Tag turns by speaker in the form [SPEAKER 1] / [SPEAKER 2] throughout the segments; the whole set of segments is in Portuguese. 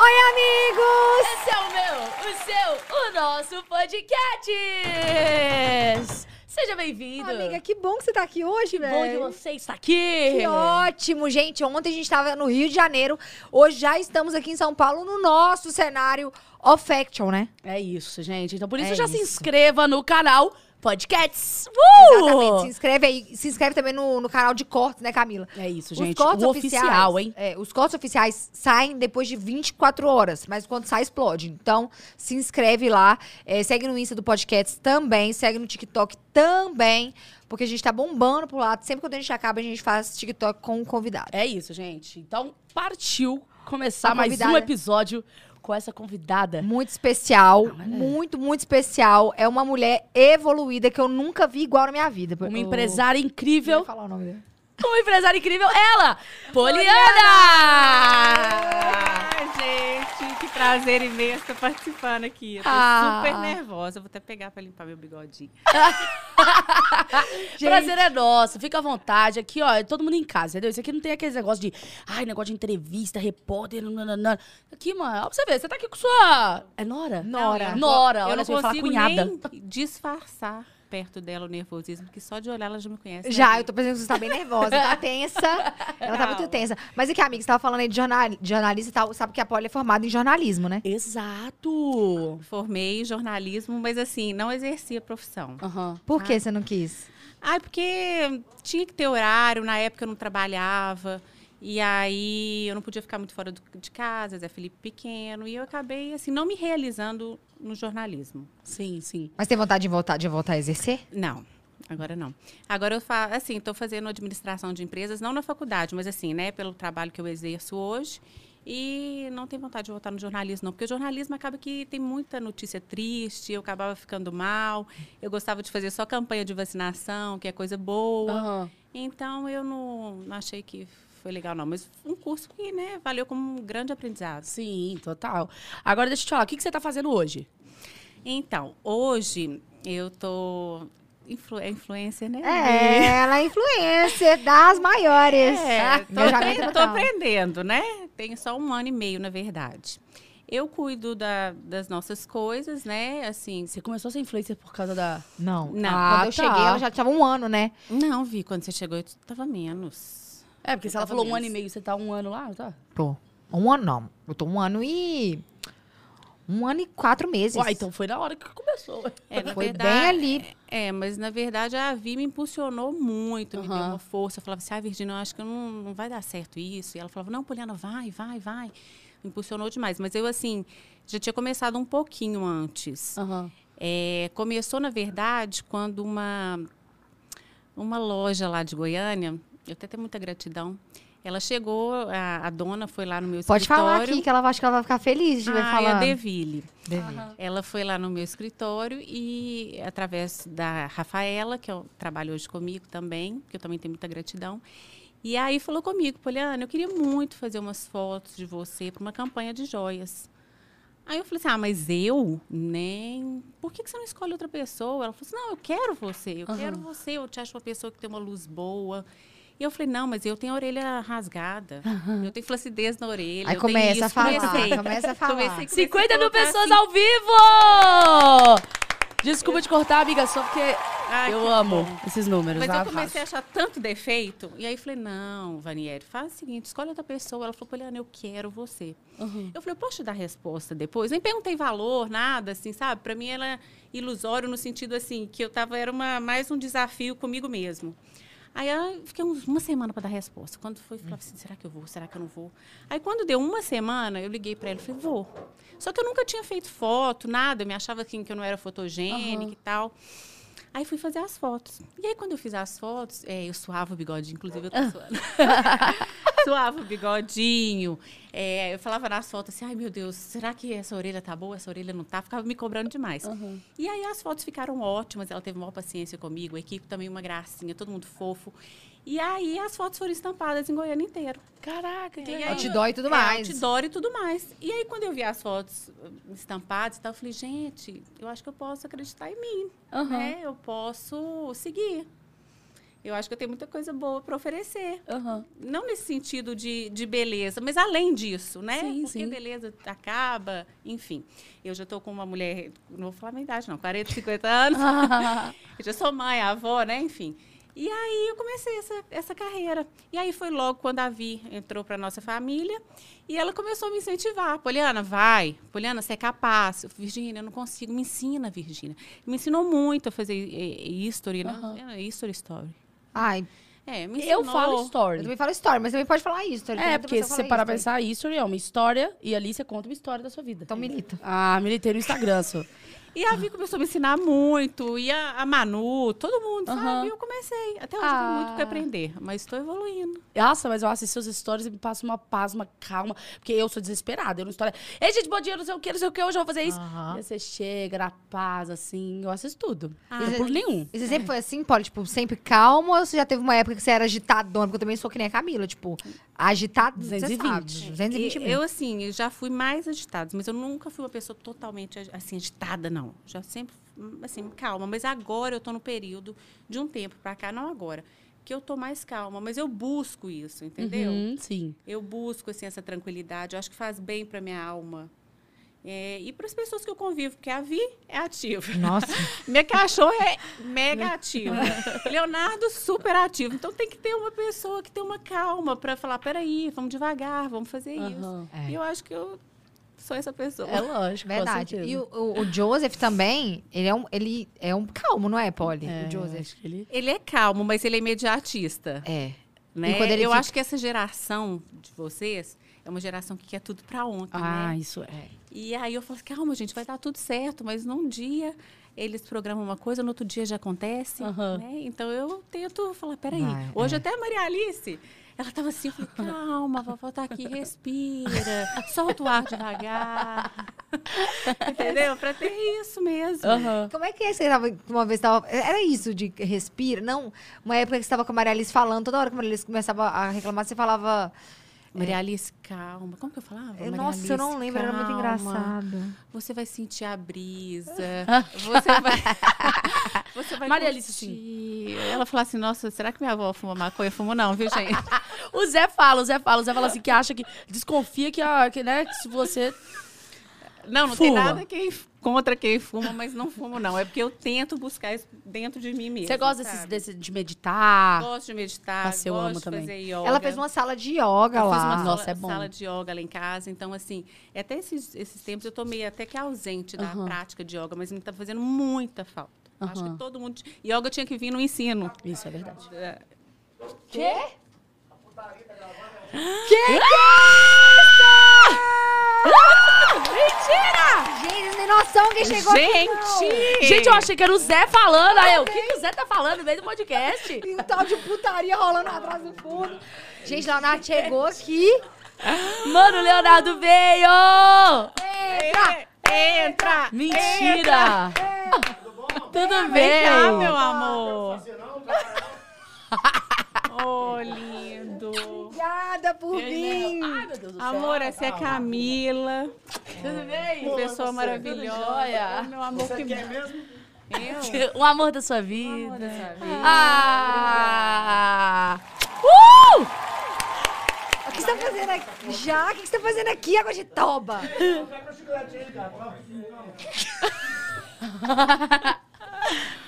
[SPEAKER 1] Oi, amigos!
[SPEAKER 2] Esse é o meu, o seu, o nosso podcast! Seja bem-vindo!
[SPEAKER 1] Amiga, que bom que você tá aqui hoje,
[SPEAKER 2] que bom que
[SPEAKER 1] velho.
[SPEAKER 2] você está aqui!
[SPEAKER 1] Que ótimo, gente. Ontem a gente estava no Rio de Janeiro. Hoje já estamos aqui em São Paulo no nosso cenário of action, né?
[SPEAKER 2] É isso, gente. Então por
[SPEAKER 1] É
[SPEAKER 2] isso já se
[SPEAKER 1] isso.
[SPEAKER 2] inscreva no canal Podcasts! Uh!
[SPEAKER 1] Exatamente. Se inscreve aí. Se inscreve também no, no canal de cortes, né, Camila?
[SPEAKER 2] É isso, gente.
[SPEAKER 1] os cortes
[SPEAKER 2] o
[SPEAKER 1] oficiais,
[SPEAKER 2] oficial, hein?
[SPEAKER 1] é, os cortes oficiais saem depois de 24 horas, mas quando sai, explode. Então, se inscreve lá, é, segue no Insta do podcast também, segue no TikTok também, porque a gente tá bombando por lá. Sempre quando a gente acaba, a gente faz TikTok com o convidado.
[SPEAKER 2] É isso, gente. Então partiu começar
[SPEAKER 1] A
[SPEAKER 2] mais um
[SPEAKER 1] convidada.
[SPEAKER 2] episódio com essa convidada.
[SPEAKER 1] É Muito especial,
[SPEAKER 2] é.
[SPEAKER 1] muito, muito especial. É uma mulher evoluída que eu nunca vi igual na minha vida.
[SPEAKER 2] Uma
[SPEAKER 1] Eu-
[SPEAKER 2] empresária
[SPEAKER 1] Eu ia
[SPEAKER 2] incrível.
[SPEAKER 1] falar o nome dela.
[SPEAKER 2] Uma empresária incrível, ela! Poliana!
[SPEAKER 3] Ai, gente, que prazer imenso estar participando aqui. Eu tô
[SPEAKER 1] Ah.
[SPEAKER 3] super nervosa. Eu Vou até pegar pra limpar meu bigodinho.
[SPEAKER 1] Gente.
[SPEAKER 2] Prazer é nosso, fica à vontade. Aqui, ó, é todo mundo em casa, entendeu? Isso aqui não tem aqueles negócios de, ai, negócio de entrevista, repórter, nananã. Aqui, mano, ó, pra você ver, você tá aqui com sua. É Nora?
[SPEAKER 1] Nora.
[SPEAKER 3] eu
[SPEAKER 2] Nora,
[SPEAKER 3] eu
[SPEAKER 2] olha,
[SPEAKER 3] não
[SPEAKER 2] você ia falar
[SPEAKER 3] consigo
[SPEAKER 2] cunhada.
[SPEAKER 3] nem disfarçar perto dela o nervosismo, porque só de olhar ela já me conhece. né,
[SPEAKER 1] Já, eu
[SPEAKER 3] gente?
[SPEAKER 1] tô pensando que você tá bem nervosa, tá tensa. Ela tá muito
[SPEAKER 3] Calma.
[SPEAKER 1] tensa. Mas aqui, amiga, você tava falando aí de, jornal, de jornalista e tal. Sabe que a Polly é formada em jornalismo, né?
[SPEAKER 2] Exato!
[SPEAKER 3] Formei em jornalismo, mas assim, não exerci a profissão.
[SPEAKER 2] Aham.
[SPEAKER 1] Por
[SPEAKER 3] Ah.
[SPEAKER 1] que você não quis?
[SPEAKER 3] Ai, porque tinha que ter horário, na época eu não trabalhava. E aí eu não podia ficar muito fora do- de casa, Zé Felipe pequeno. E eu acabei, assim, não me realizando no jornalismo.
[SPEAKER 2] Sim, sim.
[SPEAKER 1] Mas tem vontade de voltar, de voltar a exercer?
[SPEAKER 3] Não, agora não. Agora eu faço, assim, estou fazendo administração de empresas, não na faculdade, mas assim, né, pelo trabalho que eu exerço hoje. E não tenho vontade de voltar no jornalismo, não, porque o jornalismo acaba que tem muita notícia triste, eu acabava ficando mal, eu gostava de fazer só campanha de vacinação, que é coisa boa.
[SPEAKER 2] Aham.
[SPEAKER 3] Então eu não, não achei que foi legal, não. Mas um curso que, né, valeu como um grande aprendizado.
[SPEAKER 2] Sim, total. Agora deixa eu te falar, o que, que você tá fazendo hoje?
[SPEAKER 3] Então, hoje eu tô. Influ é influencer, né?
[SPEAKER 1] É, ela é influencer das maiores. Ah,
[SPEAKER 3] É, tô,
[SPEAKER 1] Meu tá
[SPEAKER 3] apre-
[SPEAKER 1] julgamento
[SPEAKER 3] tô
[SPEAKER 1] total.
[SPEAKER 3] aprendendo, né? Tenho só um ano e meio, na verdade. Eu cuido da- das nossas coisas, né? Assim,
[SPEAKER 2] Você começou a ser influencer por causa da.
[SPEAKER 1] Não,
[SPEAKER 3] Não.
[SPEAKER 1] Quando
[SPEAKER 2] Ah,
[SPEAKER 1] eu
[SPEAKER 2] tá.
[SPEAKER 1] cheguei, ela já tava um ano, né?
[SPEAKER 3] não vi quando você chegou, eu tava menos.
[SPEAKER 2] É, porque se ela
[SPEAKER 3] Tava
[SPEAKER 2] falou um ano
[SPEAKER 3] menos.
[SPEAKER 2] e meio, você tá um ano lá, tá?
[SPEAKER 1] Tô. Um ano não. Eu tô um ano e. Um ano e quatro meses.
[SPEAKER 2] Uai, então foi na hora que começou.
[SPEAKER 3] É, na
[SPEAKER 1] Foi bem
[SPEAKER 3] verdade,
[SPEAKER 1] ali.
[SPEAKER 3] É, mas na verdade a Vi me impulsionou muito, me deu
[SPEAKER 2] Aham.
[SPEAKER 3] uma força. Eu falava assim, ah, Virginia, eu acho que não, não vai dar certo isso. E ela falava, não, Poliana, vai, vai, vai. Me impulsionou demais. Mas eu, assim, já tinha começado um pouquinho antes.
[SPEAKER 2] Aham.
[SPEAKER 3] É, começou, na verdade, quando uma, uma loja lá de Goiânia, eu até tenho muita gratidão, ela chegou, a, a dona foi lá no meu
[SPEAKER 1] Pode
[SPEAKER 3] escritório.
[SPEAKER 1] falar aqui que ela acho que ela vai ficar feliz de ver
[SPEAKER 3] Ai, a
[SPEAKER 1] falar.
[SPEAKER 3] Deville.
[SPEAKER 1] Devia.
[SPEAKER 3] Ela foi lá no meu escritório e, através da Rafaela, que eu trabalho hoje comigo também, que eu também tenho muita gratidão, e aí falou comigo, Poliana, eu queria muito fazer umas fotos de você para uma campanha de joias. Aí eu falei assim, ah, mas eu? Nem... Por que, que você não escolhe outra pessoa? Ela falou assim, não, eu quero você, eu
[SPEAKER 2] Aham.
[SPEAKER 3] quero você, eu te acho uma pessoa que tem uma luz boa. E eu falei, não, mas eu tenho a orelha rasgada, eu tenho flacidez na orelha,
[SPEAKER 1] Aí
[SPEAKER 3] eu tenho
[SPEAKER 1] começa
[SPEAKER 3] isso,
[SPEAKER 1] a falar.
[SPEAKER 3] comecei.
[SPEAKER 1] Começa a falar.
[SPEAKER 3] Comecei-
[SPEAKER 2] 50 mil
[SPEAKER 3] Comecei a
[SPEAKER 2] pessoas
[SPEAKER 3] colocar
[SPEAKER 2] ao vivo! Desculpa te cortar, amiga, só porque
[SPEAKER 3] Ai,
[SPEAKER 2] eu
[SPEAKER 3] que
[SPEAKER 2] amo
[SPEAKER 3] bom.
[SPEAKER 2] esses números.
[SPEAKER 3] Mas
[SPEAKER 2] ah,
[SPEAKER 3] eu comecei a
[SPEAKER 2] faço.
[SPEAKER 3] achar tanto defeito. E aí falei, não, Vanieri, faz o seguinte, escolhe outra pessoa. Ela falou, Poliana, eu quero você.
[SPEAKER 2] Uhum.
[SPEAKER 3] Eu falei, eu posso te dar resposta depois? Nem perguntei valor, nada, assim, sabe? Pra mim era ilusório no sentido, assim, que eu tava, era uma, mais um desafio comigo mesmo. Aí eu fiquei uns- uma semana para dar resposta. Quando foi, eu falava assim, será que eu vou? Será que eu não vou? Aí quando deu uma semana, eu liguei para ela e falei, vou. Só que eu nunca tinha feito foto, nada. Eu me achava assim, que eu não era fotogênica
[SPEAKER 2] Aham.
[SPEAKER 3] e tal. Aí fui fazer as fotos. E aí, quando eu fiz as fotos, é, eu suava o bigodinho, inclusive eu tô
[SPEAKER 2] Ah.
[SPEAKER 3] suando. suava o bigodinho. É, eu falava nas fotos assim, ai meu Deus, será que essa orelha tá boa, essa orelha não tá? Ficava me cobrando demais.
[SPEAKER 2] Uhum.
[SPEAKER 3] E aí as fotos ficaram ótimas, ela teve maior paciência comigo, a equipe também uma gracinha, todo mundo fofo. E aí as fotos foram estampadas em Goiânia inteiro.
[SPEAKER 2] Caraca, que
[SPEAKER 3] E aí-
[SPEAKER 2] legal.
[SPEAKER 1] Outdoor e tudo
[SPEAKER 3] É,
[SPEAKER 1] mais.
[SPEAKER 3] outdoor e tudo mais. E aí quando eu vi as fotos eh, estampadas e tal, eu falei, gente, eu acho que eu posso acreditar em mim
[SPEAKER 2] Aham.
[SPEAKER 3] né, eu posso seguir. Eu acho que eu tenho muita coisa boa para oferecer.
[SPEAKER 2] Aham.
[SPEAKER 3] Não nesse sentido de, de beleza, mas além disso, né?
[SPEAKER 2] Sim,
[SPEAKER 3] Porque
[SPEAKER 2] sim.
[SPEAKER 3] beleza acaba, enfim. Eu já estou com uma mulher, não vou falar a minha idade, não, 40, 50 anos.
[SPEAKER 2] Ah,
[SPEAKER 3] Eu já sou mãe, avó, né? Enfim. E aí eu comecei essa, essa carreira. E aí foi logo quando a Vi entrou para nossa família e ela começou a me incentivar. Poliana, vai. Poliana, você é capaz. Eu, Virgínia, eu não consigo. Me ensina, Virgínia. Me ensinou muito a fazer eh, eh, history, né?
[SPEAKER 2] Aham.
[SPEAKER 3] É, History story.
[SPEAKER 1] Ai,
[SPEAKER 3] É, me ensinou.
[SPEAKER 2] Eu falo
[SPEAKER 1] eu
[SPEAKER 2] story.
[SPEAKER 1] também falo história, mas também pode falar isso. tá
[SPEAKER 2] É, porque se você parar pra pensar, isso é uma história e ali você conta uma história da sua vida.
[SPEAKER 1] Então milita.
[SPEAKER 2] Ah, militei no Instagram, só.
[SPEAKER 3] E a Vi começou a me ensinar muito, e a, a Manu, todo mundo,
[SPEAKER 2] Aham.
[SPEAKER 3] sabe? E eu comecei. Até hoje eu tenho muito o que
[SPEAKER 2] Ah.
[SPEAKER 3] aprender, mas estou evoluindo.
[SPEAKER 2] Nossa, mas eu assisto seus stories e me passa uma paz, uma calma. Porque eu sou desesperada. Eu não estou. Ei, gente, bom dia, não sei o que, não sei o que, hoje eu vou fazer isso.
[SPEAKER 1] Aham.
[SPEAKER 2] E você chega na paz, assim, eu assisto tudo.
[SPEAKER 3] Ah,
[SPEAKER 2] não por nenhum.
[SPEAKER 1] E você sempre foi assim, Paulo? Tipo, sempre calma ou você já teve uma época que você era agitadona? Porque eu também sou que nem a Camila, tipo, agitada, 220.
[SPEAKER 2] 220.
[SPEAKER 1] 220
[SPEAKER 3] E
[SPEAKER 1] mesmo.
[SPEAKER 3] eu, assim, eu já fui mais agitada, mas eu nunca fui uma pessoa totalmente assim, agitada, não. Já sempre, hum, assim, calma. Mas agora eu estou no período de um tempo para cá, não agora, que eu estou mais calma, mas eu busco isso, entendeu?
[SPEAKER 2] Uhum, sim.
[SPEAKER 3] Eu busco assim, essa tranquilidade, eu acho que faz bem para minha alma. É, e para as pessoas que eu convivo, porque a Vi é ativa.
[SPEAKER 1] Nossa,
[SPEAKER 3] Minha cachorra é mega ativa. Leonardo, super ativo. Então tem que ter uma pessoa que tem uma calma para falar: peraí, vamos devagar, vamos fazer isso.
[SPEAKER 2] Aham.
[SPEAKER 1] É.
[SPEAKER 3] E eu acho que eu sou essa pessoa.
[SPEAKER 2] É lógico. com
[SPEAKER 1] verdade.
[SPEAKER 2] certeza.
[SPEAKER 1] E o, o- o Joseph também, ele é um, ele é um calmo, não é, Polly?
[SPEAKER 2] É,
[SPEAKER 1] o
[SPEAKER 2] eu
[SPEAKER 1] Joseph.
[SPEAKER 2] acho que ele-
[SPEAKER 3] Ele é calmo, mas ele é imediatista.
[SPEAKER 1] É.
[SPEAKER 3] Né?
[SPEAKER 1] quando ele
[SPEAKER 3] eu
[SPEAKER 1] fica-
[SPEAKER 3] acho que essa geração de vocês é uma geração que quer tudo para ontem. né?
[SPEAKER 2] Ah, isso é.
[SPEAKER 3] E aí eu falo assim, calma, gente, vai dar tudo certo, mas num dia eles programam uma coisa, no outro dia já acontece,
[SPEAKER 2] Aham.
[SPEAKER 3] né? Então eu tento falar, peraí,
[SPEAKER 1] Vai,
[SPEAKER 3] hoje
[SPEAKER 1] é.
[SPEAKER 3] até a Maria Alice, ela tava assim, eu falei, calma, a vovó tá aqui, respira, solta o ar devagar. Entendeu? Pra ter isso mesmo.
[SPEAKER 2] Aham.
[SPEAKER 1] Como é que é que você tava, uma vez tava, era isso de respira? Não, uma época que você tava com a Maria Alice falando, toda hora que a Maria Alice começava a reclamar, você falava,
[SPEAKER 3] Maria Alice, calma. Como que eu falava? Maria
[SPEAKER 1] nossa, eu não
[SPEAKER 3] Alice,
[SPEAKER 1] lembro, era muito
[SPEAKER 3] calma.
[SPEAKER 1] engraçado.
[SPEAKER 3] Você vai sentir a brisa. Você vai. você vai
[SPEAKER 2] Maria Alice,
[SPEAKER 3] curtir. Ela falou assim: nossa, será que minha avó fuma maconha? Fumo não, viu, gente?
[SPEAKER 2] O Zé fala, o Zé fala, o Zé fala assim que acha que. Desconfia que, a, que, né, que se você.
[SPEAKER 3] Não, não tem
[SPEAKER 2] Fuma.
[SPEAKER 3] nada que, contra quem fuma, mas não fumo, não. É porque eu tento buscar isso dentro de mim mesmo.
[SPEAKER 2] Você gosta desse,
[SPEAKER 3] sabe?
[SPEAKER 2] desse- de meditar?
[SPEAKER 3] Gosto de meditar,
[SPEAKER 2] Nossa, eu
[SPEAKER 3] gosto
[SPEAKER 2] amo
[SPEAKER 3] de
[SPEAKER 2] também.
[SPEAKER 3] fazer yoga.
[SPEAKER 1] Ela fez uma sala de yoga
[SPEAKER 3] Eu
[SPEAKER 1] lá.
[SPEAKER 3] fiz uma
[SPEAKER 2] Nossa,
[SPEAKER 3] sala,
[SPEAKER 2] é bom.
[SPEAKER 3] sala de yoga lá em casa. Então, assim, até esses, esses tempos eu tô meio até que ausente da
[SPEAKER 2] Aham.
[SPEAKER 3] prática de yoga, mas me tá fazendo muita falta. Acho
[SPEAKER 2] Aham.
[SPEAKER 3] que todo mundo. Yoga tinha que vir no ensino.
[SPEAKER 2] Isso é verdade.
[SPEAKER 3] É.
[SPEAKER 1] Quê?
[SPEAKER 2] Mentira!
[SPEAKER 1] Gente, não tem noção quem chegou aqui, não.
[SPEAKER 3] Gente!
[SPEAKER 2] Gente, eu achei que era o Zé falando. Aí eu, o que, que o Zé tá falando no meio do podcast?
[SPEAKER 1] E um tal de putaria rolando atrás do fundo. Gente, Leonardo chegou aqui.
[SPEAKER 2] Mano, o Leonardo veio!
[SPEAKER 1] Entra!
[SPEAKER 3] Entra!
[SPEAKER 2] Mentira! Tudo
[SPEAKER 3] Vem
[SPEAKER 2] bem?
[SPEAKER 3] cá, meu amor! Ô, lindo!
[SPEAKER 1] Obrigada por vir.
[SPEAKER 3] né?
[SPEAKER 2] Ai, meu Deus do céu.
[SPEAKER 3] Amor, essa é a Camila.
[SPEAKER 2] tudo bem?
[SPEAKER 3] Que pessoa maravilhosa.
[SPEAKER 2] Tudo jóia.
[SPEAKER 3] Ô, Meu amor, que bom.
[SPEAKER 4] mesmo?
[SPEAKER 3] Eu?
[SPEAKER 2] O Um amor da sua vida.
[SPEAKER 3] Amor da sua vida.
[SPEAKER 2] Ah! Uh!
[SPEAKER 1] O que você tá fazendo aqui? Já? O que você tá fazendo aqui, água de toba?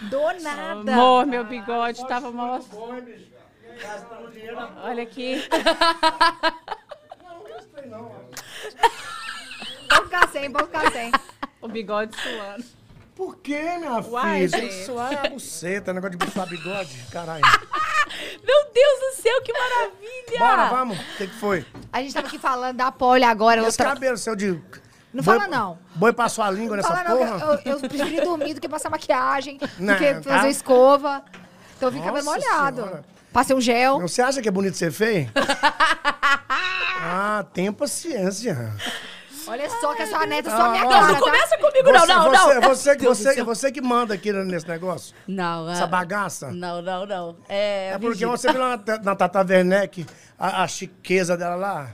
[SPEAKER 1] Do nada.
[SPEAKER 3] Amor, meu bigode tava mal.
[SPEAKER 4] Bom, hein, bicho? Gastando dinheiro.
[SPEAKER 3] Olha aqui.
[SPEAKER 4] Não, não gastei, não. ó.
[SPEAKER 1] Pode ficar sem, pode ficar sem.
[SPEAKER 3] O bigode suando.
[SPEAKER 4] Por que, minha
[SPEAKER 3] Uai,
[SPEAKER 4] filha? Tem que
[SPEAKER 3] gente.
[SPEAKER 4] suar a buceta, negócio de buçar bigode. Caralho.
[SPEAKER 2] Meu Deus do céu, que maravilha!
[SPEAKER 4] Bora, vamos. O que, que foi?
[SPEAKER 1] A gente tava aqui falando da Polly agora. Ela
[SPEAKER 4] Esse
[SPEAKER 1] tá...
[SPEAKER 4] cabelo seu de...
[SPEAKER 1] Não
[SPEAKER 4] boi-
[SPEAKER 1] fala não.
[SPEAKER 4] Boi passou a língua nessa
[SPEAKER 1] Fala não,
[SPEAKER 4] porra.
[SPEAKER 1] que eu, eu preferi dormir do que passar maquiagem, do
[SPEAKER 4] Não,
[SPEAKER 1] que
[SPEAKER 4] tá?
[SPEAKER 1] fazer escova. Então eu vim com o cabelo
[SPEAKER 4] Nossa
[SPEAKER 1] molhado.
[SPEAKER 4] Senhora.
[SPEAKER 1] Passei um gel.
[SPEAKER 4] Não, você acha que é bonito ser feio? ah, tenha paciência.
[SPEAKER 1] Olha só que a sua neta é só
[SPEAKER 4] Ah,
[SPEAKER 1] minha
[SPEAKER 4] olha.
[SPEAKER 1] cara,
[SPEAKER 2] Não,
[SPEAKER 1] tá?
[SPEAKER 2] não começa comigo, não,
[SPEAKER 4] Você-
[SPEAKER 2] não, não.
[SPEAKER 4] você, Você,
[SPEAKER 2] Meu Deus do
[SPEAKER 4] você,
[SPEAKER 2] céu.
[SPEAKER 4] você que manda aqui nesse negócio.
[SPEAKER 2] Não,
[SPEAKER 4] Essa
[SPEAKER 2] ah,
[SPEAKER 4] bagaça.
[SPEAKER 2] Não, não, não. É,
[SPEAKER 4] É porque
[SPEAKER 2] Virgínia.
[SPEAKER 4] você viu lá na, na Tata Werneck, a, a chiqueza dela lá?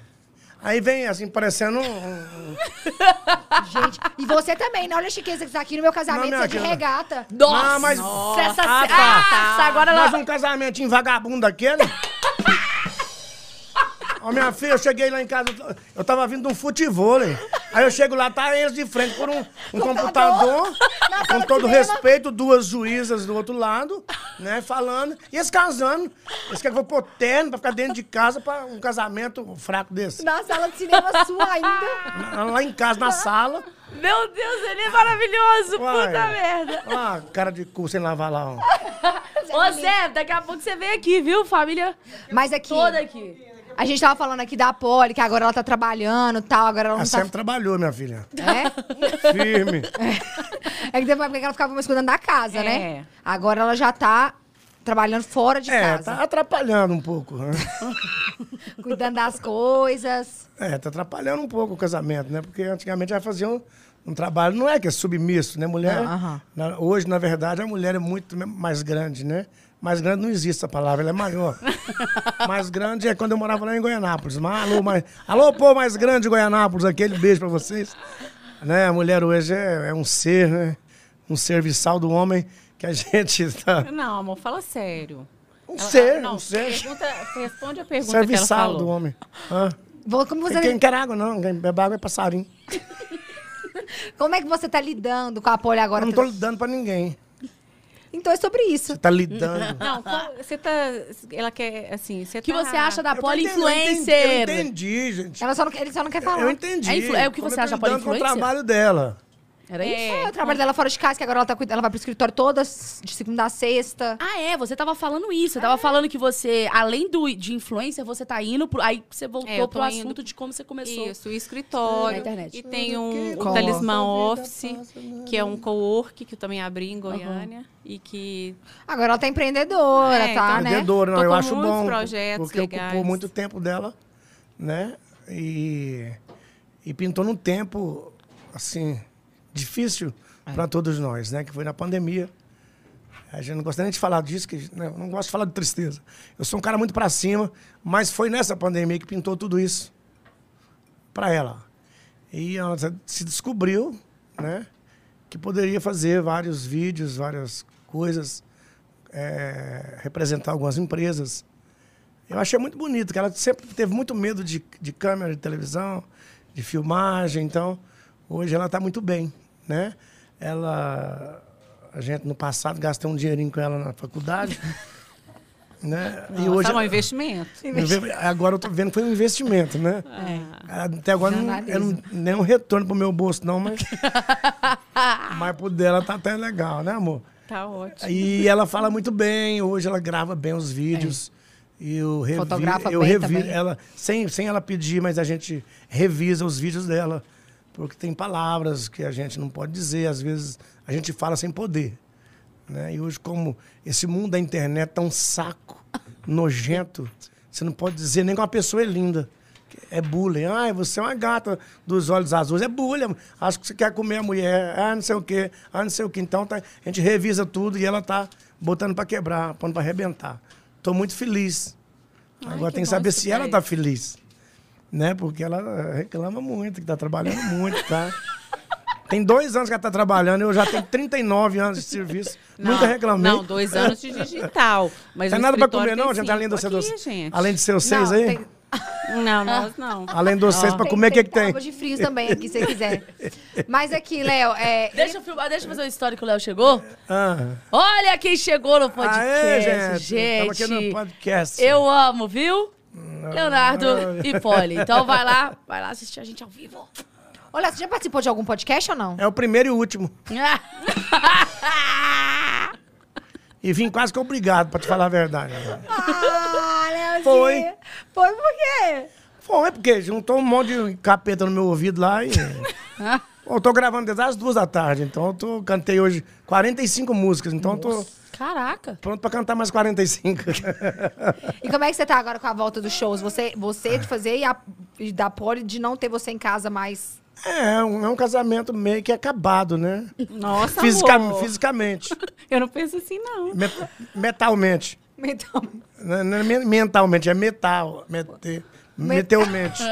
[SPEAKER 4] Aí vem, assim, parecendo um- um... um-
[SPEAKER 1] Gente, e você também, né? Olha a chiqueza que tá aqui no meu casamento,
[SPEAKER 4] Não,
[SPEAKER 1] você
[SPEAKER 4] não,
[SPEAKER 1] de
[SPEAKER 4] aquela-
[SPEAKER 1] regata.
[SPEAKER 2] Nossa!
[SPEAKER 4] mas-
[SPEAKER 2] Nossa, essa...
[SPEAKER 4] Ah,
[SPEAKER 2] Ah,
[SPEAKER 4] tá.
[SPEAKER 2] essa agora ela...
[SPEAKER 4] Mais um casamentinho vagabundo daquele. Ó, minha filha, eu cheguei lá em casa, eu tava vindo de um futevôlei. Aí eu chego lá, tá eles de frente por um, um computador,
[SPEAKER 1] Na sala
[SPEAKER 4] com
[SPEAKER 1] de
[SPEAKER 4] todo
[SPEAKER 1] cinema.
[SPEAKER 4] respeito, duas juízas do outro lado, né, falando. E eles casando. Eles querem que eu vou pôr terno pra ficar dentro de casa pra um casamento fraco desse.
[SPEAKER 1] Na sala de cinema sua ainda.
[SPEAKER 4] Na- Lá em casa, na sala.
[SPEAKER 2] Meu Deus, ele é maravilhoso,
[SPEAKER 4] Uai.
[SPEAKER 2] puta merda.
[SPEAKER 4] Olha lá, cara de cu sem lavar lá, ó.
[SPEAKER 2] Ô, Zé, daqui a pouco você vem aqui, viu, família?
[SPEAKER 1] Mas aqui,
[SPEAKER 2] Toda aqui.
[SPEAKER 1] a gente tava falando aqui da Poli, que agora ela tá trabalhando e tal, agora ela
[SPEAKER 4] Ela
[SPEAKER 1] não
[SPEAKER 4] sempre trabalhou, minha filha.
[SPEAKER 1] tá... É?
[SPEAKER 4] Firme.
[SPEAKER 1] É que teve uma época que ela ficava mais cuidando da casa,
[SPEAKER 3] É.
[SPEAKER 1] né? Agora ela já tá trabalhando fora de
[SPEAKER 4] É,
[SPEAKER 1] casa.
[SPEAKER 4] tá atrapalhando um pouco, né? tá.
[SPEAKER 1] Cuidando das coisas.
[SPEAKER 4] É, tá atrapalhando um pouco o casamento, né? Porque antigamente ela fazia um, um trabalho, não é que é submisso, né? Mulher.
[SPEAKER 1] Ah, aham.
[SPEAKER 4] na- hoje, na verdade, a mulher é muito me- mais grande, né? Mais grande não existe essa palavra, ela é maior. mais grande é quando eu morava lá em Goianápolis. Mas, alô, mais, alô, pô, mais grande de Goianápolis, aquele beijo pra vocês. Né? A mulher hoje é, é um ser, né? Um serviçal do homem que a gente está.
[SPEAKER 3] Não, amor, fala sério.
[SPEAKER 4] Um
[SPEAKER 3] Ela-
[SPEAKER 4] ser,
[SPEAKER 3] não,
[SPEAKER 4] um ser.
[SPEAKER 3] Pergunta, responde a pergunta que ela
[SPEAKER 4] Serviçal
[SPEAKER 3] falou.
[SPEAKER 4] do homem. Hã?
[SPEAKER 1] Vou- Como você,
[SPEAKER 2] é.
[SPEAKER 4] Quem quer água, não. Quem bebe água é passarinho.
[SPEAKER 1] como é que você tá lidando com a Poli agora?
[SPEAKER 4] Eu não tô lidando pra ninguém.
[SPEAKER 1] Então é sobre isso.
[SPEAKER 4] Você tá lidando.
[SPEAKER 3] Não, qual- você tá. Ela quer, assim. Você
[SPEAKER 2] O que
[SPEAKER 3] tá-
[SPEAKER 2] você acha da
[SPEAKER 4] Eu tô
[SPEAKER 2] Poli
[SPEAKER 4] entendendo, Eu
[SPEAKER 2] Influencer?
[SPEAKER 4] entendi, eu entendi, gente.
[SPEAKER 1] Ela só não, quer- ele só não quer falar.
[SPEAKER 4] Eu entendi.
[SPEAKER 2] É influ- é o que
[SPEAKER 4] Como
[SPEAKER 2] você
[SPEAKER 4] eu tô
[SPEAKER 2] acha da Poli
[SPEAKER 4] lidando com o
[SPEAKER 2] Influencer?
[SPEAKER 4] trabalho dela.
[SPEAKER 2] Era isso?
[SPEAKER 1] É, o trabalho dela fora de casa, que agora ela, tá, cuida- ela vai pro escritório todas, de segunda a sexta.
[SPEAKER 2] Ah, é, você tava falando isso. Você tava falando que você, além do, de influencer, você tá indo pro. Aí você voltou
[SPEAKER 3] É, eu tô
[SPEAKER 2] pro
[SPEAKER 3] indo-
[SPEAKER 2] assunto de como você começou.
[SPEAKER 3] Isso, o escritório.
[SPEAKER 2] Na internet.
[SPEAKER 3] E tem
[SPEAKER 4] Tudo
[SPEAKER 3] um,
[SPEAKER 4] que tá
[SPEAKER 3] o
[SPEAKER 1] cola.
[SPEAKER 3] Talismã Office, que é um co-work que eu também abri em Goiânia. E que.
[SPEAKER 1] Agora ela tá empreendedora,
[SPEAKER 3] É,
[SPEAKER 1] tá,
[SPEAKER 3] então-
[SPEAKER 1] né?
[SPEAKER 4] Vendedora, não,
[SPEAKER 3] Tô
[SPEAKER 4] eu
[SPEAKER 3] com
[SPEAKER 4] acho
[SPEAKER 3] muitos
[SPEAKER 4] bom.
[SPEAKER 3] projetos
[SPEAKER 4] porque ocupou
[SPEAKER 3] legais.
[SPEAKER 4] muito tempo dela, né? E, e pintou num tempo, assim, difícil
[SPEAKER 3] É.
[SPEAKER 4] pra todos nós, né? Que foi na pandemia. A gente não gosta nem de falar disso, que, né, eu não gosto de falar de tristeza. Eu sou um cara muito pra cima, mas foi nessa pandemia que pintou tudo isso pra ela. E ela se descobriu, né? Que poderia fazer vários vídeos, várias coisas, é, representar algumas empresas. Eu achei muito bonito, que ela sempre teve muito medo de, de câmera, de televisão, de filmagem. Então, hoje ela está muito bem, né? Ela... A gente, no passado, gastou um dinheirinho com ela na faculdade. né? E
[SPEAKER 3] Nossa,
[SPEAKER 4] hoje...
[SPEAKER 3] é um investimento.
[SPEAKER 4] Agora eu tô vendo que foi um investimento, né?
[SPEAKER 1] É.
[SPEAKER 4] Até agora não, eu não, nenhum retorno pro meu bolso, não, mas. mas pro dela tá até legal, né, amor?
[SPEAKER 3] Tá ótimo.
[SPEAKER 4] E ela fala muito bem, hoje ela grava bem os vídeos. E eu revi,
[SPEAKER 1] É. Fotografa
[SPEAKER 4] eu
[SPEAKER 1] bem
[SPEAKER 4] revi
[SPEAKER 1] também.
[SPEAKER 4] ela, sem, sem ela pedir, mas a gente revisa os vídeos dela. Porque tem palavras que a gente não pode dizer, às vezes a gente fala sem poder. Né? E hoje, como esse mundo da internet é um saco, nojento, você não pode dizer nem que uma pessoa é linda. É bullying. Ai, você é uma gata dos olhos azuis. É bullying. Acho que você quer comer a mulher. Ah, não sei o quê. Ah, não sei o quê. Então, tá- a gente revisa tudo e ela tá botando para quebrar, pondo para arrebentar. Estou muito feliz. Agora
[SPEAKER 3] que
[SPEAKER 4] tem que
[SPEAKER 3] bom
[SPEAKER 4] saber
[SPEAKER 3] escutar
[SPEAKER 4] se ela
[SPEAKER 3] isso.
[SPEAKER 4] tá feliz. Né? Porque ela reclama muito, que tá trabalhando muito, tá? Tem dois anos que ela tá trabalhando, eu já tenho 39 anos de serviço.
[SPEAKER 3] Não,
[SPEAKER 4] nunca reclamei.
[SPEAKER 3] Não, dois anos de digital. Mas
[SPEAKER 4] Tem
[SPEAKER 3] o
[SPEAKER 4] nada pra
[SPEAKER 3] escritório
[SPEAKER 4] comer, não,
[SPEAKER 3] tem
[SPEAKER 4] gente?
[SPEAKER 3] cinco
[SPEAKER 4] Tá Além dos
[SPEAKER 3] aqui,
[SPEAKER 4] seus.
[SPEAKER 3] gente.
[SPEAKER 4] Além de seus seis
[SPEAKER 1] Não,
[SPEAKER 4] aí?
[SPEAKER 1] tem-
[SPEAKER 3] Não, nós não.
[SPEAKER 4] Além dos seis pra
[SPEAKER 1] Tem-
[SPEAKER 4] comer, o que, que tem?
[SPEAKER 1] tábua de frio também aqui, se você quiser. Mas aqui, Léo, é,
[SPEAKER 2] Deixa eu filmar, deixa eu fazer uma história que o Léo chegou.
[SPEAKER 4] Ah.
[SPEAKER 2] Olha quem chegou no podcast,
[SPEAKER 4] Aê,
[SPEAKER 2] gente.
[SPEAKER 4] Tava aqui no podcast.
[SPEAKER 2] Eu amo, viu? Leonardo e Poli. Então vai lá, vai lá assistir a gente ao vivo.
[SPEAKER 1] Olha, você já participou de algum podcast ou não?
[SPEAKER 4] É o primeiro e o último. E vim quase que obrigado, pra te falar a verdade.
[SPEAKER 1] Ah, Léozinho!
[SPEAKER 4] Foi.
[SPEAKER 1] Foi por quê?
[SPEAKER 4] Foi, porque juntou um monte de capeta no meu ouvido lá e. eu tô gravando desde as duas da tarde, então eu tô, cantei hoje 45 músicas, então eu tô
[SPEAKER 2] Caraca.
[SPEAKER 4] pronto pra cantar mais 45.
[SPEAKER 1] E como é que você tá agora com a volta dos shows? Você, você de fazer e, a, e da Poli de não ter você em casa mais.
[SPEAKER 4] é, é um, é um casamento meio que acabado, né?
[SPEAKER 3] Nossa,
[SPEAKER 4] Fisica-
[SPEAKER 3] amor.
[SPEAKER 4] fisicamente,
[SPEAKER 3] Eu não penso assim, não.
[SPEAKER 4] me- metalmente.
[SPEAKER 1] Então,
[SPEAKER 4] Não, não é men- mentalmente, é metal. Mete, meteormente.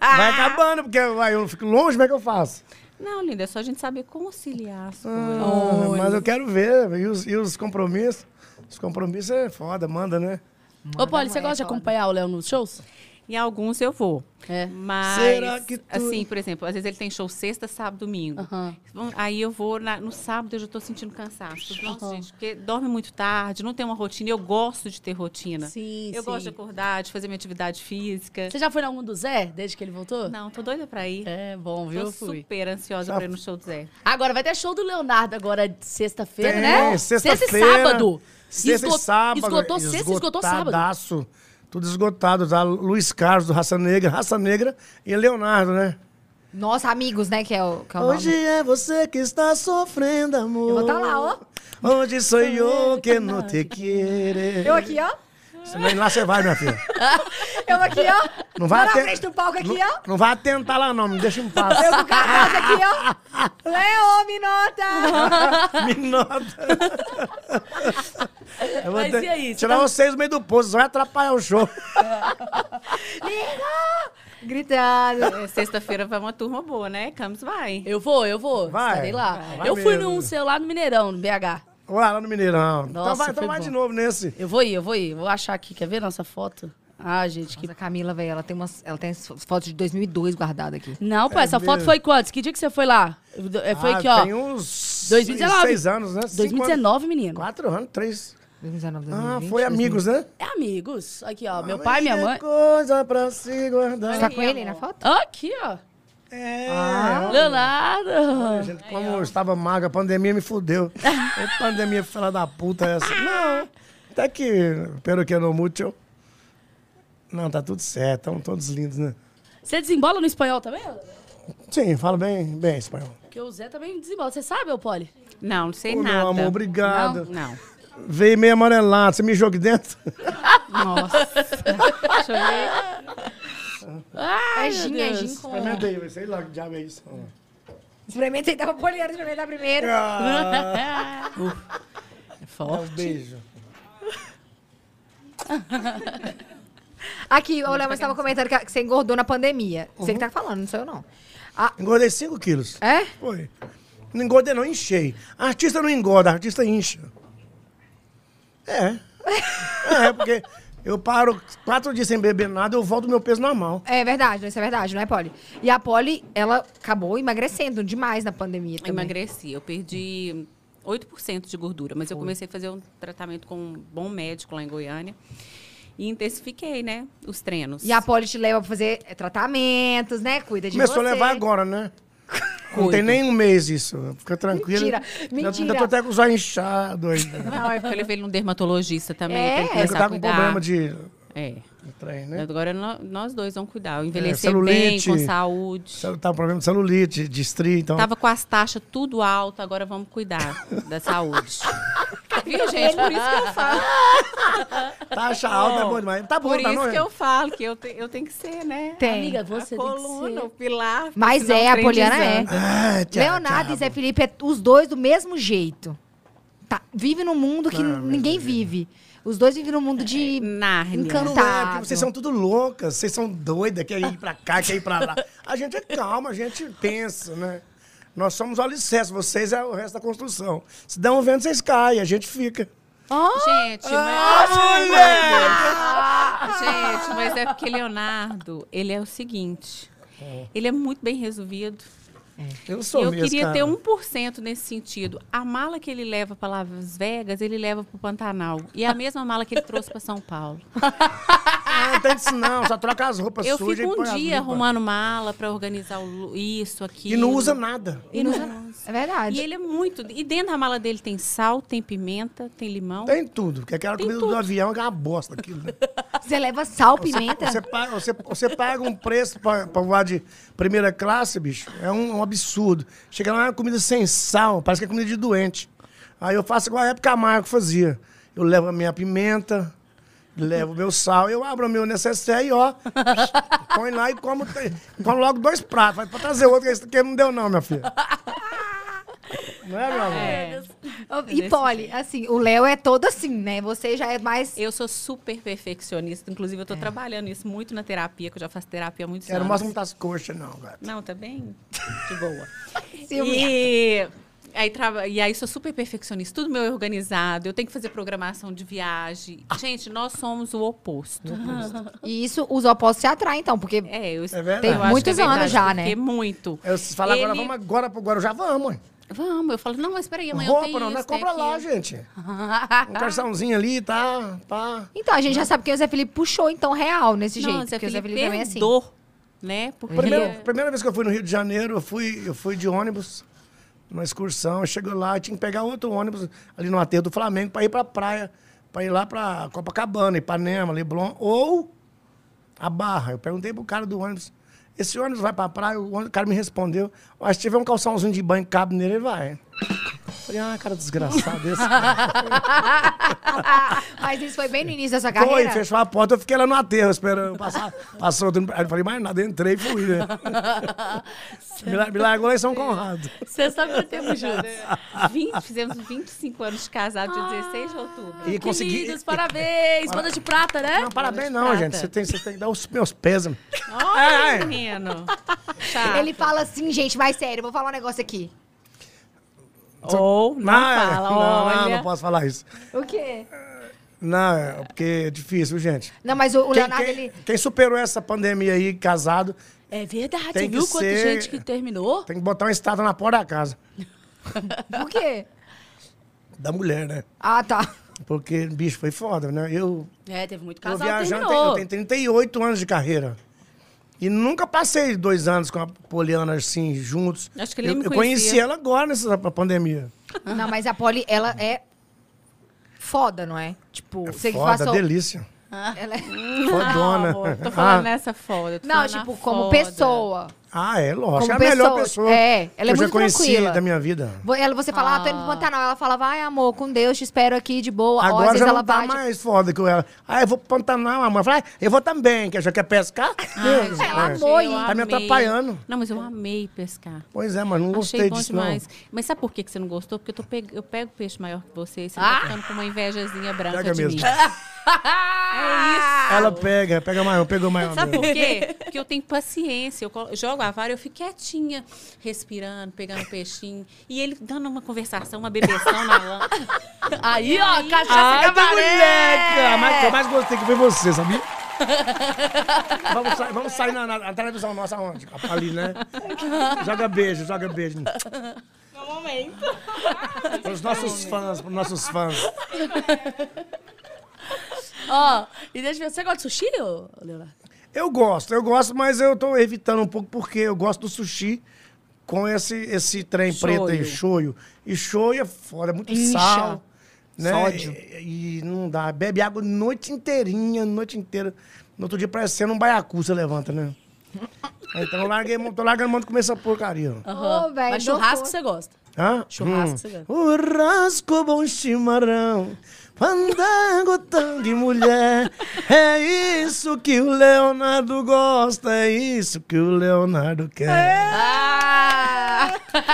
[SPEAKER 4] vai acabando, porque vai, eu fico longe, como é que eu faço?
[SPEAKER 3] Não, linda, é só a gente saber conciliar as coisas.
[SPEAKER 4] Ah, mas eu quero ver. E os, e os compromissos? Os compromissos é foda, manda, né?
[SPEAKER 2] Ô, Polly, você
[SPEAKER 1] mulher,
[SPEAKER 2] gosta de
[SPEAKER 1] foda.
[SPEAKER 2] acompanhar o Léo nos shows?
[SPEAKER 3] Em alguns eu vou.
[SPEAKER 2] É.
[SPEAKER 3] Mas,
[SPEAKER 4] Será que tu-
[SPEAKER 3] assim, por exemplo, às vezes ele tem show sexta, sábado, domingo.
[SPEAKER 2] Aham.
[SPEAKER 3] Bom, Aí eu vou, na- no sábado eu já tô sentindo cansaço. Nossa, gente, porque dorme muito tarde, não tem uma rotina. Eu gosto de ter rotina.
[SPEAKER 1] Sim,
[SPEAKER 3] eu
[SPEAKER 1] sim.
[SPEAKER 3] gosto de acordar, de fazer minha atividade física.
[SPEAKER 2] Você já foi em algum do Zé, desde que ele voltou?
[SPEAKER 3] Não, tô doida pra ir.
[SPEAKER 2] É bom, viu?
[SPEAKER 3] Tô
[SPEAKER 2] Eu fui.
[SPEAKER 3] super ansiosa
[SPEAKER 4] Já
[SPEAKER 3] pra ir no show do Zé.
[SPEAKER 2] Agora vai ter show do Leonardo agora sexta-feira,
[SPEAKER 4] Tem,
[SPEAKER 2] né? Sexta e
[SPEAKER 4] sexta-feira.
[SPEAKER 2] sábado.
[SPEAKER 4] Sexta
[SPEAKER 2] Esgo-
[SPEAKER 4] e sábado.
[SPEAKER 2] Esgotou sexta, e esgotou sábado.
[SPEAKER 4] esgotadaço, Tudo esgotado, tá? Luiz Carlos, do Raça Negra. Raça Negra e Leonardo, né?
[SPEAKER 1] Nossa, amigos, né? Que é o, que é o nome.
[SPEAKER 4] Hoje é você que está sofrendo, amor.
[SPEAKER 1] Eu vou tá lá, ó.
[SPEAKER 4] Hoje sou eu que não te quere.
[SPEAKER 1] Eu aqui, ó.
[SPEAKER 4] Senão lá você vai, minha filha.
[SPEAKER 1] Eu aqui, ó.
[SPEAKER 4] Não vai
[SPEAKER 1] Lá na
[SPEAKER 4] até-
[SPEAKER 1] frente do palco aqui, ó.
[SPEAKER 4] Não, não vai atentar lá, não. Me deixa em paz.
[SPEAKER 1] Eu com o cartaz aqui, ó. Leo, me nota.
[SPEAKER 4] Me nota. Eu vou
[SPEAKER 2] Mas
[SPEAKER 4] ter-
[SPEAKER 2] e aí, você
[SPEAKER 4] Tirar
[SPEAKER 2] tá-
[SPEAKER 4] vocês do meio do poço, vai atrapalhar o show.
[SPEAKER 1] Gritando.
[SPEAKER 3] É, Sexta-feira vai uma turma boa, né? Camus vai.
[SPEAKER 2] Eu vou, eu vou.
[SPEAKER 4] Vai,
[SPEAKER 2] Estarei lá.
[SPEAKER 4] vai
[SPEAKER 2] eu fui
[SPEAKER 4] mesmo.
[SPEAKER 2] num seu lá no Mineirão, no BH.
[SPEAKER 4] Lá, lá no Mineirão. então
[SPEAKER 2] Nossa,
[SPEAKER 4] vai, então
[SPEAKER 2] foi
[SPEAKER 4] vai
[SPEAKER 2] bom.
[SPEAKER 4] de novo nesse.
[SPEAKER 2] Eu vou ir, eu vou ir. Vou achar aqui. Quer ver nossa foto? Ah, gente, que.
[SPEAKER 1] Nossa, a Camila, velho, ela tem umas. Ela tem as fo- fotos de 2002 guardadas aqui.
[SPEAKER 2] Não, pô, essa foto
[SPEAKER 4] É mesmo.
[SPEAKER 2] foi quantos? Que dia que você foi lá? Eh, Foi
[SPEAKER 4] Ah,
[SPEAKER 2] aqui, ó.
[SPEAKER 4] Tem uns
[SPEAKER 2] 2019.
[SPEAKER 4] 6 anos, né? Cinco
[SPEAKER 2] 2019,
[SPEAKER 4] anos.
[SPEAKER 2] menino.
[SPEAKER 4] Quatro anos, três.
[SPEAKER 1] 2019, 2020.
[SPEAKER 4] Ah, foi
[SPEAKER 1] um.
[SPEAKER 4] amigos, né?
[SPEAKER 2] É amigos. Aqui, ó. Meu pai, minha
[SPEAKER 4] É
[SPEAKER 2] mãe.
[SPEAKER 4] coisa pra se
[SPEAKER 1] Você
[SPEAKER 4] guardar.
[SPEAKER 1] tá com ele aí na foto?
[SPEAKER 2] Aqui, ó. Ah,
[SPEAKER 4] É.
[SPEAKER 2] Leonardo.
[SPEAKER 4] Gente, como eu estava magra, a pandemia me fudeu. Ô, pandemia fila da puta essa. Não, até que, pelo que não mucho. Não, tá tudo certo, estão todos lindos, né?
[SPEAKER 2] Você desembola no espanhol também? Leonardo?
[SPEAKER 4] Sim, fala bem, bem espanhol.
[SPEAKER 2] Porque o Zé também desembola. Você sabe, ô Poli?
[SPEAKER 3] Não, não sei
[SPEAKER 4] Ô,
[SPEAKER 3] nada.
[SPEAKER 4] Meu amor, obrigado.
[SPEAKER 3] Não.
[SPEAKER 4] Veio meio amarelado, você me joga dentro?
[SPEAKER 3] Nossa. Deixa eu ver.
[SPEAKER 2] Ah,
[SPEAKER 1] É gin, é gin com.
[SPEAKER 4] Experimentei, sei lá que diabo é isso.
[SPEAKER 1] Experimentei, tava poliando, experimentar primeiro.
[SPEAKER 4] Ah,
[SPEAKER 2] É
[SPEAKER 4] é
[SPEAKER 2] forte.
[SPEAKER 4] um beijo.
[SPEAKER 1] Aqui, o Léo, você tava comentando que que você engordou na pandemia. Você que tá falando, não sou eu, não. Ah,
[SPEAKER 4] Engordei 5 quilos.
[SPEAKER 1] é?
[SPEAKER 4] Foi. Não engordei, não, enchei. Artista não engorda, artista incha. É. É, porque eu paro quatro dias sem beber nada, eu volto ao meu peso normal.
[SPEAKER 1] É verdade, isso é verdade, não é, Polly? E a Polly, ela acabou emagrecendo demais na pandemia também.
[SPEAKER 3] Emagreci. Eu perdi 8% de gordura, mas eu comecei a fazer um tratamento com um bom médico lá em Goiânia. E intensifiquei, né? Os treinos.
[SPEAKER 1] E a Polly te leva pra fazer é, tratamentos, né? Cuida de
[SPEAKER 4] Começou
[SPEAKER 1] você.
[SPEAKER 4] a levar agora, né? Não tem nem um mês isso. Fica tranquilo.
[SPEAKER 1] Mentira,
[SPEAKER 4] Já-
[SPEAKER 1] mentira.
[SPEAKER 4] Já tô até com os olhos inchados ainda.
[SPEAKER 3] Não, é porque eu levei ele num dermatologista também.
[SPEAKER 1] É?
[SPEAKER 3] tem que
[SPEAKER 4] É
[SPEAKER 3] começar
[SPEAKER 4] que eu
[SPEAKER 3] a
[SPEAKER 4] tava com
[SPEAKER 3] cuidar.
[SPEAKER 4] problema de,
[SPEAKER 3] É.
[SPEAKER 4] de trem, né?
[SPEAKER 3] Agora nó- nós dois vamos cuidar. Eu envelheci bem,
[SPEAKER 4] É, celulite.
[SPEAKER 3] com saúde.
[SPEAKER 4] Eu Tava com problema de celulite, de estria, então.
[SPEAKER 3] Tava com as taxas tudo alta, agora vamos cuidar da saúde. Viu, gente? Por isso que eu falo.
[SPEAKER 4] Taxa alta é bom demais. Tá bom,
[SPEAKER 3] Por
[SPEAKER 4] tá
[SPEAKER 3] isso
[SPEAKER 4] não
[SPEAKER 3] que
[SPEAKER 4] é?
[SPEAKER 3] eu falo que eu, te- eu tenho que ser, né?
[SPEAKER 1] Tem.
[SPEAKER 2] Amiga, você tem
[SPEAKER 3] a
[SPEAKER 2] que
[SPEAKER 3] coluna,
[SPEAKER 2] ser.
[SPEAKER 3] o pilar. porque
[SPEAKER 1] Mas
[SPEAKER 3] senão
[SPEAKER 1] é,
[SPEAKER 3] o
[SPEAKER 1] a
[SPEAKER 3] trem
[SPEAKER 1] Poliana é.
[SPEAKER 3] desanda.
[SPEAKER 4] Ah, tia-
[SPEAKER 1] Leonardo e Zé
[SPEAKER 4] diabo.
[SPEAKER 1] Felipe, é os dois do mesmo jeito. Tá, vive num mundo que
[SPEAKER 4] Ah, meu
[SPEAKER 1] ninguém vive. Os dois vivem num mundo
[SPEAKER 3] É,
[SPEAKER 1] de...
[SPEAKER 3] Nárnia.
[SPEAKER 1] Encanto.
[SPEAKER 4] Não é, porque vocês são tudo loucas, vocês são doidas, quer ir pra cá, quer ir pra lá. A gente é calma, a gente pensa, né? Nós somos o alicerce, vocês é o resto da construção. Se dão um vento, vocês caem, a gente fica.
[SPEAKER 3] Gente,
[SPEAKER 4] Ah,
[SPEAKER 3] mas...
[SPEAKER 4] moleque!
[SPEAKER 3] Gente, mas é porque Leonardo, ele é o seguinte. Ele é muito bem resolvido.
[SPEAKER 4] Eu sou
[SPEAKER 3] eu
[SPEAKER 4] mesmo,
[SPEAKER 3] queria
[SPEAKER 4] cara.
[SPEAKER 3] ter 1% nesse sentido. A mala que ele leva para Las Vegas, ele leva para o Pantanal. E é a mesma mala que ele trouxe para São Paulo.
[SPEAKER 4] Ah, não tem isso não, só troca as roupas
[SPEAKER 3] Eu
[SPEAKER 4] sujas
[SPEAKER 3] fico
[SPEAKER 4] e põe
[SPEAKER 3] um
[SPEAKER 4] as
[SPEAKER 3] dia
[SPEAKER 4] limpas.
[SPEAKER 3] arrumando mala para organizar o lu- isso, aquilo.
[SPEAKER 4] E não usa nada.
[SPEAKER 1] E não- É verdade.
[SPEAKER 3] E ele é muito. E dentro da mala dele tem sal, tem pimenta, tem limão.
[SPEAKER 4] Tem tudo, porque aquela comida do avião é uma bosta aquilo, né?
[SPEAKER 1] Você leva sal, pimenta.
[SPEAKER 4] Você paga, você, você paga um preço pra, pra voar de primeira classe, bicho. É um, um absurdo. Chega lá, é uma comida sem sal, parece que é comida de doente. Aí eu faço igual a época a Marco fazia. Eu levo a minha pimenta, levo o meu sal, eu abro o meu necessaire e ó, põe lá e como, como logo dois pratos. Vai pra trazer outro, que esse aqui não deu não, minha filha. Não é, meu amor?
[SPEAKER 1] Ô, E Polly, assim, o Léo é todo assim, né? Você já é mais.
[SPEAKER 3] Eu sou super perfeccionista. Inclusive, eu tô trabalhando isso muito na terapia, que eu já faço terapia há muitos
[SPEAKER 4] Quero
[SPEAKER 3] anos.
[SPEAKER 4] mais montar as coxas, não, gato.
[SPEAKER 3] Não, tá bem de boa.
[SPEAKER 1] Ciumenta.
[SPEAKER 3] e... Aí, traba- e aí sou super perfeccionista, tudo meu é organizado, eu tenho que fazer programação de viagem. Gente, nós somos o oposto.
[SPEAKER 1] E isso, os opostos se atraem, então, porque.
[SPEAKER 3] É, eu,
[SPEAKER 4] É verdade.
[SPEAKER 3] eu
[SPEAKER 4] Tem
[SPEAKER 3] acho que
[SPEAKER 1] muitos
[SPEAKER 3] é
[SPEAKER 1] anos
[SPEAKER 3] verdade,
[SPEAKER 1] já,
[SPEAKER 3] porque
[SPEAKER 1] né?
[SPEAKER 3] muito.
[SPEAKER 4] Eu se falar agora,
[SPEAKER 3] Ele-
[SPEAKER 4] vamos agora pro Guarujá, vamos. hein?
[SPEAKER 3] Vamos, eu falo, não, mas peraí, amanhã eu
[SPEAKER 4] Roupa,
[SPEAKER 3] tenho
[SPEAKER 4] não,
[SPEAKER 3] isso,
[SPEAKER 4] nós
[SPEAKER 3] tem
[SPEAKER 4] compra lá,
[SPEAKER 3] aquilo.
[SPEAKER 4] gente. Um calçãozinho ali, tá, pá.
[SPEAKER 1] Então, a gente já sabe que o Zé Felipe puxou, então, real nesse
[SPEAKER 3] Não,
[SPEAKER 1] jeito.
[SPEAKER 3] Zé
[SPEAKER 1] Porque o Zé Felipe
[SPEAKER 3] Felipe
[SPEAKER 1] também é assim.
[SPEAKER 3] herdou, né? Porque
[SPEAKER 4] Primeira, primeira vez que eu fui no Rio de Janeiro, eu fui, eu fui de ônibus, numa excursão. Eu Chego lá, eu tinha que pegar outro ônibus ali no aterro do Flamengo para ir para praia, para ir lá para Copacabana, Ipanema, Leblon ou a Barra. Eu perguntei pro cara do ônibus, esse ônibus vai para praia? O, ônibus- o cara me respondeu, "Ó, se tiver um calçãozinho de banho que cabe nele, ele vai. Eu Falei, ah, cara desgraçado esse. cara."
[SPEAKER 1] Ah, Mas isso foi bem no início da sua
[SPEAKER 4] Foi,
[SPEAKER 1] carreira?
[SPEAKER 4] fechou a porta, eu fiquei lá no aterro esperando passar. Passou, tudo. aí eu não falei mais nada, entrei e fui, né? me, la- me largou lá em São Conrado.
[SPEAKER 2] Você sabe que temos juntos.
[SPEAKER 3] 20, fizemos 25 anos de casado, dia 16 de outubro.
[SPEAKER 4] E
[SPEAKER 2] Que
[SPEAKER 4] consegui.
[SPEAKER 2] lindos, parabéns. Banda de prata, né?
[SPEAKER 4] Não, parabéns não,
[SPEAKER 3] Prata.
[SPEAKER 4] gente. Você tem, você tem que dar os meus né? pésames. é,
[SPEAKER 3] Olha, menino. Chato.
[SPEAKER 1] Ele fala assim, gente, mais sério, eu vou falar um negócio aqui.
[SPEAKER 3] Ou não,
[SPEAKER 4] Ah,
[SPEAKER 3] fala,
[SPEAKER 4] não,
[SPEAKER 3] olha.
[SPEAKER 4] não, não posso falar isso.
[SPEAKER 1] O quê?
[SPEAKER 4] Não, é porque é difícil, gente.
[SPEAKER 1] Não, mas o, o
[SPEAKER 4] Quem,
[SPEAKER 1] Leonardo,
[SPEAKER 4] quem-
[SPEAKER 1] ele.
[SPEAKER 4] quem superou essa pandemia aí, casado,
[SPEAKER 2] É verdade,
[SPEAKER 4] Tem que
[SPEAKER 2] viu quanta
[SPEAKER 4] ser-
[SPEAKER 2] gente que terminou?
[SPEAKER 4] tem que botar uma estátua na porta da casa.
[SPEAKER 1] Por quê?
[SPEAKER 4] Da mulher, né?
[SPEAKER 1] Ah, tá.
[SPEAKER 4] Porque, bicho, foi foda, né? Eu
[SPEAKER 2] É, teve muito
[SPEAKER 4] Tô
[SPEAKER 2] casal que
[SPEAKER 4] viajando,
[SPEAKER 2] terminou.
[SPEAKER 4] eu tenho 38 anos de carreira. E nunca passei dois anos com a Poliana assim, juntos.
[SPEAKER 3] Acho que ele
[SPEAKER 4] eu,
[SPEAKER 3] nem me
[SPEAKER 4] eu conheci
[SPEAKER 3] conhecia.
[SPEAKER 4] ela agora nessa pa- pandemia.
[SPEAKER 1] Não, mas a Polly, ela é foda, não é? Tipo, você que
[SPEAKER 4] Foda,
[SPEAKER 1] passou.
[SPEAKER 4] delícia.
[SPEAKER 1] Ela é-
[SPEAKER 4] Hum, Fodona.
[SPEAKER 3] amor, tô falando
[SPEAKER 1] né?
[SPEAKER 4] ah,
[SPEAKER 3] nessa foda. tô
[SPEAKER 1] Não,
[SPEAKER 3] falando na
[SPEAKER 1] tipo, como
[SPEAKER 3] foda.
[SPEAKER 1] pessoa.
[SPEAKER 4] ah, é, lógico.
[SPEAKER 1] Como
[SPEAKER 4] é a melhor
[SPEAKER 1] pessoa,
[SPEAKER 4] pessoa.
[SPEAKER 1] é, ela é
[SPEAKER 4] que eu já
[SPEAKER 1] muito
[SPEAKER 4] conheci
[SPEAKER 1] tranquila.
[SPEAKER 4] da minha vida.
[SPEAKER 1] Vo- Ela, você fala, ah, tô indo pro Pantanal. Ela falava, ai, amor, com Deus, te espero aqui de boa. Ó, às
[SPEAKER 4] Agora
[SPEAKER 1] vezes
[SPEAKER 4] já
[SPEAKER 1] ela
[SPEAKER 4] não tá
[SPEAKER 1] vai.
[SPEAKER 4] mais foda que eu era. Ah, eu vou pro Pantanal, a mãe fala, ah, eu vou também, que já quer pescar. Deus,
[SPEAKER 1] gente,
[SPEAKER 4] é.
[SPEAKER 1] Ah, amor. amou, hein?
[SPEAKER 3] eu
[SPEAKER 4] Tá me
[SPEAKER 3] amei.
[SPEAKER 4] atrapalhando.
[SPEAKER 3] Não, mas eu amei pescar.
[SPEAKER 4] Pois é, mas não
[SPEAKER 3] Achei
[SPEAKER 4] gostei
[SPEAKER 3] bom
[SPEAKER 4] disso,
[SPEAKER 3] demais.
[SPEAKER 4] não.
[SPEAKER 3] Mas sabe por que que você não gostou? Porque eu, tô peg... eu pego peixe maior que você e você tá ficando com uma invejazinha branca
[SPEAKER 4] Pega
[SPEAKER 3] de
[SPEAKER 4] mesmo.
[SPEAKER 3] mim.
[SPEAKER 4] Ela pega, pega maior, pegou maior.
[SPEAKER 3] Sabe
[SPEAKER 4] mesmo.
[SPEAKER 3] por quê? Porque eu tenho paciência. Eu colo- jogo a vara, eu fico quietinha, respirando, pegando peixinho. E ele dando uma conversação, uma bebeção na lã.
[SPEAKER 1] Ah,
[SPEAKER 2] Aí, ó, cachaça
[SPEAKER 4] Ai, que
[SPEAKER 2] gabaré.
[SPEAKER 4] moleca! Mas o que eu mais gostei que foi você, sabia? vamos, sair, vamos sair na, na- na televisão nossa onde? Ali, né? Joga beijo, joga beijo. No momento. Para os nossos fãs, para os nossos fãs.
[SPEAKER 2] Ó, e deixa eu ver, você gosta de sushi, ô, Leonardo?
[SPEAKER 4] Eu gosto, eu gosto, mas eu tô evitando um pouco porque eu gosto do sushi com esse, esse trem preto aí, shoyu. E shoyu é fora, é muito
[SPEAKER 1] Incha.
[SPEAKER 4] sal. Né?
[SPEAKER 1] Sódio.
[SPEAKER 4] E, e não dá. Bebe água noite inteirinha, noite inteira. No outro dia parecendo um baiacu, você levanta, né? Então eu larguei, mão- tô largando mão de comer essa porcaria.
[SPEAKER 2] Aham.
[SPEAKER 1] velho,
[SPEAKER 2] Mas churrasco
[SPEAKER 1] doutor.
[SPEAKER 2] você gosta.
[SPEAKER 4] Hã?
[SPEAKER 2] Churrasco, você gosta.
[SPEAKER 4] Churrasco, bom chimarrão, fandango, tangue, mulher. É isso que o Leonardo gosta, é isso que o Leonardo quer.
[SPEAKER 2] É, Ah!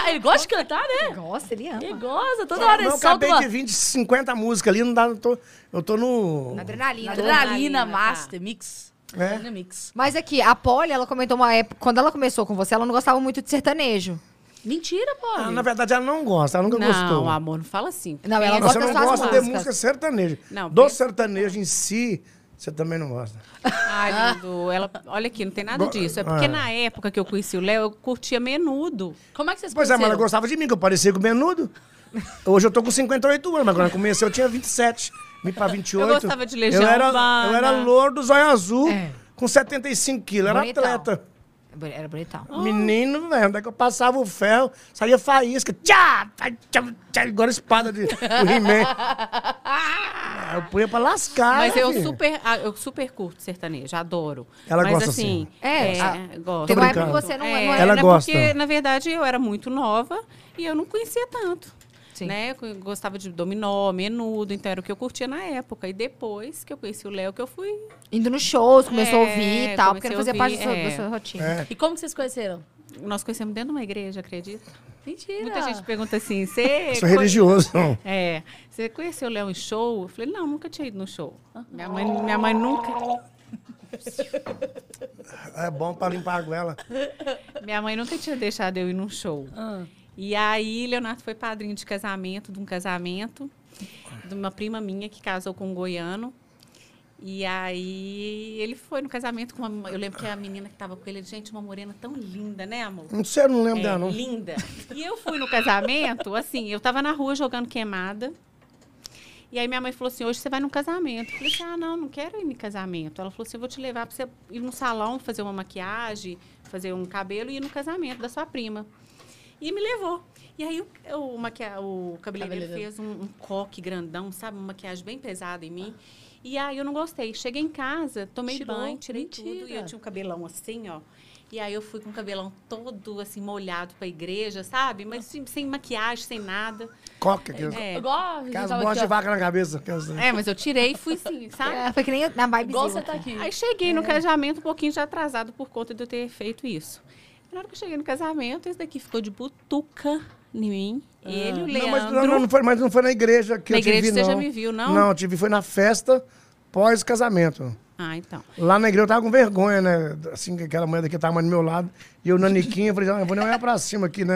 [SPEAKER 2] Ele gosta de cantar, né?
[SPEAKER 1] Nossa, ele ama.
[SPEAKER 2] Ele gosta, toda hora
[SPEAKER 4] Ah,
[SPEAKER 2] ele
[SPEAKER 4] eu
[SPEAKER 2] solta
[SPEAKER 4] acabei
[SPEAKER 2] uma
[SPEAKER 4] de vir de 50 músicas ali, não dá, eu tô, eu tô no...
[SPEAKER 1] Adrenalina.
[SPEAKER 2] adrenalina,
[SPEAKER 3] Adrenalina,
[SPEAKER 2] master, mix.
[SPEAKER 4] É.
[SPEAKER 2] Adrenalina mix.
[SPEAKER 1] Mas aqui, a Polly, ela comentou uma época, quando ela começou com você, ela não gostava muito de sertanejo.
[SPEAKER 2] Mentira, pô.
[SPEAKER 4] Ah, na verdade, ela não gosta, ela nunca gostou.
[SPEAKER 3] Não, amor, não fala assim.
[SPEAKER 1] Não, ela
[SPEAKER 3] Pensa-
[SPEAKER 1] gosta
[SPEAKER 4] Você não
[SPEAKER 1] das suas
[SPEAKER 4] gosta de
[SPEAKER 1] músicas.
[SPEAKER 4] música sertaneja.
[SPEAKER 3] Não,
[SPEAKER 4] Do
[SPEAKER 3] pensa-
[SPEAKER 4] sertanejo em si, você também não gosta.
[SPEAKER 3] Ai, lindo. Ela, olha aqui, não tem nada
[SPEAKER 4] Go-
[SPEAKER 3] disso. É porque
[SPEAKER 4] é.
[SPEAKER 3] na época que eu conheci o Léo, eu curtia menudo.
[SPEAKER 2] Como é que vocês
[SPEAKER 4] Pois é, mas ela
[SPEAKER 2] conheceram?
[SPEAKER 4] gostava de mim, que eu parecia com o Menudo. Hoje eu tô com 58 anos, mas quando eu comecei eu tinha 27. Vim pra 28.
[SPEAKER 3] Eu gostava de Legião
[SPEAKER 4] Eu era,
[SPEAKER 3] Urbana.
[SPEAKER 4] eu era louro, zóio azul,
[SPEAKER 1] É.
[SPEAKER 4] com 75 quilos. Era
[SPEAKER 1] Bonitão.
[SPEAKER 4] atleta.
[SPEAKER 1] Era bonitão.
[SPEAKER 3] Oh.
[SPEAKER 4] Menino, velho, onde é que eu passava o ferro, saía faísca. Tchá, tchá, tchá, tchá, igual a espada de, do He-Man. Ah, Eu punha pra lascar.
[SPEAKER 3] Mas eu
[SPEAKER 4] filho.
[SPEAKER 3] super, ah, eu super curto sertanejo, adoro.
[SPEAKER 4] Ela
[SPEAKER 3] Mas,
[SPEAKER 4] gosta
[SPEAKER 3] assim.
[SPEAKER 4] assim.
[SPEAKER 1] É,
[SPEAKER 3] É,
[SPEAKER 1] ah,
[SPEAKER 3] gosto.
[SPEAKER 1] Tem uma época que
[SPEAKER 4] brincando.
[SPEAKER 1] você não é. não
[SPEAKER 3] É,
[SPEAKER 1] é-
[SPEAKER 4] Ela
[SPEAKER 3] né,
[SPEAKER 4] gosta.
[SPEAKER 3] Porque, na verdade, eu era muito nova e eu não conhecia tanto.
[SPEAKER 1] Sim.
[SPEAKER 3] Né? Eu gostava de dominó, menudo, então era o que eu curtia na época. E depois que eu conheci o Léo, que eu fui.
[SPEAKER 1] Indo nos shows, começou a ouvir e
[SPEAKER 3] É,
[SPEAKER 1] tal, porque não fazia
[SPEAKER 3] comecei a
[SPEAKER 1] parte da
[SPEAKER 3] ouvir,
[SPEAKER 1] sua,
[SPEAKER 3] é.
[SPEAKER 1] da sua rotina.
[SPEAKER 4] É.
[SPEAKER 2] E como que vocês conheceram?
[SPEAKER 3] Nós conhecemos dentro de uma igreja, acredita?
[SPEAKER 2] Mentira.
[SPEAKER 3] Muita gente pergunta assim, você...
[SPEAKER 4] Sou religioso.
[SPEAKER 3] É, você conheceu o Léo em show? Eu falei, não, nunca tinha ido no show. Minha mãe, minha mãe nunca...
[SPEAKER 4] É bom pra limpar a goela.
[SPEAKER 3] Minha mãe nunca tinha deixado eu ir num show.
[SPEAKER 2] Ah,
[SPEAKER 3] E aí, Leonardo foi padrinho de casamento, de um casamento, de uma prima minha que casou com um goiano. E aí, ele foi no casamento com uma. Eu lembro que a menina que estava com ele, gente, uma morena tão linda, né, amor?
[SPEAKER 4] Não sei, eu não lembro
[SPEAKER 3] É,
[SPEAKER 4] dela, não.
[SPEAKER 3] Linda. E eu fui no casamento, assim, eu tava na rua jogando queimada. E aí minha mãe falou assim, hoje você vai num casamento. Eu falei assim, ah, não, não quero ir no casamento. Ela falou assim, eu vou te levar pra você ir num salão, fazer uma maquiagem, fazer um cabelo e ir no casamento da sua prima. E me levou. E aí o, o, maquia- o cabeleireiro
[SPEAKER 2] Cabeleireiro.
[SPEAKER 3] fez um, um coque grandão, sabe? Uma maquiagem bem pesada em mim. E aí eu não gostei. Cheguei em casa, tomei
[SPEAKER 2] Tirou?
[SPEAKER 3] banho, tirei tudo. E
[SPEAKER 2] Mentira.
[SPEAKER 3] eu tinha um cabelão assim, ó. E aí eu fui com o cabelão todo, assim, molhado pra igreja, sabe? Mas sem, sem maquiagem, sem nada.
[SPEAKER 4] Coca, aqueles,
[SPEAKER 3] É.
[SPEAKER 2] Igual a gente
[SPEAKER 4] aquelas
[SPEAKER 2] tava
[SPEAKER 4] bolas
[SPEAKER 2] aqui,
[SPEAKER 4] de
[SPEAKER 2] ó.
[SPEAKER 4] vaca na cabeça. aquelas-
[SPEAKER 3] É, mas eu tirei e fui sim, sabe?
[SPEAKER 1] É, foi que nem na vibe
[SPEAKER 2] Igual você tá aqui.
[SPEAKER 3] É. Aí cheguei no casamento um pouquinho já atrasado por conta de eu ter feito isso. Na hora que eu cheguei no casamento, esse daqui ficou de butuca em mim. Ele, o
[SPEAKER 4] Não,
[SPEAKER 3] Leandro.
[SPEAKER 4] mas não, não, não foi, mas não foi na igreja que
[SPEAKER 3] Na
[SPEAKER 4] eu te
[SPEAKER 3] igreja
[SPEAKER 4] vi,
[SPEAKER 3] você
[SPEAKER 4] não.
[SPEAKER 3] já me viu, não?
[SPEAKER 4] Não, eu te vi, foi na festa pós-casamento.
[SPEAKER 3] Ah, então.
[SPEAKER 4] Lá na igreja eu tava com vergonha, né? Assim, que aquela mulher daqui tava do meu lado. E eu, naniquinha, eu falei, ah, eu vou nem olhar pra cima aqui, né?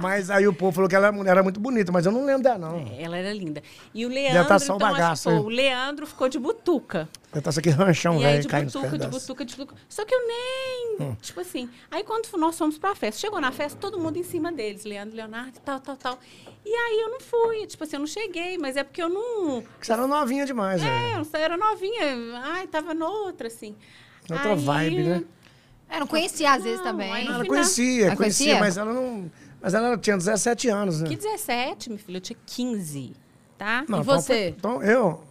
[SPEAKER 4] mas aí o povo falou que ela era- era muito bonita, mas eu não lembro dela, não.
[SPEAKER 3] Ela era linda. E o
[SPEAKER 4] tá
[SPEAKER 3] Leandro.
[SPEAKER 4] só o
[SPEAKER 3] então, acho que
[SPEAKER 4] bagaço,
[SPEAKER 3] foi-
[SPEAKER 4] hein?
[SPEAKER 3] o Leandro ficou de butuca.
[SPEAKER 4] Eu tava aqui ranchão,
[SPEAKER 3] e aí,
[SPEAKER 4] velho,
[SPEAKER 3] de
[SPEAKER 4] caindo nos Hum. pés
[SPEAKER 3] butuca, de
[SPEAKER 4] dessa.
[SPEAKER 3] butuca, de butuca. Só que eu nem. Tipo assim. Aí, quando f- nós fomos pra festa, chegou na festa, todo mundo em cima deles, Leandro, Leonardo e tal, tal, tal. E aí eu não fui. Tipo assim, eu não cheguei, mas é porque eu não.
[SPEAKER 4] Porque você era novinha demais,
[SPEAKER 3] É,
[SPEAKER 4] velho.
[SPEAKER 3] eu só era novinha. Ai, tava noutra, assim.
[SPEAKER 4] Outra
[SPEAKER 3] Aí,
[SPEAKER 4] vibe, né?
[SPEAKER 1] É, não conhecia às vezes
[SPEAKER 3] Não,
[SPEAKER 1] também.
[SPEAKER 3] aí não-
[SPEAKER 4] Ela
[SPEAKER 3] Afinal-
[SPEAKER 4] conhecia,
[SPEAKER 1] Ela
[SPEAKER 3] Ah,
[SPEAKER 4] conhecia,
[SPEAKER 1] conhecia?
[SPEAKER 4] mas ela não. Mas ela tinha 17 anos, né?
[SPEAKER 3] Que 17, meu filho, eu tinha 15, tá?
[SPEAKER 4] Não,
[SPEAKER 2] E
[SPEAKER 4] então-
[SPEAKER 2] você?
[SPEAKER 4] Então, eu.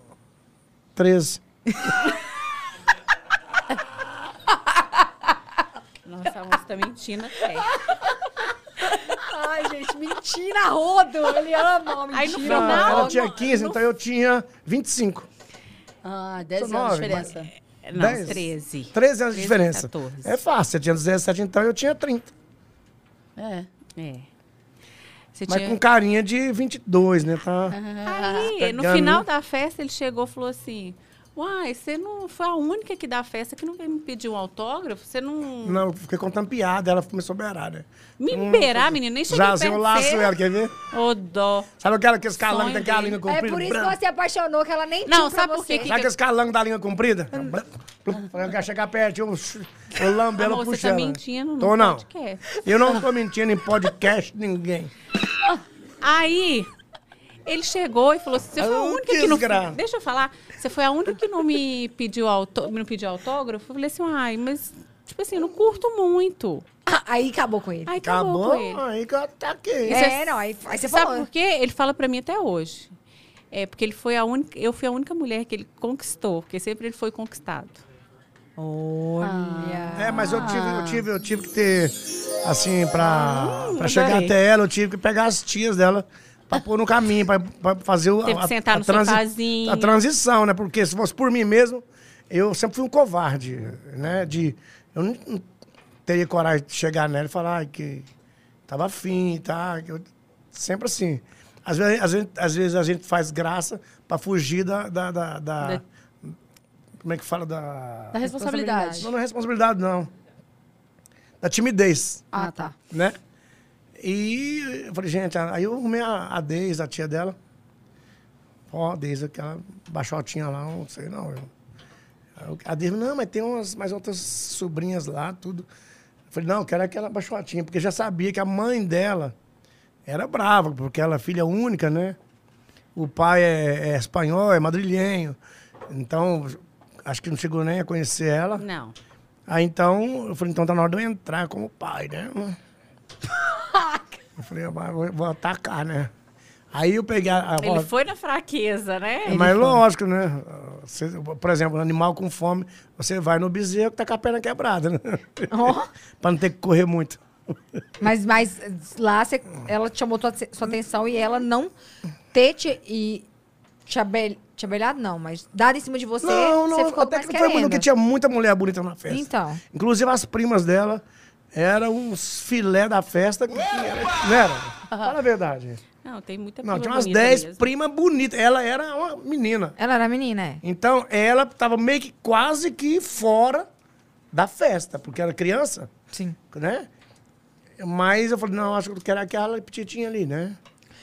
[SPEAKER 4] 13.
[SPEAKER 3] Nossa, a moça tá mentindo até.
[SPEAKER 1] Ai, gente, mentira, rodo. Ele ama, mentira.
[SPEAKER 3] Aí no
[SPEAKER 4] Não,
[SPEAKER 3] final,
[SPEAKER 4] ela
[SPEAKER 3] não,
[SPEAKER 4] tinha 15, então eu tinha 25.
[SPEAKER 2] Ah, 10
[SPEAKER 4] Sou
[SPEAKER 2] anos
[SPEAKER 4] nove,
[SPEAKER 2] de diferença.
[SPEAKER 3] Não,
[SPEAKER 4] 10?
[SPEAKER 3] 13.
[SPEAKER 4] 13 anos
[SPEAKER 3] 13,
[SPEAKER 4] de diferença.
[SPEAKER 3] 14.
[SPEAKER 4] É fácil, você tinha 17 então eu tinha 30.
[SPEAKER 2] É.
[SPEAKER 3] É. Você
[SPEAKER 4] Mas
[SPEAKER 3] tinha...
[SPEAKER 4] com carinha de 22, né? Tá...
[SPEAKER 3] Aí, no
[SPEAKER 4] Pegando.
[SPEAKER 3] final da festa, ele chegou e falou assim: Uai, você não foi a única aqui da festa que não veio me pedir um autógrafo? Você não.
[SPEAKER 4] Não, eu fiquei contando piada, ela começou a beirar, né?
[SPEAKER 3] Me liberar, menina, nem cheguei
[SPEAKER 4] Jazinho
[SPEAKER 3] perto de
[SPEAKER 4] laço
[SPEAKER 3] você.
[SPEAKER 4] ela, quer ver?
[SPEAKER 3] Ô, dó.
[SPEAKER 4] Sabe aquela que escalando
[SPEAKER 3] Sonho
[SPEAKER 4] tem aquela
[SPEAKER 3] dele.
[SPEAKER 4] língua
[SPEAKER 1] É
[SPEAKER 4] comprida?
[SPEAKER 1] por isso que
[SPEAKER 4] branca?
[SPEAKER 1] ela se apaixonou, que ela nem
[SPEAKER 3] Não,
[SPEAKER 1] tinha pra
[SPEAKER 3] sabe por
[SPEAKER 1] você.
[SPEAKER 3] que que-
[SPEAKER 4] Sabe aqueles calango da linha comprida?
[SPEAKER 3] Hum.
[SPEAKER 4] Eu quero chegar perto, eu, eu lambo ela
[SPEAKER 3] Amor, você
[SPEAKER 4] puxa
[SPEAKER 3] tá
[SPEAKER 4] ela.
[SPEAKER 3] mentindo no
[SPEAKER 4] Tô não.
[SPEAKER 3] podcast.
[SPEAKER 4] Eu não tô mentindo em podcast ninguém.
[SPEAKER 3] Aí, ele chegou e falou assim: Você foi a
[SPEAKER 4] Ah,
[SPEAKER 3] única que não.
[SPEAKER 4] desgraça.
[SPEAKER 3] Deixa eu falar. Você foi a única que não me pediu, auto... não pediu autógrafo? Eu falei assim: Ai, mas, tipo assim, eu não curto muito.
[SPEAKER 1] Ah, aí acabou com ele.
[SPEAKER 3] Aí acabou,
[SPEAKER 4] Acabou,
[SPEAKER 3] com tá ele.
[SPEAKER 4] aí que eu ataquei.
[SPEAKER 1] é, não, aí, aí você
[SPEAKER 3] Sabe
[SPEAKER 1] falou.
[SPEAKER 3] por quê? Ele fala pra mim até hoje. É porque ele foi a única, eu fui a única mulher que ele conquistou, porque sempre ele foi conquistado.
[SPEAKER 1] Olha.
[SPEAKER 4] É, mas eu tive, eu tive, eu tive que ter, assim, pra, pra chegar
[SPEAKER 3] Hum, adorei.
[SPEAKER 4] até ela, eu tive que pegar as tias dela pra pôr no caminho, pra, pra fazer o,
[SPEAKER 3] Teve que sentar no sofazinho.
[SPEAKER 4] a transição, né? Porque se fosse por mim mesmo, eu sempre fui um covarde, né? De, eu não, não teria coragem de chegar nela e falar "Ai, que tava afim, tá? Eu, sempre assim. Às vezes, às, vezes, às vezes a gente faz graça pra fugir da... da, da- da-
[SPEAKER 3] Da-
[SPEAKER 4] Como é que fala? Da...
[SPEAKER 2] Da responsabilidade.
[SPEAKER 4] Não, não é responsabilidade, não. Da timidez,
[SPEAKER 1] Ah, tá.
[SPEAKER 4] né? E eu falei, gente, aí eu arrumei a, a Deise, a tia dela. Ó, a Deise, aquela baixotinha lá, não sei não. Eu, Aí eu- a Deise, não, mas tem umas mais outras sobrinhas lá, tudo. Eu falei, não, eu quero aquela baixotinha, porque já sabia que a mãe dela era brava, porque ela é filha única, né? O pai é, é espanhol, é madrilhenho. Então, acho que não chegou nem a conhecer ela.
[SPEAKER 3] Não.
[SPEAKER 4] Aí então, eu falei, então tá na hora de eu entrar como pai, né? Eu falei, mas vou, vou atacar, né? Aí eu peguei a. a
[SPEAKER 3] Ele foi na fraqueza, né?
[SPEAKER 4] mas lógico, né? Você- por exemplo, um animal com fome, você vai no bezerro que tá com a perna quebrada, né? pra não ter que correr muito.
[SPEAKER 1] Mas, mas lá você- ela te chamou tua- sua atenção e ela não ter te, e te, abel, te abelhado, não, mas dado em cima de você,
[SPEAKER 4] não, não,
[SPEAKER 1] você ficou
[SPEAKER 4] até
[SPEAKER 1] mais
[SPEAKER 4] que não foi muito,
[SPEAKER 1] querendo.
[SPEAKER 4] porque tinha muita mulher bonita na festa.
[SPEAKER 1] Então.
[SPEAKER 4] Inclusive as primas dela era uns filé da festa. Que era, não era? Fala a verdade.
[SPEAKER 3] Não, tem muita prima
[SPEAKER 4] Não, tinha umas
[SPEAKER 3] bonita
[SPEAKER 4] 10
[SPEAKER 3] mesmo.
[SPEAKER 4] primas bonitas. Ela era uma menina.
[SPEAKER 1] Ela era menina, é.
[SPEAKER 4] Então, ela tava meio que quase que fora da festa, porque era criança,
[SPEAKER 1] Sim.
[SPEAKER 4] né? Mas eu falei, não, acho que eu quero aquela petitinha ali, né?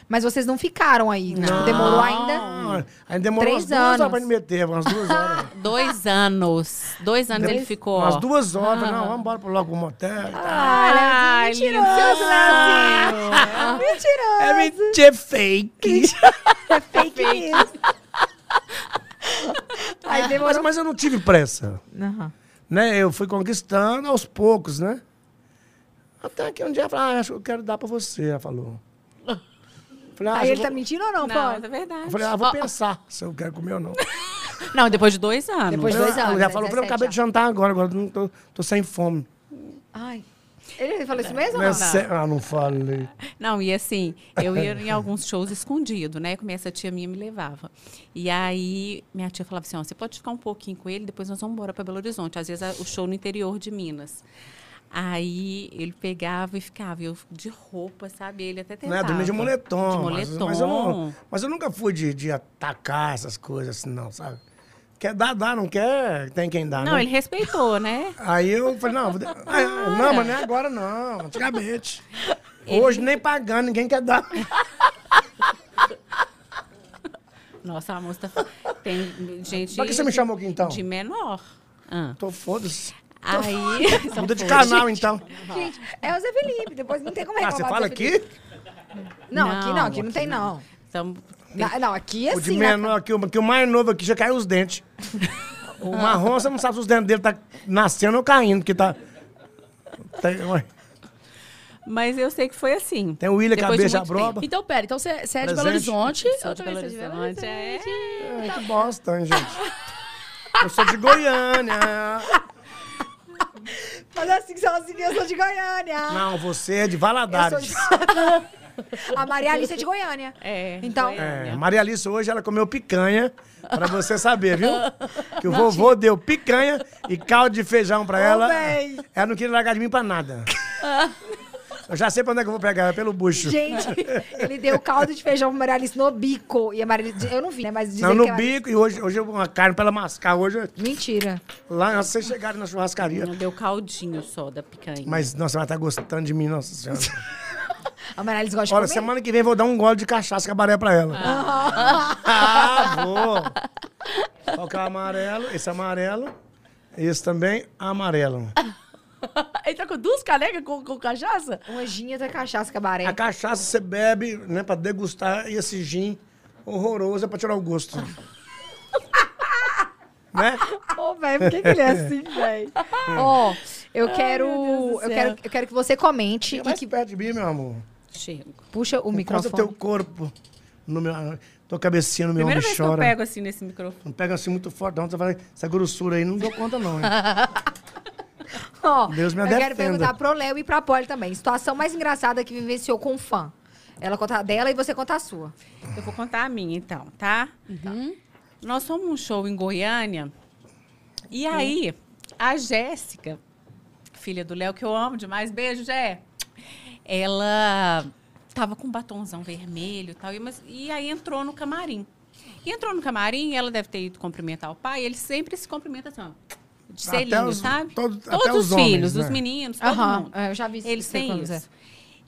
[SPEAKER 1] Mas vocês não ficaram aí, né? Demorou ainda.
[SPEAKER 4] Ah, Aí demorou
[SPEAKER 1] Três
[SPEAKER 4] umas duas horas
[SPEAKER 1] anos.
[SPEAKER 4] pra me meter, umas duas horas.
[SPEAKER 3] Dois anos. Dois anos ele ficou.
[SPEAKER 4] umas
[SPEAKER 3] ó.
[SPEAKER 4] duas horas, eu falei, não, vamos embora pro logo pro motel. e tal.
[SPEAKER 1] Ah,
[SPEAKER 3] Ai,
[SPEAKER 1] mentiroso,
[SPEAKER 3] lindo.
[SPEAKER 1] Leozinho. Mentiroso.
[SPEAKER 4] É mentira, é fake.
[SPEAKER 1] Fake news. Aí
[SPEAKER 4] mas,
[SPEAKER 1] demorou.
[SPEAKER 4] mas eu não tive pressa,
[SPEAKER 1] Aham.
[SPEAKER 4] né? Eu fui conquistando aos poucos, né? Até que um dia eu falei, ah, acho que eu quero dar pra você, ela falou. Falei, ah,
[SPEAKER 1] Aí
[SPEAKER 4] eu
[SPEAKER 1] ele
[SPEAKER 4] vou-
[SPEAKER 1] tá mentindo ou não,
[SPEAKER 3] Não, é
[SPEAKER 1] Paulo?
[SPEAKER 3] verdade.
[SPEAKER 4] Eu falei, ah, vou
[SPEAKER 3] Ó,
[SPEAKER 4] pensar se eu quero comer ou não.
[SPEAKER 3] Não, depois de dois né? anos.
[SPEAKER 1] Depois- Faz
[SPEAKER 4] Ela-
[SPEAKER 1] dois anos,
[SPEAKER 4] Ela já falou,
[SPEAKER 1] 17
[SPEAKER 4] eu acabei de jantar agora, agora não tô, tô sem fome.
[SPEAKER 1] Ai. Ele falou isso mesmo ou
[SPEAKER 4] Não é
[SPEAKER 1] não?
[SPEAKER 4] sé- Ah, não falei.
[SPEAKER 3] Não, e assim, eu ia em alguns shows escondido, né? Como essa tia minha me levava. E aí, minha tia falava assim, ó, você pode ficar um pouquinho com ele, depois nós vamos embora para Belo Horizonte. Às vezes, a- o show no interior de Minas. Aí, ele pegava e ficava, e eu de roupa, sabe? Ele até tentava.
[SPEAKER 4] Né? Dormir de moletom.
[SPEAKER 3] De
[SPEAKER 4] mas-
[SPEAKER 3] moletom.
[SPEAKER 4] Mas, eu não, mas eu nunca fui de, de atacar essas coisas assim, não, sabe? Quer dar, dá, não quer, tem quem dá,
[SPEAKER 3] Não,
[SPEAKER 4] né?
[SPEAKER 3] ele respeitou, né?
[SPEAKER 4] Aí eu falei, não, vou de- Ah, não, mas não é agora não, antigamente. Hoje nem pagando, ninguém quer dar.
[SPEAKER 3] Nossa, a moça tá... tem gente...
[SPEAKER 4] Pra que você me chamou aqui então?
[SPEAKER 3] De menor. Ah.
[SPEAKER 4] Tô foda-se.
[SPEAKER 3] Aí...
[SPEAKER 4] Muda de canal então.
[SPEAKER 1] Gente, é o Zé Felipe. Depois não tem como
[SPEAKER 4] Ah,
[SPEAKER 1] reclamar.
[SPEAKER 4] você
[SPEAKER 1] do
[SPEAKER 4] fala
[SPEAKER 1] Zé Felipe.
[SPEAKER 4] aqui?
[SPEAKER 1] Não, aqui não,
[SPEAKER 3] Não,
[SPEAKER 1] aqui não tem, não.
[SPEAKER 3] Então,
[SPEAKER 1] Na- não, aqui é
[SPEAKER 4] O de
[SPEAKER 1] assim. na-
[SPEAKER 4] menor aqui, o que o mais novo aqui já caiu os dentes. O marrom, você não sabe se os dentes dele tá nascendo ou caindo, porque tá. Tem, ué,
[SPEAKER 3] mas eu sei que foi assim.
[SPEAKER 4] tem o William
[SPEAKER 3] Depois de
[SPEAKER 4] Cabeça
[SPEAKER 3] muito
[SPEAKER 4] Broba.
[SPEAKER 2] Então, pera, então você você é de Belo
[SPEAKER 4] Presente.
[SPEAKER 2] Horizonte.
[SPEAKER 3] Sou
[SPEAKER 2] Eu
[SPEAKER 3] de
[SPEAKER 2] também
[SPEAKER 3] Belo
[SPEAKER 2] sou de Belo
[SPEAKER 3] Horizonte. é.
[SPEAKER 4] É,
[SPEAKER 1] tá.
[SPEAKER 4] que bosta, hein, gente? Eu sou de Goiânia.
[SPEAKER 1] Mas é assim que são assim, eu sou de Goiânia.
[SPEAKER 4] Não, você é de
[SPEAKER 1] eu sou
[SPEAKER 4] Valadares.
[SPEAKER 1] de... A Maria Alice é de Goiânia.
[SPEAKER 3] É,
[SPEAKER 1] Então,
[SPEAKER 4] É, Maria Alice hoje ela comeu picanha, pra você saber, viu? Que o vovô deu picanha e caldo de feijão pra ela.
[SPEAKER 1] véi.
[SPEAKER 4] Ela não queria largar de mim pra nada. Eu já sei pra onde é que eu vou pegar, é pelo bucho.
[SPEAKER 1] gente, ele deu caldo de feijão pra Maria Alice no bico. E a Maria Alice, eu não vi, né? Mas dizem
[SPEAKER 4] Não,
[SPEAKER 1] que
[SPEAKER 4] no
[SPEAKER 1] a-
[SPEAKER 4] bico, e hoje, hoje eu vou é uma carne pra ela mascar. Hoje,
[SPEAKER 1] Mentira.
[SPEAKER 4] lá, antes de vocês chegarem na churrascaria.
[SPEAKER 3] Não deu caldinho só da picanha.
[SPEAKER 4] Mas, nossa, ela tá gostando de mim, nossa senhora.
[SPEAKER 1] A Maria Alice gosta
[SPEAKER 4] Olha,
[SPEAKER 1] de comer.
[SPEAKER 4] semana que vem eu vou dar um gole de cachaça cabaré pra ela. Ah, vou. Qual que é o amarelo? Esse é amarelo. Esse também, amarelo.
[SPEAKER 2] Ele tá com duas canecas com, com cachaça?
[SPEAKER 1] Uma anjinha da cachaça cabaré.
[SPEAKER 4] A cachaça você bebe, né, pra degustar, e esse gin horroroso é pra tirar o gosto. né?
[SPEAKER 1] Ô, velho, por que, que ele é assim, velho?
[SPEAKER 4] tá.
[SPEAKER 1] Ó, eu quero.
[SPEAKER 2] Deus do
[SPEAKER 1] eu
[SPEAKER 2] céu.
[SPEAKER 1] quero, eu quero que você comente
[SPEAKER 4] Fica
[SPEAKER 1] e
[SPEAKER 4] mais
[SPEAKER 1] que
[SPEAKER 4] perto de mim, meu amor.
[SPEAKER 3] Chego.
[SPEAKER 1] puxa o
[SPEAKER 4] Encosta
[SPEAKER 1] microfone.
[SPEAKER 4] É teu corpo no meu... Tua cabecinha no meu
[SPEAKER 3] Primeira
[SPEAKER 4] ombro
[SPEAKER 3] vez
[SPEAKER 4] chora.
[SPEAKER 3] que eu pego assim nesse microfone.
[SPEAKER 4] Não pega assim muito forte, não. Você fala, essa grossura aí não deu conta, não. Hein?
[SPEAKER 1] Ó,
[SPEAKER 4] Deus me
[SPEAKER 1] eu quero
[SPEAKER 4] defenda.
[SPEAKER 1] perguntar pro Léo e pra Polly também. Situação mais engraçada que vivenciou com um fã. Ela conta a dela e você conta a sua.
[SPEAKER 3] Eu vou contar a minha, então, tá?
[SPEAKER 4] Uhum.
[SPEAKER 3] Tá. Nós fomos um show em Goiânia. E aí, a Jéssica, filha do Léo, que eu amo demais. Beijo, Jé. Ela tava com um batonzão vermelho e tal. E, mas, e aí entrou no camarim. E entrou no camarim, ela deve ter ido cumprimentar o pai. Ele sempre se cumprimenta assim, ó. De
[SPEAKER 4] Até
[SPEAKER 3] selinho,
[SPEAKER 4] os-
[SPEAKER 3] sabe?
[SPEAKER 4] todo- até
[SPEAKER 3] Todos
[SPEAKER 4] os
[SPEAKER 3] os
[SPEAKER 4] homens,
[SPEAKER 3] filhos,
[SPEAKER 4] né?
[SPEAKER 3] os meninos, todo
[SPEAKER 1] Aham,
[SPEAKER 3] mundo.
[SPEAKER 1] é, eu já vi
[SPEAKER 3] Eles
[SPEAKER 1] sei
[SPEAKER 3] têm
[SPEAKER 1] quando é.
[SPEAKER 3] isso.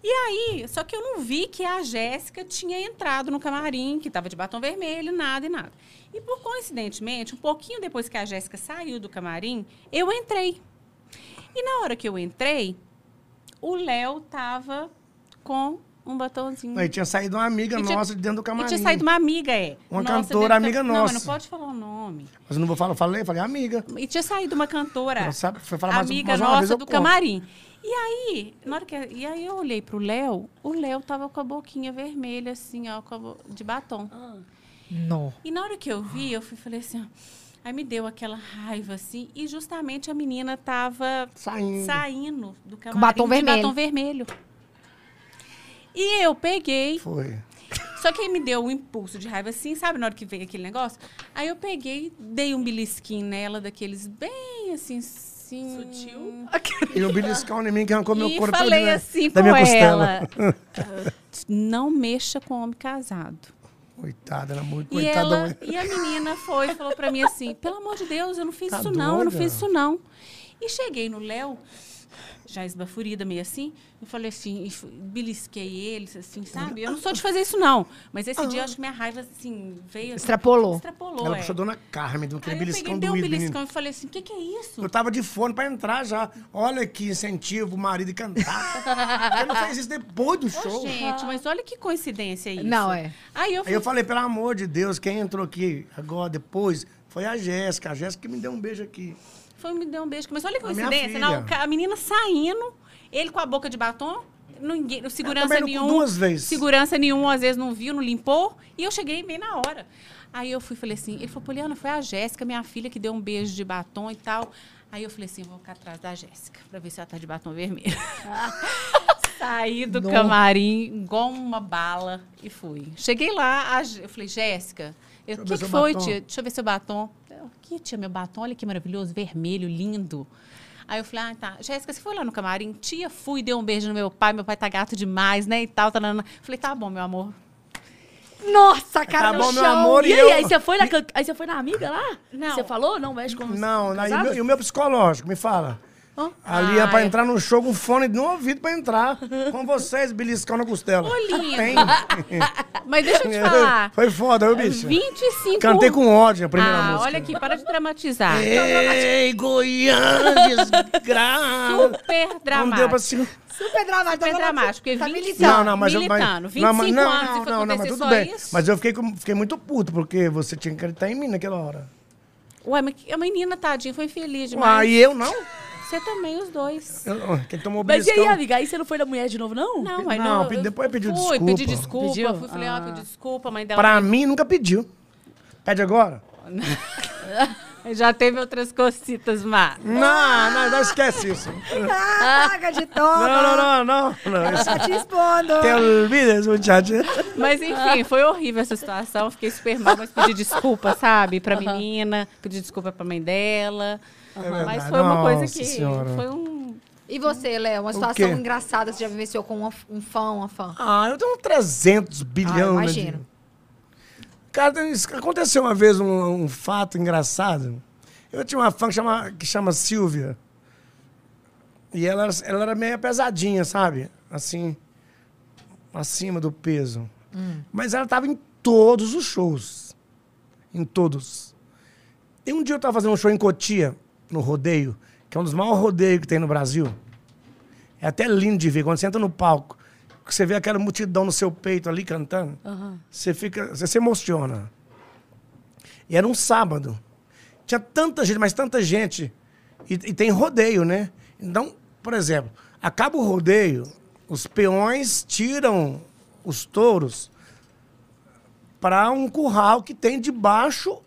[SPEAKER 3] E aí, só que eu não vi que a Jéssica tinha entrado no camarim, que estava de batom vermelho, nada e nada. E por coincidentemente, um pouquinho depois que a Jéssica saiu do camarim, eu entrei. E na hora que eu entrei, o Léo tava com um batomzinho.
[SPEAKER 4] Aí tinha saído uma amiga
[SPEAKER 3] E tinha-
[SPEAKER 4] nossa de dentro do
[SPEAKER 3] E
[SPEAKER 4] camarim.
[SPEAKER 3] tinha saído uma amiga, é.
[SPEAKER 4] Uma
[SPEAKER 3] Nossa,
[SPEAKER 4] cantora,
[SPEAKER 3] dentro do-
[SPEAKER 4] amiga
[SPEAKER 3] Não, mas
[SPEAKER 4] nossa.
[SPEAKER 3] não pode falar o nome.
[SPEAKER 4] Mas eu não vou falar, eu falei, falei, amiga.
[SPEAKER 3] E tinha saído uma cantora,
[SPEAKER 4] Não sabe- foi falar mais- um-
[SPEAKER 3] amiga
[SPEAKER 4] mais uma vez
[SPEAKER 3] nossa
[SPEAKER 4] eu
[SPEAKER 3] do
[SPEAKER 4] conto.
[SPEAKER 3] camarim. E aí, na hora que, e aí eu olhei pro Léo, o Léo tava com a boquinha vermelha, assim, ó, com a bo- de batom.
[SPEAKER 1] Não.
[SPEAKER 3] E na hora que eu vi, eu fui, falei assim, ó, aí me deu aquela raiva, assim, e justamente a menina tava
[SPEAKER 4] Saindo.
[SPEAKER 3] saindo do camarim
[SPEAKER 1] batom
[SPEAKER 3] de
[SPEAKER 1] vermelho.
[SPEAKER 3] batom vermelho. E eu peguei,
[SPEAKER 4] Foi.
[SPEAKER 3] só que aí me deu um impulso de raiva assim, sabe, na hora que veio aquele negócio. Aí eu peguei, dei um belisquinho nela, daqueles bem assim,
[SPEAKER 5] assim.
[SPEAKER 3] Sutil.
[SPEAKER 4] E um beliscão em mim que arrancou meu
[SPEAKER 3] e
[SPEAKER 4] couro todo
[SPEAKER 3] falei
[SPEAKER 4] da-
[SPEAKER 3] assim
[SPEAKER 4] da
[SPEAKER 3] com
[SPEAKER 4] minha costela.
[SPEAKER 3] ela. Não mexa com homem casado.
[SPEAKER 4] Coitada, ela é muito
[SPEAKER 3] E,
[SPEAKER 4] coitada.
[SPEAKER 3] ela, e a menina foi e falou pra mim assim: pelo amor de Deus, eu não fiz
[SPEAKER 4] Tá
[SPEAKER 3] isso, não, eu não
[SPEAKER 4] doida?
[SPEAKER 3] fiz isso, não. E cheguei no Léo, já esbafurida, meio assim, eu falei assim, e fu- belisquei ele, assim, sabe? Eu não sou de fazer isso, não. Mas esse dia, acho que minha raiva, assim, veio.
[SPEAKER 1] Extrapolou.
[SPEAKER 3] Extrapolou.
[SPEAKER 4] Ah. Ela
[SPEAKER 3] é.
[SPEAKER 4] puxou Dona Carmen, deu
[SPEAKER 3] Aí
[SPEAKER 4] aquele
[SPEAKER 3] eu peguei,
[SPEAKER 4] beliscão
[SPEAKER 3] dei um
[SPEAKER 4] doído. menino.
[SPEAKER 3] beliscão e falei assim: o que, que é isso?
[SPEAKER 4] Eu tava de fone pra entrar já. Olha que incentivo o marido cantar. Ela não fez isso depois do
[SPEAKER 3] Ô,
[SPEAKER 4] show.
[SPEAKER 3] gente, mas olha que coincidência isso.
[SPEAKER 1] Não, é.
[SPEAKER 3] Aí eu
[SPEAKER 4] Aí
[SPEAKER 3] falei,
[SPEAKER 4] eu falei, pelo amor de Deus, quem entrou aqui agora, depois, foi a Jéssica. A Jéssica que me deu um beijo aqui.
[SPEAKER 3] foi, me deu um beijo. Mas olha que
[SPEAKER 4] A minha
[SPEAKER 3] coincidência.
[SPEAKER 4] filha.
[SPEAKER 3] não, o ca- a menina saindo, ele com a boca de batom, ninguém, no segurança
[SPEAKER 4] também não-
[SPEAKER 3] nenhum.
[SPEAKER 4] duas vezes.
[SPEAKER 3] Segurança nenhum, às vezes não viu, não limpou. E eu cheguei bem na hora. Aí eu fui e falei assim, ele falou, Poliana, foi a Jéssica, minha filha, que deu um beijo de batom e tal. Aí eu falei assim, vou ficar atrás da Jéssica, pra ver se ela tá de batom vermelho. Saí do camarim, igual uma bala, e fui. Cheguei lá, a Jé- eu falei, Jéssica, eu- o
[SPEAKER 4] Deixa eu
[SPEAKER 3] que,
[SPEAKER 4] ver
[SPEAKER 3] que
[SPEAKER 4] seu
[SPEAKER 3] foi,
[SPEAKER 4] batom."
[SPEAKER 3] tia? Deixa eu ver seu batom. Eu, Aqui, tia, meu batom, olha que maravilhoso, vermelho, lindo. Aí eu falei, ah, tá. Jéssica, você foi lá no camarim? Tia, fui, dei um beijo no meu pai, meu pai tá gato demais, né, e tal. Tá, Falei, tá bom, meu amor.
[SPEAKER 1] Nossa, cara,
[SPEAKER 4] Tá
[SPEAKER 1] no
[SPEAKER 4] bom, meu
[SPEAKER 1] chão.
[SPEAKER 4] amor,
[SPEAKER 2] E
[SPEAKER 4] e
[SPEAKER 2] aí,
[SPEAKER 4] eu...
[SPEAKER 2] aí você foi na, can- aí você foi na amiga lá?
[SPEAKER 3] Não.
[SPEAKER 2] Você falou? Não mexe com os
[SPEAKER 4] Não, não, e o
[SPEAKER 2] casados?
[SPEAKER 4] meu- e o meu psicológico, me fala.
[SPEAKER 3] Hã?
[SPEAKER 4] Ali é pra
[SPEAKER 3] Ai,
[SPEAKER 4] entrar no show com fone no ouvido pra entrar. Com vocês, beliscão na costela.
[SPEAKER 3] lindo.
[SPEAKER 4] Tem.
[SPEAKER 3] Mas deixa eu te falar.
[SPEAKER 4] Foi foda, viu, bicho?
[SPEAKER 3] 25...
[SPEAKER 4] É. Cantei com ódio a primeira
[SPEAKER 3] Ah,
[SPEAKER 4] música. É.
[SPEAKER 3] olha aqui, para de dramatizar.
[SPEAKER 4] Ei, Goiânia, desgraça.
[SPEAKER 3] Super
[SPEAKER 4] Não deu pra
[SPEAKER 3] dramático.
[SPEAKER 4] se...
[SPEAKER 1] Super dramático.
[SPEAKER 3] Super dramático, porque
[SPEAKER 1] Tá
[SPEAKER 3] 25
[SPEAKER 1] militando.
[SPEAKER 4] Não, não, mas
[SPEAKER 3] Então, militando.
[SPEAKER 4] eu. Mas,
[SPEAKER 3] 25
[SPEAKER 4] não, mas,
[SPEAKER 3] anos
[SPEAKER 4] não,
[SPEAKER 3] e foi
[SPEAKER 4] não, não, mas
[SPEAKER 3] acontecer
[SPEAKER 4] tudo
[SPEAKER 3] só
[SPEAKER 4] bem.
[SPEAKER 3] isso?
[SPEAKER 4] Mas eu fiquei, com- fiquei muito puto, porque você tinha que acreditar em mim naquela hora.
[SPEAKER 3] Ué, mas que- a menina, tadinha, foi infeliz demais.
[SPEAKER 4] Mas... e eu não?
[SPEAKER 3] Você também, os dois.
[SPEAKER 4] Eu- quem tomou
[SPEAKER 2] Mas e aí,
[SPEAKER 4] beliscão-
[SPEAKER 2] amiga? Aí você não foi na mulher de novo, não?
[SPEAKER 3] Não, mas
[SPEAKER 4] Não,
[SPEAKER 3] não.
[SPEAKER 4] pedi-
[SPEAKER 3] eu
[SPEAKER 4] depois pediu
[SPEAKER 3] fui,
[SPEAKER 4] desculpa.
[SPEAKER 3] pedi desculpa.
[SPEAKER 2] Pediu?
[SPEAKER 3] Fui, falei, ah, pedi desculpa, a mãe dela.
[SPEAKER 4] Pra mim, nunca pediu. Pede agora?
[SPEAKER 3] Já teve outras cocitas má. Ah!
[SPEAKER 4] Não, não, não esquece isso.
[SPEAKER 1] Ah, paga de toma.
[SPEAKER 4] Não, não, não, não. não.
[SPEAKER 1] Tá te expondo.
[SPEAKER 4] Te olvides, muchacha.
[SPEAKER 3] Mas
[SPEAKER 2] Ah.
[SPEAKER 3] enfim, foi horrível essa situação. Fiquei super mal, mas pedi desculpa, sabe? Pra menina, pedi desculpa pra mãe dela. Ah, Mas
[SPEAKER 4] É verdade.
[SPEAKER 3] foi uma coisa
[SPEAKER 4] Nossa
[SPEAKER 3] que.
[SPEAKER 4] Senhora.
[SPEAKER 3] Foi um.
[SPEAKER 1] E você, Léo? Uma situação
[SPEAKER 4] quê?
[SPEAKER 1] engraçada que você já vivenciou com uma- um fã, uma fã?
[SPEAKER 4] Ah, eu tenho uns 300 bilhões.
[SPEAKER 1] Ah, imagino.
[SPEAKER 4] Né, de- Cara, isso- aconteceu uma vez um, um fato engraçado. Eu tinha uma fã que chama, que chama Silvia. E ela, era- ela era meio pesadinha, sabe? Assim, acima do peso.
[SPEAKER 1] Hum.
[SPEAKER 4] Mas ela tava em todos os shows. Em todos. E um dia eu tava fazendo um show em Cotia, no rodeio, que é um dos maiores rodeios que tem no Brasil. É até lindo de ver. Quando você entra no palco, que você vê aquela multidão no seu peito ali cantando, você fica. Você se emociona. E era um sábado. Tinha tanta gente, mas tanta gente. E, e tem rodeio, né? Então, por exemplo, acaba o rodeio, os peões tiram os touros para um curral que tem debaixo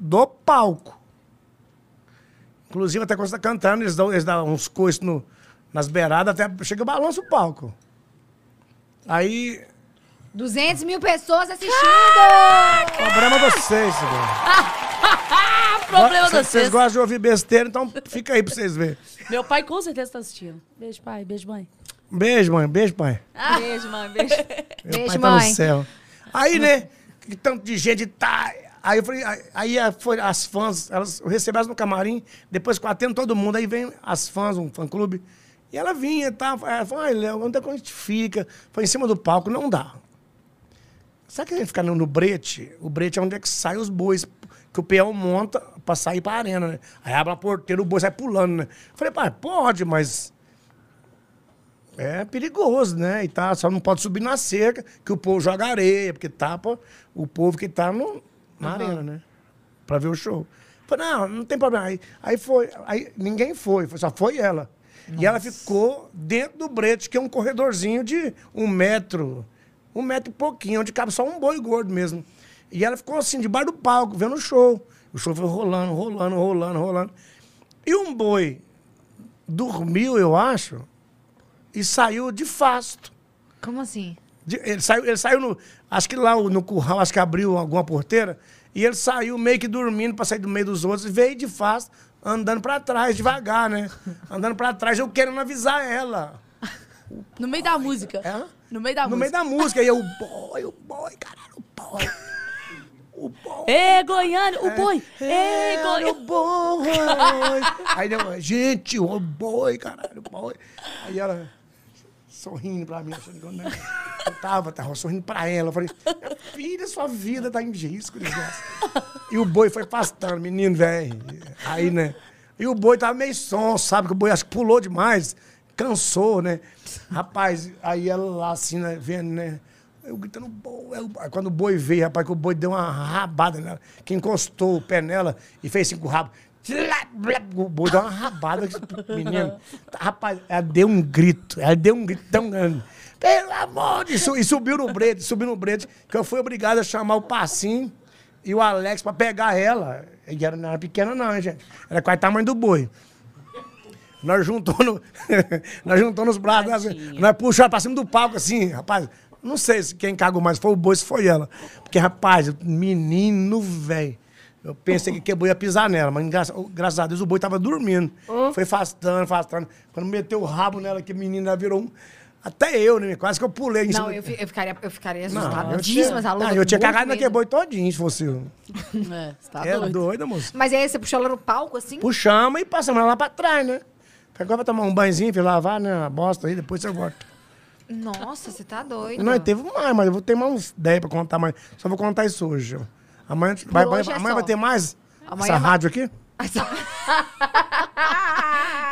[SPEAKER 4] do palco. Inclusive, até quando você está cantando, eles dão, eles dão uns coices no- nas beiradas, até chega e balança o palco. Aí,
[SPEAKER 1] 200 mil pessoas assistindo!
[SPEAKER 4] é um problema vocês, velho.
[SPEAKER 2] Ah, problema
[SPEAKER 4] Vocês-
[SPEAKER 2] dos
[SPEAKER 4] Vocês
[SPEAKER 2] seus.
[SPEAKER 4] gostam de ouvir besteira, então fica aí pra vocês verem.
[SPEAKER 2] Meu pai com certeza tá assistindo. Beijo, pai. Beijo, mãe.
[SPEAKER 4] Um Beijo, mãe. Beijo, pai.
[SPEAKER 2] Ah.
[SPEAKER 3] Beijo, mãe, beijo.
[SPEAKER 4] Meu
[SPEAKER 1] Beijo,
[SPEAKER 4] pai tá no
[SPEAKER 1] mãe.
[SPEAKER 4] céu. Aí, né? Que tanto de gente tá. Aí eu falei, aí- aí a- foi as fãs, elas eu recebi elas no camarim, depois que eu atendo todo mundo, aí vem as fãs, um fã clube. E ela vinha e tá, ela falou, ai, Léo, onde é que a gente fica? Foi em cima do palco, não dá. Sabe que a gente fica no, no brete? O brete é onde é que saem os bois, que o peão monta pra sair pra arena, né? Aí abre a porteira, o boi sai pulando, né? Falei, pai, pode, mas é perigoso, né? E tá, só não pode subir na cerca, que o povo joga areia, porque tapa o povo que tá no, na arena, né? Pra ver o show. Falei, não, não tem problema. Aí, aí foi, aí ninguém foi, foi- só foi ela. E ela ficou dentro do brete, que é um corredorzinho de um metro, um metro e pouquinho, onde cabe só um boi gordo mesmo. E ela ficou assim, debaixo do palco, vendo o show. O show foi rolando, rolando, rolando, rolando. E um boi dormiu, eu acho, e saiu de fasto.
[SPEAKER 1] Como assim?
[SPEAKER 4] De- ele, saiu, ele saiu no. Acho que lá o- no curral, acho que abriu alguma porteira. E ele saiu meio que dormindo para sair do meio dos outros e veio de face andando para trás, devagar, né? Andando para trás, eu querendo avisar ela.
[SPEAKER 2] No meio da música.
[SPEAKER 4] Hã?
[SPEAKER 2] No meio da
[SPEAKER 4] no meio
[SPEAKER 2] música.
[SPEAKER 4] da música. E eu, o boy, o boy, caralho, o boy. O boy.
[SPEAKER 2] Ê, Goiânia!
[SPEAKER 4] É,
[SPEAKER 2] O boi! Ê,
[SPEAKER 4] Era o
[SPEAKER 2] Goiânia!
[SPEAKER 4] boy. Aí deu, gente, o boy, caralho, o boy. Aí ela sorrindo pra mim, achando que eu não eu tava, tava sorrindo pra ela. Eu falei, minha filha, sua vida tá em risco, desgraça. E o boi foi pastando, menino, velho. Aí, né? E o boi tava meio som, sabe? Que o boi acho que pulou demais, cansou, né? Rapaz, aí ela lá assim, né, vendo, né? Eu gritando, boi. é o boi." Aí Quando o boi veio, rapaz, que o boi deu uma rabada nela, que encostou o pé nela e fez assim com o rabo. Tlá, blá, O boi deu uma rabada, menino. Rapaz, ela deu um grito, ela deu um grito tão grande. Pelo amor de Deus! E subiu no brete, subiu no brete, que eu fui obrigado a chamar o Passinho e o Alex pra pegar ela. E era, não era pequena, não, hein, gente. Era quase o tamanho do boi. Nós juntamos, no- nós juntamos nos braços, nós,
[SPEAKER 3] Tadinha.
[SPEAKER 4] nós puxamos pra cima do palco, assim, rapaz. Não sei se quem cagou mais foi o boi, se foi ela. Porque, rapaz, menino, velho. Eu pensei que, que o boi ia pisar nela, mas graça- graças a Deus o boi tava dormindo. Foi afastando, afastando. Quando meteu o rabo nela, que menina ela virou um. Até eu, né? Quase que eu pulei em
[SPEAKER 1] Não,
[SPEAKER 4] cima.
[SPEAKER 1] eu, fi- eu ficaria, eu ficaria
[SPEAKER 4] Não,
[SPEAKER 1] assustada.
[SPEAKER 4] eu
[SPEAKER 1] Diz,
[SPEAKER 4] tinha-
[SPEAKER 1] mas a louca.
[SPEAKER 4] Não, eu tinha
[SPEAKER 1] muito
[SPEAKER 4] cagado naquele
[SPEAKER 1] medo.
[SPEAKER 4] boi todinho, se fosse eu.
[SPEAKER 2] É, você tá
[SPEAKER 4] é
[SPEAKER 2] doido.
[SPEAKER 4] doida, moço.
[SPEAKER 1] Mas aí você puxou ela no palco, assim?
[SPEAKER 4] Puxamos e passamos ela lá pra trás, né? Agora vai tomar um banhozinho, pra lavar, né? A bosta aí, depois você volta.
[SPEAKER 1] Nossa, você tá doido.
[SPEAKER 4] Não, e teve mais, mas eu vou ter mais uns 10 pra contar amanhã. Só vou contar isso hoje. Amanhã, a gente- vai, vai-
[SPEAKER 1] hoje é
[SPEAKER 4] amanhã
[SPEAKER 1] só.
[SPEAKER 4] vai ter mais?
[SPEAKER 1] Amanhã
[SPEAKER 4] Essa
[SPEAKER 1] vai-
[SPEAKER 4] rádio aqui?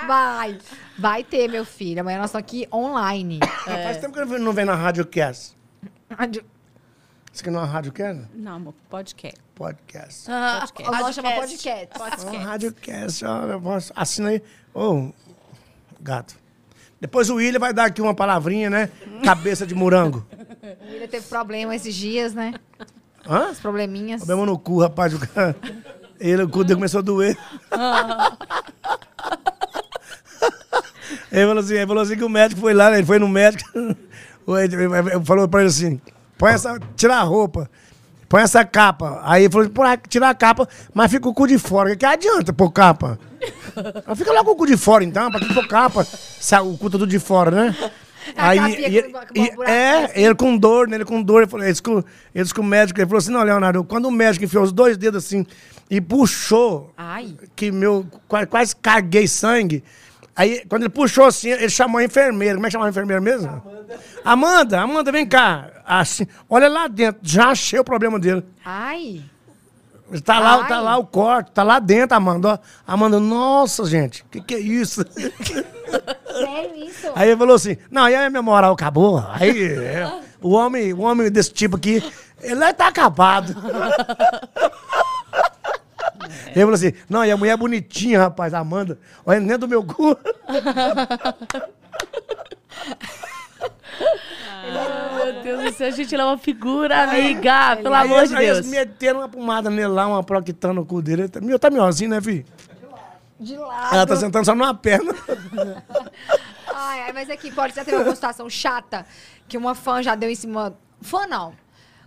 [SPEAKER 1] Vai. Vai ter, meu filho. Amanhã nós estamos aqui online.
[SPEAKER 4] Faz tempo que eu não venho na rádio cast. Isso aqui não é uma rádio cast?
[SPEAKER 3] Não, amor, podcast.
[SPEAKER 4] Podcast.
[SPEAKER 2] Ah,
[SPEAKER 3] Podcast.
[SPEAKER 1] A loja chama
[SPEAKER 2] podcast.
[SPEAKER 1] podcast.
[SPEAKER 4] É uma rádio cast. Olha, eu posso- assina aí. Ô, gato. Depois o William vai dar aqui uma palavrinha, né? Cabeça de morango.
[SPEAKER 1] O William teve problema esses dias, né?
[SPEAKER 4] Hã?
[SPEAKER 1] Os probleminhas.
[SPEAKER 4] Problema no cu, rapaz. O cara- Ele, o cu dele começou a doer. ele, falou assim, ele falou assim que o médico foi lá, né? ele foi no médico. O Ed- ele falou pra ele assim: põe essa. Tira a roupa. Põe essa capa. Aí ele falou, "Pô, tira a capa, mas fica o cu de fora. Que adianta pôr capa? Mas fica logo com o cu de fora, então, pra que pôr capa? Sa- O cu tá tudo de fora, né?
[SPEAKER 1] A capinha
[SPEAKER 4] e-
[SPEAKER 1] com- com
[SPEAKER 4] e-
[SPEAKER 1] buraco
[SPEAKER 4] é,
[SPEAKER 1] assim.
[SPEAKER 4] ele com dor, né? Ele com dor. Ele falou, eles com, eles com o médico. Ele falou assim: não, Leonardo, quando o médico enfiou os dois dedos assim e puxou,
[SPEAKER 1] Ai.
[SPEAKER 4] que meu, quase, quase caguei sangue. Aí, quando ele puxou assim, ele chamou a enfermeira. Como é que chamava a enfermeira mesmo? Amanda. Amanda, vem cá. Assim, olha lá dentro, já achei o problema dele.
[SPEAKER 1] Ai.
[SPEAKER 4] Tá lá,
[SPEAKER 1] Ai.
[SPEAKER 4] tá lá o corte, tá lá dentro, Amanda. Ó, Amanda, nossa, gente, o que, que é isso?
[SPEAKER 1] Sério isso?
[SPEAKER 4] Aí ele falou assim: não, aí a minha moral acabou. Aí é, o, homem, o homem desse tipo aqui, ele tá acabado. Ele falou assim: não, e a mulher é bonitinha, rapaz, a Amanda, olha dentro é do meu cu.
[SPEAKER 2] Meu Deus do céu, gente, ela é uma figura, amiga. Pelo
[SPEAKER 4] aí,
[SPEAKER 2] amor
[SPEAKER 4] eles-
[SPEAKER 2] de
[SPEAKER 4] aí eles
[SPEAKER 2] Deus.
[SPEAKER 4] meteram uma pomada nele lá, uma proctando no cu dele. Ele tá- Meu, tá melhorzinho, né, filho?
[SPEAKER 1] De lado.
[SPEAKER 4] Ela tá sentando só numa perna.
[SPEAKER 1] Ai, ai, mas aqui, pode já teve alguma situação chata que uma fã já deu em cima. Fã não.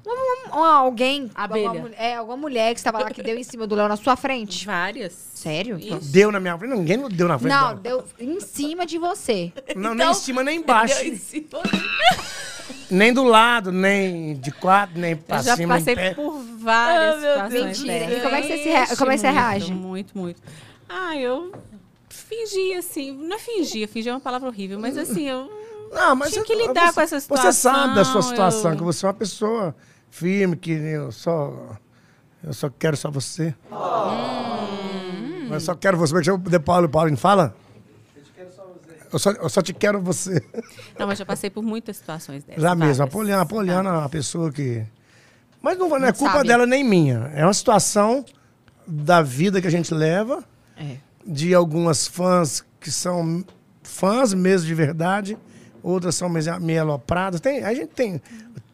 [SPEAKER 1] Uma, uma- uma- alguém.
[SPEAKER 2] Abelha.
[SPEAKER 1] alguma mu- é, alguma mulher que estava lá que deu em cima do Léo na sua frente.
[SPEAKER 3] Várias.
[SPEAKER 1] Sério?
[SPEAKER 4] Deu na minha frente, ninguém deu na frente.
[SPEAKER 1] Não,
[SPEAKER 4] dela.
[SPEAKER 1] deu em cima de você.
[SPEAKER 4] Não, nem
[SPEAKER 2] Então-
[SPEAKER 4] em cima, nem embaixo.
[SPEAKER 2] Deu em cima.
[SPEAKER 4] Nem do lado, nem de quatro, nem pra
[SPEAKER 3] né? Eu já
[SPEAKER 4] cima,
[SPEAKER 3] passei
[SPEAKER 4] nem pé.
[SPEAKER 3] por
[SPEAKER 2] Ah,
[SPEAKER 3] várias
[SPEAKER 2] meu
[SPEAKER 3] situações.
[SPEAKER 2] Deus.
[SPEAKER 1] Mentira.
[SPEAKER 3] dessas.
[SPEAKER 1] E como é que você, se rea- como é que você
[SPEAKER 3] Muito,
[SPEAKER 1] reage?
[SPEAKER 3] Muito, muito. Ah, eu fingi assim. Não é fingir, fingir é uma palavra horrível, mas assim, eu.
[SPEAKER 4] Não, mas
[SPEAKER 3] Tinha
[SPEAKER 4] você-
[SPEAKER 3] que lidar
[SPEAKER 4] você-
[SPEAKER 3] com essa
[SPEAKER 4] Você sabe da sua
[SPEAKER 3] situação,
[SPEAKER 4] situação,
[SPEAKER 3] eu-
[SPEAKER 4] que você é uma pessoa firme, que eu só. Eu só quero só você.
[SPEAKER 3] Hum.
[SPEAKER 4] Eu só quero você. Como é que chama o De Paulo? Paulinho fala? Eu só, eu só te quero você.
[SPEAKER 3] Não, mas já passei por muitas situações dessas.
[SPEAKER 4] Já mesmo. A
[SPEAKER 3] várias.
[SPEAKER 4] Poliana, a Poliana é uma pessoa que. Mas não, não é culpa
[SPEAKER 1] sabe.
[SPEAKER 4] dela nem minha. É uma situação da vida que a gente leva.
[SPEAKER 1] É.
[SPEAKER 4] de algumas fãs que são fãs mesmo de verdade, outras são meio meio alopradas. Tem, a gente tem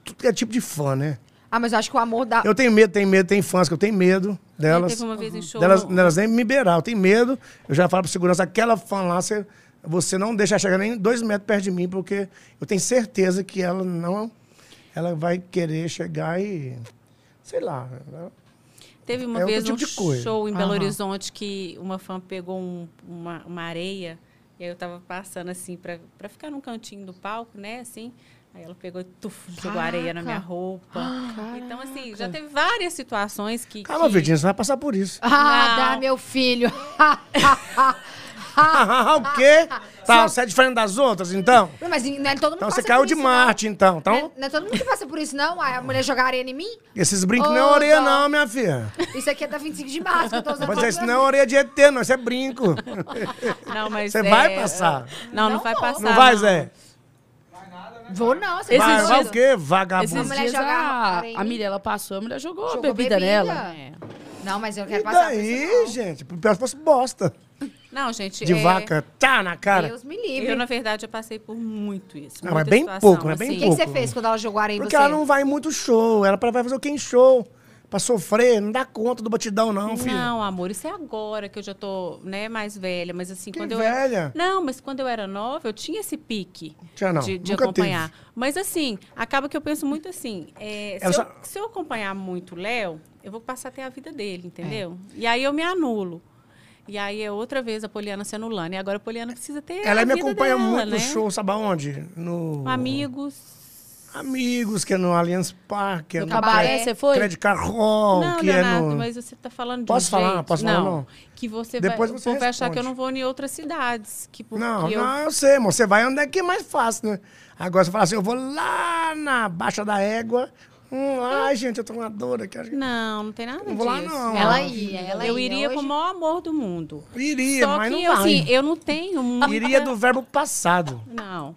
[SPEAKER 4] tudo é tipo de fã, né?
[SPEAKER 1] Ah, mas eu acho que o amor da.
[SPEAKER 4] Eu tenho medo, tenho medo, tem fãs que eu tenho medo delas.
[SPEAKER 3] Teve uma vez em show.
[SPEAKER 4] Delas,
[SPEAKER 3] no-
[SPEAKER 4] delas nem me beirar, eu tenho medo. Eu já falo para segurança, aquela fã lá, você, você não deixa ela chegar nem dois metros perto de mim, porque eu tenho certeza que ela não. Ela vai querer chegar e. Sei lá. ela-
[SPEAKER 3] Teve uma
[SPEAKER 4] É outro
[SPEAKER 3] vez
[SPEAKER 4] tipo
[SPEAKER 3] um
[SPEAKER 4] de coisa.
[SPEAKER 3] show em
[SPEAKER 2] Aham.
[SPEAKER 3] Belo Horizonte que uma fã pegou um- uma, uma areia e aí eu tava passando assim pra pra ficar num cantinho do palco, né, assim. Aí ela pegou e tuf, jogou areia na minha
[SPEAKER 2] Caraca.
[SPEAKER 3] roupa. Então assim, já teve várias situações que
[SPEAKER 4] Calma,
[SPEAKER 3] que-
[SPEAKER 4] Virginia, você vai passar por isso.
[SPEAKER 1] Ah,
[SPEAKER 3] Não.
[SPEAKER 1] dá, meu filho.
[SPEAKER 4] o quê? Tá, você é diferente das outras, então?
[SPEAKER 1] Não, mas não é todo mundo
[SPEAKER 4] Então
[SPEAKER 1] que
[SPEAKER 4] você
[SPEAKER 1] passa
[SPEAKER 4] caiu
[SPEAKER 1] por
[SPEAKER 4] de
[SPEAKER 1] isso,
[SPEAKER 4] Marte, então.
[SPEAKER 1] Não.
[SPEAKER 4] Então,
[SPEAKER 1] Não é- não é todo mundo que passa por isso, não. Ai, A mulher jogar areia em mim?
[SPEAKER 4] esses brincos não é
[SPEAKER 1] Ô,
[SPEAKER 4] orelha,
[SPEAKER 1] dó.
[SPEAKER 4] não, minha filha.
[SPEAKER 1] Isso aqui é da 25 de março que eu tô usando.
[SPEAKER 4] Mas
[SPEAKER 1] pra
[SPEAKER 4] isso
[SPEAKER 1] fazer.
[SPEAKER 4] não é orelha de ET, não. Isso é brinco.
[SPEAKER 3] Não, mas
[SPEAKER 4] Você
[SPEAKER 3] é,
[SPEAKER 4] vai passar.
[SPEAKER 3] Não, não,
[SPEAKER 1] Não
[SPEAKER 3] vai
[SPEAKER 1] vou.
[SPEAKER 3] passar.
[SPEAKER 4] Não vai, Zé?
[SPEAKER 1] Vou não, você
[SPEAKER 2] Esses
[SPEAKER 1] tá
[SPEAKER 4] Vai,
[SPEAKER 2] dias-
[SPEAKER 4] vai o
[SPEAKER 1] doido.
[SPEAKER 4] quê?
[SPEAKER 1] Uma
[SPEAKER 2] Esses
[SPEAKER 4] Vagabundo.
[SPEAKER 1] mulher
[SPEAKER 2] dias
[SPEAKER 1] jogar uma
[SPEAKER 2] a,
[SPEAKER 1] areia em
[SPEAKER 2] "Ah, a
[SPEAKER 1] mim?
[SPEAKER 2] Mirella passou, a mulher jogou,
[SPEAKER 1] Jogou
[SPEAKER 2] a bebida,
[SPEAKER 1] bebida.
[SPEAKER 2] nela.
[SPEAKER 3] É.
[SPEAKER 1] Não, mas eu não
[SPEAKER 4] E
[SPEAKER 1] quero passar por
[SPEAKER 4] daí,
[SPEAKER 1] isso,
[SPEAKER 4] gente? Pior se fosse bosta.
[SPEAKER 3] Não, gente,
[SPEAKER 4] De
[SPEAKER 3] é-
[SPEAKER 4] vaca, tá na
[SPEAKER 1] não.
[SPEAKER 4] cara.
[SPEAKER 1] Deus me livre.
[SPEAKER 3] Eu,
[SPEAKER 1] O
[SPEAKER 3] na verdade, eu passei por muito isso.
[SPEAKER 4] Não,
[SPEAKER 3] muita
[SPEAKER 4] mas bem
[SPEAKER 3] situação,
[SPEAKER 4] pouco, mas bem
[SPEAKER 1] que,
[SPEAKER 3] assim.
[SPEAKER 1] que você
[SPEAKER 4] pouco.
[SPEAKER 1] fez quando ela jogou areia em
[SPEAKER 4] Porque
[SPEAKER 1] você?
[SPEAKER 4] ela não vai em muito show. Ela vai fazer o quê em show? Pra sofrer, não dá conta do batidão, não, um filho.
[SPEAKER 3] Não, amor, isso é agora que eu já tô, né, mais velha, mas assim,
[SPEAKER 4] Que
[SPEAKER 3] quando eu era...
[SPEAKER 4] velha.
[SPEAKER 3] Não, mas quando eu era nova, eu tinha esse pique
[SPEAKER 4] Tinha não,
[SPEAKER 3] de, de
[SPEAKER 4] nunca
[SPEAKER 3] acompanhar. Mas assim, acaba que eu penso muito assim, é, se,
[SPEAKER 4] Ela
[SPEAKER 3] eu,
[SPEAKER 4] só-
[SPEAKER 3] se eu acompanhar muito o Léo, eu vou passar até a vida dele, entendeu?
[SPEAKER 4] É.
[SPEAKER 3] E aí eu me anulo. E aí é outra vez a Poliana se anulando. E agora a Poliana precisa ter é a
[SPEAKER 4] Ela me
[SPEAKER 3] vida
[SPEAKER 4] acompanha
[SPEAKER 3] dela,
[SPEAKER 4] muito
[SPEAKER 3] né?
[SPEAKER 4] no show, sabe aonde? No...
[SPEAKER 3] Amigos.
[SPEAKER 4] Amigos, que é no Allianz Park, que é
[SPEAKER 2] No
[SPEAKER 4] no
[SPEAKER 2] cabaré,
[SPEAKER 4] Cre-
[SPEAKER 2] você foi?
[SPEAKER 4] Credit Carrol,
[SPEAKER 3] não,
[SPEAKER 4] que
[SPEAKER 3] Leonardo,
[SPEAKER 4] é no...
[SPEAKER 3] mas você tá falando de
[SPEAKER 4] Posso
[SPEAKER 3] um
[SPEAKER 4] falar?
[SPEAKER 3] jeito-
[SPEAKER 4] Posso falar, não?
[SPEAKER 3] Que você
[SPEAKER 4] Depois
[SPEAKER 3] vai, o
[SPEAKER 4] você
[SPEAKER 3] povo vai achar
[SPEAKER 4] responde.
[SPEAKER 3] que eu não vou em outras cidades. Que porque
[SPEAKER 4] Não,
[SPEAKER 3] eu...
[SPEAKER 4] não, eu sei, amor. Você vai onde é que é mais fácil, né? Agora você fala assim, eu vou lá na Baixa da Égua. Hum, ai, gente, eu tô com uma dor aqui. acho que-
[SPEAKER 3] Não, não tem nada
[SPEAKER 4] Não
[SPEAKER 3] disso.
[SPEAKER 4] vou lá, não.
[SPEAKER 1] Ela ia, ela
[SPEAKER 3] eu
[SPEAKER 1] ia.
[SPEAKER 3] iria
[SPEAKER 1] Hoje-
[SPEAKER 3] com o maior amor do mundo.
[SPEAKER 4] Iria,
[SPEAKER 3] Só
[SPEAKER 4] mas
[SPEAKER 3] que
[SPEAKER 4] não
[SPEAKER 3] eu,
[SPEAKER 4] vai.
[SPEAKER 3] assim, eu não tenho muita...
[SPEAKER 4] Iria do verbo passado.
[SPEAKER 3] Não.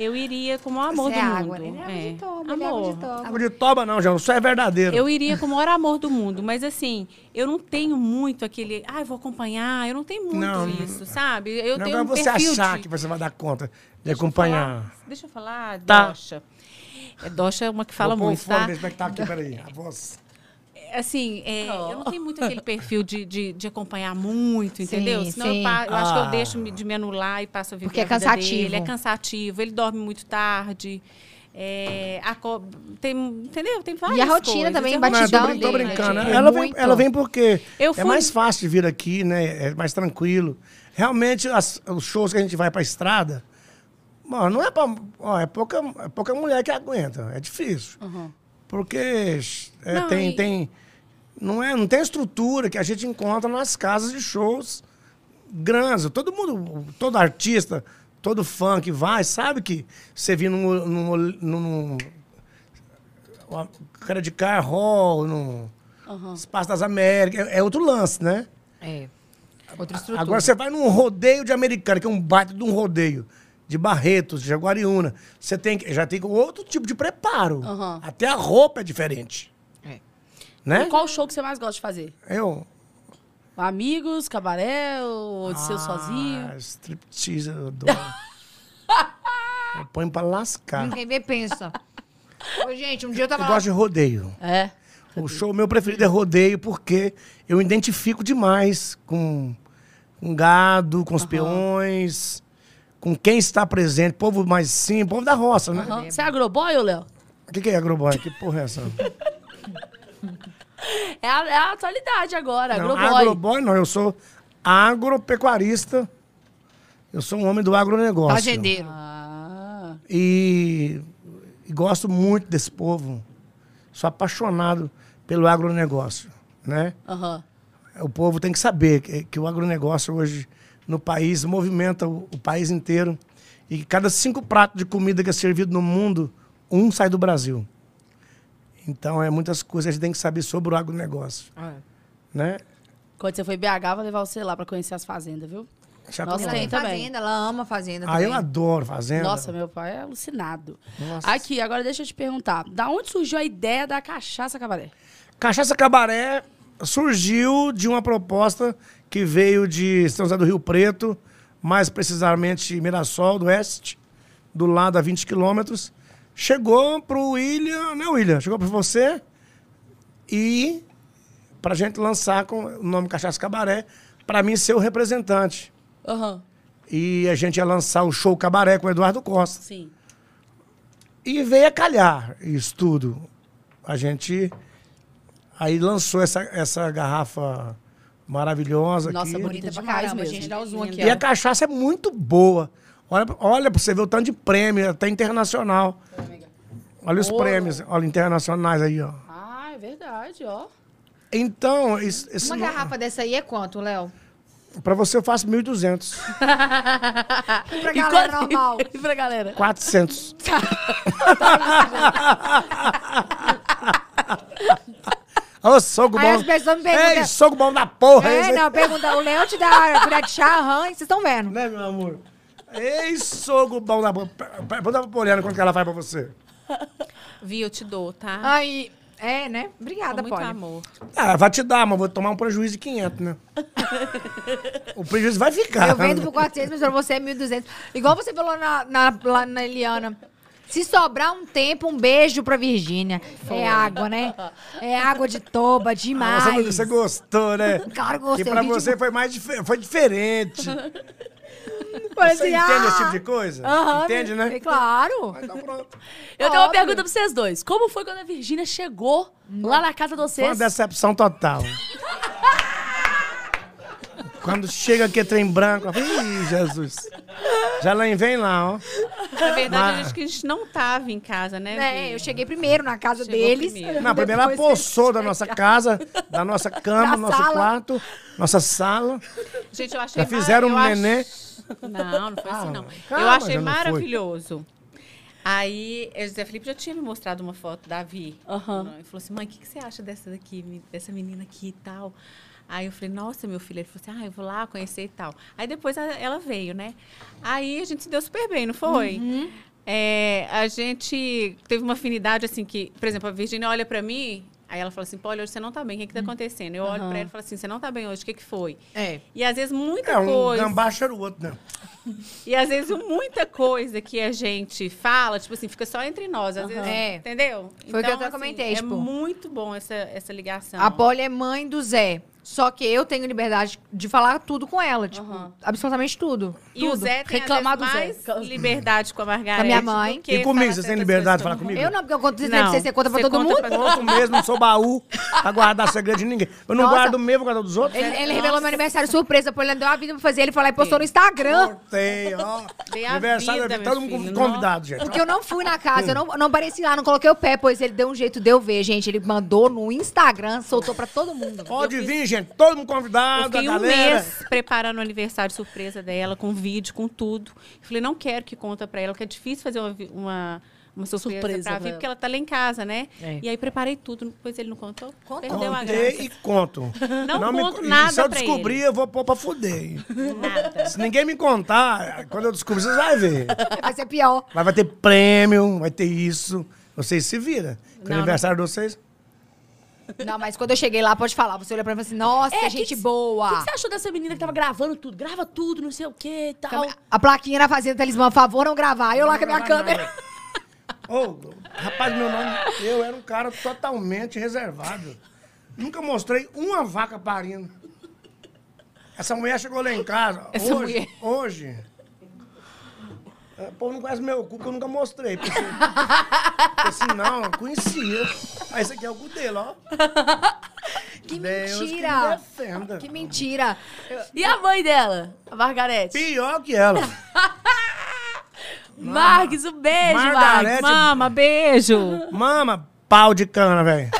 [SPEAKER 3] Eu iria com o maior amor
[SPEAKER 1] Isso é
[SPEAKER 3] do
[SPEAKER 1] água,
[SPEAKER 3] mundo.
[SPEAKER 1] né? Ele é água de toba, ele é água de
[SPEAKER 3] amor.
[SPEAKER 1] toba.
[SPEAKER 4] Água Tipo de toba não, João. Isso é verdadeiro.
[SPEAKER 3] Eu iria com o maior amor do mundo, mas assim, eu não tenho muito aquele, ah, eu vou acompanhar, eu não tenho muito
[SPEAKER 4] Não,
[SPEAKER 3] isso, sabe? Eu
[SPEAKER 4] não
[SPEAKER 3] tenho
[SPEAKER 4] é
[SPEAKER 3] um
[SPEAKER 4] você
[SPEAKER 3] perfil
[SPEAKER 4] achar
[SPEAKER 3] de...
[SPEAKER 4] que você vai dar conta de
[SPEAKER 3] Deixa eu
[SPEAKER 4] acompanhar.
[SPEAKER 3] falar- Deixa eu falar,
[SPEAKER 4] Tá.
[SPEAKER 3] Docha. É, Docha é uma que fala
[SPEAKER 4] Vou pôr o
[SPEAKER 3] muito,
[SPEAKER 4] fone,
[SPEAKER 3] tá?
[SPEAKER 4] ver como é que tá aqui, peraí. A voz.
[SPEAKER 3] É, Assim, é, eu não tenho muito aquele perfil de, de, de acompanhar muito, entendeu? Senão
[SPEAKER 1] Oh. sim.
[SPEAKER 3] Eu, pa- eu acho que
[SPEAKER 4] Ah.
[SPEAKER 3] eu deixo me- de me anular e passo a viver
[SPEAKER 1] Porque é
[SPEAKER 3] a vida
[SPEAKER 1] cansativo.
[SPEAKER 3] dele. É cansativo, ele dorme muito tarde. é, aco- tem, entendeu? Tem várias
[SPEAKER 1] E a rotina
[SPEAKER 3] coisas,
[SPEAKER 1] também,
[SPEAKER 3] é
[SPEAKER 1] bate-
[SPEAKER 4] Não, eu
[SPEAKER 3] rotina.
[SPEAKER 4] tô,
[SPEAKER 1] Batidão
[SPEAKER 4] brin- tô
[SPEAKER 1] dele, né,
[SPEAKER 4] brincando.
[SPEAKER 1] gente?
[SPEAKER 4] Ela vem,
[SPEAKER 1] Muito.
[SPEAKER 4] ela vem porque
[SPEAKER 3] Eu
[SPEAKER 4] é
[SPEAKER 3] fui-
[SPEAKER 4] mais fácil de vir aqui, né? É mais tranquilo. Realmente, as- os shows que a gente vai pra estrada, mano, não é pra. ó, é, pouca, é pouca mulher que aguenta. É difícil. Porque é,
[SPEAKER 3] Uhum. Não,
[SPEAKER 4] tem.
[SPEAKER 3] e-
[SPEAKER 4] tem não, é, não tem a estrutura que a gente encontra nas casas de shows grandes. Todo mundo, todo artista, todo fã que vai, sabe que você vir num, num, num- uma cara de carro, no Espaço das Américas. É, é outro lance, né?
[SPEAKER 1] É. Outra estrutura.
[SPEAKER 4] Agora você vai num rodeio de americano, que é um baita de um rodeio. De Barretos, de Jaguariúna. Você tem, que- já tem outro tipo de preparo.
[SPEAKER 2] Aham.
[SPEAKER 4] Até a roupa é diferente.
[SPEAKER 1] É.
[SPEAKER 4] Né?
[SPEAKER 2] E qual show que você mais gosta de fazer?
[SPEAKER 4] Eu.
[SPEAKER 2] Amigos, cabaré, ou de seu sozinho?
[SPEAKER 4] Ah, striptease, eu adoro. eu ponho pra lascar.
[SPEAKER 1] Ninguém vê, pensa. Ô, gente, um dia eu
[SPEAKER 4] Eu
[SPEAKER 1] tava lá
[SPEAKER 4] gosto de rodeio.
[SPEAKER 2] É.
[SPEAKER 4] O show meu preferido é rodeio porque eu identifico demais com, com gado, com os peões, com quem está presente, povo mais simples, povo da roça, né?
[SPEAKER 2] Aham. Você é agroboy ou Léo?
[SPEAKER 4] O que, que é agroboy? Que porra é essa?
[SPEAKER 2] É a, é a atualidade agora,
[SPEAKER 4] Não,
[SPEAKER 2] É agroboy.
[SPEAKER 4] agroboy não, eu sou agropecuarista. Eu sou um homem do
[SPEAKER 1] Tá,
[SPEAKER 4] agronegócio.
[SPEAKER 1] fazendeiro.
[SPEAKER 2] Ah,
[SPEAKER 4] E, e gosto muito desse povo. Sou apaixonado pelo agronegócio, né?
[SPEAKER 2] aham.
[SPEAKER 4] O povo tem que saber que, que o agronegócio hoje no país movimenta o, o país inteiro e que cada cinco pratos de comida que é servido no mundo, um sai do Brasil. Então, é muitas coisas que a gente tem que saber sobre o agronegócio, né?
[SPEAKER 2] Quando você foi em BH, vou levar você lá pra conhecer as fazendas, viu?
[SPEAKER 4] Já
[SPEAKER 2] Nossa,
[SPEAKER 1] Ela
[SPEAKER 4] tô-
[SPEAKER 1] tem
[SPEAKER 2] tem também.
[SPEAKER 1] fazenda, ela ama fazenda
[SPEAKER 4] ah, eu
[SPEAKER 1] também.
[SPEAKER 4] adoro fazenda.
[SPEAKER 2] Nossa, meu pai é alucinado.
[SPEAKER 4] Nossa.
[SPEAKER 2] Aqui, agora deixa eu te perguntar. Da onde surgiu a ideia da cachaça cabaré?
[SPEAKER 4] Cachaça Cabaré surgiu de uma proposta que veio de São José do Rio Preto, mais precisamente Mirassol do Oeste, do lado a 20 quilômetros. Chegou pro William, né, William? Chegou para você e pra gente lançar com o nome Cachaça Cabaré, para mim ser o representante.
[SPEAKER 2] Aham,
[SPEAKER 4] E a gente ia lançar o show Cabaré com o Eduardo Costa.
[SPEAKER 2] sim.
[SPEAKER 4] E veio a calhar isso tudo. A gente Aí lançou essa, essa garrafa maravilhosa
[SPEAKER 2] Nossa,
[SPEAKER 4] aqui.
[SPEAKER 2] bonita
[SPEAKER 1] Bonita
[SPEAKER 2] pra caramba.
[SPEAKER 1] demais
[SPEAKER 2] A
[SPEAKER 1] mesmo.
[SPEAKER 2] gente dá o zoom aqui,
[SPEAKER 4] E a
[SPEAKER 2] ó.
[SPEAKER 4] cachaça é muito boa. Olha, olha pra você ver o tanto de prêmio, até internacional. Olha os
[SPEAKER 2] Ouro.
[SPEAKER 4] prêmios, olha, internacionais aí, ó.
[SPEAKER 2] Ah, é verdade, ó.
[SPEAKER 4] Então, isso,
[SPEAKER 1] Uma garrafa dessa aí é quanto, Léo?
[SPEAKER 4] para você eu faço 1.200,
[SPEAKER 1] E pra galera normal.
[SPEAKER 2] E pra galera.
[SPEAKER 4] 400.
[SPEAKER 1] Tá,
[SPEAKER 4] Ô, soco
[SPEAKER 1] Aí
[SPEAKER 4] bom.
[SPEAKER 1] as pessoas me perguntam-
[SPEAKER 4] Ei, soco bom da porra. hein,
[SPEAKER 1] É,
[SPEAKER 4] Zé?
[SPEAKER 1] não, pergunta. O Léo te dá colher de chá, aham, e vocês estão vendo.
[SPEAKER 4] Né, meu amor? Ei, sogro bom da boca. Pergunta pra Poliana quanto que ela faz pra você.
[SPEAKER 3] Vi, eu te dou, tá?
[SPEAKER 1] Aí, é, né?
[SPEAKER 3] Com
[SPEAKER 1] Obrigada,
[SPEAKER 3] muito
[SPEAKER 1] Polly.
[SPEAKER 3] amor.
[SPEAKER 4] Ah, ela vai te dar, mas vou tomar um prejuízo de 500, né? o prejuízo vai ficar.
[SPEAKER 1] Eu vendo por 400, mas pra você é 1.200. Igual você falou na, na, lá na Eliana. Se sobrar um tempo, um beijo pra Virgínia. É água, né? É água de toba
[SPEAKER 4] Ah,
[SPEAKER 1] demais.
[SPEAKER 4] Você, você gostou, né?
[SPEAKER 1] Claro que gostei,
[SPEAKER 4] Que pra
[SPEAKER 1] eu ri
[SPEAKER 4] você foi mais dife- foi diferente.
[SPEAKER 1] Parece
[SPEAKER 4] Você
[SPEAKER 1] que,
[SPEAKER 4] entende
[SPEAKER 1] ah,
[SPEAKER 4] esse tipo de coisa?
[SPEAKER 1] aham,
[SPEAKER 4] entende, né?
[SPEAKER 1] é Claro.
[SPEAKER 4] Então pronto.
[SPEAKER 2] Eu tenho uma
[SPEAKER 1] Óbvio.
[SPEAKER 2] pergunta pra vocês dois. Como foi quando a Virgínia chegou lá na casa de
[SPEAKER 4] Foi uma
[SPEAKER 2] vocês?
[SPEAKER 4] decepção total. Quando chega aqui trem branco, eu falo, ih, Jesus. Já lá em vem lá, ó.
[SPEAKER 3] Na verdade,
[SPEAKER 4] Mas-
[SPEAKER 3] acho que a gente não tava em casa, né?
[SPEAKER 1] É,
[SPEAKER 3] Vi?
[SPEAKER 1] Ah. eu cheguei primeiro na casa
[SPEAKER 3] Chegou
[SPEAKER 1] deles.
[SPEAKER 3] primeiro.
[SPEAKER 4] Não, primeiro ela
[SPEAKER 1] Depois vocês
[SPEAKER 4] poçou da nossa casa, da nossa cama,
[SPEAKER 1] Da
[SPEAKER 4] nosso
[SPEAKER 1] sala.
[SPEAKER 4] quarto, nossa sala.
[SPEAKER 3] Gente, eu achei
[SPEAKER 4] Já fizeram um
[SPEAKER 3] mara- eu
[SPEAKER 4] nenê.
[SPEAKER 3] ach- Não, não foi assim, não.
[SPEAKER 4] calma,
[SPEAKER 3] eu achei
[SPEAKER 4] já não foi.
[SPEAKER 3] maravilhoso. Aí, o José Felipe já tinha me mostrado uma foto da Vi.
[SPEAKER 2] Aham.
[SPEAKER 3] Ele falou assim, mãe, o que, que você acha dessa daqui, me- dessa menina aqui e tal? Aí eu falei, nossa, meu filho. Ele falou assim, ah, eu vou lá conhecer e tal. Aí depois a- ela veio, né? Aí a gente se deu super bem, não foi? É, a gente teve uma afinidade, assim, que... Por exemplo, a Virginia olha pra mim... Aí ela fala assim, Paulo, hoje você não tá bem, o que que tá acontecendo? Eu olho pra ela e falo assim, você não tá bem hoje, o que que foi?
[SPEAKER 1] É.
[SPEAKER 3] E às vezes muita
[SPEAKER 4] É, um
[SPEAKER 3] coisa.
[SPEAKER 4] gambá cheira o outro, né?
[SPEAKER 3] E às vezes muita coisa que a gente fala, tipo assim, fica só entre nós. Às vezes,
[SPEAKER 1] É.
[SPEAKER 3] Entendeu?
[SPEAKER 1] Foi o que eu até comentei,
[SPEAKER 3] É
[SPEAKER 1] tipo-
[SPEAKER 3] muito bom essa, essa ligação.
[SPEAKER 1] A Polly é mãe do Zé. Só que eu tenho liberdade de falar tudo com ela. Tipo,
[SPEAKER 2] Aham.
[SPEAKER 1] absolutamente tudo.
[SPEAKER 3] e o
[SPEAKER 1] Tudo.
[SPEAKER 3] Zé tem
[SPEAKER 2] Reclamar
[SPEAKER 3] Reclamar
[SPEAKER 2] do Zé.
[SPEAKER 3] mais liberdade com a Margarida.
[SPEAKER 1] A minha mãe.
[SPEAKER 4] E comigo, vocês têm liberdade de falar comigo?
[SPEAKER 1] Eu não, porque eu conto isso
[SPEAKER 3] Não.
[SPEAKER 1] pra você, você conta pra
[SPEAKER 3] Você
[SPEAKER 1] todo
[SPEAKER 3] conta
[SPEAKER 1] mundo.
[SPEAKER 3] pra-
[SPEAKER 4] Outro mesmo, não sou baú pra guardar segredo de ninguém. Eu não
[SPEAKER 1] Nossa.
[SPEAKER 4] guardo o meu, vou guardar o dos outros.
[SPEAKER 1] Ele, ele revelou meu aniversário surpresa, a Poliana deu a vida pra fazer, ele falou e postou no Instagram.
[SPEAKER 4] Cortei, É ó.
[SPEAKER 3] Dei a
[SPEAKER 4] Aniversário,
[SPEAKER 3] vida,
[SPEAKER 4] todo
[SPEAKER 3] meu
[SPEAKER 4] mundo
[SPEAKER 3] filho,
[SPEAKER 4] convidado, gente.
[SPEAKER 1] Porque eu não fui na casa, eu não, não apareci lá, não coloquei o pé, pois ele deu um jeito de eu ver, gente. Ele mandou no Instagram, soltou pra todo mundo.
[SPEAKER 4] Pode vir, gente, todo mundo
[SPEAKER 3] Eu
[SPEAKER 4] convidado, a
[SPEAKER 3] fiquei um
[SPEAKER 4] galera.
[SPEAKER 3] mês preparando o aniversário surpresa dela, com vídeo, com tudo. Eu falei, não quero que conta pra ela, que é difícil fazer uma, vi- uma, uma surpresa,
[SPEAKER 2] Surpresa
[SPEAKER 3] pra
[SPEAKER 2] pra
[SPEAKER 3] vir,
[SPEAKER 2] ela.
[SPEAKER 3] porque ela tá lá em casa, né?
[SPEAKER 1] É.
[SPEAKER 3] E aí preparei tudo, depois ele não contou,
[SPEAKER 1] Contou.
[SPEAKER 3] perdeu a
[SPEAKER 4] Contei
[SPEAKER 3] graça.
[SPEAKER 4] e conto.
[SPEAKER 3] Não
[SPEAKER 4] me-
[SPEAKER 3] conto
[SPEAKER 4] e Se
[SPEAKER 3] nada
[SPEAKER 4] eu
[SPEAKER 3] pra
[SPEAKER 4] descobrir,
[SPEAKER 3] ele.
[SPEAKER 4] eu vou pôr pra fuder.
[SPEAKER 3] Nada.
[SPEAKER 4] Se ninguém me contar, quando eu descobrir, vocês vão ver.
[SPEAKER 1] Vai ser pior.
[SPEAKER 4] Mas vai ter prêmio, vai ter isso. Vocês se viram. Que
[SPEAKER 3] Não,
[SPEAKER 4] aniversário de vocês.
[SPEAKER 1] Não, mas quando eu cheguei lá, pode falar. Você olhou pra mim e falou assim, nossa,
[SPEAKER 2] É, que
[SPEAKER 1] gente
[SPEAKER 2] que- O que
[SPEAKER 1] boa.
[SPEAKER 2] que você achou dessa menina que tava gravando tudo? Grava tudo, não sei o quê e tal.
[SPEAKER 1] Então, A plaquinha na Fazenda Talismã, por favor, não gravar. Eu lá com a minha câmera.
[SPEAKER 4] Ô, rapaz, meu nome. Eu era um cara totalmente reservado. Nunca mostrei uma vaca parindo. Essa mulher chegou lá em casa.
[SPEAKER 3] Essa
[SPEAKER 4] hoje.
[SPEAKER 3] mulher.
[SPEAKER 4] Hoje. é, O povo não conhece meu cu, que eu nunca mostrei. Porque, porque senão, eu conhecia. Aí esse aqui é o cu dele, ó.
[SPEAKER 1] Que
[SPEAKER 4] Deus que me
[SPEAKER 1] mentira.
[SPEAKER 4] defenda.
[SPEAKER 1] Que mentira.
[SPEAKER 2] E a mãe dela? A Margarete.
[SPEAKER 4] Pior que ela.
[SPEAKER 2] Marques, um beijo, Marques.
[SPEAKER 4] Margarete.
[SPEAKER 3] Mama, beijo!
[SPEAKER 4] Mama, pau de cana, velho.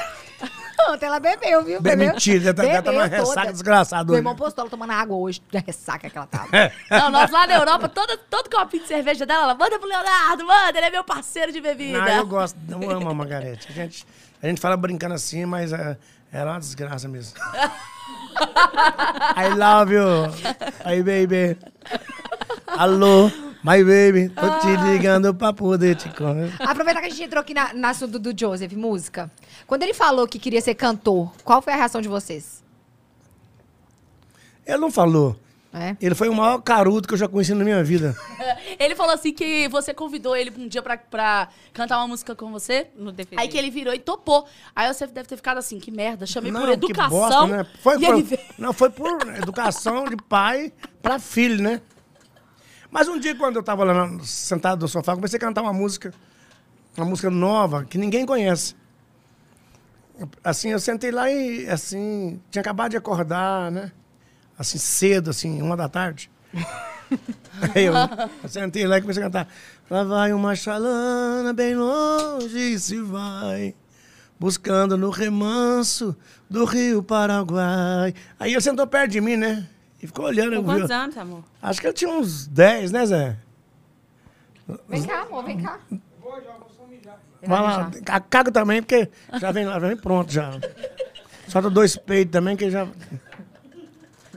[SPEAKER 1] Ontem ela bebeu, viu?
[SPEAKER 4] Bem,
[SPEAKER 1] Bebeu.
[SPEAKER 4] mentira, tá- tá numa
[SPEAKER 1] Bebeu toda.
[SPEAKER 4] ressaca desgraçada
[SPEAKER 1] Meu
[SPEAKER 4] hoje.
[SPEAKER 1] irmão postou ela tomando água hoje, da ressaca que ela tá. tava.
[SPEAKER 2] Não, nós lá na Europa, todo, todo copinho de cerveja dela, ela manda pro Leonardo, manda, ele é meu parceiro de bebida.
[SPEAKER 4] Não, eu gosto, eu amo a Margarete. A gente, a gente fala brincando assim, mas é, ela é uma desgraça mesmo. I love you. Aí, baby. Alô, my baby. Tô te ligando pra poder te conhecer.
[SPEAKER 1] Aproveitar que a gente entrou aqui na, na assunto do Joseph, música. Quando ele falou que queria ser cantor, qual foi a reação de vocês?
[SPEAKER 4] Ele não falou.
[SPEAKER 1] É.
[SPEAKER 4] Ele foi o maior carudo que eu já conheci na minha vida.
[SPEAKER 2] Ele falou assim que você convidou ele um dia pra, pra cantar uma música com você.
[SPEAKER 3] No DVD.
[SPEAKER 2] Aí que ele virou e topou. Aí você deve ter ficado assim, que merda, chamei por
[SPEAKER 4] que
[SPEAKER 2] educação.
[SPEAKER 4] bosta, né? Foi
[SPEAKER 2] e
[SPEAKER 4] por,
[SPEAKER 2] ele veio.
[SPEAKER 4] Não, foi por educação de pai pra filho, né? Mas um dia, quando eu tava lá na- sentado no sofá, comecei a cantar uma música, uma música nova que ninguém conhece. Assim, eu sentei lá e, assim, tinha acabado de acordar, né? Assim, cedo, assim, uma da tarde. Aí eu, eu sentei lá e comecei a cantar. Lá vai uma chalana bem longe se vai, buscando no remanso do rio Paraguai. Aí ele sentou perto de mim, né? E ficou olhando.
[SPEAKER 3] Com
[SPEAKER 4] eu-
[SPEAKER 3] quantos anos, Tá, amor?
[SPEAKER 4] Acho que eu tinha uns 10, né, Zé?
[SPEAKER 1] Vem cá, amor, vem cá.
[SPEAKER 4] Vai lá, a cago também, porque já vem lá, já vem pronto já. Só dá dois peitos também, que já.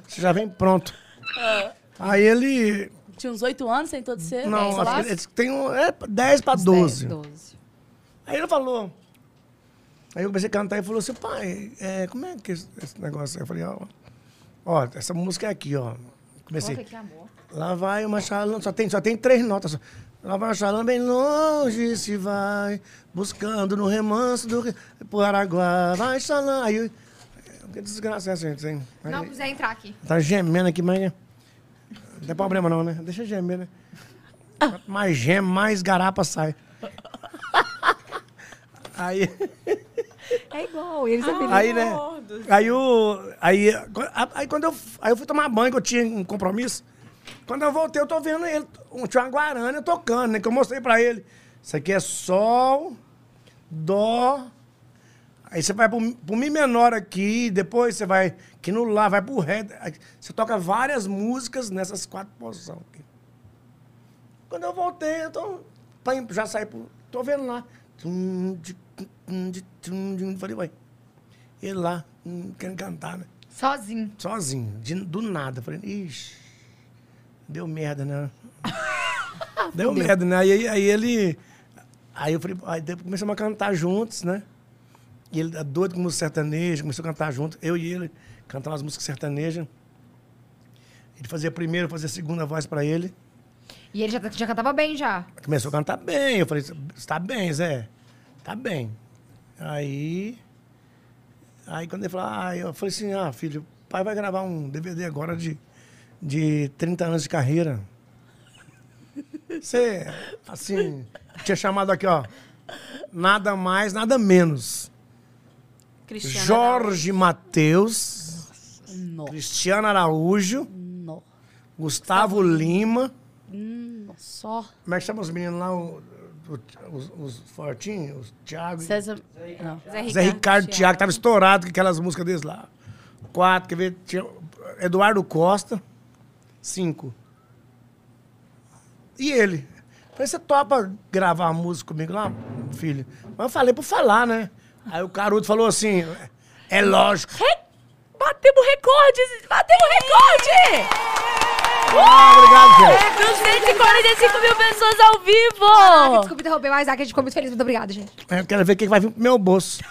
[SPEAKER 4] Você já vem pronto.
[SPEAKER 3] Ah.
[SPEAKER 4] Aí ele.
[SPEAKER 2] Tinha uns oito anos, sem todo ser.
[SPEAKER 4] Não,
[SPEAKER 2] sei lá.
[SPEAKER 4] acho que ele tem um, é 10 para 12.
[SPEAKER 1] 12.
[SPEAKER 4] Aí ele falou. Aí eu comecei a cantar e falou assim, pai, é, como é que é esse esse negócio? Eu falei, ó, ó, essa música é aqui, ó. Comecei.
[SPEAKER 1] Olha que amor.
[SPEAKER 4] Lá vai uma chalana, só tem, só tem três notas. só. Lá vai uma chalana bem longe se vai, buscando no remanso do Paraguai. Vai chalana. Aí, eu- que desgraça é essa, gente? Hein? Aí,
[SPEAKER 1] Não quiser entrar aqui.
[SPEAKER 4] Tá gemendo aqui, mas... Não tem problema não, né? Deixa gemer, né? Quanto mais geme, mais garapa sai. Aí...
[SPEAKER 1] É igual, eles
[SPEAKER 3] Ah,
[SPEAKER 1] apelidam.
[SPEAKER 4] Aí, né?
[SPEAKER 3] Gordos.
[SPEAKER 4] Aí o. Aí, aí quando eu, aí eu fui tomar banho, que eu tinha um compromisso. Quando eu voltei, eu tô vendo ele. Um, tinha uma Guarana tocando, né? Que eu mostrei pra ele. Isso aqui é Sol, Dó. Aí você vai pro, pro Mi menor aqui, depois você vai aqui no Lá, vai pro Ré. Aí Você toca várias músicas nessas quatro posições aqui. Quando eu voltei, eu tô, pam, já saí pro. Tô vendo lá. Tum, de, tum, de, tum, de. Falei, ué. Ele lá, hum, querendo cantar, né?
[SPEAKER 1] Sozinho.
[SPEAKER 4] Sozinho, de- do nada. Falei, ixi, deu merda, né? deu merda, né? Aí, aí- aí ele. Aí eu falei, aí depois começamos a cantar juntos, né? E ele é doido com música sertaneja, começou a cantar junto. Eu e ele cantar umas músicas sertanejas. Ele fazia a primeira, eu fazia a segunda voz pra ele.
[SPEAKER 1] E ele já, já cantava bem já.
[SPEAKER 4] Começou a cantar bem. Eu falei, você tá bem, Zé? Tá bem. Aí. Aí quando ele falou, ah, eu falei assim, ah, filho, o pai vai gravar um DVD agora de, de 30 anos de carreira. Você, assim, tinha chamado aqui, ó. Nada mais, nada menos.
[SPEAKER 3] Cristiano
[SPEAKER 4] Jorge Matheus,
[SPEAKER 2] Nó,
[SPEAKER 4] Cristiano Araújo,
[SPEAKER 2] nó.
[SPEAKER 4] Gustavo Lima.
[SPEAKER 2] Nó, Só.
[SPEAKER 4] Como é que chama os meninos lá? o- o- os, os fortinhos, os Thiago. e-
[SPEAKER 2] César. Não.
[SPEAKER 3] Araújo.
[SPEAKER 4] Zé Ricardo Thiago, que tava estourado com aquelas músicas deles lá. Quatro, quer ver? Tinha Eduardo Costa. Cinco. E ele? Falei, você topa gravar música comigo lá, filho? Mas eu falei pra falar, né? Aí o Caruto falou assim, é lógico.
[SPEAKER 2] Batemos recorde! Batemos recorde!
[SPEAKER 4] Ah, obrigado, filho.
[SPEAKER 2] 245 mil pessoas ao
[SPEAKER 1] Ah,
[SPEAKER 2] vivo!
[SPEAKER 1] desculpa interromper, mas ah, que a gente ficou muito feliz. Muito obrigada, gente.
[SPEAKER 4] Eu quero ver o que que vai vir pro meu bolso.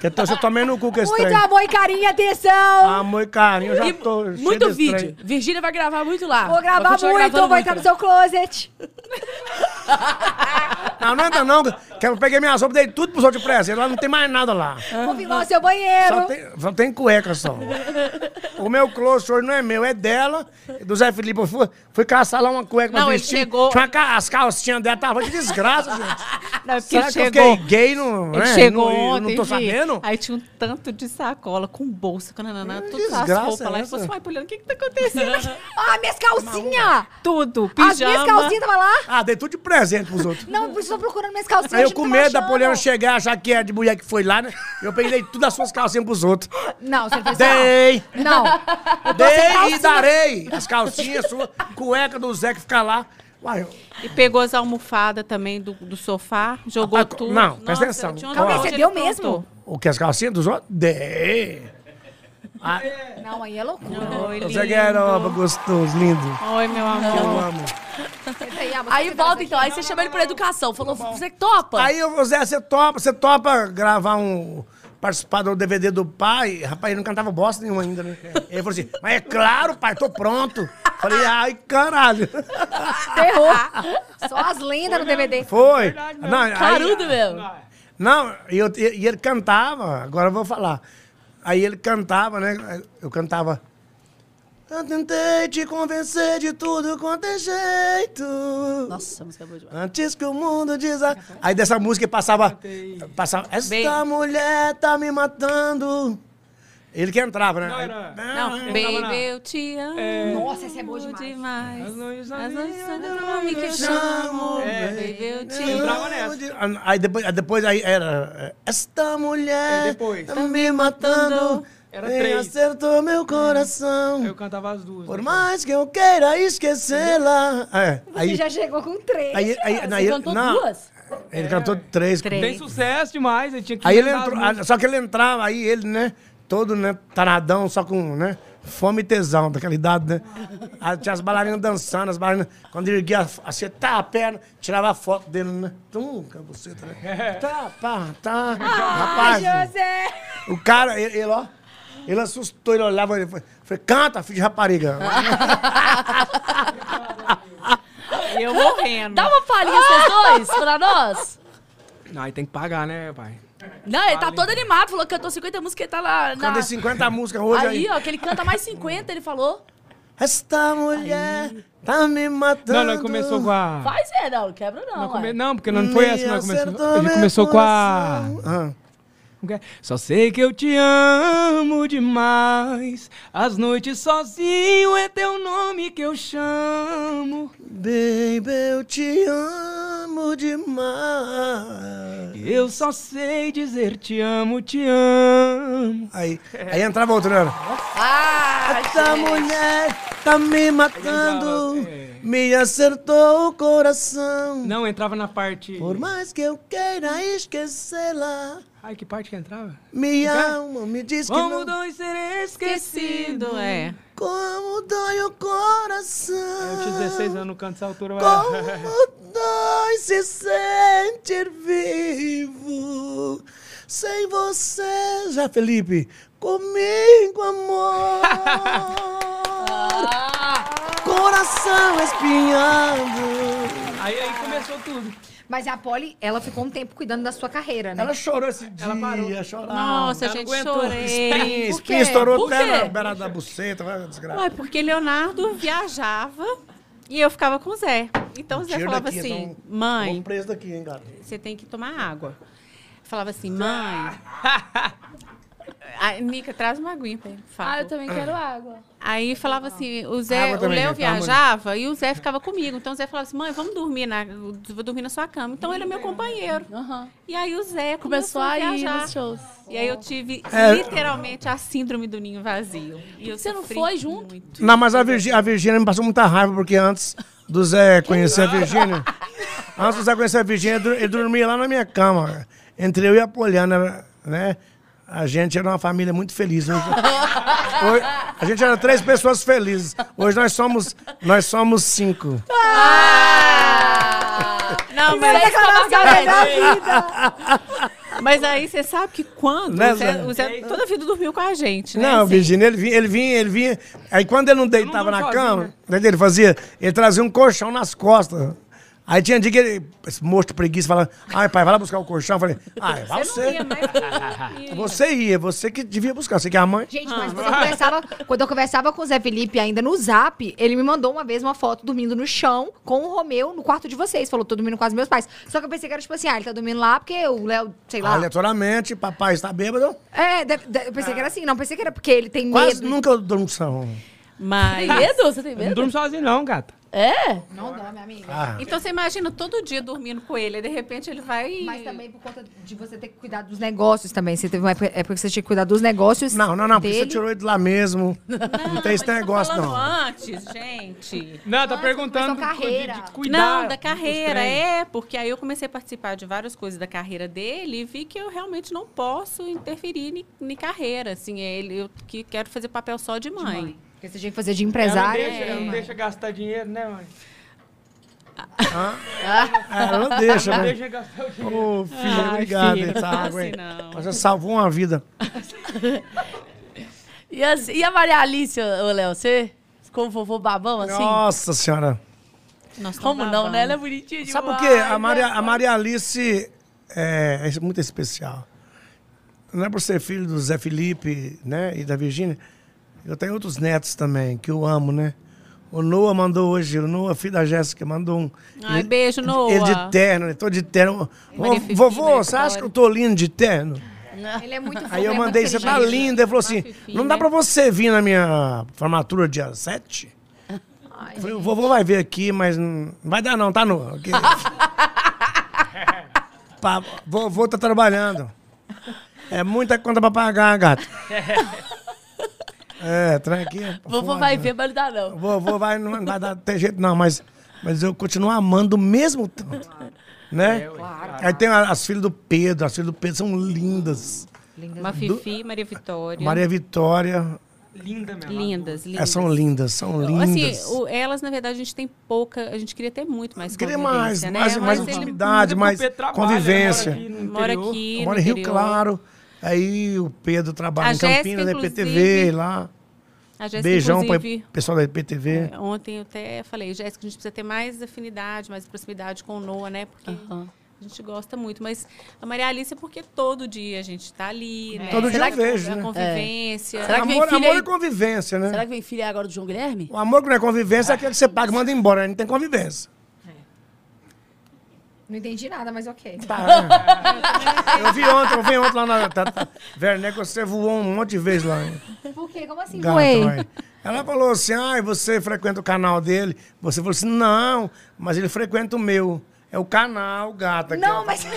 [SPEAKER 4] Porque eu tô tomando no cu com esse
[SPEAKER 1] Muito
[SPEAKER 4] trem.
[SPEAKER 1] amor e carinho, atenção!
[SPEAKER 4] Amor e carinho, eu já
[SPEAKER 2] E
[SPEAKER 4] tô cheio
[SPEAKER 2] muito
[SPEAKER 4] desse
[SPEAKER 2] vídeo.
[SPEAKER 4] trem.
[SPEAKER 2] Virgínia vai gravar muito lá.
[SPEAKER 1] Vou gravar
[SPEAKER 2] Vai continuar
[SPEAKER 1] muito,
[SPEAKER 2] gravando
[SPEAKER 1] vou entrar no
[SPEAKER 2] lá.
[SPEAKER 1] seu closet.
[SPEAKER 4] Não, não entra não, que eu peguei minhas roupas, dei tudo pros outros de presente. Lá não tem mais nada lá.
[SPEAKER 1] Vou pingar o seu
[SPEAKER 3] É,
[SPEAKER 1] banheiro.
[SPEAKER 4] Só tem, só tem cueca só. O meu closet hoje não é meu, é dela. Do Zé Felipe, eu fui, fui caçar lá uma cueca pra
[SPEAKER 3] Não, ele
[SPEAKER 4] vestir.
[SPEAKER 3] chegou-
[SPEAKER 4] Tinha uma ca- as calcinhas dela, tava de desgraça, gente.
[SPEAKER 3] Não, é porque
[SPEAKER 4] Será
[SPEAKER 3] ele
[SPEAKER 4] que eu
[SPEAKER 3] chegou.
[SPEAKER 4] fiquei gay? Não,
[SPEAKER 3] Ele
[SPEAKER 4] né?
[SPEAKER 3] chegou
[SPEAKER 4] não,
[SPEAKER 3] ontem,
[SPEAKER 4] Não tô
[SPEAKER 3] Vi.
[SPEAKER 4] sabendo.
[SPEAKER 3] Aí tinha um tanto de sacola com bolsa, com nananã,
[SPEAKER 4] Que
[SPEAKER 3] todas as
[SPEAKER 4] desgraça
[SPEAKER 3] roupas
[SPEAKER 4] é
[SPEAKER 3] lá. Eu
[SPEAKER 4] essa?
[SPEAKER 3] falei assim, uai, Poliana, o que que tá acontecendo aqui?
[SPEAKER 1] Ah, minhas calcinhas!
[SPEAKER 3] Tudo,
[SPEAKER 1] As minhas
[SPEAKER 3] pijama.
[SPEAKER 1] calcinhas estavam lá?
[SPEAKER 4] Ah, dei tudo de presente pros outros.
[SPEAKER 1] Não, eu estou procurando minhas calcinhas.
[SPEAKER 4] Aí eu
[SPEAKER 1] gente,
[SPEAKER 4] com
[SPEAKER 1] não tava
[SPEAKER 4] medo da
[SPEAKER 1] achando.
[SPEAKER 4] Poliana chegar e achar que é de mulher que foi lá, né? Eu peguei tudo as suas calcinhas pros outros.
[SPEAKER 1] Não, você fez
[SPEAKER 3] ah,
[SPEAKER 4] Dei,
[SPEAKER 1] Não. não.
[SPEAKER 4] dei
[SPEAKER 2] assim,
[SPEAKER 4] e
[SPEAKER 2] né?
[SPEAKER 4] darei as calcinhas suas, cueca do Zé que fica lá. Uai, eu-
[SPEAKER 3] E pegou as almofadas também do, do sofá, jogou
[SPEAKER 4] tá Ah, co-
[SPEAKER 3] tudo.
[SPEAKER 4] não, presta
[SPEAKER 3] Nossa,
[SPEAKER 4] atenção.
[SPEAKER 3] tinha um
[SPEAKER 4] Calma aí,
[SPEAKER 3] monte,
[SPEAKER 1] você
[SPEAKER 3] ele
[SPEAKER 1] deu
[SPEAKER 3] aprontou.
[SPEAKER 1] mesmo?
[SPEAKER 4] o que, as calcinhas dos outros? Dei. Ah,
[SPEAKER 1] Não, aí é loucura.
[SPEAKER 3] Oi,
[SPEAKER 4] Zé Gueroba,
[SPEAKER 3] lindo.
[SPEAKER 4] gostoso, lindo.
[SPEAKER 3] Oi, meu
[SPEAKER 4] Eu
[SPEAKER 3] amor.
[SPEAKER 4] amo.
[SPEAKER 1] Senta aí, ah, amor,
[SPEAKER 2] Aí
[SPEAKER 1] senta
[SPEAKER 2] volta
[SPEAKER 1] aqui.
[SPEAKER 2] então, aí você chama ele pra educação. Falou, você topa?
[SPEAKER 4] Tá Aí, ô, Zé, você topa, você topa gravar um. participar do DVD do pai? Rapaz, ele não cantava bosta nenhuma ainda, né? Ele falou assim: mas é claro, pai, tô pronto. Falei, ai, caralho.
[SPEAKER 1] Ferrou. Só as lendas no DVD.
[SPEAKER 4] Foi. Não, aí-
[SPEAKER 2] né? Carudo mesmo.
[SPEAKER 4] Não, e, eu- e- e ele cantava, agora eu vou falar. Aí ele cantava, né? Eu cantava. Eu tentei te convencer de tudo quanto é jeito.
[SPEAKER 2] Nossa, a música é boa demais.
[SPEAKER 4] Antes que o mundo desa... Aí dessa música passava... passava Esta
[SPEAKER 3] Bem-
[SPEAKER 4] mulher tá me matando. Ele que entrava, né?
[SPEAKER 5] Não,
[SPEAKER 4] Aí-
[SPEAKER 5] era-
[SPEAKER 3] Não,
[SPEAKER 4] Ah,
[SPEAKER 5] tava na-
[SPEAKER 3] baby, eu te amo.
[SPEAKER 1] Nossa, essa é boa demais.
[SPEAKER 5] As noites
[SPEAKER 3] As
[SPEAKER 5] ali,
[SPEAKER 3] noites
[SPEAKER 5] eu
[SPEAKER 3] são do
[SPEAKER 5] não
[SPEAKER 3] nome que eu
[SPEAKER 5] me
[SPEAKER 3] chamo.
[SPEAKER 5] É.
[SPEAKER 3] Baby, eu te
[SPEAKER 5] Eu
[SPEAKER 3] amo.
[SPEAKER 5] entrava nessa.
[SPEAKER 4] Aí depois, aí depois aí era. é, Esta mulher
[SPEAKER 5] Aí depois.
[SPEAKER 4] tá me matando.
[SPEAKER 5] Era
[SPEAKER 4] e
[SPEAKER 5] três.
[SPEAKER 4] acertou meu coração.
[SPEAKER 5] Eu cantava as duas.
[SPEAKER 4] Por
[SPEAKER 5] né?
[SPEAKER 4] mais que eu queira esquecê-la. É,
[SPEAKER 1] Você
[SPEAKER 4] aí,
[SPEAKER 1] já chegou com três.
[SPEAKER 4] aí, aí,
[SPEAKER 2] Você
[SPEAKER 4] aí-
[SPEAKER 2] cantou
[SPEAKER 4] não,
[SPEAKER 2] duas?
[SPEAKER 4] Ele cantou É. três.
[SPEAKER 3] Três.
[SPEAKER 5] Tem sucesso demais, aí tinha que
[SPEAKER 4] Aí ele
[SPEAKER 5] inventar as
[SPEAKER 4] entrou,
[SPEAKER 5] músicas.
[SPEAKER 4] ah, só que ele entrava, aí ele, né, todo, né, taradão, só com, né, fome e tesão, daquela idade, né? Aí tinha as bailarinas dançando, as bailarinas, quando ele erguia, assim, tá a perna, tirava a foto dele, né? Tum, cabuceta, né? Tá, pá, tá. Rapaz,
[SPEAKER 1] José!
[SPEAKER 4] o cara, ele, ele, ó, ele assustou, ele olhava, ele foi, falei, canta, filho de rapariga.
[SPEAKER 3] Eu
[SPEAKER 4] É,
[SPEAKER 3] morrendo.
[SPEAKER 2] Dá uma palhinha vocês dois pra nós.
[SPEAKER 5] Não, aí tem que pagar, né, pai?
[SPEAKER 2] Não, ele tá todo animado, falou que cantou 50 músicas, ele tá lá na...
[SPEAKER 4] Cantei 50 músicas hoje aí.
[SPEAKER 2] Aí, ó, que ele canta mais 50, ele falou.
[SPEAKER 4] Esta mulher tá me matando.
[SPEAKER 5] Não, nós começou com
[SPEAKER 4] Tá.
[SPEAKER 5] a...
[SPEAKER 2] Faz é, não, quebra não,
[SPEAKER 5] Nós come-
[SPEAKER 2] ué.
[SPEAKER 5] Não, porque não não foi
[SPEAKER 4] Me
[SPEAKER 5] essa que nós
[SPEAKER 4] acertou
[SPEAKER 5] começamos. Ele
[SPEAKER 4] meu
[SPEAKER 5] começou com a...
[SPEAKER 4] coração. Ah.
[SPEAKER 5] Como que é? Só sei que eu te amo demais. As noites sozinho é teu nome que eu chamo.
[SPEAKER 4] Baby, eu te amo demais.
[SPEAKER 5] Eu só sei dizer te amo, te amo.
[SPEAKER 4] Aí, aí entrava outro, né?
[SPEAKER 1] Ah,
[SPEAKER 4] Essa mulher tá me matando,
[SPEAKER 5] Ele entrava, é.
[SPEAKER 4] me acertou o coração.
[SPEAKER 5] Não, entrava na parte.
[SPEAKER 4] Por mais que eu queira esquecê-la,
[SPEAKER 5] Ai, que parte que entrava?
[SPEAKER 4] me
[SPEAKER 5] Então,
[SPEAKER 4] alma me diz que
[SPEAKER 5] Como
[SPEAKER 4] não.
[SPEAKER 5] dois ser esquecido.
[SPEAKER 3] Esquecido, é.
[SPEAKER 4] Como dói o coração.
[SPEAKER 5] Eu tinha 16 anos, não canto essa altura. mas-
[SPEAKER 4] Como nós se sentir vivo sem você, já Felipe, comigo amor, coração espinhando.
[SPEAKER 5] Aí, aí começou tudo.
[SPEAKER 1] Mas a Polly, ela ficou um tempo cuidando da sua carreira, né?
[SPEAKER 4] Ela chorou esse dia, ela parou. chorava.
[SPEAKER 3] Nossa,
[SPEAKER 5] ela
[SPEAKER 3] gente,
[SPEAKER 5] aguentou.
[SPEAKER 3] chorei.
[SPEAKER 1] Por
[SPEAKER 4] espinha
[SPEAKER 1] quê?
[SPEAKER 4] estourou
[SPEAKER 2] Por
[SPEAKER 4] até
[SPEAKER 2] quê?
[SPEAKER 4] na beira da buceta, vai desgraça.
[SPEAKER 3] Ué, porque Leonardo viajava e eu ficava com o Zé. Então o Zé
[SPEAKER 4] Tira
[SPEAKER 3] falava
[SPEAKER 4] daqui,
[SPEAKER 3] assim,
[SPEAKER 4] então,
[SPEAKER 3] mãe,
[SPEAKER 4] Vou preso daqui, hein, gato.
[SPEAKER 3] você tem que tomar água. Falava assim, mãe. A Nica, traz uma aguinha pra ele, por favor.
[SPEAKER 2] Ah, eu também quero água.
[SPEAKER 3] Aí falava assim, o
[SPEAKER 4] Ah,
[SPEAKER 3] Zé,
[SPEAKER 4] eu
[SPEAKER 3] o
[SPEAKER 4] também,
[SPEAKER 3] Léo
[SPEAKER 4] gente, pelo amor de
[SPEAKER 3] viajava e o Zé ficava comigo. Então o Zé falava assim, mãe, vamos dormir na, vou dormir na sua cama. Então ele é meu companheiro.
[SPEAKER 2] Aham.
[SPEAKER 3] E aí o Zé começou,
[SPEAKER 2] Começou a ir
[SPEAKER 3] viajar.
[SPEAKER 2] nos shows.
[SPEAKER 3] E aí eu tive
[SPEAKER 4] É.
[SPEAKER 3] literalmente a síndrome do ninho vazio. E eu
[SPEAKER 2] Você não
[SPEAKER 3] sofri
[SPEAKER 2] foi junto?
[SPEAKER 3] muito.
[SPEAKER 4] Não, mas a, Virgi- a Virgínia me passou muita raiva, porque antes do Zé conhecer a Virgínia, antes do Zé conhecer a Virgínia, ele dur- ele dormia lá na minha cama. cara. Entre eu e a Poliana, era, né? A gente era uma família muito feliz. Hoje, hoje- a gente era três pessoas felizes. Hoje nós somos, nós somos cinco.
[SPEAKER 3] Não,
[SPEAKER 1] Primeira
[SPEAKER 3] mas,
[SPEAKER 1] declaração da minha vida.
[SPEAKER 3] mas aí você sabe que quando
[SPEAKER 4] Né,
[SPEAKER 3] o Zé,
[SPEAKER 4] Zé?
[SPEAKER 3] o Zé toda a vida dormiu com a gente, né?
[SPEAKER 4] Não,
[SPEAKER 3] Assim,
[SPEAKER 4] Virgínia, ele vinha, ele vinha, ele vinha. Aí quando ele não
[SPEAKER 5] durmo
[SPEAKER 4] deitava na
[SPEAKER 5] sozinho,
[SPEAKER 4] cama,
[SPEAKER 5] né?
[SPEAKER 4] né, ele fazia, ele trazia um colchão nas costas. Aí tinha dia que ele, esse monstro preguiça, falava, ai pai, vai lá buscar o colchão. Eu falei, ai, vai
[SPEAKER 3] eu não
[SPEAKER 4] você.
[SPEAKER 3] ia mais.
[SPEAKER 4] É Você ia, você que devia buscar, você que é a mãe.
[SPEAKER 1] Gente, mas quando eu, conversava, quando eu conversava com o Zé Felipe ainda no zap, ele me mandou uma vez uma foto dormindo no chão com o Romeu no quarto de vocês. Falou, tô dormindo com os meus pais. Só que eu pensei que era tipo assim, ah, ele tá dormindo lá porque o Léo, sei
[SPEAKER 4] Ah,
[SPEAKER 1] lá.
[SPEAKER 4] é- Aleatoriamente, papai está bêbado.
[SPEAKER 1] É, deve- deve- eu pensei que era assim. Não, pensei que era porque ele tem
[SPEAKER 4] Quase
[SPEAKER 1] medo.
[SPEAKER 4] nunca eu durmo são.
[SPEAKER 3] Mas
[SPEAKER 2] Tem medo? Você tem
[SPEAKER 5] Eu não
[SPEAKER 2] medo?
[SPEAKER 5] durmo sozinho, não, gata.
[SPEAKER 2] É?
[SPEAKER 1] Não dá, minha amiga.
[SPEAKER 4] Ah,
[SPEAKER 3] então você imagina todo dia dormindo com ele, aí de repente ele vai e-
[SPEAKER 1] Mas também por conta de você ter que cuidar dos negócios também. Você teve uma época época que você tinha que cuidar dos negócios
[SPEAKER 4] não, não, não, porque você
[SPEAKER 1] dele.
[SPEAKER 4] tirou ele de lá mesmo.
[SPEAKER 3] Não,
[SPEAKER 4] Não, tem
[SPEAKER 3] mas
[SPEAKER 4] esse
[SPEAKER 3] tô
[SPEAKER 4] negócio,
[SPEAKER 3] falando
[SPEAKER 4] não.
[SPEAKER 3] Antes, gente.
[SPEAKER 5] Não, tá
[SPEAKER 1] Antes,
[SPEAKER 5] perguntando.
[SPEAKER 1] começou a
[SPEAKER 5] de- de- de
[SPEAKER 1] carreira.
[SPEAKER 5] cuidar
[SPEAKER 3] não, da
[SPEAKER 5] dos
[SPEAKER 3] carreira,
[SPEAKER 5] trem.
[SPEAKER 3] é, porque aí eu comecei a participar de várias coisas da carreira dele e vi que eu realmente não posso interferir em carreira, assim, é ele, eu que quero fazer papel só de mãe.
[SPEAKER 1] Porque você tinha que fazer de
[SPEAKER 5] Ela não
[SPEAKER 1] empresário.
[SPEAKER 5] deixa, ela não deixa gastar dinheiro, né, mãe?
[SPEAKER 4] É, não deixa,
[SPEAKER 5] Não
[SPEAKER 4] né?
[SPEAKER 5] deixa gastar o dinheiro.
[SPEAKER 4] Ô, filho,
[SPEAKER 3] Ai,
[SPEAKER 4] obrigado.
[SPEAKER 3] filho,
[SPEAKER 4] Essa
[SPEAKER 3] não
[SPEAKER 4] água, hein? tá,
[SPEAKER 3] assim não.
[SPEAKER 4] Você salvou uma vida.
[SPEAKER 2] E, as- e a Maria Alice, ô ô, Léo, você ficou um vovô babão assim?
[SPEAKER 4] Nossa senhora.
[SPEAKER 3] Nós
[SPEAKER 2] Como
[SPEAKER 3] tão
[SPEAKER 2] não,
[SPEAKER 3] babando.
[SPEAKER 2] né? Ela é bonitinha demais. né?
[SPEAKER 4] Sabe por quê? A Maria, a Maria Alice é, é muito especial. Não é por ser filho do Zé Felipe né, e da Virgínia. Eu tenho outros netos também, que eu amo, né? O Noah mandou hoje, o Noah, filho da Jéssica, mandou um.
[SPEAKER 3] Ai,
[SPEAKER 4] ele-
[SPEAKER 3] beijo, Noah.
[SPEAKER 4] Ele de terno, ele todo de terno. Ô,
[SPEAKER 3] Magnífico,
[SPEAKER 4] Vovô,
[SPEAKER 3] né,
[SPEAKER 4] você acha
[SPEAKER 3] Vitória?
[SPEAKER 4] que eu tô lindo de terno?
[SPEAKER 1] Ele é muito fofo.
[SPEAKER 4] Aí
[SPEAKER 1] ele é
[SPEAKER 4] eu
[SPEAKER 1] muito
[SPEAKER 4] mandei, você tá
[SPEAKER 1] inteligente.
[SPEAKER 4] linda. Ele falou assim:
[SPEAKER 3] fifi,
[SPEAKER 4] não dá
[SPEAKER 3] né?
[SPEAKER 4] pra você vir na minha formatura dia 7? Eu falei, o vovô vai ver aqui, mas não não vai dar não, tá no. ok?" Pá, vovô tá trabalhando. É muita conta pra pagar, gato. É, tranquilo.
[SPEAKER 2] Vovô
[SPEAKER 4] foda,
[SPEAKER 2] vai
[SPEAKER 4] né?
[SPEAKER 2] ver, mas não dá não.
[SPEAKER 4] Vovô vai, não vai dar ter jeito não, mas, mas eu continuo amando o mesmo tanto. Né?
[SPEAKER 2] É,
[SPEAKER 4] Aí tem a- as filhas do Pedro, as filhas do Pedro são lindas.
[SPEAKER 3] Uma Fifi, Maria Vitória.
[SPEAKER 4] Maria Vitória,
[SPEAKER 5] Linda mesmo.
[SPEAKER 3] Lindas,
[SPEAKER 4] É,
[SPEAKER 3] lindas.
[SPEAKER 4] são lindas, são lindas.
[SPEAKER 3] Assim, o- elas, na verdade, a gente tem pouca. A gente queria ter muito mais
[SPEAKER 4] Queria
[SPEAKER 3] convivência,
[SPEAKER 4] mais,
[SPEAKER 3] né?
[SPEAKER 4] mais, mais um
[SPEAKER 3] Mas ele
[SPEAKER 4] intimidade, mais convivência.
[SPEAKER 3] né? mora aqui.
[SPEAKER 4] Eu
[SPEAKER 3] no
[SPEAKER 4] moro em Rio
[SPEAKER 3] interior.
[SPEAKER 4] Claro. Aí o Pedro trabalha
[SPEAKER 3] A
[SPEAKER 4] em
[SPEAKER 3] Jéssica,
[SPEAKER 4] Campinas, né? na IPTV
[SPEAKER 3] inclusive,
[SPEAKER 4] lá.
[SPEAKER 3] A Jéssica,
[SPEAKER 4] Beijão para
[SPEAKER 3] inclusive,
[SPEAKER 4] o pessoal da IPTV.
[SPEAKER 3] é, ontem eu até falei, Jéssica, a gente precisa ter mais afinidade, mais proximidade com o Noah, né? Porque
[SPEAKER 2] Aham.
[SPEAKER 3] a gente gosta muito. Mas a Maria Alice é porque todo dia a gente tá ali, né?
[SPEAKER 4] É. Todo dia
[SPEAKER 3] Será
[SPEAKER 4] eu
[SPEAKER 3] que-
[SPEAKER 4] vejo,
[SPEAKER 3] A
[SPEAKER 4] né?
[SPEAKER 3] convivência.
[SPEAKER 2] Será que vem
[SPEAKER 4] amor
[SPEAKER 2] filho
[SPEAKER 4] amor
[SPEAKER 2] aí?
[SPEAKER 4] é convivência, né?
[SPEAKER 2] Será que vem filha agora do João Guilherme?
[SPEAKER 4] O amor que não é convivência é aquele que você paga e manda embora. Aí Não tem convivência.
[SPEAKER 1] Não entendi nada, mas ok.
[SPEAKER 4] Tá. eu vi ontem, eu vi ontem lá na... Tá, tá. Werneck, você voou um monte de vezes lá. hein?
[SPEAKER 1] Por quê? Como assim?
[SPEAKER 4] Gata,
[SPEAKER 1] Voei.
[SPEAKER 4] vai. Ela falou assim, ai, você frequenta o canal dele? Você falou assim, não, mas ele frequenta o meu. É o canal, gata. que
[SPEAKER 1] Não,
[SPEAKER 4] eu-
[SPEAKER 1] mas.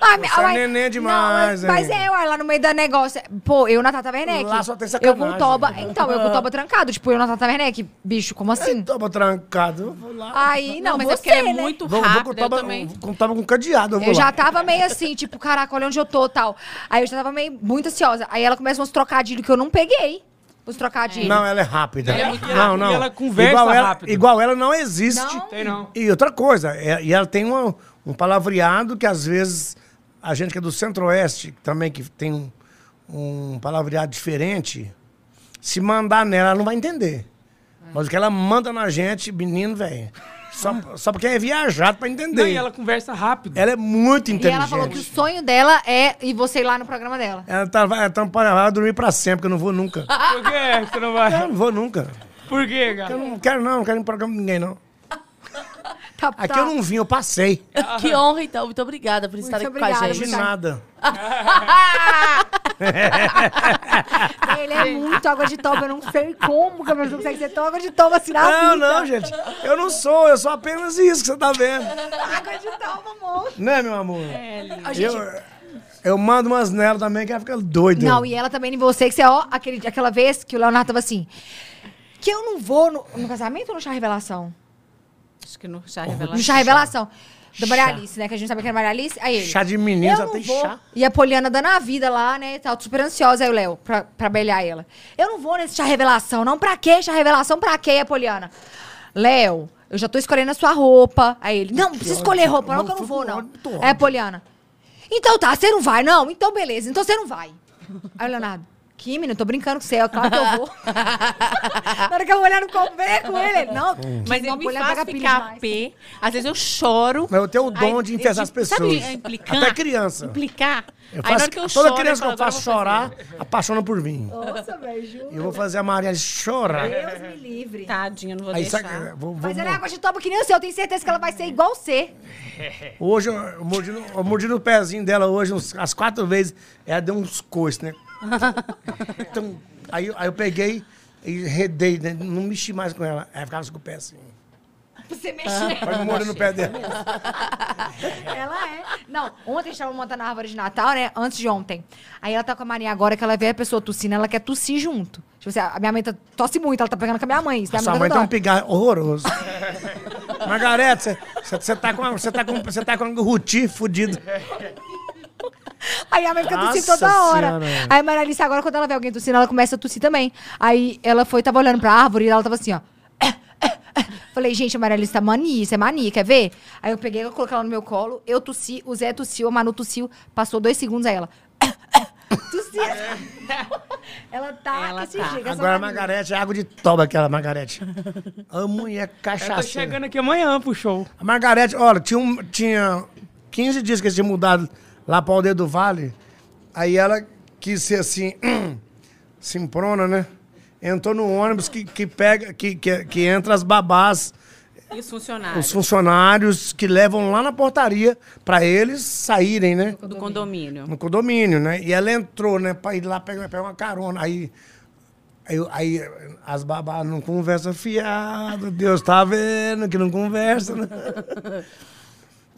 [SPEAKER 1] Ai, minha-
[SPEAKER 4] Você é
[SPEAKER 1] ai,
[SPEAKER 4] neném
[SPEAKER 1] não,
[SPEAKER 4] demais,
[SPEAKER 1] mas, mas
[SPEAKER 4] hein?
[SPEAKER 1] é, uai, lá no meio da negócio. Pô, eu na Tata Werneck.
[SPEAKER 4] Lá só tem
[SPEAKER 1] eu
[SPEAKER 4] sacanagem.
[SPEAKER 1] com o Toba. Então, eu com o Toba trancado. Tipo, eu na Tata Werneck. Bicho, como assim?
[SPEAKER 4] Tava trancado. Eu vou lá.
[SPEAKER 1] Aí, não,
[SPEAKER 3] mas é
[SPEAKER 1] você,
[SPEAKER 3] porque ele é
[SPEAKER 1] né?
[SPEAKER 3] muito
[SPEAKER 4] Vou, vou,
[SPEAKER 3] rápido,
[SPEAKER 4] com-
[SPEAKER 3] eu
[SPEAKER 4] tava,
[SPEAKER 3] também.
[SPEAKER 4] com- tava com cadeado, eu vou
[SPEAKER 1] Eu já
[SPEAKER 4] lá.
[SPEAKER 1] tava meio assim, tipo, caraca, olha onde eu tô tal. Aí eu já tava meio muito ansiosa. Aí ela começa uns trocadilhos que eu não peguei. Os trocadilhos.
[SPEAKER 4] Não, ela é rápida.
[SPEAKER 5] Ela é muito
[SPEAKER 4] não,
[SPEAKER 5] rápida,
[SPEAKER 4] não.
[SPEAKER 5] e ela conversa
[SPEAKER 4] igual ela,
[SPEAKER 5] rápido.
[SPEAKER 4] Igual ela não existe.
[SPEAKER 1] Não?
[SPEAKER 5] Tem não.
[SPEAKER 4] E outra coisa, é- e ela tem uma- um palavreado que às vezes a gente que é do Centro-Oeste, também que tem um, um palavreado diferente, se mandar nela, ela não vai entender.
[SPEAKER 1] É.
[SPEAKER 4] Mas o que ela manda na gente, menino, velho, só, só porque é viajado pra entender.
[SPEAKER 5] Não, e ela conversa rápido.
[SPEAKER 4] Ela é muito
[SPEAKER 1] e
[SPEAKER 4] inteligente.
[SPEAKER 1] ela falou que o sonho dela é e você ir lá no programa dela.
[SPEAKER 4] Ela tá, vai, tá, vai dormir pra sempre, que eu não vou nunca.
[SPEAKER 5] Por que você não vai?
[SPEAKER 4] Eu não vou nunca.
[SPEAKER 5] Por que,
[SPEAKER 4] Eu
[SPEAKER 5] cara?
[SPEAKER 4] não quero, não, não quero ir em programa de ninguém, não.
[SPEAKER 1] Tá,
[SPEAKER 4] Aqui
[SPEAKER 1] tá.
[SPEAKER 4] eu não vim, eu passei.
[SPEAKER 2] Que honra, então. Muito obrigada por estarem aqui com a
[SPEAKER 1] obrigada,
[SPEAKER 2] gente.
[SPEAKER 4] De
[SPEAKER 1] Obrigada.
[SPEAKER 4] nada.
[SPEAKER 1] Ele é muito água de toba. Eu não sei como que a pessoa consegue ser tão água de toba assim na
[SPEAKER 4] Não,
[SPEAKER 1] vida.
[SPEAKER 4] não, gente. Eu não sou, eu sou apenas isso que você tá vendo.
[SPEAKER 1] Água de toba, amor.
[SPEAKER 4] Né, meu amor?
[SPEAKER 1] A gente-
[SPEAKER 4] eu, eu mando umas nela também que ela fica doida.
[SPEAKER 1] Não, e é- ela também em você, que você, ó, aquele, aquela vez que o Leonardo tava assim. Que eu não vou no, no casamento ou no chá revelação?
[SPEAKER 3] Acho que no chá revelação.
[SPEAKER 1] No chá revelação. Da Maria Alice, né? Que a gente sabia que era Maria Alice. Aí ele.
[SPEAKER 4] Chá de menino,
[SPEAKER 1] eu
[SPEAKER 4] só
[SPEAKER 1] não
[SPEAKER 4] tem
[SPEAKER 1] vou.
[SPEAKER 4] chá.
[SPEAKER 1] E a Poliana dando a vida lá, né? e Tal, super ansiosa, aí o Léo, pra, pra belhar ela. Eu não vou nesse chá revelação, não. Pra quê? Chá revelação pra quê, a Poliana? Léo, eu já tô escolhendo a sua roupa. Aí ele, não, não precisa escolher roupa, não, que eu não vou, não.
[SPEAKER 4] Muito ódio.
[SPEAKER 1] É, Poliana. Então tá, você não vai, não? Então beleza, então você não vai. Aí o Leonardo. Que menino, eu tô brincando com você, é claro que eu vou. Na hora que eu vou olhar no copo, vem com ele. ele, Não,
[SPEAKER 4] é
[SPEAKER 3] Mas
[SPEAKER 1] não,
[SPEAKER 3] ele me
[SPEAKER 1] Poliana
[SPEAKER 3] faz
[SPEAKER 1] pega pilha
[SPEAKER 3] ficar
[SPEAKER 1] demais.
[SPEAKER 3] pé. Às vezes eu choro.
[SPEAKER 4] Mas eu tenho o dom
[SPEAKER 3] Aí,
[SPEAKER 4] de enfesar as
[SPEAKER 3] sabe,
[SPEAKER 4] pessoas.
[SPEAKER 3] implicar?
[SPEAKER 4] Até criança.
[SPEAKER 3] Implicar.
[SPEAKER 4] Eu
[SPEAKER 3] Aí na
[SPEAKER 4] faço-
[SPEAKER 3] hora que eu
[SPEAKER 4] toda
[SPEAKER 3] choro,
[SPEAKER 4] criança que
[SPEAKER 3] falo,
[SPEAKER 4] eu faço
[SPEAKER 3] "Agora eu
[SPEAKER 4] chorar, apaixona por mim.
[SPEAKER 1] Nossa, velho, juro.
[SPEAKER 4] Eu vou fazer a Maria chorar.
[SPEAKER 1] Deus me livre.
[SPEAKER 3] vou fazer". Tadinha, não vou
[SPEAKER 4] Aí
[SPEAKER 3] deixar.
[SPEAKER 4] sabe, vou, vou,
[SPEAKER 1] Mas ela é água de toba que nem o seu. Eu tenho certeza que ela vai ser igual você.
[SPEAKER 4] Hoje eu, eu, mordi no, eu mordi no pezinho dela hoje, uns, as quatro vezes, ela deu uns coices, né? então, aí, eu- aí eu peguei e redei, né? não mexi mais com ela. Aí ficava com o pé assim.
[SPEAKER 1] Pra você mexer.
[SPEAKER 4] Aí eu mordi no pé dela.
[SPEAKER 1] Ah. Ela é. Não, ontem estava montando a árvore de Natal, né? Antes de ontem. Aí ela tá com a Maria agora, que ela vê a pessoa tossindo, ela quer tossir junto. Tipo assim, a minha mãe tá- tosse muito, ela tá pegando com a minha mãe. Isso
[SPEAKER 4] A
[SPEAKER 1] minha
[SPEAKER 4] sua
[SPEAKER 1] tá
[SPEAKER 4] mãe tem um
[SPEAKER 1] dando dó.
[SPEAKER 4] pigar horroroso. Margarete, você tá com você tá com você tá com um ruti fudido.
[SPEAKER 1] Aí a mãe fica tossindo
[SPEAKER 4] Nossa
[SPEAKER 1] toda hora.
[SPEAKER 4] Senhora.
[SPEAKER 1] Aí a Maria Alice, agora, quando ela vê alguém tossindo, ela começa a tossir também. Aí ela foi, tava olhando pra árvore e ela tava assim, ó. Falei, gente, a Maria Alice tá mania, isso é mania, quer ver? Aí eu peguei, eu coloquei ela no meu colo, eu tossi, o Zé tossiu, a Manu tossiu, passou dois segundos aí ela. Tossia. ela tá
[SPEAKER 3] Ela
[SPEAKER 1] desse
[SPEAKER 3] tá.
[SPEAKER 1] jeito, essa
[SPEAKER 4] Agora a
[SPEAKER 1] mania.
[SPEAKER 4] Margarete é água de toba aquela Margarete. A mulher
[SPEAKER 5] Eu tô
[SPEAKER 4] cachaceira.
[SPEAKER 5] tá chegando aqui amanhã pro show.
[SPEAKER 4] A Margarete, olha, tinha, um, tinha 15 dias que eles tinham mudado lá para o Aldeia do Vale. Aí ela quis ser assim. simprona, né? Entrou no ônibus que, que pega, que, que, que entra as babás,
[SPEAKER 3] E os funcionários
[SPEAKER 4] os funcionários que levam lá na portaria pra eles saírem, né?
[SPEAKER 3] do condomínio.
[SPEAKER 4] No condomínio, né? E ela entrou, né? Pra ir lá pegar, pegar uma carona. Aí, aí, aí as babás não conversam fiado. Deus tá vendo que não conversa, né?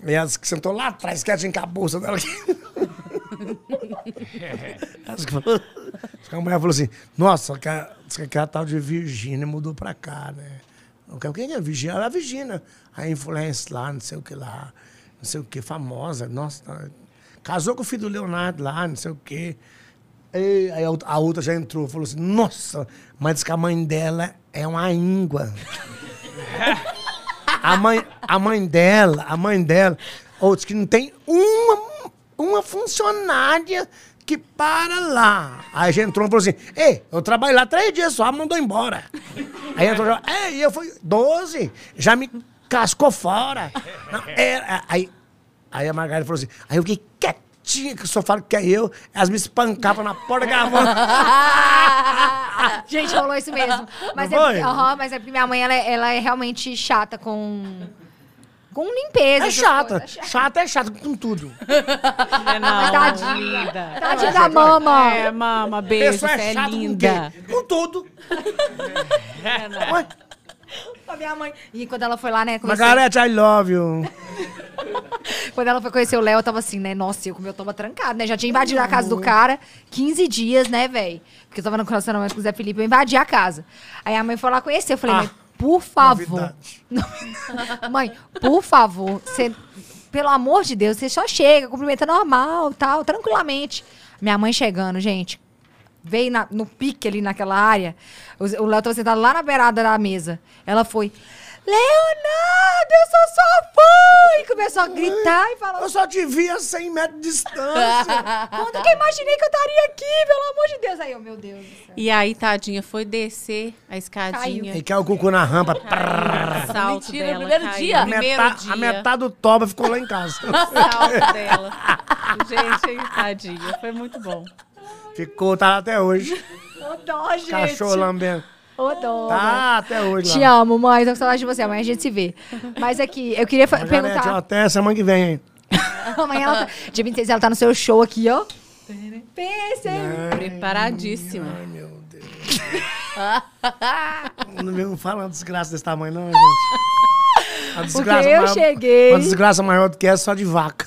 [SPEAKER 4] E as que sentou lá atrás, quietinha com a bolsa dela. aqui. As que falou, as que a mulher falou assim, nossa, que a- diz que aquela tal de Virgínia mudou pra cá, né? Eu quero, Quem é a Virgínia? Ela é a Virgínia. A influência lá, não sei o que lá, não sei o que, famosa. Nossa, tá- casou com o filho do Leonardo lá, não sei o que. Aí a outra- a outra já entrou, falou assim, nossa, mas diz que a mãe dela é uma íngua. A mãe, a mãe dela, a mãe dela, outros que não tem uma, uma funcionária que para lá. Aí a gente entrou e falou assim: Ei, eu trabalhei lá três dias só, mandou embora. Aí entrou já, é, e eu fui, 12, já me cascou fora. Não, era- aí, aí a Margarida falou assim: Aí eu fiquei quietinha, que só falo que é eu, elas me espancavam na porta gravando.
[SPEAKER 1] Gente, rolou isso mesmo. Mas,
[SPEAKER 4] Não
[SPEAKER 1] é,
[SPEAKER 4] foi?
[SPEAKER 1] porque- aham, mas é porque minha mãe, ela, é- ela é realmente chata com... Com limpeza.
[SPEAKER 4] É
[SPEAKER 1] essas
[SPEAKER 4] chata,
[SPEAKER 1] coisas. É
[SPEAKER 4] chata é chata com tudo.
[SPEAKER 3] Não, não.
[SPEAKER 1] Tadinha.
[SPEAKER 3] Tá
[SPEAKER 1] Tadinha da mama.
[SPEAKER 3] É, mama, beijo,
[SPEAKER 4] Pessoa
[SPEAKER 3] você é,
[SPEAKER 4] é chata com o quê?
[SPEAKER 3] linda.
[SPEAKER 4] Com tudo. Ué?
[SPEAKER 1] A minha mãe. E quando ela foi lá, né? conhecer-
[SPEAKER 4] Margarete, I love you.
[SPEAKER 1] Quando ela foi conhecer o Léo, eu tava assim, né? Nossa, eu com o meu toma trancado, né? Já tinha invadido a casa do cara 15 dias, né, velho? Porque eu tava no relacionamento com o Zé Felipe, eu invadi a casa. Aí a mãe foi lá conhecer. Eu falei,
[SPEAKER 4] Ah,
[SPEAKER 1] mãe, por favor.
[SPEAKER 4] novidade.
[SPEAKER 1] mãe, por favor, você. Pelo amor de Deus, você só chega, cumprimenta normal, tal, tranquilamente. Minha mãe chegando, gente. Veio na- no pique ali naquela área. O Zé- o Léo tava sentado lá na beirada da mesa. Ela foi. Leonardo, eu sou sua fã! E começou a gritar e falar.
[SPEAKER 4] Eu só te vi a 100 metros de distância.
[SPEAKER 1] Quando que eu imaginei que eu estaria aqui, pelo amor de Deus? Aí eu, meu Deus do céu.
[SPEAKER 3] E aí, tadinha, foi descer a escadinha.
[SPEAKER 4] e caiu o cucu na
[SPEAKER 1] Ah,
[SPEAKER 4] rampa.
[SPEAKER 3] O salto
[SPEAKER 2] Mentira,
[SPEAKER 3] dela.
[SPEAKER 2] no primeiro
[SPEAKER 3] caiu.
[SPEAKER 2] dia?
[SPEAKER 4] A
[SPEAKER 3] No primeiro
[SPEAKER 4] metade,
[SPEAKER 3] dia.
[SPEAKER 4] a metade do toba ficou lá em casa.
[SPEAKER 3] O salto dela. Gente, tadinha, foi muito bom.
[SPEAKER 4] ficou, tá lá até hoje.
[SPEAKER 1] Ô dó, gente.
[SPEAKER 4] Cachorro lambendo.
[SPEAKER 1] Ô dó.
[SPEAKER 4] Tá até hoje
[SPEAKER 1] Te
[SPEAKER 4] lá.
[SPEAKER 1] amo, mãe. Tô com saudade de você. Amanhã a gente se vê. Mas aqui, eu queria fa-
[SPEAKER 4] Margarete, ó,
[SPEAKER 1] perguntar.
[SPEAKER 4] até semana que vem, hein?
[SPEAKER 1] Amanhã ela tá... Dia 26 ela tá no seu show aqui, ó. Pense.
[SPEAKER 4] Né?
[SPEAKER 3] Preparadíssima.
[SPEAKER 4] Ai, meu Deus. não me fala uma desgraça desse tamanho, não, gente. A desgraça
[SPEAKER 1] eu cheguei.
[SPEAKER 4] Uma desgraça maior do que essa é só de vaca.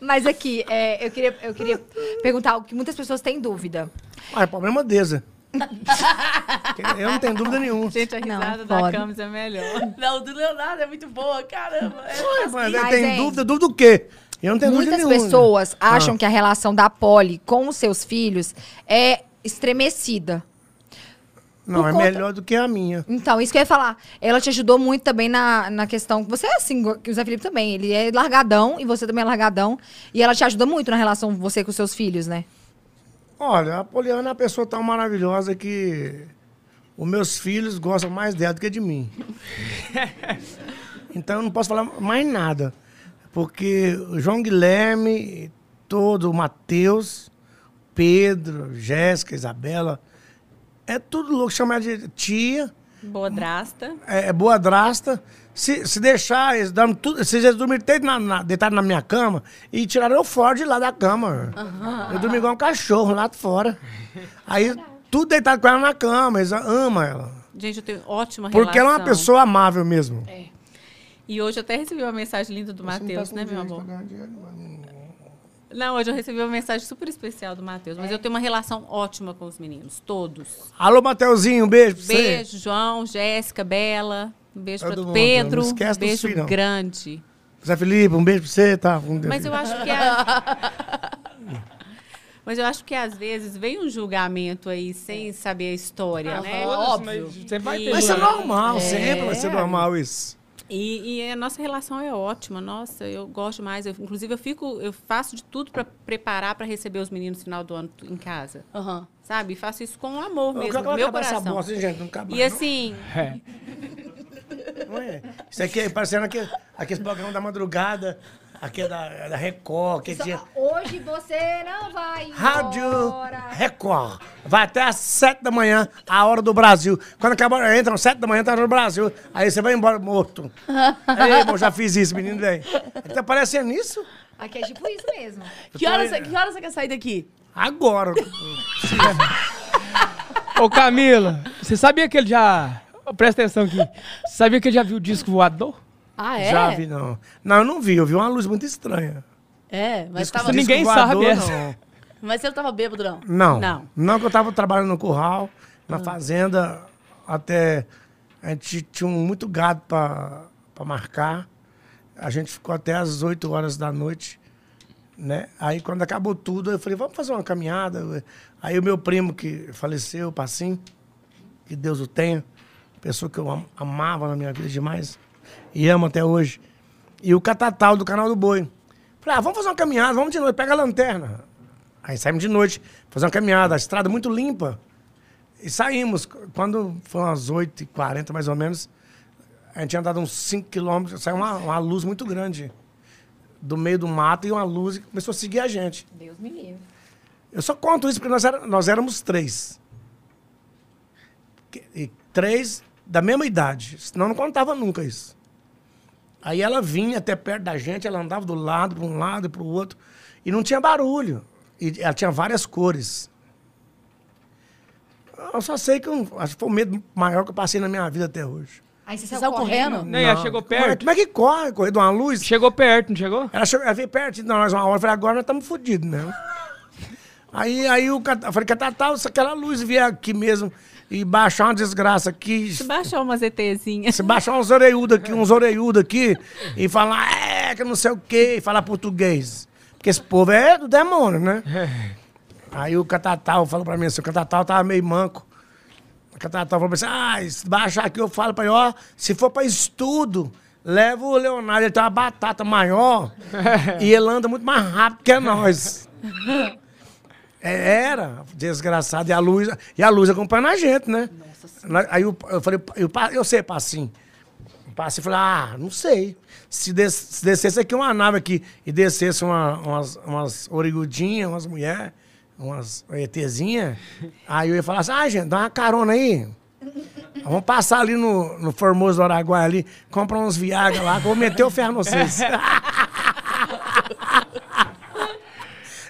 [SPEAKER 1] Mas aqui, é, eu, queria, eu queria perguntar o que muitas pessoas têm dúvida.
[SPEAKER 4] Ah, é problema desse. Eu não tenho dúvida nenhuma.
[SPEAKER 3] Gente, a
[SPEAKER 1] Não,
[SPEAKER 3] risada da
[SPEAKER 1] foda.
[SPEAKER 3] Camis é melhor.
[SPEAKER 2] Não, do Leonardo é muito boa, caramba. É
[SPEAKER 4] Ué, mas
[SPEAKER 1] Mas,
[SPEAKER 4] tem
[SPEAKER 1] hein,
[SPEAKER 4] dúvida, dúvida do quê? Eu não tenho dúvida
[SPEAKER 1] Muitas
[SPEAKER 4] nenhuma. Ah.
[SPEAKER 1] pessoas acham que a relação da Polly com os seus filhos é estremecida.
[SPEAKER 4] Não,
[SPEAKER 1] por
[SPEAKER 4] é
[SPEAKER 1] conta-
[SPEAKER 4] melhor do que a minha.
[SPEAKER 1] Então, isso que eu ia falar. Ela te ajudou muito também na, na questão. Você é assim, igual que o Zé Felipe também. Ele é largadão e você também é largadão. E ela te ajuda muito na relação você com os seus filhos, né?
[SPEAKER 4] Olha, a Poliana é uma pessoa tão maravilhosa que os meus filhos gostam mais dela do que de mim. então eu não posso falar mais nada. Porque o João Guilherme, todo o Matheus, Pedro, Jéssica, Isabela, é tudo louco chamar de tia.
[SPEAKER 3] Bodrasta.
[SPEAKER 4] é, é boa drasta. Se, se deixar, eles dormem tudo. Se eles dormirem deitados na, na, deitado na minha cama e tiraram eu fora de lá da cama. Eu dormi igual um cachorro lá de fora. Aí, tudo deitado com ela na cama, eles amam ela.
[SPEAKER 3] Gente, eu tenho ótima relação. É.
[SPEAKER 4] Porque ela é uma pessoa amável mesmo.
[SPEAKER 3] E hoje eu até recebi uma mensagem linda do
[SPEAKER 4] tá
[SPEAKER 3] Matheus, né, meu amor?
[SPEAKER 4] né?
[SPEAKER 3] Não, hoje eu recebi uma mensagem super especial do Matheus.
[SPEAKER 4] É.
[SPEAKER 3] Mas eu tenho uma relação ótima com os meninos, todos.
[SPEAKER 4] Alô, Mateuzinho, um beijo pra você.
[SPEAKER 3] Beijo, João, Jéssica, Bela. Um beijo
[SPEAKER 4] Todo
[SPEAKER 3] para
[SPEAKER 4] mundo.
[SPEAKER 3] Pedro.
[SPEAKER 4] Não esquece
[SPEAKER 3] Um
[SPEAKER 4] dos
[SPEAKER 3] beijo
[SPEAKER 4] filhos, não.
[SPEAKER 3] grande.
[SPEAKER 4] Zé Felipe, um beijo pra você, tá? Um
[SPEAKER 3] Mas eu acho que a- Mas eu acho que às vezes vem um julgamento aí sem saber a história,
[SPEAKER 4] Ah,
[SPEAKER 3] né?
[SPEAKER 5] Óbvio. Você vai ter
[SPEAKER 4] Mas isso é
[SPEAKER 5] uma-
[SPEAKER 4] normal, sempre vai ser normal isso.
[SPEAKER 3] E, e a nossa relação é ótima, nossa, eu gosto mais. Eu, inclusive, eu fico, eu faço de tudo para preparar para receber os meninos no final do ano em casa,
[SPEAKER 2] Aham.
[SPEAKER 3] sabe? Faço isso com amor
[SPEAKER 4] Eu
[SPEAKER 3] mesmo,
[SPEAKER 4] quero
[SPEAKER 3] do meu
[SPEAKER 4] acabar essa
[SPEAKER 3] coração.
[SPEAKER 4] bosta, hein, gente? Não acaba
[SPEAKER 3] E
[SPEAKER 4] não.
[SPEAKER 3] assim,
[SPEAKER 5] É.
[SPEAKER 4] Não é? Isso aqui é parecendo aquele, Aqueles programas da madrugada, aquele da, da Record, que
[SPEAKER 1] Só-
[SPEAKER 4] tinha.
[SPEAKER 1] Hoje você não vai embora.
[SPEAKER 4] Rádio Record. Vai até às 7 da manhã, a hora do Brasil. Quando acabar, entram 7 da manhã, tá no Brasil. Aí você vai embora morto. Ei, bom, já fiz isso, menino bem. Tá parecendo nisso?
[SPEAKER 1] Aqui é tipo isso mesmo.
[SPEAKER 2] Que horas, que horas você quer sair daqui?
[SPEAKER 4] Agora.
[SPEAKER 5] Ô Camila, você sabia que ele já. Ô, Presta atenção aqui. Você sabia que ele já viu o disco voador?
[SPEAKER 2] Ah, é?
[SPEAKER 4] Já vi, não. Não, eu não vi. Eu vi uma luz muito estranha.
[SPEAKER 2] É, mas,
[SPEAKER 5] Discussão
[SPEAKER 2] tava,
[SPEAKER 5] ninguém- sabe é. essa.
[SPEAKER 4] Não.
[SPEAKER 2] mas você não tava bêbado, não.
[SPEAKER 4] Não.
[SPEAKER 3] Não.
[SPEAKER 4] Não que eu tava trabalhando no curral, na fazenda, até. A gente tinha um- muito gado pra, pra marcar. A gente ficou até às 8 horas da noite, né? Aí quando acabou tudo, eu falei, vamos fazer uma caminhada. Aí o meu primo que faleceu, o Passim, que Deus o tenha, pessoa que eu am- amava na minha vida demais e amo até hoje. E o Catatal do Canal do Boi. Falei, ah, vamos fazer uma caminhada, vamos de noite, pega a lanterna. Aí saímos de noite, fazer uma caminhada, a estrada muito limpa. E saímos. Quando foram umas 8h40, mais ou menos, a gente tinha andado uns 5 quilômetros, saiu uma, uma luz muito grande do meio do mato e uma luz que começou a seguir a gente.
[SPEAKER 1] Deus me livre.
[SPEAKER 4] Eu só conto isso porque nós, era- nós éramos três. Que- E três da mesma idade. Senão eu não contava nunca isso. Aí ela vinha até perto da gente, ela andava do lado, para um lado e para o outro. E não tinha barulho. E ela tinha várias cores. Eu só sei que eu, acho que foi o medo maior que eu passei na minha vida até hoje.
[SPEAKER 1] Aí você,
[SPEAKER 2] Você
[SPEAKER 1] saiu
[SPEAKER 2] saiu
[SPEAKER 1] correndo?
[SPEAKER 2] correndo?
[SPEAKER 5] Né? Ela chegou
[SPEAKER 4] Como é-
[SPEAKER 5] perto.
[SPEAKER 4] Como é que corre? Correr de uma luz?
[SPEAKER 5] Chegou perto, não chegou?
[SPEAKER 4] Ela, chegou, ela veio perto de nós uma hora, eu falei, agora nós estamos fodidos, né? aí, aí o, Cat- eu falei, Catatal, se aquela luz vier aqui mesmo e baixar uma desgraça aqui,
[SPEAKER 3] Você baixou uma ZTzinha.
[SPEAKER 4] se baixar uns oreiudos aqui, uns oreiudos aqui, e falar, é, que não sei o quê, e falar português. Porque esse povo é do demônio, né? Aí o Catatal falou pra mim assim, o Catatal tava meio manco. O Catatal falou pra mim assim, ah, se baixar aqui eu falo pra ele, ó, se for pra estudo, leva o Leonardo, ele tem uma batata maior e ele anda muito mais rápido que nós. É, Era, desgraçado. E a luz, e a luz acompanhando a gente, né? Na- Aí eu, eu falei, eu, pa- eu sei, Passim. O Passim falou, ah, não sei. Se, des, se descesse aqui uma nave aqui e descesse uma- umas, umas origudinhas, umas mulheres, umas ETzinhas, aí eu ia falar assim, ah, gente, dá uma carona aí. Vamos passar ali no, no Formoso do Araguaia ali, comprar uns Viagra lá, que eu vou meter o ferro no vocês.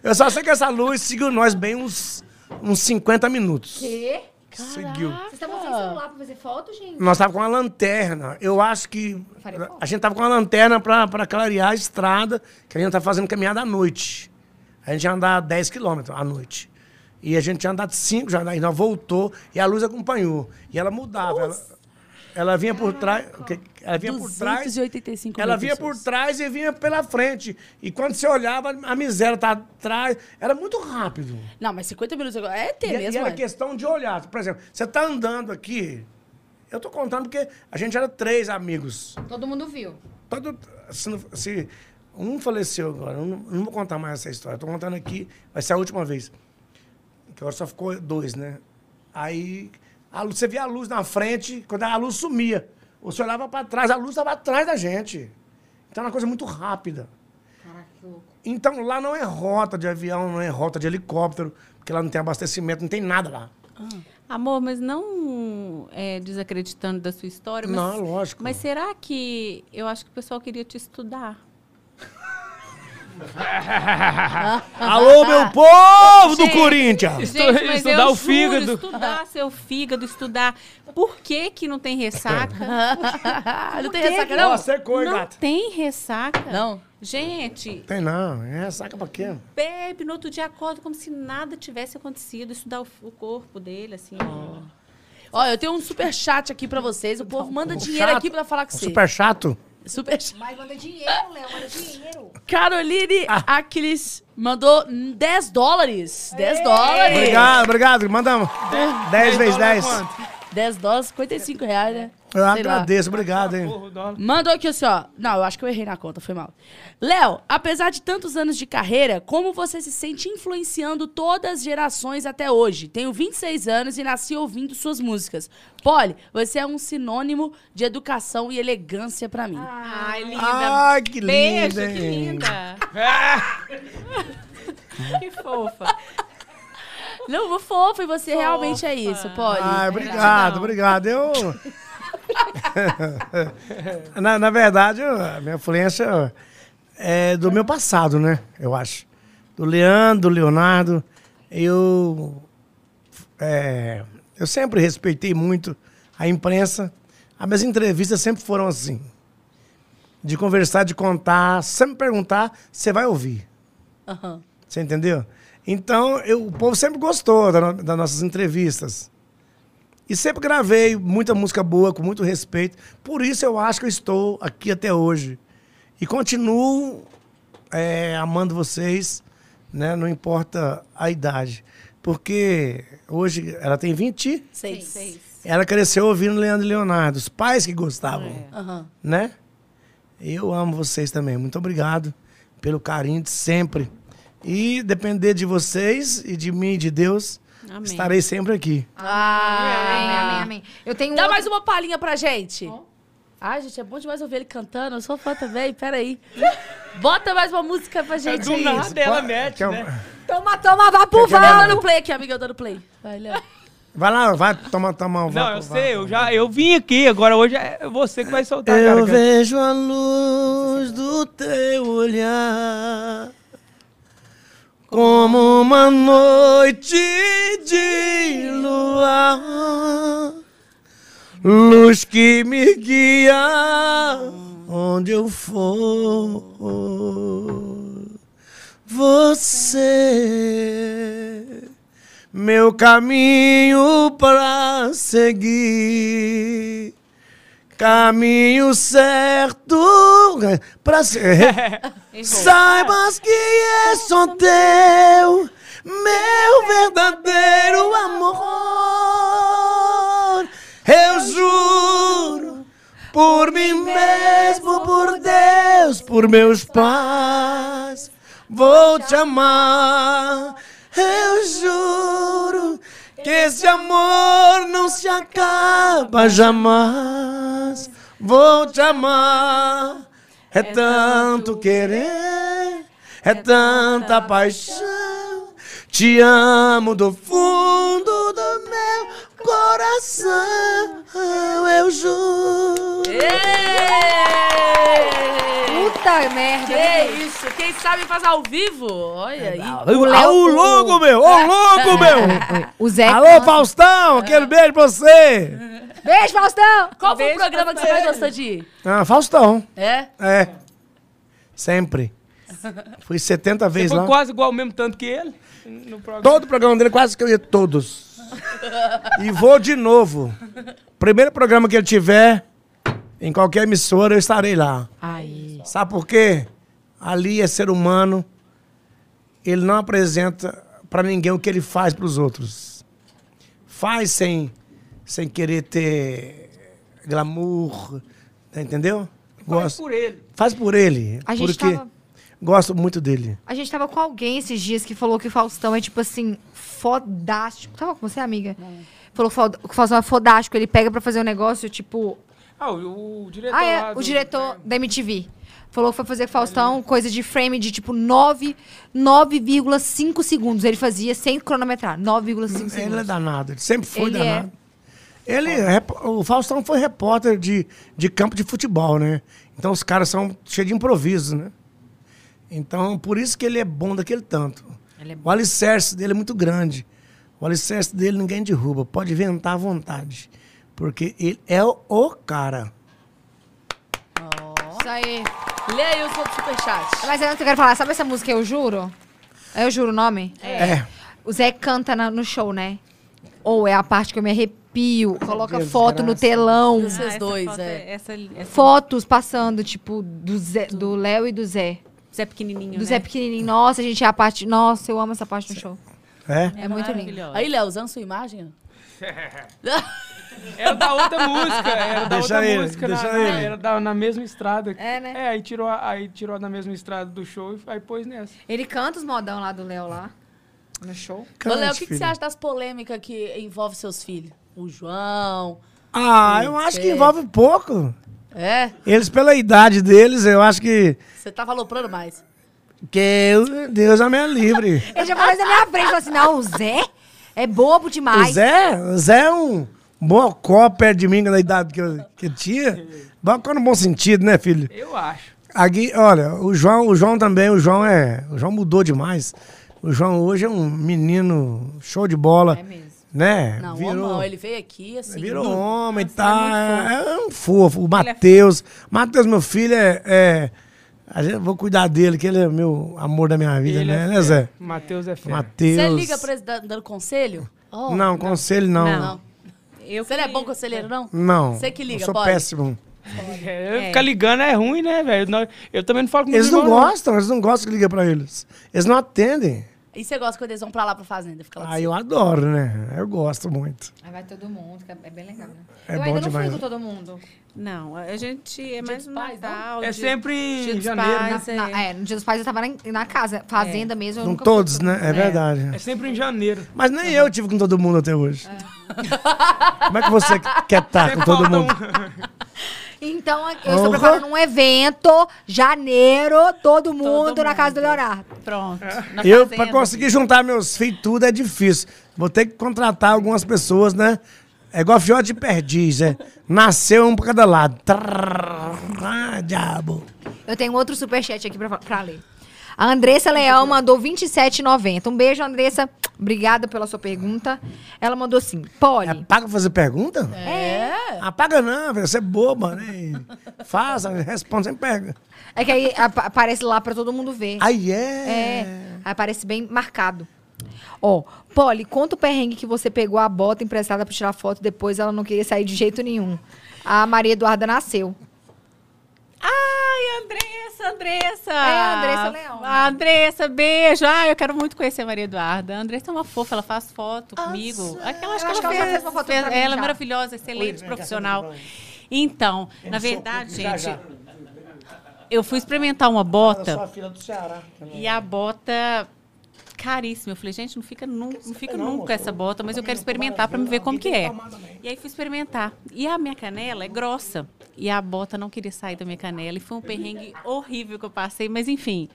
[SPEAKER 4] Eu só sei que essa luz seguiu nós bem uns, uns 50 minutos.
[SPEAKER 1] Quê?
[SPEAKER 4] Seguiu.
[SPEAKER 1] Vocês estavam sem celular pra fazer foto, gente?
[SPEAKER 4] Nós tava com uma lanterna. Eu acho que.
[SPEAKER 1] Farei
[SPEAKER 4] A gente tava com uma lanterna pra, pra clarear a estrada, que a gente tá fazendo caminhada à noite. A gente ia andar 10 quilômetros à noite. E a gente tinha andado 5 já, e nós voltou, e a luz acompanhou. E ela mudava. Ela, ela vinha por trás. o que- Ela vinha por trás.
[SPEAKER 2] 285
[SPEAKER 4] Ela
[SPEAKER 2] mil
[SPEAKER 4] vinha por
[SPEAKER 2] pessoas.
[SPEAKER 4] trás e vinha pela frente. E quando você olhava, a miséria tava atrás. Era muito rápido.
[SPEAKER 2] Não, mas 50 minutos agora. É
[SPEAKER 4] E-
[SPEAKER 2] ter
[SPEAKER 4] E,
[SPEAKER 2] mesmo,
[SPEAKER 4] era
[SPEAKER 2] é.
[SPEAKER 4] questão de olhar. Por exemplo, você tá andando aqui. Eu tô contando porque a gente era três amigos.
[SPEAKER 1] Todo mundo viu.
[SPEAKER 4] Todo, se, não- se- um faleceu agora, eu não, não vou contar mais essa história. Eu tô contando aqui, vai ser a última vez. Que agora só ficou dois, né? Aí a luz- você via a luz na frente, quando a luz sumia, você olhava para trás, a luz estava atrás da gente. Então era uma coisa muito rápida.
[SPEAKER 1] Caraca, que louco.
[SPEAKER 4] Então lá não é rota de avião, não é rota de helicóptero, porque lá não tem abastecimento, não tem nada lá.
[SPEAKER 3] Amor, mas não é, desacreditando da sua história. Mas,
[SPEAKER 4] Não, lógico.
[SPEAKER 3] Mas será que. Eu acho que o pessoal queria te estudar.
[SPEAKER 4] Alô, meu povo do
[SPEAKER 3] Gente,
[SPEAKER 4] Corinthians!
[SPEAKER 5] Estu-
[SPEAKER 3] Gente, mas
[SPEAKER 5] estudar
[SPEAKER 3] eu
[SPEAKER 5] o fígado.
[SPEAKER 3] Juro, estudar seu fígado, estudar. Por que que não tem ressaca?
[SPEAKER 2] Ah, não tem
[SPEAKER 3] Por que
[SPEAKER 2] ressaca,
[SPEAKER 3] que-
[SPEAKER 2] não?
[SPEAKER 4] Nossa, secou, hein,
[SPEAKER 3] não
[SPEAKER 4] gata?
[SPEAKER 3] tem ressaca.
[SPEAKER 2] Não.
[SPEAKER 3] Gente,
[SPEAKER 4] Tem não, é saca pra quê?
[SPEAKER 3] bebe, no outro dia acorda como se nada tivesse acontecido. Estudar o, o corpo dele, assim.
[SPEAKER 2] Oh. Ó, eu tenho um super chat aqui pra vocês. O povo manda dinheiro
[SPEAKER 4] chato. é
[SPEAKER 2] aqui pra falar com você.
[SPEAKER 4] Um Super chato.
[SPEAKER 2] Super chat.
[SPEAKER 1] Mas manda dinheiro, Léo, manda dinheiro.
[SPEAKER 2] Caroline Aquiles mandou hum, 10 dólares. 10 dólares.
[SPEAKER 4] Obrigado, obrigado. Manda 10 vezes
[SPEAKER 5] dólares
[SPEAKER 4] 10.
[SPEAKER 5] é Então, quanto?
[SPEAKER 2] 10 dólares, 55 reais, né? Sei
[SPEAKER 4] Eu
[SPEAKER 2] lá.
[SPEAKER 4] agradeço, obrigado, hein?
[SPEAKER 5] Porra, o dólar.
[SPEAKER 2] Mandou aqui assim, ó. Não, eu acho que eu errei na conta, foi mal. Léo, apesar de tantos anos de carreira, como você se sente influenciando todas as gerações até hoje? Tenho 26 anos e nasci ouvindo suas músicas. Polly, você é um sinônimo de educação e elegância pra mim.
[SPEAKER 3] Ah. Ai, linda.
[SPEAKER 4] Ai, que
[SPEAKER 3] Beijo,
[SPEAKER 4] Ah, linda,
[SPEAKER 3] que
[SPEAKER 4] hein?
[SPEAKER 3] linda. que fofa.
[SPEAKER 2] Não, fofo, e você realmente é isso, Polly.
[SPEAKER 4] Ah, obrigado, obrigado. Eu. na, na verdade, eu- a minha influência é do meu passado, né? Eu acho. Do Leandro, do Leonardo. Eu. é, eu sempre respeitei muito a imprensa. As minhas entrevistas sempre foram assim. De conversar, de contar, sempre perguntar, você vai ouvir.
[SPEAKER 2] Aham.
[SPEAKER 4] Você entendeu? Então, eu- o povo sempre gostou da no- das nossas entrevistas. E sempre gravei muita música boa, com muito respeito. Por isso eu acho que eu estou aqui até hoje. E continuo é, amando vocês, né? não importa a idade. Porque hoje ela tem 20,
[SPEAKER 2] Seis.
[SPEAKER 4] ela cresceu ouvindo Leandro e Leonardo, os pais que gostavam
[SPEAKER 2] Aham.
[SPEAKER 4] né? Eu amo vocês também. Muito obrigado pelo carinho de sempre. E depender de vocês e de mim e de Deus,
[SPEAKER 3] Amém.
[SPEAKER 4] estarei sempre aqui.
[SPEAKER 1] Amém, amém, amém. Eu tenho
[SPEAKER 2] Dá
[SPEAKER 1] outro-
[SPEAKER 2] mais uma palhinha pra gente. Ai, gente, é bom demais ouvir ele cantando. Eu sou fã também, peraí. Bota mais uma música pra
[SPEAKER 3] É
[SPEAKER 2] gente.
[SPEAKER 5] Do
[SPEAKER 2] aí.
[SPEAKER 5] nada ela
[SPEAKER 4] Pô,
[SPEAKER 5] mete,
[SPEAKER 4] quer um-
[SPEAKER 5] né?
[SPEAKER 1] Toma, toma, vá pro
[SPEAKER 4] Quer que
[SPEAKER 1] vá.
[SPEAKER 4] eu
[SPEAKER 2] Tá dando play aqui, amiga, eu dando play. Vai, Léo.
[SPEAKER 4] Vai lá, vai tomar, tomar um
[SPEAKER 5] Não, eu sei, eu já eu vim aqui, agora hoje é você que vai soltar a cara.
[SPEAKER 4] Eu
[SPEAKER 5] que eu-
[SPEAKER 4] vejo a luz do teu olhar como uma noite de luar, luz que me guia onde eu for. Você, meu caminho pra seguir. Caminho certo pra ser. Saibas que é só teu, meu verdadeiro amor. Eu juro por mim mesmo, por Deus, por meus pais, vou te amar. Eu juro que esse amor não se acaba jamais. Vou te amar. É tanto querer, é tanta paixão. Te amo do fundo do meu coração. Eu juro.
[SPEAKER 1] Puta merda.
[SPEAKER 2] Que isso? Quem sabe faz ao vivo? Olha aí.
[SPEAKER 4] O
[SPEAKER 1] Léo-
[SPEAKER 4] Ô, louco, meu! Ô, louco, meu!
[SPEAKER 1] O Zé.
[SPEAKER 4] Alô, Faustão! Aquele beijo pra você!
[SPEAKER 1] Beijo, Faustão.
[SPEAKER 2] Qual foi o
[SPEAKER 3] Beijo
[SPEAKER 2] programa que
[SPEAKER 3] pra Ah,
[SPEAKER 2] você mais
[SPEAKER 3] você.
[SPEAKER 2] gostou de ir?
[SPEAKER 4] Ah, Faustão.
[SPEAKER 2] É?
[SPEAKER 4] É. Sempre. Fui 70
[SPEAKER 5] Você
[SPEAKER 4] vezes
[SPEAKER 5] foi
[SPEAKER 4] lá.
[SPEAKER 5] quase igual o mesmo tanto que ele no programa.
[SPEAKER 4] Todo o programa dele, quase que eu ia todos. e vou de novo. Primeiro programa que ele tiver, em qualquer emissora, eu estarei lá.
[SPEAKER 1] Aí.
[SPEAKER 4] Sabe por quê? Ali é ser humano. Ele não apresenta pra ninguém o que ele faz pros outros. Faz sem, sem querer ter glamour, tá entendeu?
[SPEAKER 5] Faz
[SPEAKER 4] Gosto.
[SPEAKER 5] por ele.
[SPEAKER 4] Faz por ele,
[SPEAKER 1] A gente
[SPEAKER 4] porque
[SPEAKER 1] tava-
[SPEAKER 4] gosto muito dele.
[SPEAKER 1] A gente tava com alguém esses dias que falou que o Faustão é, tipo assim, fodástico. Tava com você, amiga? Falou fo- que o Faustão é fodástico. Ele pega pra fazer um negócio, tipo...
[SPEAKER 5] Ah, o, o diretor
[SPEAKER 1] Ah,
[SPEAKER 5] lá
[SPEAKER 1] é,
[SPEAKER 5] do-
[SPEAKER 1] o diretor da MTV. Falou que foi fazer com o Faustão coisa de frame de, tipo, nove- 9,5 segundos. Ele fazia sem cronometrar. 9,5
[SPEAKER 4] Ele é
[SPEAKER 1] segundos.
[SPEAKER 4] danado, ele sempre foi
[SPEAKER 1] Ele é.
[SPEAKER 4] danado. Ele é rep- o Faustão foi repórter de, de campo de futebol, né? Então os caras são cheios de improviso, né? Então, por isso que ele é bom daquele tanto. O alicerce dele é muito grande. O alicerce dele ninguém derruba, pode inventar à vontade. Porque ele é o- o cara.
[SPEAKER 1] Isso aí.
[SPEAKER 2] Lê aí os outros superchats.
[SPEAKER 3] Ah,
[SPEAKER 1] Mas antes eu quero falar, sabe essa música Eu Juro? É Eu Juro o nome?
[SPEAKER 4] É.
[SPEAKER 1] O Zé canta na- no show, né? Ou é a parte que eu me arrepio. Coloca foto no telão.
[SPEAKER 2] Vocês
[SPEAKER 3] essa
[SPEAKER 2] dois,
[SPEAKER 3] foto
[SPEAKER 2] é.
[SPEAKER 3] Essa, essa-
[SPEAKER 1] Fotos passando, tipo, do Zé- do Léo e do Zé.
[SPEAKER 3] Zé pequenininho,
[SPEAKER 1] Do
[SPEAKER 3] né?
[SPEAKER 1] Zé pequenininho. Nossa, gente, é a parte... Nossa, eu amo essa parte no show.
[SPEAKER 4] É.
[SPEAKER 1] É muito lindo.
[SPEAKER 3] Maravilhosa.
[SPEAKER 2] Aí, Léo, usando sua imagem. ó.
[SPEAKER 5] Era da outra música. Era da
[SPEAKER 4] Deixa
[SPEAKER 5] outra
[SPEAKER 4] ele,
[SPEAKER 5] música.
[SPEAKER 4] deixa
[SPEAKER 5] na, na-
[SPEAKER 4] ele.
[SPEAKER 5] era da- na mesma estrada.
[SPEAKER 1] É, né?
[SPEAKER 5] É, aí tirou, a- aí tirou na mesma estrada do show e aí pôs nessa.
[SPEAKER 1] Ele canta os modão lá do Léo lá. No show.
[SPEAKER 2] Ô, Léo, o que, que
[SPEAKER 4] filho.
[SPEAKER 2] você acha das polêmicas que envolve seus filhos? O João.
[SPEAKER 4] Ah, eu acho que envolve pouco.
[SPEAKER 2] É?
[SPEAKER 4] Eles, pela idade deles, eu acho que.
[SPEAKER 2] Você tava aloprando mais.
[SPEAKER 4] Que eu- Deus a minha livre.
[SPEAKER 1] Ele já falou isso na minha frente, falou assim, não, o Zé é bobo
[SPEAKER 4] O
[SPEAKER 1] demais.
[SPEAKER 4] Zé, o Zé é um bocó perto de mim, na idade que eu, que eu tinha. Bocó no bom sentido, né, filho?
[SPEAKER 5] Eu acho.
[SPEAKER 4] Aqui, olha, o João, o João também, o João é. O João mudou demais. O João hoje é um menino show de bola.
[SPEAKER 1] É mesmo.
[SPEAKER 4] Né?
[SPEAKER 2] Não, o
[SPEAKER 4] virou,
[SPEAKER 2] Amão, ele veio aqui assim.
[SPEAKER 4] virou
[SPEAKER 2] hum,
[SPEAKER 4] homem e
[SPEAKER 3] Nossa,
[SPEAKER 4] tal.
[SPEAKER 3] ele
[SPEAKER 4] É um fofo. O Matheus. Matheus, meu filho, é. é- a gente- eu vou cuidar dele, que ele é meu amor da minha vida, né, né, Zé?
[SPEAKER 5] O Matheus é fera.
[SPEAKER 4] Matheus.
[SPEAKER 2] Você liga pra eles dando, dando conselho? Oh,
[SPEAKER 4] Não, conselho não. Não.
[SPEAKER 2] Não.
[SPEAKER 3] Eu
[SPEAKER 2] Você não é
[SPEAKER 3] que-
[SPEAKER 2] bom conselheiro, não?
[SPEAKER 4] Hum.
[SPEAKER 2] Você que liga,
[SPEAKER 4] Eu sou
[SPEAKER 2] bora.
[SPEAKER 4] péssimo.
[SPEAKER 5] É,
[SPEAKER 3] É.
[SPEAKER 5] Ficar ligando é ruim, né, velho? Não- Eu também não falo com meus
[SPEAKER 4] Eles não
[SPEAKER 5] irmãos,
[SPEAKER 4] gostam, eles não gostam que liga pra eles. Eles não atendem.
[SPEAKER 2] E você gosta quando eles vão pra lá pra fazenda? Fica lá
[SPEAKER 4] Ah, eu adoro, né? Eu gosto muito.
[SPEAKER 1] Aí vai todo mundo, que é é bem legal, né?
[SPEAKER 4] É
[SPEAKER 1] eu
[SPEAKER 4] bom
[SPEAKER 1] ainda não
[SPEAKER 4] demais,
[SPEAKER 1] fui
[SPEAKER 4] né?
[SPEAKER 1] com todo mundo.
[SPEAKER 3] Não, a gente é mais um
[SPEAKER 2] dos Pais, não?
[SPEAKER 3] Natal.
[SPEAKER 5] É
[SPEAKER 3] dia-
[SPEAKER 5] sempre
[SPEAKER 3] Dia
[SPEAKER 5] em
[SPEAKER 3] dos
[SPEAKER 5] janeiro, né?
[SPEAKER 3] Pais, é.
[SPEAKER 1] Na- é, no dia dos pais eu tava na, na casa, fazenda mesmo. eu
[SPEAKER 4] Com
[SPEAKER 1] nunca fui
[SPEAKER 4] todos,
[SPEAKER 1] com
[SPEAKER 4] né? É
[SPEAKER 1] mundo.
[SPEAKER 4] verdade.
[SPEAKER 5] É sempre em janeiro.
[SPEAKER 4] Mas nem eu tive com todo mundo até hoje. Como é que você quer estar com todo
[SPEAKER 5] Falta
[SPEAKER 4] mundo?
[SPEAKER 5] um.
[SPEAKER 1] Então, eu
[SPEAKER 4] Porra.
[SPEAKER 1] estou preparando um evento, janeiro, todo mundo, na
[SPEAKER 3] mundo.
[SPEAKER 1] casa do Leonardo.
[SPEAKER 3] é, Pronto. na né?
[SPEAKER 4] Eu,
[SPEAKER 3] fazenda.
[SPEAKER 4] pra conseguir juntar meus filhos tudo, é difícil. Vou ter que contratar algumas pessoas, né? É igual fiote de perdiz, é. Nasceu um pra cada lado. Trrr, ah, diabo.
[SPEAKER 1] Eu tenho outro superchat aqui pra, pra ler. A Andressa Leão mandou 27,90. Um beijo, Andressa. Obrigada pela sua pergunta. Ela mandou assim,
[SPEAKER 4] É
[SPEAKER 1] Polly,
[SPEAKER 4] paga pra fazer pergunta?
[SPEAKER 2] É.
[SPEAKER 4] Apaga não, velho. Você é boba, né? Faz, responde, sempre pega.
[SPEAKER 1] é que aí apa- aparece lá pra todo mundo ver.
[SPEAKER 4] Aí
[SPEAKER 1] É,
[SPEAKER 4] Ah, é.
[SPEAKER 1] aí aparece bem marcado. Ó, Polly, conta o perrengue que você pegou a bota emprestada pra tirar foto, depois ela não queria sair de jeito nenhum. A Maria Eduarda nasceu.
[SPEAKER 3] Ai, Andressa, Andressa. É,
[SPEAKER 1] a Andressa Leão.
[SPEAKER 3] A Andressa, beijo. Ah, eu quero muito conhecer a Maria Eduarda. A Andressa é uma fofa, ela faz foto comigo. Aquela, acho
[SPEAKER 1] eu
[SPEAKER 3] que
[SPEAKER 1] acho
[SPEAKER 3] ela,
[SPEAKER 1] que ela
[SPEAKER 3] fez,
[SPEAKER 1] fez uma foto
[SPEAKER 3] fez-
[SPEAKER 1] pra mim
[SPEAKER 3] Ela é
[SPEAKER 1] já.
[SPEAKER 3] maravilhosa, excelente
[SPEAKER 4] vem cá, um
[SPEAKER 3] profissional.
[SPEAKER 4] senta no
[SPEAKER 3] Então, na
[SPEAKER 4] sou
[SPEAKER 3] verdade,
[SPEAKER 4] público, já,
[SPEAKER 3] gente, então.
[SPEAKER 4] já.
[SPEAKER 3] eu fui experimentar uma bota.
[SPEAKER 4] filha do Ceará.
[SPEAKER 3] E a bota caríssima. Eu falei, gente, não fica, nu não fica
[SPEAKER 4] não,
[SPEAKER 3] nunca
[SPEAKER 4] moço.
[SPEAKER 3] essa bota, mas eu quero experimentar para me ver como que é. E aí fui experimentar. E a minha canela é grossa. E a bota não queria sair da minha canela. E foi um perrengue horrível que eu passei, mas enfim.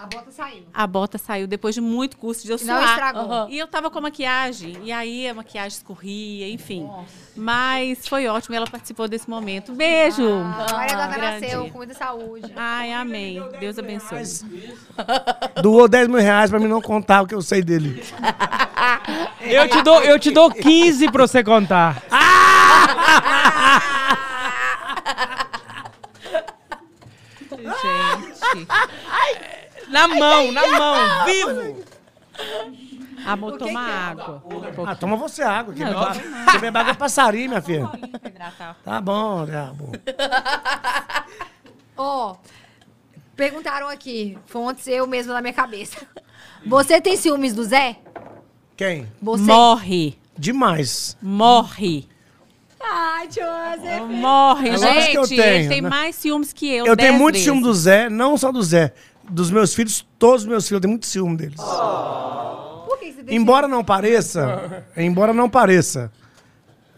[SPEAKER 1] A bota saiu.
[SPEAKER 3] A bota saiu depois de muito custo de eu
[SPEAKER 1] E não
[SPEAKER 3] suar.
[SPEAKER 1] estragou.
[SPEAKER 3] Aham. E eu tava com a maquiagem. E aí a maquiagem escorria, enfim. Mas foi ótimo. Ela participou desse momento. Beijo!
[SPEAKER 1] Ah, A Maria Eduarda
[SPEAKER 3] Ah, Grande.
[SPEAKER 1] nasceu, com muita saúde.
[SPEAKER 3] Ai, amém. Deus abençoe.
[SPEAKER 4] Doou 10 mil reais pra mim não contar o que eu sei dele.
[SPEAKER 5] Eu te dou, eu te dou 15 pra você contar.
[SPEAKER 3] Gente.
[SPEAKER 5] Na mão, na mão, vivo.
[SPEAKER 3] Amor, toma Ah, água. Um pouco.
[SPEAKER 4] Ah, toma você água. Que
[SPEAKER 3] Não,
[SPEAKER 4] beba
[SPEAKER 3] eu
[SPEAKER 4] água que beba água é passarinho, minha filha.
[SPEAKER 3] pra hidratar.
[SPEAKER 4] Tá bom, diabo.
[SPEAKER 1] Ó, perguntaram aqui, fontes eu mesma na minha cabeça. Você tem ciúmes do Zé?
[SPEAKER 4] Quem?
[SPEAKER 1] Você.
[SPEAKER 3] Morre.
[SPEAKER 4] Demais.
[SPEAKER 3] Morre.
[SPEAKER 1] Ai, tio, Zé.
[SPEAKER 3] Morre,
[SPEAKER 4] É lógico
[SPEAKER 3] gente.
[SPEAKER 4] que eu
[SPEAKER 3] ele
[SPEAKER 4] tenho,
[SPEAKER 3] tem
[SPEAKER 4] né?
[SPEAKER 3] mais ciúmes que eu.
[SPEAKER 1] Então
[SPEAKER 4] Eu tenho
[SPEAKER 3] dez
[SPEAKER 4] muito
[SPEAKER 3] vezes.
[SPEAKER 4] ciúme do Zé, não só do Zé. Dos meus filhos, todos os meus filhos, eu tenho muito ciúme deles.
[SPEAKER 1] Por que você tem
[SPEAKER 4] Embora não pareça, embora não pareça,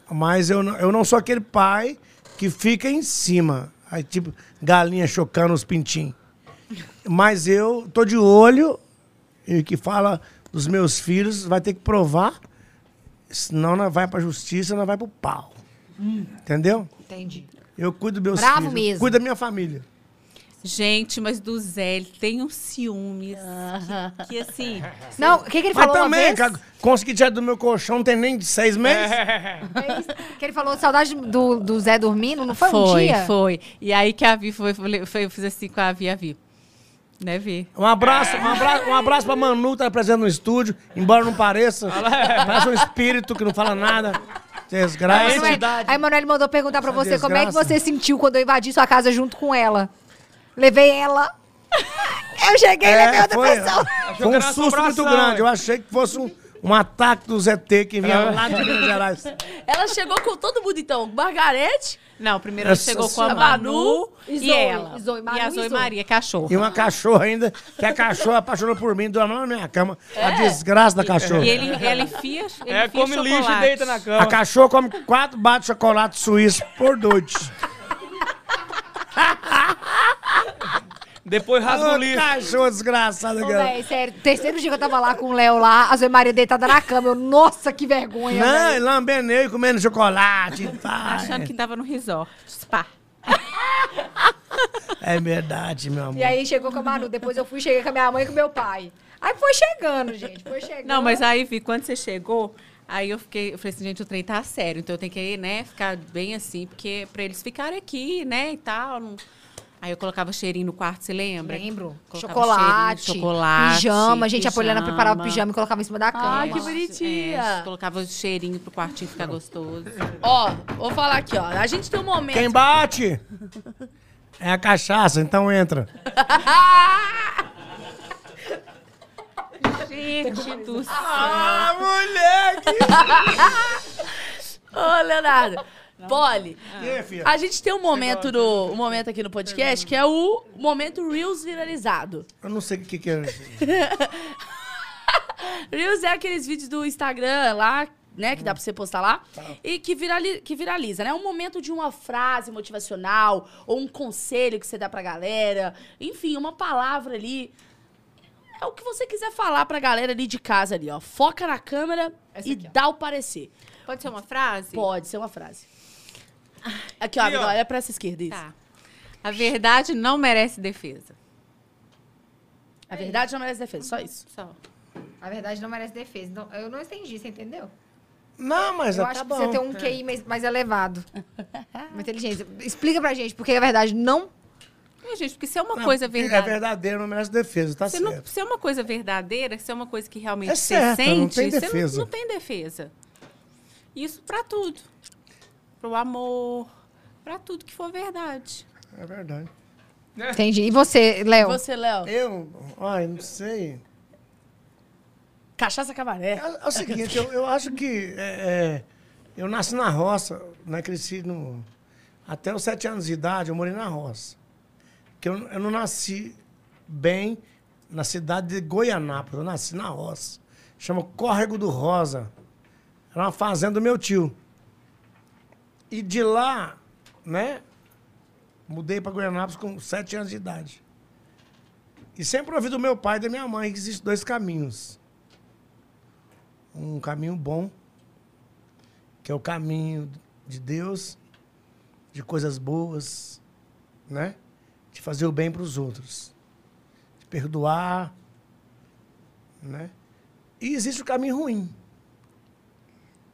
[SPEAKER 4] mas eu não, eu não sou aquele pai que fica em cima. Aí, tipo, galinha chocando os pintinhos. Mas eu tô de olho e que fala dos meus filhos, vai ter que provar, senão não vai pra justiça, não vai pro pau. Entendeu?
[SPEAKER 1] Entendi.
[SPEAKER 4] Eu cuido dos meus
[SPEAKER 1] Hum. Bravo
[SPEAKER 4] filhos.
[SPEAKER 1] mesmo.
[SPEAKER 4] Cuido da minha família.
[SPEAKER 3] Gente, mas do Zé, ele tem uns ciúmes. que, que assim.
[SPEAKER 1] Não, o que, que ele
[SPEAKER 4] Mas
[SPEAKER 1] falou uma
[SPEAKER 4] também,
[SPEAKER 1] vez? É.
[SPEAKER 4] cara, consegui tirar do meu colchão, não tem nem de seis meses.
[SPEAKER 1] Que ele falou saudade do, do Zé dormindo, não foi, um
[SPEAKER 3] foi,
[SPEAKER 1] dia?
[SPEAKER 3] foi. E aí que a Vi foi, foi, foi- eu fiz assim com a Vi, a Vi. Né, Vi?
[SPEAKER 4] Um abraço, um abraço, um abraço pra Manu, que tá presente no estúdio, embora não pareça. Parece um espírito que não fala nada.
[SPEAKER 1] Aí,
[SPEAKER 4] Desgraça.
[SPEAKER 1] Manoel, aí Manoel mandou perguntar pra
[SPEAKER 4] Essa
[SPEAKER 1] você como é que
[SPEAKER 4] desgraça.
[SPEAKER 1] você sentiu quando eu invadi sua casa junto com ela. Levei ela. Eu cheguei e levei outra
[SPEAKER 4] foi,
[SPEAKER 1] pessoa.
[SPEAKER 4] foi um
[SPEAKER 5] era
[SPEAKER 4] susto muito
[SPEAKER 5] assombração,
[SPEAKER 4] grande.
[SPEAKER 5] hein?
[SPEAKER 4] Eu achei que fosse um, Um ataque do ZT que vinha lá de Minas Gerais.
[SPEAKER 2] Ela chegou com todo mundo, então. Margarete.
[SPEAKER 3] Não, primeiro ela
[SPEAKER 4] Nossa
[SPEAKER 3] chegou com a
[SPEAKER 4] Senhora.
[SPEAKER 3] Manu,
[SPEAKER 1] E
[SPEAKER 3] e,
[SPEAKER 1] Zoe,
[SPEAKER 3] ela.
[SPEAKER 1] e Zoe, Manu
[SPEAKER 3] e a
[SPEAKER 1] e
[SPEAKER 3] Zoe
[SPEAKER 1] Zoe.
[SPEAKER 3] Maria, cachorro.
[SPEAKER 4] E uma cachorra ainda, que a cachorra apaixonou por mim, dorme na minha cama.
[SPEAKER 1] É.
[SPEAKER 4] A desgraça da cachorra.
[SPEAKER 3] E ele, ela enfia, ele
[SPEAKER 5] É,
[SPEAKER 3] enfia
[SPEAKER 5] come lixo e
[SPEAKER 3] chocolate.
[SPEAKER 5] deita na
[SPEAKER 4] A
[SPEAKER 5] cama.
[SPEAKER 4] cachorra come quatro bates de chocolate suíço por noite.
[SPEAKER 5] Depois rasga o
[SPEAKER 4] Ô,
[SPEAKER 5] lixo.
[SPEAKER 4] cachorra desgraçada,
[SPEAKER 1] Ô,
[SPEAKER 4] cara.
[SPEAKER 1] véi, sério, terceiro dia que eu tava lá com o Léo lá, a Zoe Maria deitada na cama. Eu, nossa, que vergonha.
[SPEAKER 4] Não,
[SPEAKER 1] véi.
[SPEAKER 4] e lambendo eu e comendo chocolate. e pá.
[SPEAKER 3] Achando que tava no resort. Spa.
[SPEAKER 4] É verdade, meu amor.
[SPEAKER 1] E aí chegou com a Manu. Depois eu fui, cheguei com a minha mãe e com meu pai. Aí foi chegando, gente. Foi chegando.
[SPEAKER 3] Não, mas aí, Vi, quando você chegou, aí eu fiquei, eu falei assim, gente, o trem tá sério, então eu tenho que, né, ficar bem assim, porque pra eles ficarem aqui, né, e tal. não- Aí eu colocava cheirinho no quarto, você lembra?
[SPEAKER 1] Lembro.
[SPEAKER 3] Colocava
[SPEAKER 1] Chocolate,
[SPEAKER 3] cheirinho, chocolate.
[SPEAKER 1] Pijama. Gente, a Poliana
[SPEAKER 3] pijama.
[SPEAKER 1] preparava o pijama e colocava em cima da cama.
[SPEAKER 2] Ai, que bonitinha.
[SPEAKER 3] É, colocava cheirinho pro quartinho ficar gostoso.
[SPEAKER 2] Ó, vou falar aqui, ó. A gente tem um momento.
[SPEAKER 4] Quem bate é a cachaça, então entra.
[SPEAKER 3] Gente do céu.
[SPEAKER 4] Ah, moleque!
[SPEAKER 2] Ô, Leonardo. Poli,
[SPEAKER 4] E, filha?
[SPEAKER 2] a gente tem um momento, do, um momento aqui no podcast que é o momento Reels viralizado.
[SPEAKER 4] Eu não sei o que, que é.
[SPEAKER 2] Reels é aqueles vídeos do Instagram lá, né? Que dá pra você postar lá.
[SPEAKER 5] Tá.
[SPEAKER 2] E que, virali- que viraliza, né? Um momento de uma frase motivacional, ou um conselho que você dá pra galera. Enfim, uma palavra ali. É o que você quiser falar pra galera ali de casa ali, ó. Foca na câmera
[SPEAKER 1] Essa
[SPEAKER 2] e
[SPEAKER 1] aqui, ó.
[SPEAKER 2] dá o parecer.
[SPEAKER 3] Pode ser uma frase?
[SPEAKER 2] Pode ser uma frase. Aqui, ó,
[SPEAKER 5] Aqui,
[SPEAKER 2] amigo,
[SPEAKER 5] ó.
[SPEAKER 2] olha pra essa esquerda. Isso.
[SPEAKER 3] Tá. A verdade não merece defesa.
[SPEAKER 2] A verdade não merece defesa, só isso.
[SPEAKER 3] Só.
[SPEAKER 1] A verdade não merece defesa. Não, eu não entendi, você entendeu?
[SPEAKER 4] Não, mas
[SPEAKER 1] Eu
[SPEAKER 4] tá
[SPEAKER 1] acho que
[SPEAKER 4] bom.
[SPEAKER 1] você tem um QI mais, mais elevado. Uma inteligência. Explica pra gente, porque a verdade não.
[SPEAKER 3] É, gente, porque se é uma
[SPEAKER 4] Não,
[SPEAKER 3] coisa
[SPEAKER 4] porque
[SPEAKER 3] verdadeira.
[SPEAKER 4] É verdadeiro, não merece defesa, tá
[SPEAKER 3] Se,
[SPEAKER 4] certo.
[SPEAKER 3] não, se é uma coisa verdadeira, se é uma coisa que realmente
[SPEAKER 4] É
[SPEAKER 3] você
[SPEAKER 4] certo,
[SPEAKER 3] sente,
[SPEAKER 4] não tem
[SPEAKER 3] você
[SPEAKER 4] defesa.
[SPEAKER 3] Não, não tem defesa. Isso pra tudo. Pro amor, pra tudo que for verdade.
[SPEAKER 4] É verdade.
[SPEAKER 1] Entendi. E você, Léo?
[SPEAKER 2] É. Você, Léo,
[SPEAKER 4] Eu, ai, não sei.
[SPEAKER 2] cachaça
[SPEAKER 4] É,
[SPEAKER 2] cabaré.
[SPEAKER 4] é o seguinte, eu, eu acho que é, é, eu nasci na roça, né? Cresci no. Até os sete anos de idade, eu morei na roça. Que eu, eu não nasci bem na cidade de Goianápolis, eu nasci na roça. Chama Córrego do Rosa. Era uma fazenda do meu tio. E de lá, né? Mudei para Goianápolis com sete anos de idade. E sempre ouvi do meu pai e da minha mãe que existem dois caminhos um caminho bom, que é o caminho de Deus, de coisas boas, né? De fazer o bem para os outros, de perdoar, né? E existe o caminho ruim,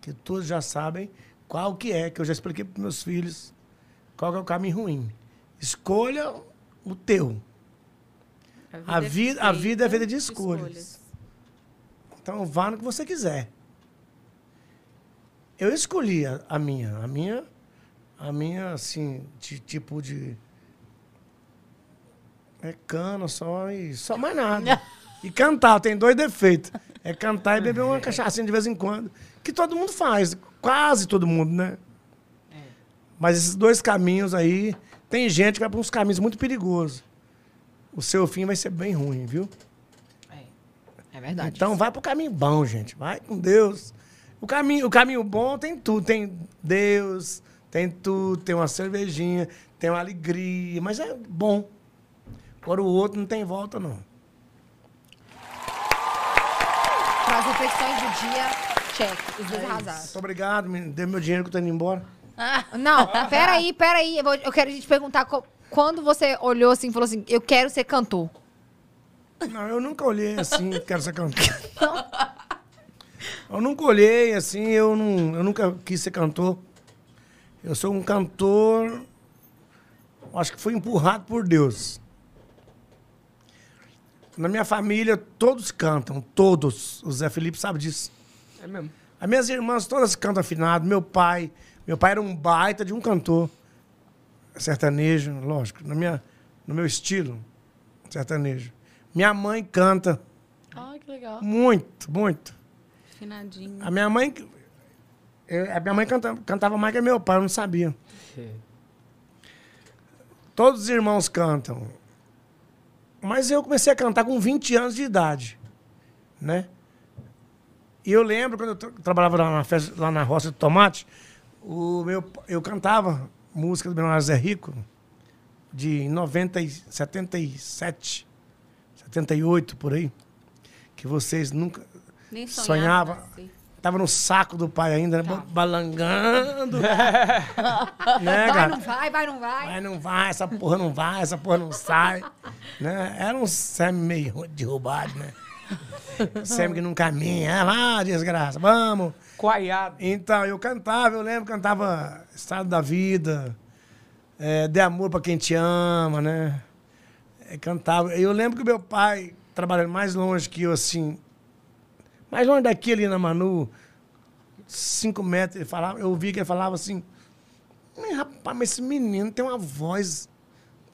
[SPEAKER 4] que todos já sabem qual que é, que eu já expliquei para meus filhos, qual que é o caminho ruim. Escolha o teu. A vida- a vida é feita de escolhas. Então vá no que você quiser. Eu escolhi a, a minha. A minha, a minha, assim, de tipo de. É cana só e só mais nada. E cantar, tem dois defeitos. É cantar e beber uma cachaçinha de vez em quando. Que todo mundo faz, quase todo mundo, né? Mas esses dois caminhos aí, tem gente que vai para uns caminhos muito perigosos. O seu fim vai ser bem ruim, viu?
[SPEAKER 1] É verdade.
[SPEAKER 4] Então vai pro caminho bom, gente. Vai com Deus. O caminho, o caminho bom tem tudo. Tem Deus, tem tudo, tem uma cervejinha, tem uma alegria, mas é bom. Agora o outro não tem volta, não.
[SPEAKER 1] Para as reflexões do dia, check. Os dois arrasaram.
[SPEAKER 4] Muito obrigado, menino. Deu meu dinheiro que eu tô indo embora.
[SPEAKER 1] Não, peraí, peraí. Eu, vou- eu quero te perguntar co- quando você olhou assim e falou assim: eu quero ser cantor.
[SPEAKER 4] Não, eu nunca olhei assim, quero ser cantor. Eu nunca olhei assim, eu, não, eu nunca quis ser cantor. Eu sou um cantor, acho que fui empurrado por Deus. Na minha família, todos cantam, todos. O Zé Felipe sabe disso.
[SPEAKER 5] É mesmo.
[SPEAKER 4] As minhas irmãs todas cantam afinado. Meu pai, meu pai era um baita de um cantor sertanejo, lógico, na minha, no meu estilo sertanejo. Minha mãe canta
[SPEAKER 2] Ai, que legal.
[SPEAKER 4] muito, muito.
[SPEAKER 3] Afinadinho.
[SPEAKER 4] A minha mãe. eu- a minha mãe canta- cantava mais que meu pai, eu não sabia. Todos os irmãos cantam. Mas eu comecei a cantar com 20 anos de idade, né? E eu lembro, quando eu tra- trabalhava lá na, festa, lá na roça de tomate, o meu, pa- eu cantava música do Milionário Zé Rico, de 90, e 77, 78, por aí, que vocês nunca...
[SPEAKER 3] Nem assim.
[SPEAKER 4] sonhava. Tava no saco do pai ainda,
[SPEAKER 1] Tá.
[SPEAKER 4] né? balangando. né,
[SPEAKER 1] Vai,
[SPEAKER 4] cara?
[SPEAKER 1] não vai, vai, não vai.
[SPEAKER 4] Vai, não vai, essa porra não vai, essa porra não sai. né? Era um semi meio derrubado, né? Semi que não caminha. Ah, lá, desgraça, vamos.
[SPEAKER 5] Coaiado.
[SPEAKER 4] Então, eu cantava, eu lembro, cantava Estado da Vida, é, Dê Amor pra Quem Te Ama, né? É, cantava. Eu lembro que meu pai, trabalhando mais longe que eu, assim, mais longe daqui ali na Manu, cinco metros, ele falava, eu ouvia que ele falava assim, "Mas, rapaz, mas esse menino tem uma voz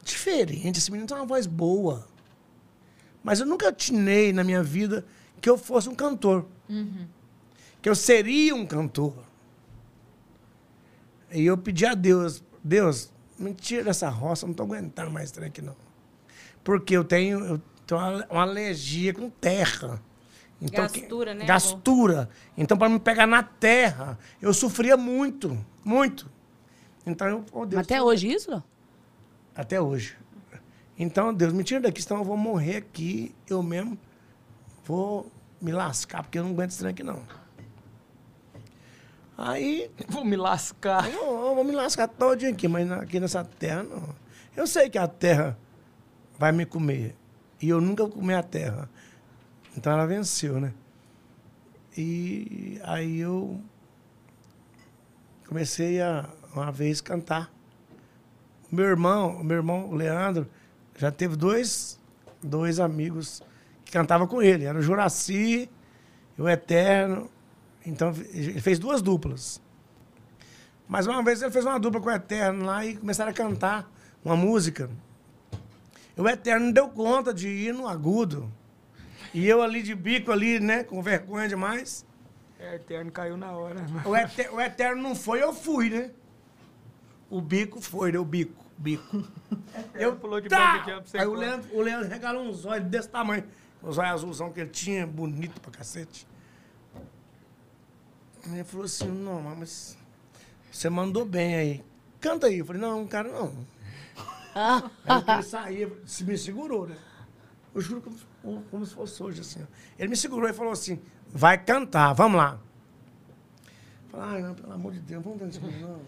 [SPEAKER 4] diferente, esse menino tem uma voz boa. Mas eu nunca atinei na minha vida que eu fosse um cantor
[SPEAKER 3] Uhum.
[SPEAKER 4] que eu seria um cantor. E eu pedi a Deus, Deus, me tira dessa roça, eu não estou aguentando mais trem aqui não. Porque eu tenho, eu tenho uma, uma alergia com terra. Então, que-
[SPEAKER 3] Gastura, né, amor?
[SPEAKER 4] Gastura. Então, para me pegar na terra, eu sofria muito, muito. Então, eu, oh, Deus,
[SPEAKER 2] Mas
[SPEAKER 5] um
[SPEAKER 2] até hoje isso, Léo?
[SPEAKER 4] até hoje. Então, Deus, me tira daqui, senão eu vou morrer aqui, eu mesmo vou me lascar, porque eu não aguento esse trem aqui não. Aí,
[SPEAKER 5] Vou me lascar.
[SPEAKER 4] eu eu vou me lascar todo dia aqui, mas na- aqui nessa terra não. Eu sei que a terra vai me comer. E eu nunca vou comer a terra. Então ela venceu, né? E aí eu comecei a uma vez cantar. Meu irmão, meu irmão o Leandro, já teve dois, dois amigos que cantavam com ele. Era o Juraci e o Eterno. Então ele fez duas duplas. Mas uma vez ele fez uma dupla com o Eterno lá e começaram a cantar uma música. E o Eterno não deu conta de ir no agudo. E eu ali de bico ali, né, com vergonha demais.
[SPEAKER 5] É, Eterno caiu na hora.
[SPEAKER 4] O, Ete- o Eterno não foi, eu fui, né? O bico foi, deu bico, bico. Eu Tá!
[SPEAKER 5] pulou de bungee jump sem
[SPEAKER 4] Aí o
[SPEAKER 5] conta.
[SPEAKER 4] Leandro, o Leandro regalou uns olhos desse tamanho. Os olhos azulzão que ele tinha, bonito pra cacete. Aí ele falou assim, não, mas você mandou bem aí. Canta aí. Eu falei, não, cara, não. Aí ele saiu, se me segurou, né? Eu juro como, se- como se fosse hoje, assim. ó. Ele me segurou e falou assim, vai cantar, vamos lá. Eu falei, ai, não, pelo amor de Deus, vamos tentar isso, não.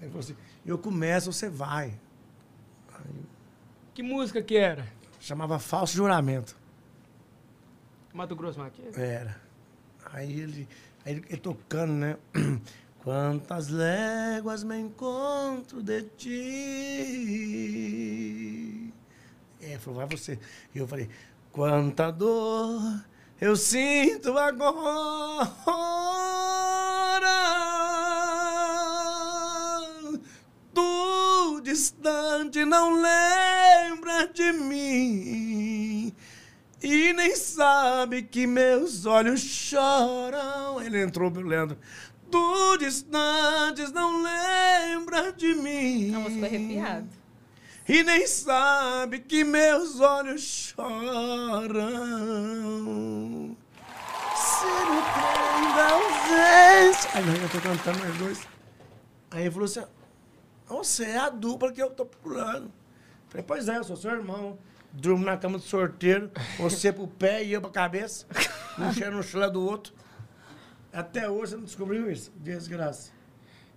[SPEAKER 4] Ele falou assim, eu começo, você vai.
[SPEAKER 5] Que música que era?
[SPEAKER 4] Chamava falso juramento.
[SPEAKER 5] Mato Grosso Marquês?
[SPEAKER 4] Era. Aí ele, aí ele, ele tocando, né? Quantas léguas me encontro de ti? É, falou, vai você. E eu falei, quanta dor eu sinto agora. Tu distante não lembra de mim e nem sabe que meus olhos choram. Ele entrou, meu Leandro. Tu distantes não lembra de mim.
[SPEAKER 3] Não, você ficou arrepiado.
[SPEAKER 4] E nem sabe que meus olhos choram. Se no trem da ausência. Aí nós já tô cantando nós dois. Aí ele falou assim: "Ah, Você é a dupla que eu tô procurando. Falei: Pois é, eu sou seu irmão. Durmo na cama do sorteiro, você pro pé e eu pra cabeça. Um cheiro no chulé do outro. Até hoje você não descobriu isso. Desgraça.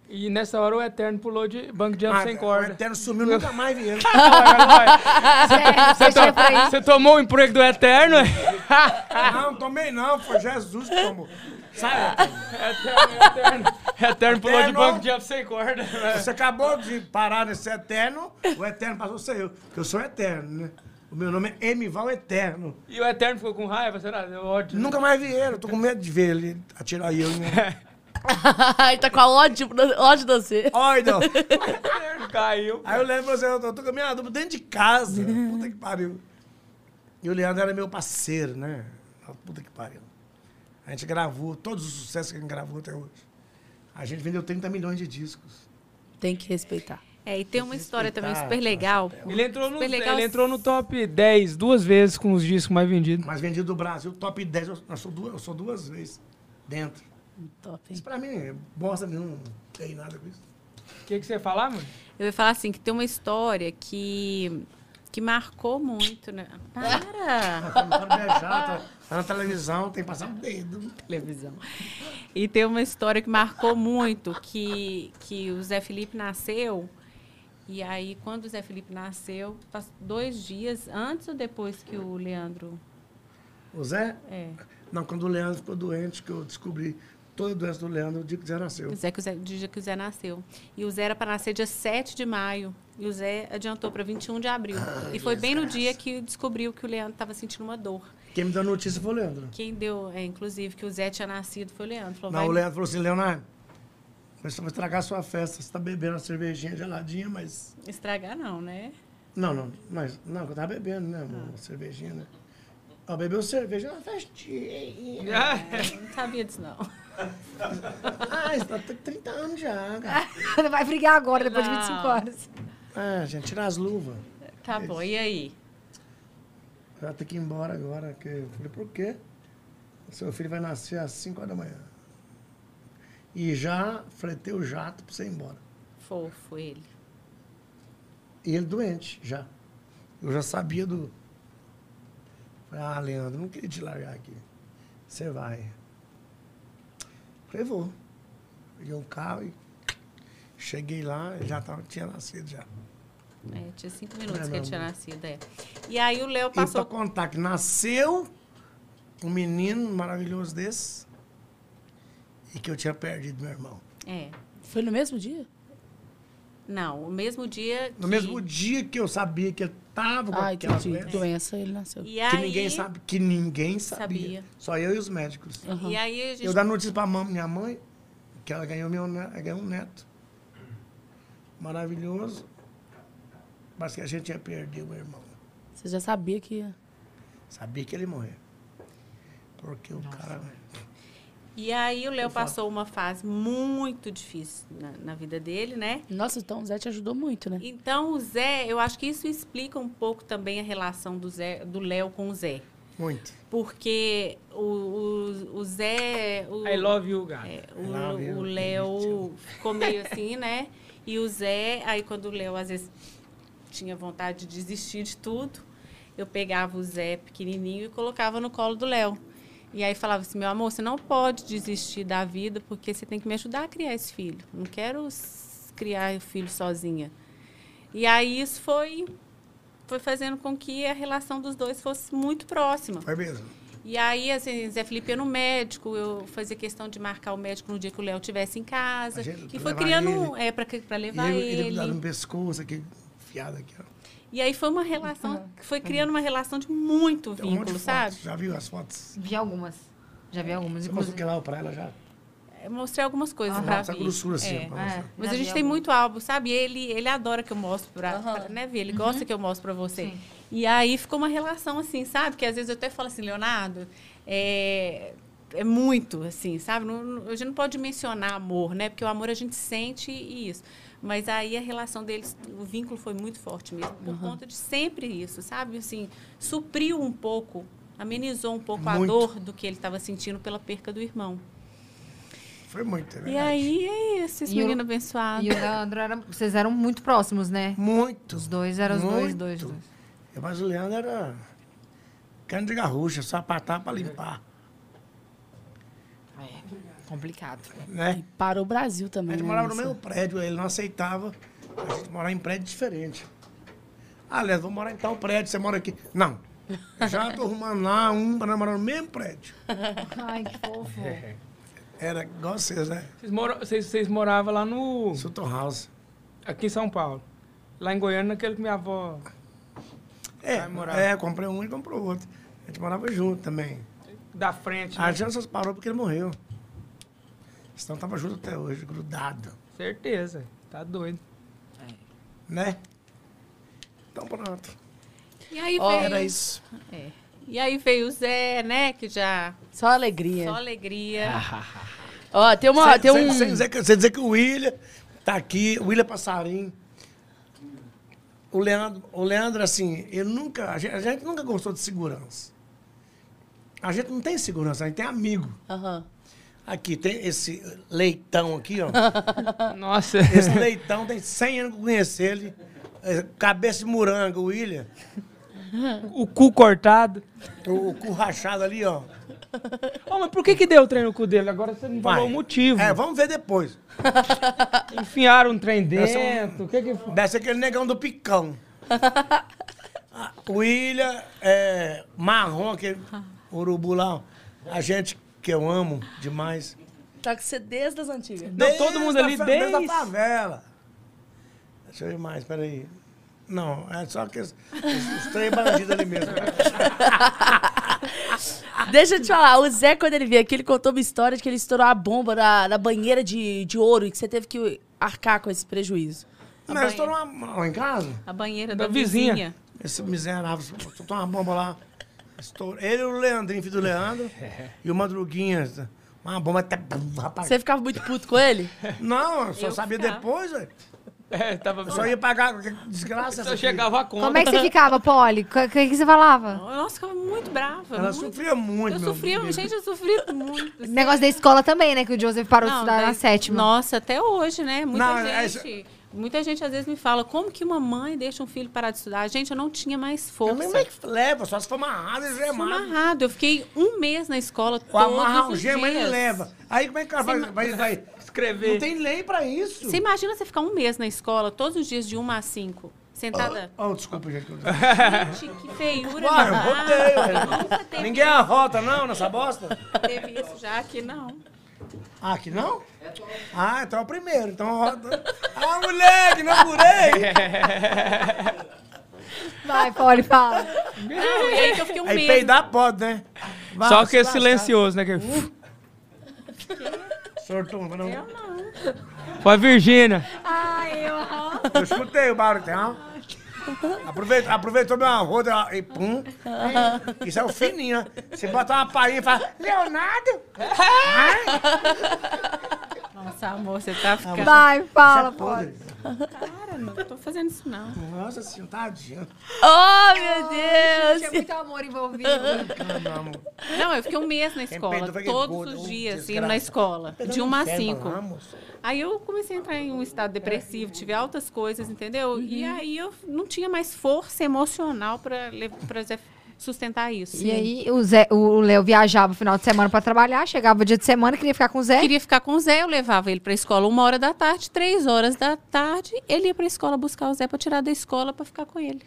[SPEAKER 5] E nessa hora o Eterno pulou de bungee jump
[SPEAKER 4] Ah,
[SPEAKER 5] sem
[SPEAKER 4] o
[SPEAKER 5] corda.
[SPEAKER 4] Eterno sumiu, nunca mais vi ele.
[SPEAKER 1] Sério,
[SPEAKER 5] Você,
[SPEAKER 1] fecha
[SPEAKER 5] to-
[SPEAKER 1] pra ele.
[SPEAKER 5] você tomou o emprego do Eterno? é?
[SPEAKER 4] Não, tomei não, foi Jesus que tomou. Sabe?
[SPEAKER 5] eterno, eterno. Eterno pulou de
[SPEAKER 4] Eterno.
[SPEAKER 5] bungee jump sem corda.
[SPEAKER 4] Você acabou de parar nesse eterno, o eterno passou a ser eu, porque eu sou eterno, né? O meu nome é Emival Eterno.
[SPEAKER 5] E o Eterno ficou com raiva, será? Eu ódio.
[SPEAKER 4] Nunca mais vi ele, eu tô com medo de ver ele atirar eu. Né?
[SPEAKER 2] Ele tá com a ódio, ódio de você.
[SPEAKER 4] Olha, não.
[SPEAKER 5] O Eterno caiu.
[SPEAKER 4] então, Aí eu lembro assim, eu tô, eu tô com a minha dupla dentro de casa. Puta que pariu. E o Leandro era meu parceiro, né? Ah, Puta que pariu. A gente gravou todos os sucessos que a gente gravou até hoje. A gente vendeu 30 milhões de discos.
[SPEAKER 2] Tem que respeitar.
[SPEAKER 3] É, e tem uma história também
[SPEAKER 4] respeitar, tá? É um
[SPEAKER 3] super legal.
[SPEAKER 5] Ele entrou, no,
[SPEAKER 3] super legal.
[SPEAKER 5] ele entrou no top 10 duas vezes com os discos mais vendidos.
[SPEAKER 4] Mas vendido do Brasil, top 10, eu, eu sou, duas, eu sou duas vezes dentro.
[SPEAKER 2] Top,
[SPEAKER 4] Isso
[SPEAKER 2] hein?
[SPEAKER 4] pra mim é bosta nenhuma, não tem nada com isso.
[SPEAKER 5] O que, que você ia falar, mano?
[SPEAKER 3] Eu ia falar assim, que tem uma história que, que marcou muito, né? Para!
[SPEAKER 4] Tá no beijar, tá, tá na televisão, tem que passar o dedo.
[SPEAKER 3] televisão. E tem uma história que marcou muito, que, que o Zé Felipe nasceu, e aí quando o Zé Felipe nasceu, faz dois dias antes ou depois que o Leandro...
[SPEAKER 4] O Zé?
[SPEAKER 3] É,
[SPEAKER 4] Não, quando o Leandro ficou doente, que eu descobri toda a doença do Leandro, o dia que o Zé nasceu.
[SPEAKER 3] o Zé, que o Zé, do dia que o Zé nasceu. E o Zé era para nascer dia 7 de maio, e o Zé adiantou para 21 de abril.
[SPEAKER 4] Ah,
[SPEAKER 3] E foi bem no dia que descobriu que o Leandro estava sentindo uma dor.
[SPEAKER 4] Quem me deu a notícia foi o Leandro.
[SPEAKER 3] Quem deu, é, inclusive, que o Zé tinha nascido foi o Leandro. Falou,
[SPEAKER 4] Não,
[SPEAKER 3] vai-
[SPEAKER 4] o Leandro falou assim, Leonardo, você vai estragar a sua festa, você tá bebendo uma cervejinha geladinha, mas...
[SPEAKER 3] Estragar não, né?
[SPEAKER 4] Não, não, mas... Não, que eu tava bebendo, né, amor? Uma cervejinha, né? Ó, bebeu cerveja, uma festinha.
[SPEAKER 3] Eu É, não sabia disso, não.
[SPEAKER 4] Ah, isso tá 30 anos já, cara.
[SPEAKER 1] Não vai brigar agora, depois de
[SPEAKER 3] Não.
[SPEAKER 1] 25 horas.
[SPEAKER 4] Ah, gente, tira as luvas.
[SPEAKER 3] Tá bom, e aí?
[SPEAKER 4] Já tem que ir embora agora. Que... Eu falei, por quê? Seu filho vai nascer às 5 horas da manhã. E já fretei o jato pra você ir embora.
[SPEAKER 3] Fofo ele.
[SPEAKER 4] E ele doente, já. Eu já sabia do. Falei, ah, Leandro, não queria te largar aqui. Você vai. Falei, vou. Peguei um carro e cheguei lá, ele já tava, tinha nascido já.
[SPEAKER 3] É, tinha cinco minutos
[SPEAKER 4] É,
[SPEAKER 3] que
[SPEAKER 4] meu
[SPEAKER 3] ele tinha nascido, é. E aí o Léo
[SPEAKER 4] E pra
[SPEAKER 3] passou.
[SPEAKER 4] contar que nasceu um menino maravilhoso desse e que eu tinha perdido meu irmão.
[SPEAKER 3] É.
[SPEAKER 2] Foi no mesmo dia?
[SPEAKER 3] Não, o mesmo dia.
[SPEAKER 4] No
[SPEAKER 3] que-
[SPEAKER 4] mesmo dia que eu sabia que ele tava com
[SPEAKER 2] Ai,
[SPEAKER 4] aquela
[SPEAKER 2] Ah, entendi.
[SPEAKER 4] doença,
[SPEAKER 2] Doença, ele nasceu.
[SPEAKER 3] E
[SPEAKER 4] que
[SPEAKER 3] aí,
[SPEAKER 4] ninguém sabe, que ninguém sabia.
[SPEAKER 3] Sabia. Uhum.
[SPEAKER 4] Só eu e os médicos.
[SPEAKER 3] E aí a gente.
[SPEAKER 4] Eu dar notícia pra mam- minha mãe, que ela ganhou, meu, ne- ela ganhou um neto. Maravilhoso. Mas que a gente ia perder o irmão.
[SPEAKER 2] Você já sabia que ia.
[SPEAKER 4] Sabia que ele ia morrer. Porque o cara.
[SPEAKER 3] E aí o Léo passou uma fase muito difícil na, na vida dele, né?
[SPEAKER 2] Nossa, então o Zé te ajudou muito, né?
[SPEAKER 3] Então o Zé, eu acho que isso explica um pouco também a relação do Zé, do Léo com o Zé.
[SPEAKER 4] Muito.
[SPEAKER 3] Porque o, o, o Zé. O,
[SPEAKER 5] I love you, gato.
[SPEAKER 3] É,
[SPEAKER 4] Lá
[SPEAKER 3] o-
[SPEAKER 4] vem
[SPEAKER 3] o
[SPEAKER 4] o
[SPEAKER 3] Léo ficou meio assim, né? E o Zé, aí quando o Léo às vezes tinha vontade de desistir de tudo, eu pegava o Zé pequenininho e colocava no colo do Léo. E aí falava assim, meu amor, você não pode desistir da vida porque você tem que me ajudar a criar esse filho. Não quero s- criar o filho sozinha. E aí isso foi foi fazendo com que a relação dos dois fosse muito próxima.
[SPEAKER 4] Foi mesmo.
[SPEAKER 3] E aí, assim, Zé Felipe ia no médico, eu fazia questão de marcar o médico no dia que o Léo estivesse em casa.
[SPEAKER 4] A gente-
[SPEAKER 3] E foi
[SPEAKER 4] levar
[SPEAKER 3] criando
[SPEAKER 4] ele.
[SPEAKER 3] um. É, pra, que- pra
[SPEAKER 4] E
[SPEAKER 3] levar
[SPEAKER 4] ele,
[SPEAKER 3] ele.
[SPEAKER 4] ele me dava um pescoço aqui, fiado aqui, ó.
[SPEAKER 3] E aí foi uma relação. Foi criando uma relação de muito
[SPEAKER 4] Tem um monte
[SPEAKER 3] vínculo,
[SPEAKER 4] de
[SPEAKER 3] sabe?
[SPEAKER 4] fotos. Já viu as fotos?
[SPEAKER 1] Vi algumas. Já vi algumas,
[SPEAKER 4] Você mostrou que
[SPEAKER 1] inclusive.
[SPEAKER 4] lá pra ela já?
[SPEAKER 3] Eu É, mostrei algumas coisas
[SPEAKER 4] Aham.
[SPEAKER 3] pra
[SPEAKER 4] Essa
[SPEAKER 3] ver.
[SPEAKER 4] grossura, assim,
[SPEAKER 3] É.
[SPEAKER 4] pra
[SPEAKER 1] É,
[SPEAKER 4] mostrar.
[SPEAKER 3] Mas
[SPEAKER 1] já
[SPEAKER 3] a
[SPEAKER 1] vi
[SPEAKER 3] gente tem
[SPEAKER 1] algumas.
[SPEAKER 3] muito álbum, sabe? E Ele, ele adora que eu mostre pra,
[SPEAKER 2] Aham.
[SPEAKER 3] pra- né, Vi? Ele gosta que eu mostre pra você.
[SPEAKER 1] Uhum. Sim.
[SPEAKER 3] E aí ficou uma relação assim, sabe? Que às vezes eu até falo assim, Leonardo, é, é muito, assim, sabe? Não- não- a gente não pode mencionar amor, né? Porque o amor a gente sente e isso. Mas aí a relação deles, o vínculo foi muito forte mesmo, por conta de sempre isso, sabe? Assim, supriu um pouco, amenizou um pouco a
[SPEAKER 4] Muito.
[SPEAKER 3] dor do que ele estava sentindo pela perca do irmão.
[SPEAKER 4] Foi muito, é
[SPEAKER 3] E
[SPEAKER 4] verdade.
[SPEAKER 3] aí é isso, esse
[SPEAKER 1] E o-
[SPEAKER 3] menino abençoado.
[SPEAKER 1] E o Leandro era. Vocês eram muito próximos, né?
[SPEAKER 4] Muito.
[SPEAKER 1] Os dois eram os dois, dois,
[SPEAKER 4] Muito. É,
[SPEAKER 1] dois.
[SPEAKER 4] Mas o Leandro era cano de garrucha, só patar pra limpar,
[SPEAKER 1] Complicado.
[SPEAKER 4] né?
[SPEAKER 2] E para o Brasil
[SPEAKER 4] A
[SPEAKER 2] também.
[SPEAKER 4] gente
[SPEAKER 2] né,
[SPEAKER 4] morava no
[SPEAKER 2] nessa-
[SPEAKER 4] mesmo prédio, ele não aceitava a gente morar em prédio diferente. Ah, Aliás, vou morar em tal prédio, você mora aqui. Não. Eu já tô arrumando lá um para morar no mesmo prédio.
[SPEAKER 1] Ai, que fofo.
[SPEAKER 4] Era igual vocês, né?
[SPEAKER 5] Vocês, mora- vocês- vocês moravam lá no.
[SPEAKER 4] Sutton House.
[SPEAKER 5] Aqui em São Paulo. Lá em Goiânia, naquele que minha avó.
[SPEAKER 4] É,
[SPEAKER 5] Vai morar.
[SPEAKER 4] é, comprei um e comprou outro. A gente morava junto também.
[SPEAKER 5] Da frente.
[SPEAKER 4] A
[SPEAKER 5] Né?
[SPEAKER 4] gente só parou porque ele morreu. Senão tava junto até hoje, grudado,
[SPEAKER 5] Certeza. Tá doido.
[SPEAKER 4] né? Então pronto.
[SPEAKER 3] E aí
[SPEAKER 4] Era
[SPEAKER 1] É
[SPEAKER 3] veio-
[SPEAKER 4] isso.
[SPEAKER 3] É. E aí veio o Zé, né? Que já.
[SPEAKER 2] Só
[SPEAKER 1] É.
[SPEAKER 2] alegria.
[SPEAKER 3] Só alegria.
[SPEAKER 4] Ah.
[SPEAKER 2] Ó, tem uma. tem um...
[SPEAKER 4] Sem- sem dizer que- Sem dizer que o William tá aqui, o William Passarim. O Leandro, o Leandro, assim, ele nunca, a gente, a gente nunca gostou de segurança. A gente não tem segurança, a gente tem amigo.
[SPEAKER 2] Aham.
[SPEAKER 4] Aqui, tem esse leitão aqui, ó.
[SPEAKER 5] Nossa.
[SPEAKER 4] Esse leitão tem 100 anos que eu conheço ele. É, Cabeça de moranga, o William.
[SPEAKER 5] o cu cortado.
[SPEAKER 4] O, o cu rachado ali, ó.
[SPEAKER 5] Ô, mas por que que deu o trem no cu dele? Agora você não falou o motivo.
[SPEAKER 4] É, vamos ver depois.
[SPEAKER 5] Enfiaram um trem
[SPEAKER 4] Essa
[SPEAKER 5] dentro.
[SPEAKER 4] é
[SPEAKER 5] O que que foi?
[SPEAKER 4] Deve ser aquele negão do picão. Ah, O William é, marrom, aquele urubu lá. ó. A gente que eu amo demais.
[SPEAKER 2] Tá com você desde as antigas.
[SPEAKER 5] Não, todo mundo
[SPEAKER 4] a
[SPEAKER 5] ali
[SPEAKER 4] fa-
[SPEAKER 5] desde-
[SPEAKER 4] a favela. Deixa eu ver mais, peraí. Não, é só que os, os, os três bandidos ali mesmo.
[SPEAKER 2] Deixa eu te falar, o Zé, quando ele veio aqui, ele contou uma história de que ele estourou a bomba na, na banheira de, de ouro e que você teve que arcar com esse prejuízo.
[SPEAKER 4] Mas eu estou numa, lá em casa.
[SPEAKER 3] A banheira
[SPEAKER 5] Da
[SPEAKER 3] da,
[SPEAKER 5] vizinha.
[SPEAKER 3] vizinha.
[SPEAKER 4] Esse miserável, soltou uma bomba lá. Estourou. Ele e o Leandrinho, filho do Leandro.
[SPEAKER 5] É.
[SPEAKER 4] E o Madruguinha. Uma bomba até. Rapaz.
[SPEAKER 2] Você ficava muito puto com ele?
[SPEAKER 4] Não, eu só
[SPEAKER 3] Eu
[SPEAKER 4] sabia
[SPEAKER 3] ficava.
[SPEAKER 4] depois, velho.
[SPEAKER 5] É, tava...
[SPEAKER 4] Eu só ia pagar qualquer desgraça.
[SPEAKER 5] Só
[SPEAKER 4] essa
[SPEAKER 5] chegava a conta.
[SPEAKER 1] Como é que você ficava, Polly? O que, que você falava?
[SPEAKER 3] Nossa, ficava muito brava.
[SPEAKER 4] Ela
[SPEAKER 3] muito.
[SPEAKER 4] sofria muito,
[SPEAKER 3] Eu
[SPEAKER 4] meu
[SPEAKER 3] sofria,
[SPEAKER 4] Deus.
[SPEAKER 3] gente, eu sofri muito. assim.
[SPEAKER 1] Negócio da escola também, né? Que o Joseph parou de
[SPEAKER 3] Não,
[SPEAKER 1] estudar na
[SPEAKER 3] daí-
[SPEAKER 1] sétima.
[SPEAKER 3] Nossa, até hoje, né? Muita
[SPEAKER 4] Não, é
[SPEAKER 3] gente. Muita gente às vezes me fala, como que uma mãe deixa um filho parar de estudar? Gente, eu não tinha mais
[SPEAKER 4] Eu nem
[SPEAKER 3] força.
[SPEAKER 4] como é que leva, só se for amarrado e
[SPEAKER 3] Fui
[SPEAKER 4] gemado.
[SPEAKER 3] amarrado. Eu fiquei um mês na escola
[SPEAKER 4] O amarrar
[SPEAKER 3] todos
[SPEAKER 4] o
[SPEAKER 3] os
[SPEAKER 4] gema ele
[SPEAKER 3] dias.
[SPEAKER 4] leva. Aí como é que ela vai, vai, vai-
[SPEAKER 5] escrever?
[SPEAKER 4] Não tem lei pra isso.
[SPEAKER 3] Você imagina você ficar um mês na escola, todos os dias de uma a cinco, sentada.
[SPEAKER 4] Oh, desculpa, gente. que eu-
[SPEAKER 3] Gente, que feiura.
[SPEAKER 4] Uai,
[SPEAKER 3] não
[SPEAKER 4] eu
[SPEAKER 3] dá.
[SPEAKER 4] botei,
[SPEAKER 3] Nunca
[SPEAKER 4] velho.
[SPEAKER 3] teve,
[SPEAKER 4] Ninguém arrota, não, nessa bosta?
[SPEAKER 3] teve isso já aqui, não.
[SPEAKER 4] Ah, aqui não? Ah, então é o primeiro. Então arrota. Ah, moleque, não
[SPEAKER 3] É.
[SPEAKER 4] apurei!
[SPEAKER 1] Vai, Polly, fala.
[SPEAKER 3] Não, Ah, e aí que eu fiquei um
[SPEAKER 4] Aí
[SPEAKER 3] mês.
[SPEAKER 4] peidar pode, né? Vai,
[SPEAKER 5] Só que é
[SPEAKER 4] se lascar.
[SPEAKER 5] silencioso, né? Que...
[SPEAKER 4] Sortou, não.
[SPEAKER 3] É.
[SPEAKER 4] Eu
[SPEAKER 5] Foi a Virgínia.
[SPEAKER 4] escutei o barulho, tá? Aproveitou, aproveitou meu avô deu uma- e pum. Isso é o fininho, né? Você bota uma painha e fala, Leonardo?
[SPEAKER 3] Nossa, amor, você tá ficando.
[SPEAKER 1] Vai, fala,
[SPEAKER 4] Isso é
[SPEAKER 1] Polly.
[SPEAKER 4] podre.
[SPEAKER 3] Cara, não tô fazendo isso, não.
[SPEAKER 4] Nossa senhora, tadinho.
[SPEAKER 2] Oh, meu Deus!
[SPEAKER 1] Tinha muito amor envolvido.
[SPEAKER 4] Ah, meu amor.
[SPEAKER 3] Não, eu fiquei um mês na
[SPEAKER 4] peido,
[SPEAKER 3] escola,
[SPEAKER 4] vai que gordo,
[SPEAKER 3] todos
[SPEAKER 4] ô,
[SPEAKER 3] os dias
[SPEAKER 4] desgraça.
[SPEAKER 3] indo na escola, de
[SPEAKER 4] Pedro,
[SPEAKER 3] uma a
[SPEAKER 4] serve
[SPEAKER 3] cinco.
[SPEAKER 4] lá, né, moço.
[SPEAKER 3] Aí eu comecei a entrar em um estado depressivo, tive altas coisas, entendeu? E aí eu não tinha mais força emocional para sustentar isso.
[SPEAKER 1] E aí o Zé, o Léo viajava no final de semana pra trabalhar, chegava dia de semana, queria ficar com o Zé.
[SPEAKER 3] Queria ficar com o Zé, eu levava ele para a escola uma hora da tarde, três horas da tarde, ele ia para a escola buscar o Zé para tirar da escola para ficar com ele.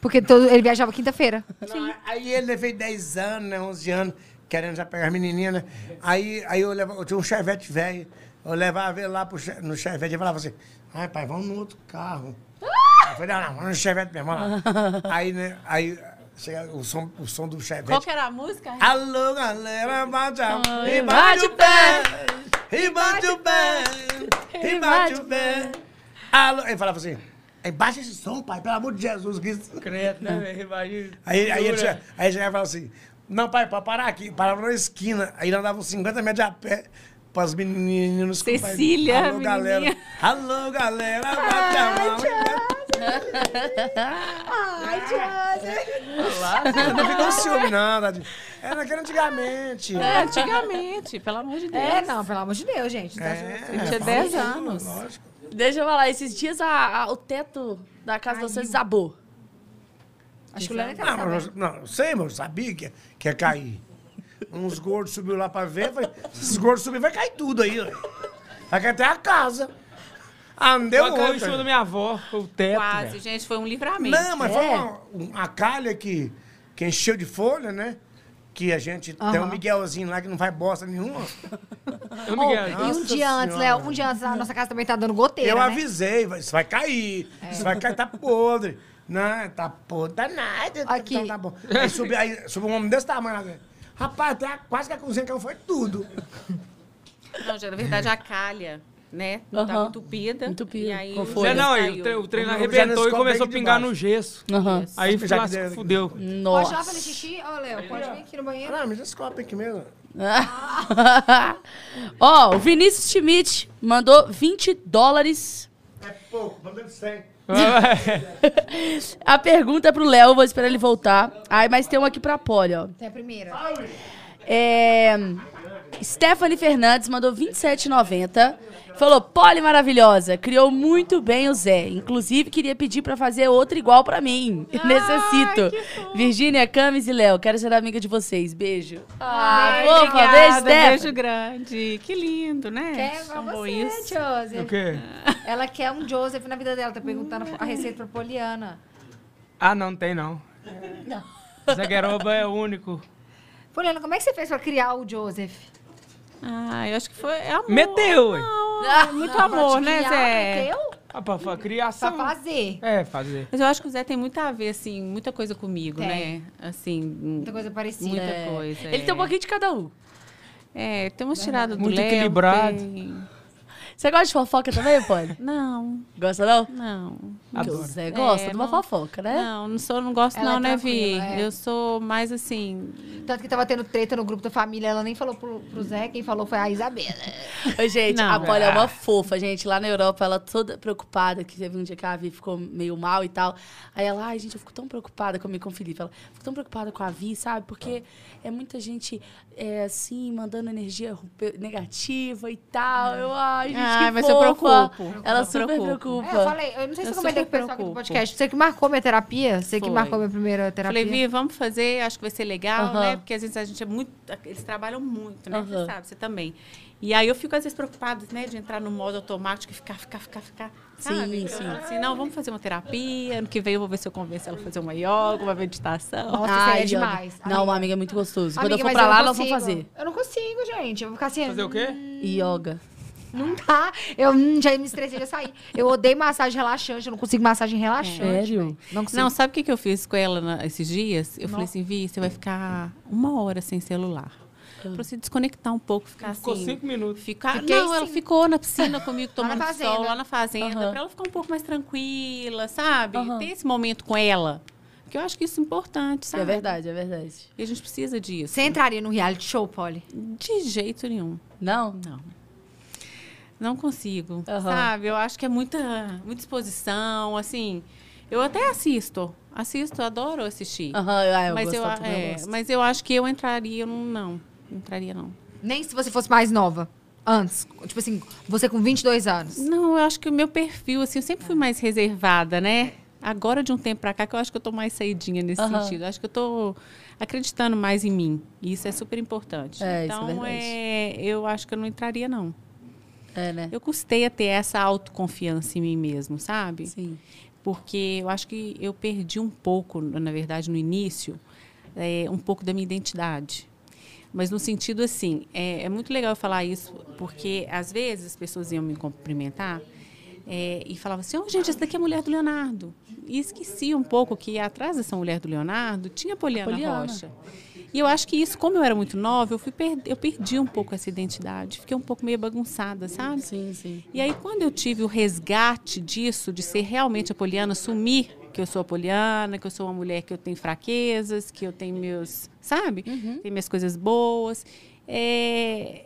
[SPEAKER 1] Porque todo- ele viajava quinta-feira.
[SPEAKER 4] Não, aí ele levei 10 anos, né, 11 anos, querendo já pegar as menininhas, né? Aí, aí eu, levava, eu tinha um chevette velho, eu levava ele lá pro che- no chevette e falava assim, ai pai, vamos no outro carro. Eu falei, não, não, vamos no chevette mesmo, vamos lá. aí, né, aí chega o som, o som do chevette.
[SPEAKER 3] Qual que era a música?
[SPEAKER 4] Alô, galera, bate a... E
[SPEAKER 2] bate o pé,
[SPEAKER 4] E bate o pé! E bate o pé! Alô... Ele falava assim, "Aí baixa esse som, pai, pelo amor de Jesus Cristo.
[SPEAKER 5] Credo, né, velho? Imagina.
[SPEAKER 4] Aí, aí, ele chega- aí ele chegava e falava assim, não, pai, para parar aqui. Parava na esquina. Aí nós dava uns 50 metros a pé pras meninas. com o pai.
[SPEAKER 3] Cecília,
[SPEAKER 4] Alô, galera.
[SPEAKER 3] menininha.
[SPEAKER 4] Alô, galera, bate a mão.
[SPEAKER 1] Ai,
[SPEAKER 4] Não ficou ciúme, não, Dadinho. Era naquele antigamente.
[SPEAKER 3] É, antigamente, pelo amor de Deus.
[SPEAKER 1] É, não, pelo amor de Deus, gente.
[SPEAKER 4] É,
[SPEAKER 3] tinha
[SPEAKER 4] fala
[SPEAKER 3] 10
[SPEAKER 4] isso,
[SPEAKER 3] anos.
[SPEAKER 4] Lógico.
[SPEAKER 2] Deixa eu falar, esses dias a- a- o teto da casa de vocês desabou.
[SPEAKER 1] Acho que o Léo nem tá
[SPEAKER 4] Não, mas
[SPEAKER 1] sabendo.
[SPEAKER 4] eu- não, eu sei, mas eu sabia que, ia- que ia cair. Uns gordos subiu lá pra ver, falei, esses gordos subir vai cair tudo aí. ué. Vai cair até a casa. Ah, não deu
[SPEAKER 5] Ela caiu em
[SPEAKER 4] outra.
[SPEAKER 5] cima da minha avó, o teto.
[SPEAKER 3] Quase,
[SPEAKER 5] velho.
[SPEAKER 3] gente, foi um livramento.
[SPEAKER 4] Não, mas foi uma, uma calha que, que encheu de folha, né? Que a gente tem um
[SPEAKER 1] Aham.
[SPEAKER 4] Miguelzinho lá que não vai bosta nenhuma.
[SPEAKER 5] Ô,
[SPEAKER 1] Oh,
[SPEAKER 5] Miguel,
[SPEAKER 1] e um
[SPEAKER 4] é? Nossa
[SPEAKER 1] dia antes, Léo,
[SPEAKER 4] Senhora.
[SPEAKER 1] um dia antes, a nossa casa também tá dando goteira,
[SPEAKER 4] Eu
[SPEAKER 1] né?
[SPEAKER 4] avisei, vai- isso vai cair, isso vai cair, tá podre. Não, tá podre, tá nada.
[SPEAKER 1] Aqui.
[SPEAKER 4] Então tá bom. Aí subiu aí subi um homem desse tamanho. né? Rapaz, até a- quase que a cozinha caiu, foi tudo.
[SPEAKER 3] Não, já, na verdade, a calha né? Não estava
[SPEAKER 2] Aham.
[SPEAKER 3] entupida.
[SPEAKER 2] Entupida,
[SPEAKER 3] E aí
[SPEAKER 2] com
[SPEAKER 3] o
[SPEAKER 2] folha.
[SPEAKER 5] É,
[SPEAKER 3] gesso
[SPEAKER 5] não, aí
[SPEAKER 3] saiu.
[SPEAKER 5] o, tre- o trem
[SPEAKER 4] Já
[SPEAKER 5] arrebentou
[SPEAKER 4] nesse
[SPEAKER 5] e começou a
[SPEAKER 4] copo aí de
[SPEAKER 5] pingar
[SPEAKER 4] baixo.
[SPEAKER 5] no gesso.
[SPEAKER 2] Aham.
[SPEAKER 5] Aí
[SPEAKER 4] Já que
[SPEAKER 5] flasco,
[SPEAKER 4] deu-
[SPEAKER 5] fudeu.
[SPEAKER 1] Pode ir lá
[SPEAKER 2] Nossa.
[SPEAKER 1] fazer xixi? Ó, Léo, pode vir aqui no banheiro.
[SPEAKER 4] Ah, mas esse copo aqui mesmo.
[SPEAKER 2] Ó, o Vinícius Schmidt mandou 20 dólares.
[SPEAKER 4] É pouco, mandando 100.
[SPEAKER 2] A pergunta é pro Léo, vou esperar ele voltar. Ai, mas tem um aqui pra Poli, ó.
[SPEAKER 1] Tem a primeira.
[SPEAKER 2] É, Stephanie Fernandes mandou 27,90. Falou, Poli maravilhosa, criou muito bem o Zé. Inclusive, queria pedir pra fazer outra igual pra mim. Necessito. Virgínia, Camis e Léo, quero ser amiga de vocês. Beijo. Ah, fofa, beijo,
[SPEAKER 3] Obrigada, beijo
[SPEAKER 2] Stephanie.
[SPEAKER 3] grande. Que lindo, né?
[SPEAKER 1] Quer pra
[SPEAKER 3] São
[SPEAKER 1] você,
[SPEAKER 3] Luís.
[SPEAKER 5] O
[SPEAKER 1] Joseph.
[SPEAKER 5] quê?
[SPEAKER 1] Ela quer um Joseph na vida dela. Tá perguntando
[SPEAKER 3] Hum.
[SPEAKER 1] a receita pra Poliana.
[SPEAKER 5] Ah, não, tem não. Zé Gueroba é o único.
[SPEAKER 1] Poliana, como é que você fez pra criar o Joseph?
[SPEAKER 3] Ah, eu acho que foi é amor.
[SPEAKER 5] Meteu, ué.
[SPEAKER 3] Não, muito amor, né, Zé?
[SPEAKER 1] Eu?
[SPEAKER 5] Ah, pra, pra
[SPEAKER 1] Pra
[SPEAKER 5] criação.
[SPEAKER 1] fazer.
[SPEAKER 5] É, fazer.
[SPEAKER 3] Mas eu acho que o Zé tem muito a ver, assim, muita coisa comigo,
[SPEAKER 1] Tem.
[SPEAKER 3] né? Assim,
[SPEAKER 1] Muita coisa parecida.
[SPEAKER 3] muita
[SPEAKER 1] É.
[SPEAKER 3] coisa.
[SPEAKER 2] Ele
[SPEAKER 3] é.
[SPEAKER 2] tem um pouquinho de cada um.
[SPEAKER 3] É, tem umas tiradas do
[SPEAKER 5] Muito
[SPEAKER 3] Léo,
[SPEAKER 5] equilibrado.
[SPEAKER 3] tem-
[SPEAKER 2] Você gosta de fofoca também, Poli?
[SPEAKER 3] Não,
[SPEAKER 2] Gosta não?
[SPEAKER 3] não.
[SPEAKER 2] Porque o
[SPEAKER 5] Adoro.
[SPEAKER 2] Zé gosta
[SPEAKER 3] É,
[SPEAKER 2] de uma
[SPEAKER 3] não-
[SPEAKER 2] fofoca, né?
[SPEAKER 3] Não, não sou, não gosto
[SPEAKER 1] Ela é
[SPEAKER 3] não, né, Vi?
[SPEAKER 1] tranquila, é.
[SPEAKER 3] Eu sou mais assim...
[SPEAKER 1] Tanto que tava tendo treta no grupo da família, ela nem falou pro, pro Zé, quem falou foi a Isabela.
[SPEAKER 2] Ô, Gente,
[SPEAKER 3] Não. Ah.
[SPEAKER 2] a Polly é uma fofa, gente. Lá na Europa, ela toda preocupada, que teve um dia que a Vi ficou meio mal e tal. Aí ela, ai, gente, eu fico tão preocupada comigo, com o Felipe. Ela, fico tão preocupada com a Vi, sabe? Porque é muita gente, é, assim, mandando energia pe- negativa e tal. Eu, ai, gente,
[SPEAKER 3] Ai,
[SPEAKER 2] que
[SPEAKER 3] Ah, mas eu
[SPEAKER 2] fofa.
[SPEAKER 3] preocupo.
[SPEAKER 2] Ela
[SPEAKER 3] Eu
[SPEAKER 2] super
[SPEAKER 3] preocupo.
[SPEAKER 1] É, eu
[SPEAKER 2] preocupa.
[SPEAKER 1] falei, eu não sei se eu comentei com o
[SPEAKER 3] Eu super
[SPEAKER 1] pessoal aqui do
[SPEAKER 3] preocupo.
[SPEAKER 1] podcast. Você que marcou minha terapia? Você que
[SPEAKER 3] Foi.
[SPEAKER 1] marcou minha primeira terapia.
[SPEAKER 3] Falei, Vi, vamos fazer, acho que vai ser legal,
[SPEAKER 2] Aham.
[SPEAKER 3] né? Porque às vezes a gente é muito. Eles trabalham muito, né?
[SPEAKER 2] Aham.
[SPEAKER 3] Você sabe, você também. E aí eu fico, às vezes, preocupada, né, de entrar no modo automático e ficar, ficar, ficar, ficar. Sabe?
[SPEAKER 2] Sim,
[SPEAKER 3] Eu
[SPEAKER 2] sim.
[SPEAKER 3] falo Assim, não, vamos fazer uma terapia. Ano que vem eu vou ver se eu convenço ela a fazer uma yoga, uma meditação. Ah,
[SPEAKER 1] Nossa,
[SPEAKER 2] Ai,
[SPEAKER 1] isso aí é
[SPEAKER 2] olha.
[SPEAKER 1] demais.
[SPEAKER 2] Não, uma amiga é muito gostoso. Quando eu
[SPEAKER 1] Amiga, mas
[SPEAKER 2] for pra lá,
[SPEAKER 1] não
[SPEAKER 2] nós vamos
[SPEAKER 1] consigo.
[SPEAKER 2] fazer.
[SPEAKER 1] Eu não consigo, gente. Eu vou ficar assim.
[SPEAKER 5] Fazer o quê?
[SPEAKER 3] Hum,
[SPEAKER 2] Yoga.
[SPEAKER 1] Não dá. Eu hum, já me estressei, já saí. Eu odeio massagem relaxante, eu não consigo massagem relaxante.
[SPEAKER 2] Sério?
[SPEAKER 1] Não consigo.
[SPEAKER 3] Não, sabe o que, que eu fiz com ela na- esses dias? Eu falei assim, Vi, você vai ficar uma hora sem celular. Pra você desconectar um pouco, ficar
[SPEAKER 5] Ficou
[SPEAKER 3] assim.
[SPEAKER 5] cinco minutos.
[SPEAKER 3] Ficar...
[SPEAKER 1] Fiquei
[SPEAKER 3] não, ela
[SPEAKER 2] assim.
[SPEAKER 1] sim.
[SPEAKER 3] ficou na piscina comigo
[SPEAKER 1] Lá na
[SPEAKER 3] tomando sol
[SPEAKER 1] fazenda.
[SPEAKER 3] lá na fazenda,
[SPEAKER 2] Aham.
[SPEAKER 3] pra ela ficar um pouco mais tranquila, sabe?
[SPEAKER 2] Aham.
[SPEAKER 3] Ter esse momento com ela. Porque eu acho que isso é importante, sabe?
[SPEAKER 2] É verdade, é verdade.
[SPEAKER 3] E a gente precisa disso.
[SPEAKER 1] Você entraria no reality show, Polly?
[SPEAKER 3] De jeito nenhum.
[SPEAKER 2] Não?
[SPEAKER 3] Não. Não consigo,
[SPEAKER 2] Aham.
[SPEAKER 3] sabe? Eu acho que é muita, muita exposição, assim. Eu até assisto. Assisto, adoro assistir.
[SPEAKER 2] Aham, ah, eu,
[SPEAKER 3] mas,
[SPEAKER 2] gosto,
[SPEAKER 3] eu,
[SPEAKER 2] eu, também, eu
[SPEAKER 3] é,
[SPEAKER 2] gosto.
[SPEAKER 3] mas eu acho que eu entraria, não, não. Entraria, não.
[SPEAKER 1] Nem se você fosse mais nova. Antes. Tipo assim, você com 22 anos.
[SPEAKER 3] Não, eu acho que o meu perfil, assim, eu sempre
[SPEAKER 2] Ah.
[SPEAKER 3] fui mais reservada, né? Agora, de um tempo pra cá, que eu acho que eu tô mais saidinha nesse
[SPEAKER 2] É. Aham.
[SPEAKER 3] sentido. Acho que eu tô acreditando mais em mim. E isso é super importante.
[SPEAKER 2] É, isso é
[SPEAKER 3] então,
[SPEAKER 2] verdade.
[SPEAKER 3] é, eu acho que eu não entraria, não.
[SPEAKER 2] É, né?
[SPEAKER 3] Eu custei a ter essa autoconfiança em mim mesmo, sabe?
[SPEAKER 2] Sim.
[SPEAKER 3] Porque eu acho que eu perdi um pouco, na verdade, no início, é, um pouco da minha identidade. Mas no sentido assim, é, é muito legal eu falar isso, porque às vezes as pessoas iam me cumprimentar é, e falavam assim, oh, gente, essa daqui é a mulher do Leonardo. E esqueci um pouco que atrás dessa mulher do Leonardo tinha a Poliana,
[SPEAKER 2] A Poliana.
[SPEAKER 3] Rocha. E eu acho que isso, como eu era muito nova, eu, fui per- eu perdi um pouco essa identidade. Fiquei um pouco meio bagunçada, sabe?
[SPEAKER 2] Sim, sim.
[SPEAKER 3] E aí, quando eu tive o resgate disso, de ser realmente apoliana, assumir que eu sou apoliana, que eu sou uma mulher que eu tenho fraquezas, que eu tenho meus, sabe? Tenho minhas coisas boas. É,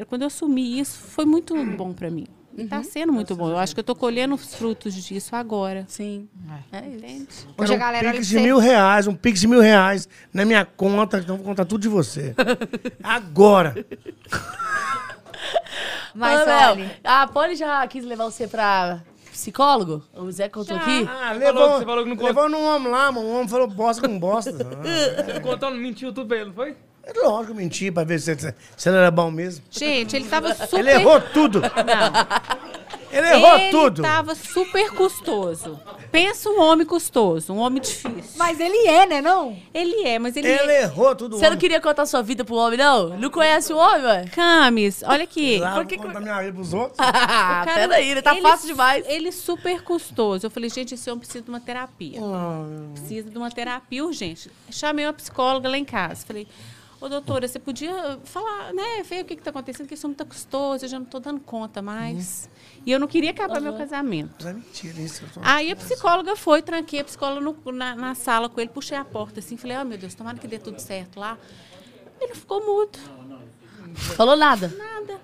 [SPEAKER 3] é, quando eu assumi isso, foi muito bom para mim. E tá sendo muito bom. Eu acho que eu tô colhendo os frutos disso agora.
[SPEAKER 2] Sim. É isso.
[SPEAKER 3] Entende?
[SPEAKER 1] Hoje a
[SPEAKER 4] um
[SPEAKER 1] galera olha pra
[SPEAKER 4] pix
[SPEAKER 1] você.
[SPEAKER 4] de mil reais, um pix de mil reais na minha conta, então eu vou contar tudo de você. Agora.
[SPEAKER 1] Mas
[SPEAKER 2] Ô, Léo,
[SPEAKER 1] olha.
[SPEAKER 2] a Polly já quis levar você pra psicólogo? O Zé contou aqui?
[SPEAKER 5] Falou
[SPEAKER 4] Ah,
[SPEAKER 5] que
[SPEAKER 4] levou,
[SPEAKER 5] você falou que não conta.
[SPEAKER 4] levou num homem lá, mano. O homem falou bosta com bosta. Ah,
[SPEAKER 5] Você contou, mentiu tudo pra ele, não foi?
[SPEAKER 4] é lógico, eu menti pra ver se, se se ele era bom mesmo.
[SPEAKER 3] Gente, ele tava super.
[SPEAKER 4] Ele errou tudo. Ele errou
[SPEAKER 3] Ele
[SPEAKER 4] tudo.
[SPEAKER 3] tava super custoso. Pensa um homem custoso, um homem difícil.
[SPEAKER 1] Mas ele é, né, não?
[SPEAKER 3] Ele é, mas ele,
[SPEAKER 4] Ele errou tudo.
[SPEAKER 2] Você não
[SPEAKER 4] homem.
[SPEAKER 2] queria contar sua vida pro homem, não? Não conhece o homem, ué?
[SPEAKER 3] Camis, olha aqui.
[SPEAKER 4] Lá,
[SPEAKER 2] Por que
[SPEAKER 4] vou
[SPEAKER 2] que-
[SPEAKER 4] contar minha vida pros outros.
[SPEAKER 2] Ah,
[SPEAKER 3] Cara,
[SPEAKER 2] peraí, ele tá
[SPEAKER 3] ele-
[SPEAKER 2] fácil demais.
[SPEAKER 3] Ele super custoso. Eu falei, gente, esse homem precisa de uma terapia. Precisa de uma terapia urgente. Chamei uma psicóloga lá em casa. Falei, ô Ô, doutora, você podia falar, né? Ver o que está acontecendo, que isso muito custoso, eu já não estou dando conta mais. E eu não queria acabar meu casamento.
[SPEAKER 4] Mas é mentira isso. eu tô-
[SPEAKER 3] Aí a psicóloga foi, tranquei a psicóloga no- na, na sala com ele, puxei a porta assim, falei, oh meu Deus, tomara que dê tudo certo lá. Ele ficou mudo,
[SPEAKER 2] Falou nada.
[SPEAKER 3] nada.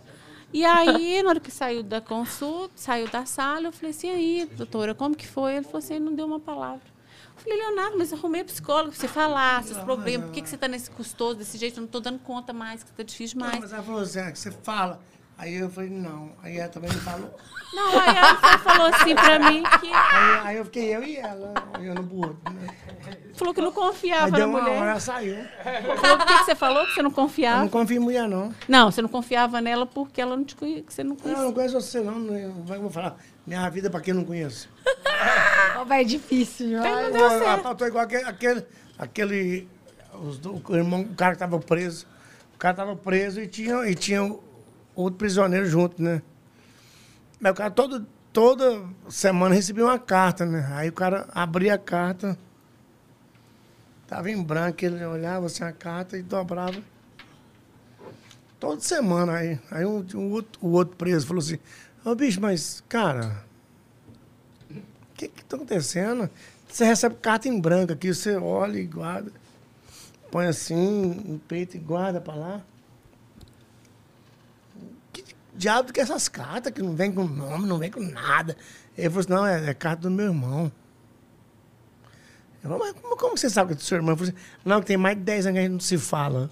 [SPEAKER 3] E aí, na hora que saiu da consulta, saiu da sala, eu falei assim, e aí, doutora, como que foi? Ele falou assim, ele não deu uma palavra. Eu falei, Leonardo, mas eu arrumei a psicóloga pra você falar, seus problemas, por que, que você está nesse custoso desse jeito? Eu não estou dando conta mais, que está difícil
[SPEAKER 4] Não,
[SPEAKER 3] mais.
[SPEAKER 4] mas ela falou assim, ah, que você fala. Aí eu falei, não. Aí ela também não falou.
[SPEAKER 3] Não, aí ela foi- falou assim pra mim que
[SPEAKER 4] Aí, aí eu fiquei eu e ela, olhando pro outro. Né?
[SPEAKER 3] falou que não
[SPEAKER 4] Aí
[SPEAKER 3] confiava na
[SPEAKER 4] deu uma
[SPEAKER 3] mulher.
[SPEAKER 4] hora, ela saiu. Eu
[SPEAKER 3] Falou, por que, que você falou que você não confiava?
[SPEAKER 4] não confio em mulher, não.
[SPEAKER 3] Não, você não confiava nela porque ela não te conhecia, que você não
[SPEAKER 4] Não, eu
[SPEAKER 3] conhecia.
[SPEAKER 4] não conheço você, não. não eu vou falar minha vida é pra quem não conhece.
[SPEAKER 1] Ó, vai, é difícil, viu?
[SPEAKER 3] Aí não
[SPEAKER 4] Pô,
[SPEAKER 3] deu
[SPEAKER 4] ela
[SPEAKER 3] certo.
[SPEAKER 4] faltou é igual aquele. aquele, aquele- os do- o, irmão, o cara que tava preso. O cara tava preso e tinha, e tinha o- outro prisioneiro junto, né? Mas o cara todo, toda semana recebia uma carta, né? Aí o cara abria a carta. Tava em branco, ele olhava assim a carta e dobrava. Toda semana aí. Aí um, um outro, o outro preso falou assim, ô bicho, mas, cara, o que que tá acontecendo? Você recebe carta em branco aqui, você olha e guarda. Põe assim, no peito e guarda pra lá. Que diabo que é essas cartas que não vem com nome, não vem com nada? Ele falou assim, não, é, é carta do meu irmão. Eu falei, mas como, como você sabe que é do seu irmão? Ele falou assim, não, que tem mais de 10 anos que a gente não se fala.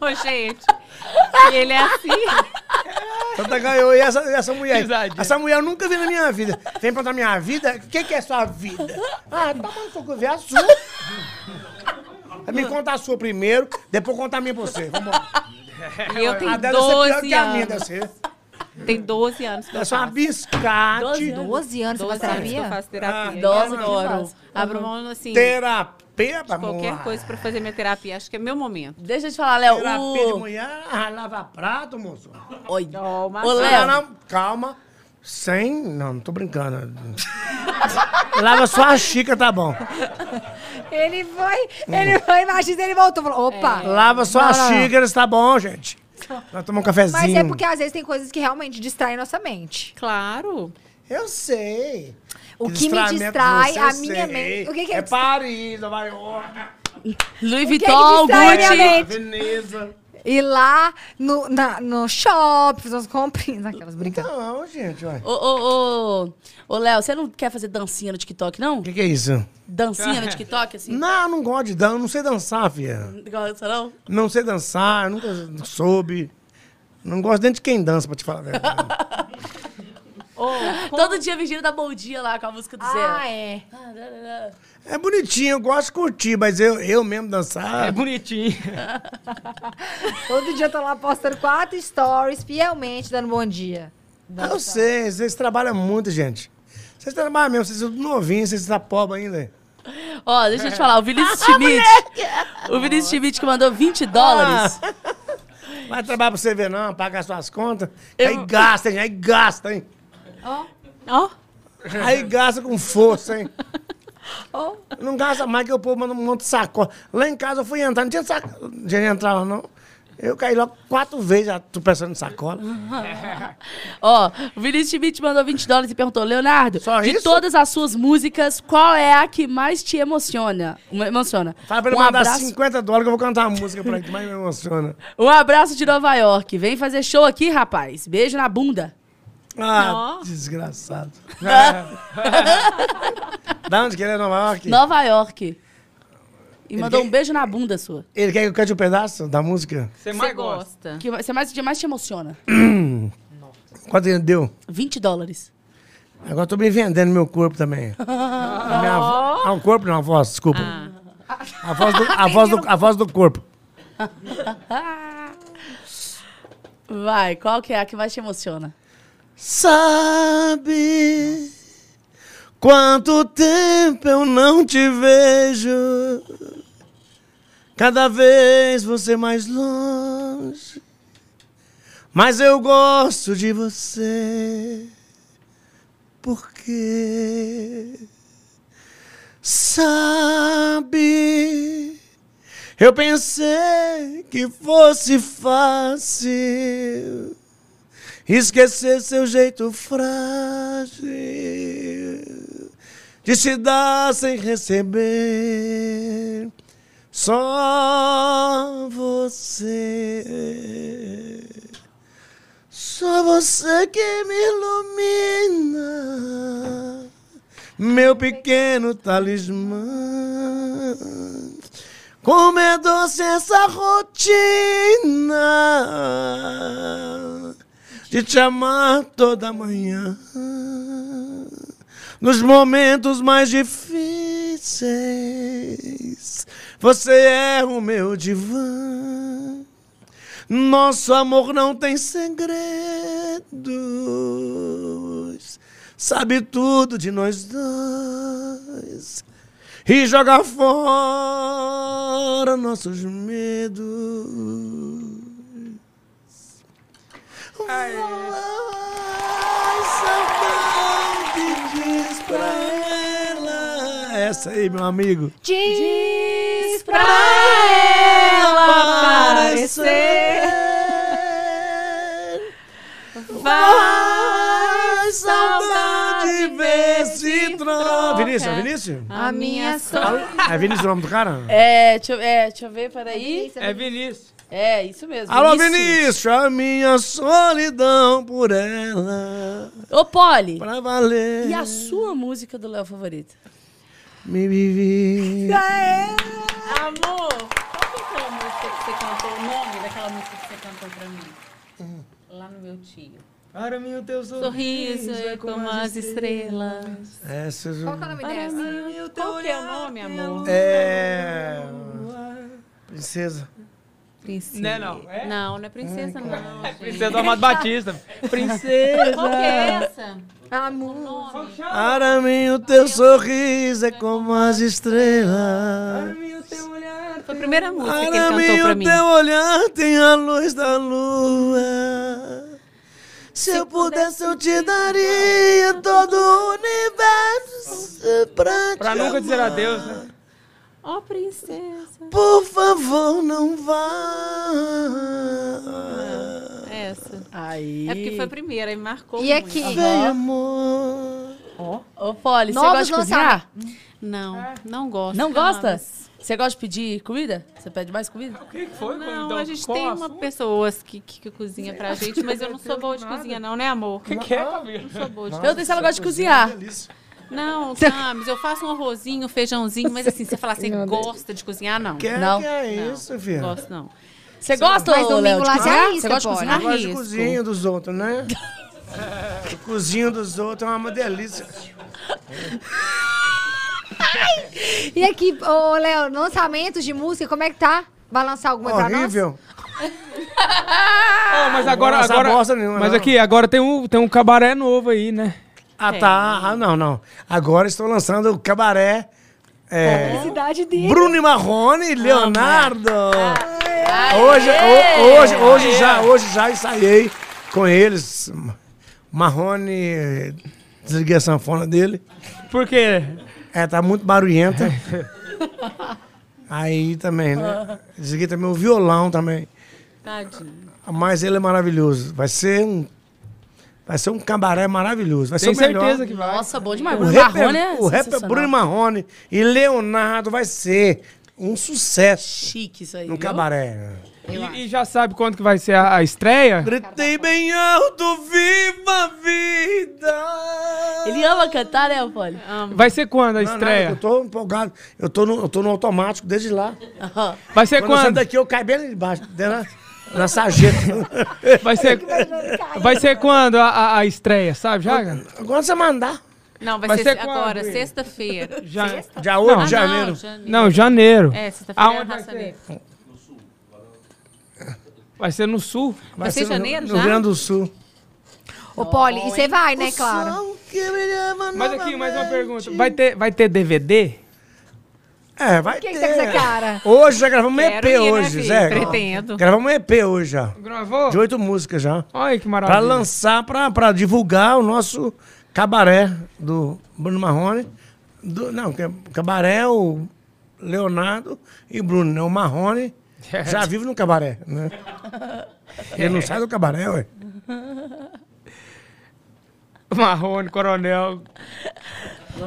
[SPEAKER 3] Ô, gente. E ele é assim.
[SPEAKER 4] Tanta Então tá, ganhou. E essa, e essa mulher?
[SPEAKER 5] Risadinha.
[SPEAKER 4] Essa mulher eu nunca vi na minha vida. Vem pra minha vida? O que, que é sua vida? Ah, tá bom, que eu ver a sua. Me conta a sua primeiro, depois conta a minha pra você. Vambora.
[SPEAKER 3] E eu
[SPEAKER 4] É, a
[SPEAKER 3] tenho
[SPEAKER 4] deve ser pior
[SPEAKER 3] 12
[SPEAKER 4] que a minha, deve
[SPEAKER 3] anos.
[SPEAKER 4] ser.
[SPEAKER 3] Tem 12 anos que eu
[SPEAKER 4] Deve ser uma
[SPEAKER 3] faço.
[SPEAKER 1] 12
[SPEAKER 4] biscate.
[SPEAKER 1] anos você faz
[SPEAKER 3] 12 anos que eu
[SPEAKER 1] terapia?
[SPEAKER 3] faço terapia.
[SPEAKER 4] Ah,
[SPEAKER 3] eu
[SPEAKER 4] doze,
[SPEAKER 3] adoro.
[SPEAKER 1] doze.
[SPEAKER 3] Abro mão, assim,
[SPEAKER 4] Terapia pra
[SPEAKER 3] qualquer
[SPEAKER 4] mulher.
[SPEAKER 3] coisa pra fazer minha terapia. Acho que é meu momento.
[SPEAKER 2] Deixa eu te falar, Léo.
[SPEAKER 4] Terapia de
[SPEAKER 2] O...
[SPEAKER 4] mulher, ah, lava prato, moço.
[SPEAKER 2] Oi.
[SPEAKER 3] Toma.
[SPEAKER 2] Ô,
[SPEAKER 4] Não,
[SPEAKER 2] Léo.
[SPEAKER 4] não, calma. Sem. Não, não tô brincando. lava só a xícara, tá bom.
[SPEAKER 1] Ele foi, ele foi machista, ele voltou. Falou, opa.
[SPEAKER 4] Ah, É. Lava só
[SPEAKER 1] É. Não,
[SPEAKER 4] as
[SPEAKER 1] não, não.
[SPEAKER 4] xícaras, tá bom, gente. Nós tomamos um cafezinho.
[SPEAKER 1] Mas é porque às vezes tem coisas que realmente distraem nossa mente.
[SPEAKER 3] Claro.
[SPEAKER 4] Eu sei.
[SPEAKER 1] O que me
[SPEAKER 4] distramento
[SPEAKER 1] distrai,
[SPEAKER 4] de
[SPEAKER 1] a
[SPEAKER 4] eu
[SPEAKER 1] minha
[SPEAKER 4] sei.
[SPEAKER 1] mente- o que que é
[SPEAKER 4] é?
[SPEAKER 1] que-
[SPEAKER 4] Paris, Nova York,
[SPEAKER 1] que
[SPEAKER 2] Louis
[SPEAKER 1] é que
[SPEAKER 2] Vuitton,
[SPEAKER 1] distrai minha
[SPEAKER 2] Gucci.
[SPEAKER 1] mente?
[SPEAKER 4] Veneza.
[SPEAKER 1] Ir lá no, na- no shopping, fazer umas comprinhas, aquelas brincadeiras.
[SPEAKER 4] Não, Então, gente, ué.
[SPEAKER 2] Ô, ô, ô. Ô, Léo, você não quer fazer dancinha no TikTok, não?
[SPEAKER 4] O que, que é isso?
[SPEAKER 2] Dancinha no TikTok, assim?
[SPEAKER 4] Não, não gosto de dança, não sei dançar, filha.
[SPEAKER 2] Não gosta, não?
[SPEAKER 4] Não sei dançar, nunca soube. Não gosto nem de quem dança, pra te falar a verdade.
[SPEAKER 2] Todo dia a Virgínia dá bom dia lá com a música do
[SPEAKER 1] Ah,
[SPEAKER 2] Zé.
[SPEAKER 1] é.
[SPEAKER 4] É bonitinho, eu gosto de curtir, mas eu, eu mesmo dançar.
[SPEAKER 3] Ah.
[SPEAKER 5] É bonitinho.
[SPEAKER 1] Todo dia eu tô lá postando quatro stories, fielmente, dando bom dia.
[SPEAKER 4] eu sei, vocês trabalham muito, gente. Vocês trabalham mesmo, vocês são novinhos, vocês estão pobres ainda.
[SPEAKER 2] Ó, deixa eu te falar, o Vinícius Schmidt. O Vinícius Schmidt que mandou 20 dólares.
[SPEAKER 4] Ah. Vai trabalhar pra você ver, não, pagar suas contas. Aí gasta, hein? Aí gasta, hein?
[SPEAKER 3] Ó.
[SPEAKER 4] Aí gasta com força, hein? Não gasta mais que o povo manda um monte de sacola. Lá em casa eu fui entrar, não tinha sacola. Não tinha entrar lá, não. Eu caí logo quatro vezes, já tô pensando em sacola.
[SPEAKER 2] Ó, o Vinícius Schmidt mandou 20 dólares e perguntou: Leonardo,
[SPEAKER 4] Só
[SPEAKER 2] de
[SPEAKER 4] isso?
[SPEAKER 2] todas as suas músicas, qual é a que mais te emociona? Uma- Emociona.
[SPEAKER 4] Fala pra ele
[SPEAKER 2] um,
[SPEAKER 4] mandar
[SPEAKER 2] abraço,
[SPEAKER 4] 50 dólares que eu vou cantar uma música pra ele, que mais me emociona.
[SPEAKER 2] um abraço de Nova York. Vem fazer show aqui, rapaz. Beijo na bunda.
[SPEAKER 4] Ah,
[SPEAKER 3] Ó.
[SPEAKER 4] desgraçado. da onde que ele é, Nova York?
[SPEAKER 2] Nova York. E mandou
[SPEAKER 4] quer-
[SPEAKER 2] um beijo na bunda sua.
[SPEAKER 4] Ele quer que eu cante um pedaço da música?
[SPEAKER 5] Você
[SPEAKER 3] Você
[SPEAKER 5] mais gosta.
[SPEAKER 3] gosta.
[SPEAKER 2] Que você mais, que mais te emociona?
[SPEAKER 4] Quanto ele deu?
[SPEAKER 2] 20 dólares.
[SPEAKER 4] Agora eu tô me vendendo meu corpo também. A minha vo- ah, um corpo não, a voz, desculpa. A, voz do, a, voz do, a voz do corpo.
[SPEAKER 2] Vai, qual que é a que mais te emociona?
[SPEAKER 4] Sabe quanto tempo eu não te vejo? Cada vez você mais longe. Mas eu gosto de você. porquê. Sabe, eu pensei que fosse fácil esquecer seu jeito frágil de se dar sem receber. Só você, só você que me ilumina, meu pequeno talismã. Como é doce essa rotina de te amar toda manhã. Nos momentos mais difíceis, você é o meu divã. Nosso amor não tem segredos, sabe tudo de nós dois. E joga fora nossos medos. Vai, saudade, diz pra ela. Essa aí, meu amigo.
[SPEAKER 1] Diz pra ela aparecer.
[SPEAKER 4] Vai, saudade, vê se
[SPEAKER 3] se
[SPEAKER 4] troca.
[SPEAKER 3] troca.
[SPEAKER 4] Vinícius, é Vinícius?
[SPEAKER 3] Ah.
[SPEAKER 1] A minha
[SPEAKER 4] É Vinícius o nome do cara?
[SPEAKER 2] É, deixa eu, é, deixa eu ver, peraí.
[SPEAKER 5] É Vinícius.
[SPEAKER 2] É, isso mesmo.
[SPEAKER 4] Alô,
[SPEAKER 2] Vinícius.
[SPEAKER 4] Vinícius, a minha solidão por ela,
[SPEAKER 2] Ô, Polly,
[SPEAKER 4] pra valer,
[SPEAKER 2] e a sua música do Léo favorita?
[SPEAKER 4] me vivi.
[SPEAKER 3] Amor, qual que foi a música que você cantou, o nome daquela música que você cantou pra mim?
[SPEAKER 2] Hum.
[SPEAKER 3] Lá no meu tio.
[SPEAKER 5] Para mim o teu
[SPEAKER 3] Sorriso é como as estrelas.
[SPEAKER 4] É, seus...
[SPEAKER 1] Qual que é o nome dessa?
[SPEAKER 3] Qual que é o nome, amor?
[SPEAKER 4] É... Princesa.
[SPEAKER 3] Princesa.
[SPEAKER 5] Não é não, é?
[SPEAKER 3] Não, não é princesa, não. gente.
[SPEAKER 5] Princesa do Amado Batista. Princesa.
[SPEAKER 3] Qual que é essa?
[SPEAKER 1] Amor.
[SPEAKER 4] Para mim o teu sorriso é como as estrelas.
[SPEAKER 3] Foi a primeira música que ele
[SPEAKER 4] Para mim
[SPEAKER 3] cantou pra
[SPEAKER 4] o
[SPEAKER 3] mim.
[SPEAKER 4] teu olhar tem a luz da lua. Se eu pudesse eu te daria todo o universo pra,
[SPEAKER 5] Pra
[SPEAKER 4] te
[SPEAKER 5] nunca dizer
[SPEAKER 4] amar.
[SPEAKER 5] adeus, né?
[SPEAKER 3] Ó, princesa.
[SPEAKER 4] Por favor, não vá.
[SPEAKER 3] É Essa.
[SPEAKER 2] Aí.
[SPEAKER 3] É porque foi a primeira, e marcou
[SPEAKER 1] E
[SPEAKER 3] muito.
[SPEAKER 1] aqui?
[SPEAKER 4] Vem, amor.
[SPEAKER 2] Ô, Polly, você
[SPEAKER 1] Novos
[SPEAKER 2] gosta de cozinhar?
[SPEAKER 3] Não,
[SPEAKER 5] É.
[SPEAKER 3] não gosto.
[SPEAKER 2] Não
[SPEAKER 3] Caramba.
[SPEAKER 2] gosta? Você gosta de pedir comida? Você pede mais comida?
[SPEAKER 5] O que que foi?
[SPEAKER 3] Não,
[SPEAKER 5] Então,
[SPEAKER 3] a gente
[SPEAKER 5] qual
[SPEAKER 3] tem
[SPEAKER 5] o
[SPEAKER 3] uma
[SPEAKER 5] assunto?
[SPEAKER 3] pessoa que, que, que cozinha pra gente, mas eu não sou boa de cozinha não, né amor?
[SPEAKER 5] O que que é, Camila?
[SPEAKER 3] Não sou boa de
[SPEAKER 2] Eu sei se ela gosta de cozinhar.
[SPEAKER 3] Não, Camis, eu faço um arrozinho, um feijãozinho, mas assim, você falar assim, gosta de cozinhar, não.
[SPEAKER 4] Que,
[SPEAKER 2] Não.
[SPEAKER 4] que é
[SPEAKER 3] Não,
[SPEAKER 4] isso, filho?
[SPEAKER 3] Não gosto, não.
[SPEAKER 2] Você gosta,
[SPEAKER 1] Mas
[SPEAKER 2] ô, Léo,
[SPEAKER 1] domingo
[SPEAKER 2] de
[SPEAKER 1] lá se
[SPEAKER 2] cozinhar?
[SPEAKER 1] arrisca,
[SPEAKER 2] Você gosta de
[SPEAKER 1] Polly.
[SPEAKER 2] cozinhar?
[SPEAKER 4] Eu gosto de
[SPEAKER 3] Arrisco.
[SPEAKER 4] cozinha dos outros, né? O cozinho dos outros é uma delícia.
[SPEAKER 1] E aqui, ô Léo, lançamentos de música, como é que tá? Vai lançar alguma pra nós?
[SPEAKER 4] Horrível.
[SPEAKER 5] Ah, mas agora,
[SPEAKER 4] lançar
[SPEAKER 5] agora,
[SPEAKER 4] bosta nenhuma,
[SPEAKER 5] mas
[SPEAKER 4] não.
[SPEAKER 5] aqui, agora tem um, tem um cabaré novo aí, né?
[SPEAKER 4] Ah, tá. Ah, não, não. Agora estou lançando o cabaré. É,
[SPEAKER 1] Cidade dele.
[SPEAKER 4] Bruno e Marrone e Leonardo. Hoje, ho- hoje, hoje, já, hoje já ensaiei com eles. Marrone, desliguei a sanfona dele.
[SPEAKER 5] Por quê?
[SPEAKER 4] É, tá muito barulhenta. Aí também, né? Desliguei também o violão também.
[SPEAKER 3] Tadinho.
[SPEAKER 4] Mas ele é maravilhoso. Vai ser um. Vai ser um cabaré maravilhoso. Vai
[SPEAKER 5] Tenho
[SPEAKER 4] ser o melhor.
[SPEAKER 5] certeza que vai.
[SPEAKER 2] Nossa, bom demais.
[SPEAKER 4] O
[SPEAKER 2] Bruno
[SPEAKER 4] rap,
[SPEAKER 2] Marrone
[SPEAKER 4] é,
[SPEAKER 2] é
[SPEAKER 4] o rap é
[SPEAKER 2] sensacional.
[SPEAKER 4] Bruno Marrone e Leonardo vai ser um sucesso
[SPEAKER 2] Chique isso aí,
[SPEAKER 4] no
[SPEAKER 2] viu?
[SPEAKER 4] cabaré.
[SPEAKER 5] E, e já sabe quando que vai ser a, a estreia?
[SPEAKER 4] Gritei bem alto, viva a vida!
[SPEAKER 2] Ele ama cantar, né, Polly?
[SPEAKER 5] Vai ser quando a
[SPEAKER 4] Não, nada,
[SPEAKER 5] estreia?
[SPEAKER 4] é eu tô empolgado. Eu tô no, eu tô no automático desde lá.
[SPEAKER 2] Aham.
[SPEAKER 5] Vai ser
[SPEAKER 4] Quando eu saio
[SPEAKER 5] quando?
[SPEAKER 4] daqui, eu caio bem ali embaixo, dentro na, na sarjeta.
[SPEAKER 5] Vai ser, vai ser quando a, a- a estreia, sabe? Já?
[SPEAKER 4] Agora você mandar.
[SPEAKER 3] Não, vai
[SPEAKER 5] Vai
[SPEAKER 3] ser,
[SPEAKER 5] ser quando,
[SPEAKER 3] agora,
[SPEAKER 5] Will?
[SPEAKER 3] sexta-feira. Ah,
[SPEAKER 5] já
[SPEAKER 4] Dia 8
[SPEAKER 5] Não.
[SPEAKER 4] de janeiro.
[SPEAKER 3] Não, janeiro.
[SPEAKER 5] Não, janeiro.
[SPEAKER 3] É, sexta-feira é
[SPEAKER 5] Aonde vai
[SPEAKER 3] raça
[SPEAKER 5] ser?
[SPEAKER 3] negra.
[SPEAKER 5] Vai ser no sul.
[SPEAKER 4] Vai
[SPEAKER 3] ser
[SPEAKER 4] ser no-
[SPEAKER 3] janeiro
[SPEAKER 4] no,
[SPEAKER 3] já?
[SPEAKER 4] Rio Grande do Sul.
[SPEAKER 1] Ô, Polly, e você vai, né, claro?
[SPEAKER 5] Mas aqui, mais uma pergunta. Vai ter, vai ter DVD?
[SPEAKER 4] É, vai
[SPEAKER 1] Por que
[SPEAKER 4] ter.
[SPEAKER 1] que tá com essa cara?
[SPEAKER 4] Hoje já gravamos um EP
[SPEAKER 3] Quero ir, né,
[SPEAKER 4] hoje,
[SPEAKER 3] filho?
[SPEAKER 4] Zé.
[SPEAKER 3] Pretendo.
[SPEAKER 4] Gravamos um EP hoje já.
[SPEAKER 5] Gravou?
[SPEAKER 4] De oito músicas já.
[SPEAKER 5] Olha que
[SPEAKER 4] Pra
[SPEAKER 5] maravilha.
[SPEAKER 4] lançar, pra, pra divulgar o nosso Cabaré, do Bruno Marrone. Do, não, que é- Cabaré é o Leonardo e o Bruno, né? O Marrone já vive no Cabaré, né? Ele não sai do Cabaré, ué.
[SPEAKER 5] Marrone, coronel.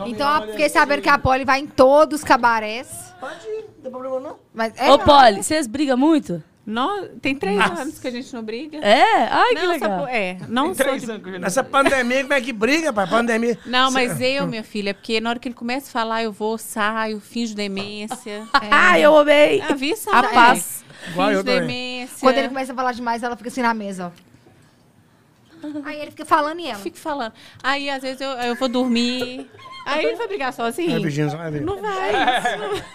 [SPEAKER 1] Então, eu fiquei sabendo que a Polly vai em todos os cabarés.
[SPEAKER 4] Pode ir, não tem problema não.
[SPEAKER 1] Mas é,
[SPEAKER 2] Ô, Polly, vocês brigam muito?
[SPEAKER 3] Nós, tem três anos que a gente não briga.
[SPEAKER 2] É? Ai, que
[SPEAKER 3] não,
[SPEAKER 2] legal.
[SPEAKER 3] só- é, não
[SPEAKER 4] Então,
[SPEAKER 3] sou de-
[SPEAKER 4] Nessa pandemia, como é que briga, pai? Pandemia.
[SPEAKER 3] Não, mas eu, minha filha, é porque na hora que ele começa a falar, eu vou, saio, finjo demência.
[SPEAKER 2] Ai, eu amei.
[SPEAKER 3] Ah, vi, sabe?
[SPEAKER 2] A paz.
[SPEAKER 4] Igual eu
[SPEAKER 3] Finjo
[SPEAKER 4] também.
[SPEAKER 3] demência.
[SPEAKER 1] Quando ele começa a falar demais, ela fica assim na mesa, ó. Aí ele fica falando e ela.
[SPEAKER 3] Eu fico falando. Aí, às vezes, eu, eu vou dormir. Aí ele vai brigar
[SPEAKER 4] Vai,
[SPEAKER 3] sozinho.
[SPEAKER 4] Virgínia, você vai ver.
[SPEAKER 3] Não
[SPEAKER 2] É.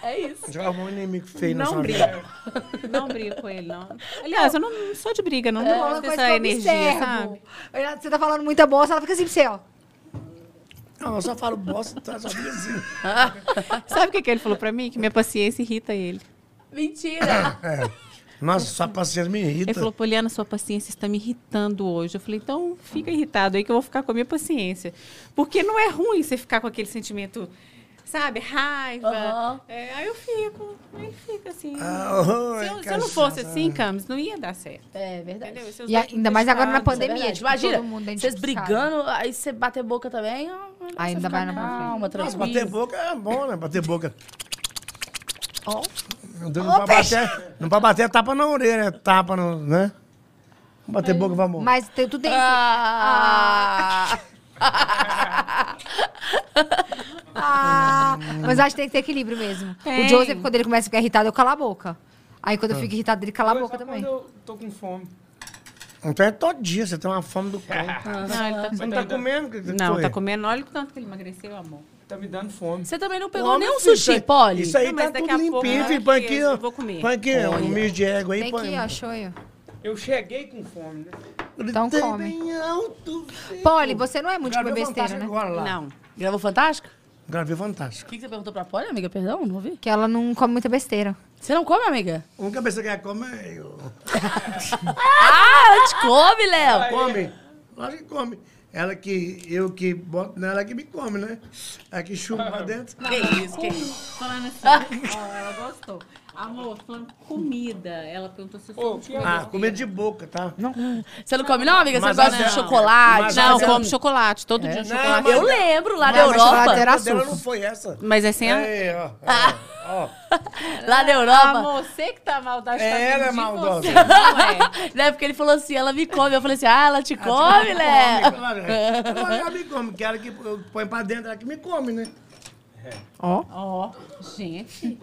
[SPEAKER 3] vai. isso.
[SPEAKER 4] A gente vai arrumar um inimigo feio na
[SPEAKER 3] Não
[SPEAKER 4] sua
[SPEAKER 3] briga.
[SPEAKER 4] vida.
[SPEAKER 3] Não brigo com ele, não. Aliás, eu não sou de briga,
[SPEAKER 2] É.
[SPEAKER 3] não.
[SPEAKER 1] Tô
[SPEAKER 3] Não
[SPEAKER 1] falando
[SPEAKER 3] gosto
[SPEAKER 1] coisa
[SPEAKER 3] dessa
[SPEAKER 1] que eu
[SPEAKER 3] energia,
[SPEAKER 1] observo.
[SPEAKER 3] sabe?
[SPEAKER 1] Ela- Você tá falando muita bosta, ela fica assim pra você, ó.
[SPEAKER 4] Não, eu só falo bosta, tá? Só fica assim.
[SPEAKER 3] Sabe o que, que ele falou pra mim? Que minha paciência irrita ele.
[SPEAKER 2] Mentira.
[SPEAKER 4] É. Nossa, sua paciência me irrita.
[SPEAKER 3] Ele falou, Poliana, sua paciência está me irritando hoje. Eu falei, então fica irritado aí que eu vou ficar com a minha paciência. Porque não é ruim você ficar com aquele sentimento, sabe, raiva.
[SPEAKER 2] Aham.
[SPEAKER 3] É, aí eu fico, aí ele fica assim.
[SPEAKER 4] Ah, oh,
[SPEAKER 3] se, eu,
[SPEAKER 4] é
[SPEAKER 3] se eu não fosse
[SPEAKER 4] cachaça.
[SPEAKER 3] assim, Camis, não ia dar certo.
[SPEAKER 2] É verdade.
[SPEAKER 3] Entendeu? Esses
[SPEAKER 1] E
[SPEAKER 3] dois
[SPEAKER 1] ainda mais agora na
[SPEAKER 3] fechados.
[SPEAKER 2] Isso é
[SPEAKER 1] pandemia,
[SPEAKER 2] verdade.
[SPEAKER 1] tipo,
[SPEAKER 2] Imagina,
[SPEAKER 1] todo mundo dentro
[SPEAKER 2] vocês
[SPEAKER 1] de
[SPEAKER 2] brigando, aí você bater boca também. ah,
[SPEAKER 1] Aí
[SPEAKER 2] você
[SPEAKER 1] ainda
[SPEAKER 2] fica
[SPEAKER 1] vai na
[SPEAKER 2] Calma,
[SPEAKER 4] Nossa,
[SPEAKER 2] tranquilo.
[SPEAKER 4] bater boca é bom, né? Bater boca.
[SPEAKER 1] Ó.
[SPEAKER 4] Meu Deus, não, pra bater, não pra bater é tapa na orelha, é tapa no. né? Bater boca, vamos.
[SPEAKER 1] Mas tem- tu tem.
[SPEAKER 2] Ah,
[SPEAKER 1] Ah, mas acho que tem que ter equilíbrio mesmo. O
[SPEAKER 3] Tem.
[SPEAKER 1] Joseph, quando ele começa a ficar irritado, eu calo a boca. Aí quando eu fico irritado, ele cala a boca também.
[SPEAKER 5] eu tô com fome.
[SPEAKER 4] Então é todo dia, você tem uma fome do cão.
[SPEAKER 3] Não, ele tá
[SPEAKER 4] Você não tá comendo? que- que
[SPEAKER 3] comendo. Não,
[SPEAKER 4] foi?
[SPEAKER 3] tá comendo. Olha o tanto que ele emagreceu, amor.
[SPEAKER 5] Tá me dando fome.
[SPEAKER 2] Você também não pegou
[SPEAKER 4] Come,
[SPEAKER 2] nenhum
[SPEAKER 4] filho,
[SPEAKER 2] sushi,
[SPEAKER 4] um isso aí-
[SPEAKER 2] Polly?
[SPEAKER 4] Isso aí
[SPEAKER 3] Não, mas
[SPEAKER 4] tá
[SPEAKER 3] daqui
[SPEAKER 4] tudo
[SPEAKER 3] a pouco,
[SPEAKER 4] limpinho,
[SPEAKER 3] na
[SPEAKER 4] filho.
[SPEAKER 3] hora
[SPEAKER 4] Põe
[SPEAKER 3] que
[SPEAKER 4] aqui,
[SPEAKER 3] eu-
[SPEAKER 4] ó.
[SPEAKER 3] eu vou comer.
[SPEAKER 4] Põe aqui, ó, um misto de égua aí.
[SPEAKER 1] Tem
[SPEAKER 4] põe-
[SPEAKER 1] aqui, ó, shoyu.
[SPEAKER 5] Eu cheguei com fome, né?
[SPEAKER 1] Então
[SPEAKER 4] Gritei
[SPEAKER 1] come.
[SPEAKER 4] bem alto. filho.
[SPEAKER 1] Polly, você não é muito de
[SPEAKER 4] Gravei
[SPEAKER 1] comer besteira,
[SPEAKER 4] Fantástico
[SPEAKER 1] né?
[SPEAKER 4] Agora lá.
[SPEAKER 3] Não.
[SPEAKER 2] Gravou Fantástico?
[SPEAKER 4] Gravei
[SPEAKER 2] O é
[SPEAKER 4] fantástico.
[SPEAKER 2] que, que você perguntou pra Polly, amiga? Perdão, não ouvi.
[SPEAKER 1] Que ela não come muita besteira.
[SPEAKER 2] Você não come, amiga?
[SPEAKER 4] Um cabeça que come é eu.
[SPEAKER 2] Ah, ela te come, Léo.
[SPEAKER 4] Come? Lógico que come. Ela que. Eu que boto nela, ela que me come, né? Ela que chupa pra dentro.
[SPEAKER 2] Que isso, que isso.
[SPEAKER 3] Falando assim, ó, ela gostou. Amor, falando comida. Ela perguntou se eu sou
[SPEAKER 5] Ô,
[SPEAKER 3] de
[SPEAKER 5] que é-
[SPEAKER 4] Ah, comida de boca, tá? Não,
[SPEAKER 2] Você não come, não, amiga? Você
[SPEAKER 4] Mas
[SPEAKER 2] gosta
[SPEAKER 4] ela-
[SPEAKER 2] de chocolate?
[SPEAKER 4] mas
[SPEAKER 3] Não,
[SPEAKER 4] ela-
[SPEAKER 2] você-
[SPEAKER 1] um-
[SPEAKER 3] como chocolate, todo
[SPEAKER 1] É?
[SPEAKER 3] dia chocolate.
[SPEAKER 2] Eu lembro, lá na
[SPEAKER 1] Mas- mas chocolate
[SPEAKER 2] Europa.
[SPEAKER 1] era
[SPEAKER 4] dela
[SPEAKER 1] açúcar.
[SPEAKER 4] não foi essa.
[SPEAKER 3] Mas é sem a...
[SPEAKER 4] Aí, ó. ó, ó.
[SPEAKER 2] Lá na Europa.
[SPEAKER 3] Amor, você que tá maldosa.
[SPEAKER 4] É,
[SPEAKER 3] tá vindo
[SPEAKER 4] ela é
[SPEAKER 3] de
[SPEAKER 4] maldosa.
[SPEAKER 3] você, Não é?
[SPEAKER 2] Né? Porque ele falou assim, ela me come. Eu falei assim, ah, ela te come, Léo.
[SPEAKER 4] Claro, é. Ela ela me come, que ela que eu põe pra dentro, ela que me come, né?
[SPEAKER 3] Ó, gente.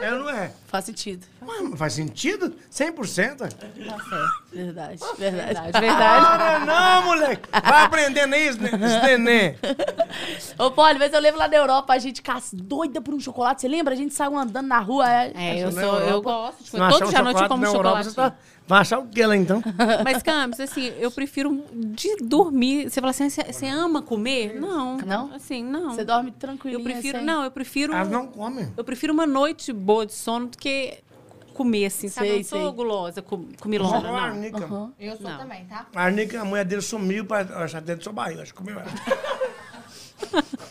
[SPEAKER 4] É, não é?
[SPEAKER 2] Faz sentido. É,
[SPEAKER 4] Ué, mas faz sentido? 100%?
[SPEAKER 2] Verdade, verdade.
[SPEAKER 3] De verdade.
[SPEAKER 4] Para não, moleque! Vai aprendendo aí, esse ne- esse neném.
[SPEAKER 2] Ô, Polly, mas eu lembro lá na Europa, a gente cas- doida por um chocolate. Você lembra? A gente saiu andando na rua. é-
[SPEAKER 3] É, eu
[SPEAKER 4] Na
[SPEAKER 3] sou, eu
[SPEAKER 4] Europa,
[SPEAKER 3] gosto.
[SPEAKER 4] Se
[SPEAKER 3] Tipo,
[SPEAKER 4] não achar
[SPEAKER 3] todo
[SPEAKER 4] um
[SPEAKER 3] dia à noite eu
[SPEAKER 4] chocolate
[SPEAKER 3] como
[SPEAKER 4] na Europa,
[SPEAKER 3] chocolate.
[SPEAKER 4] você tá... vai achar o que lá então?
[SPEAKER 3] Mas, Camis, assim, eu prefiro de dormir. Você fala assim, "Você- você ama comer? Não.
[SPEAKER 2] Não?
[SPEAKER 3] Assim, não.
[SPEAKER 2] Você dorme assim. tranquilo.
[SPEAKER 3] Eu prefiro, não, eu prefiro,
[SPEAKER 4] Elas não comem.
[SPEAKER 3] eu prefiro uma noite boa de sono do que comer, assim, sabe?
[SPEAKER 2] Sei,
[SPEAKER 3] eu não sou
[SPEAKER 2] sei.
[SPEAKER 3] gulosa, com-
[SPEAKER 4] Só
[SPEAKER 3] comilona,
[SPEAKER 4] com a
[SPEAKER 3] não.
[SPEAKER 4] Arnica.
[SPEAKER 1] Eu sou
[SPEAKER 3] Não.
[SPEAKER 1] também, tá?
[SPEAKER 4] A Arnica, a mulher dele sumiu pra eu achar dentro do seu barriga. Acho que comeu ela.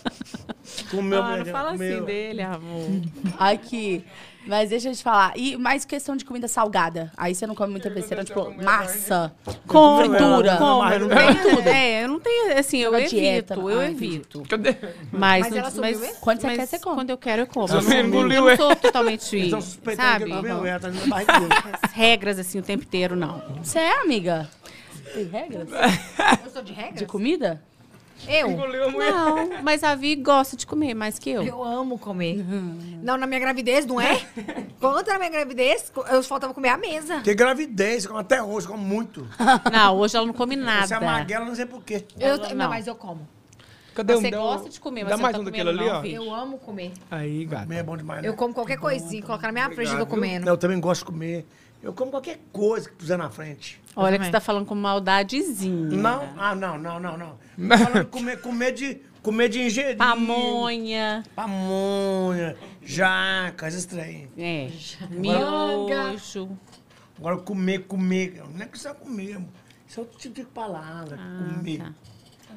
[SPEAKER 4] comeu,
[SPEAKER 3] Ah, não
[SPEAKER 4] mulher,
[SPEAKER 3] fala assim
[SPEAKER 4] comeu.
[SPEAKER 3] dele, amor.
[SPEAKER 2] Aqui. Mas deixa eu te falar. E mais questão de comida salgada. Aí você não come muita besteira, tipo, massa,
[SPEAKER 3] Como,
[SPEAKER 4] tá
[SPEAKER 2] fritura.
[SPEAKER 3] como,
[SPEAKER 4] Mas
[SPEAKER 3] eu não
[SPEAKER 4] não
[SPEAKER 3] tenho, é, eu não tenho, assim, eu
[SPEAKER 2] Uma
[SPEAKER 3] evito,
[SPEAKER 2] dieta.
[SPEAKER 3] eu
[SPEAKER 2] Ai,
[SPEAKER 3] evito.
[SPEAKER 5] Cadê?
[SPEAKER 3] Mas,
[SPEAKER 1] Mas ela sumiu mesmo?
[SPEAKER 2] Quando você
[SPEAKER 3] mas
[SPEAKER 2] quer, você come.
[SPEAKER 3] Quando eu quero, eu como.
[SPEAKER 4] Ela
[SPEAKER 3] Eu não-
[SPEAKER 5] engoliu,
[SPEAKER 3] eu não
[SPEAKER 5] é.
[SPEAKER 3] sou totalmente,
[SPEAKER 4] Então suspeitando
[SPEAKER 3] sabe,
[SPEAKER 4] que comeu, ela tá dentro da barriga dele.
[SPEAKER 3] as regras, assim, o tempo inteiro, não.
[SPEAKER 2] Você é, amiga? Tem regras?
[SPEAKER 1] Eu sou de regra?
[SPEAKER 2] De comida?
[SPEAKER 1] Eu?
[SPEAKER 5] Engoliu a mulher.
[SPEAKER 3] Não, mas a Vi gosta de comer mais que eu.
[SPEAKER 1] Eu amo comer. Não, na minha gravidez, não é? Quando na minha gravidez, co- eu faltava comer a mesa.
[SPEAKER 4] Tem gravidez, como até hoje, como muito.
[SPEAKER 3] Não, hoje ela não come nada.
[SPEAKER 4] Você é magrela, não sei porquê.
[SPEAKER 1] Eu,
[SPEAKER 3] Não.
[SPEAKER 1] t- não, mas eu como.
[SPEAKER 5] Cadê
[SPEAKER 3] Você
[SPEAKER 5] Dá
[SPEAKER 3] gosta de comer, mas
[SPEAKER 5] Dá
[SPEAKER 3] você
[SPEAKER 5] mais
[SPEAKER 3] não
[SPEAKER 5] um
[SPEAKER 3] tá
[SPEAKER 5] daquilo
[SPEAKER 3] comendo
[SPEAKER 5] ali,
[SPEAKER 3] não,
[SPEAKER 5] ó.
[SPEAKER 3] Vi.
[SPEAKER 1] Eu amo comer.
[SPEAKER 5] Aí, gato.
[SPEAKER 4] Comer é bom demais, né?
[SPEAKER 1] Eu como qualquer coisinha, colocar na minha frente, eu tô comendo.
[SPEAKER 4] Não, eu também gosto de comer. Eu como qualquer coisa que puser na frente.
[SPEAKER 3] Olha que
[SPEAKER 1] também.
[SPEAKER 3] você tá falando com maldadezinha.
[SPEAKER 4] Não? Ah, não, não, não, não. Tô falando comer, comer de, comer de ingerir.
[SPEAKER 3] Pamonha.
[SPEAKER 4] Pamonha, jacas, esses trem.
[SPEAKER 3] É. Miojo.
[SPEAKER 4] Agora comer, comer. Não é que isso é comer. Isso é outro tipo de palavra. comer.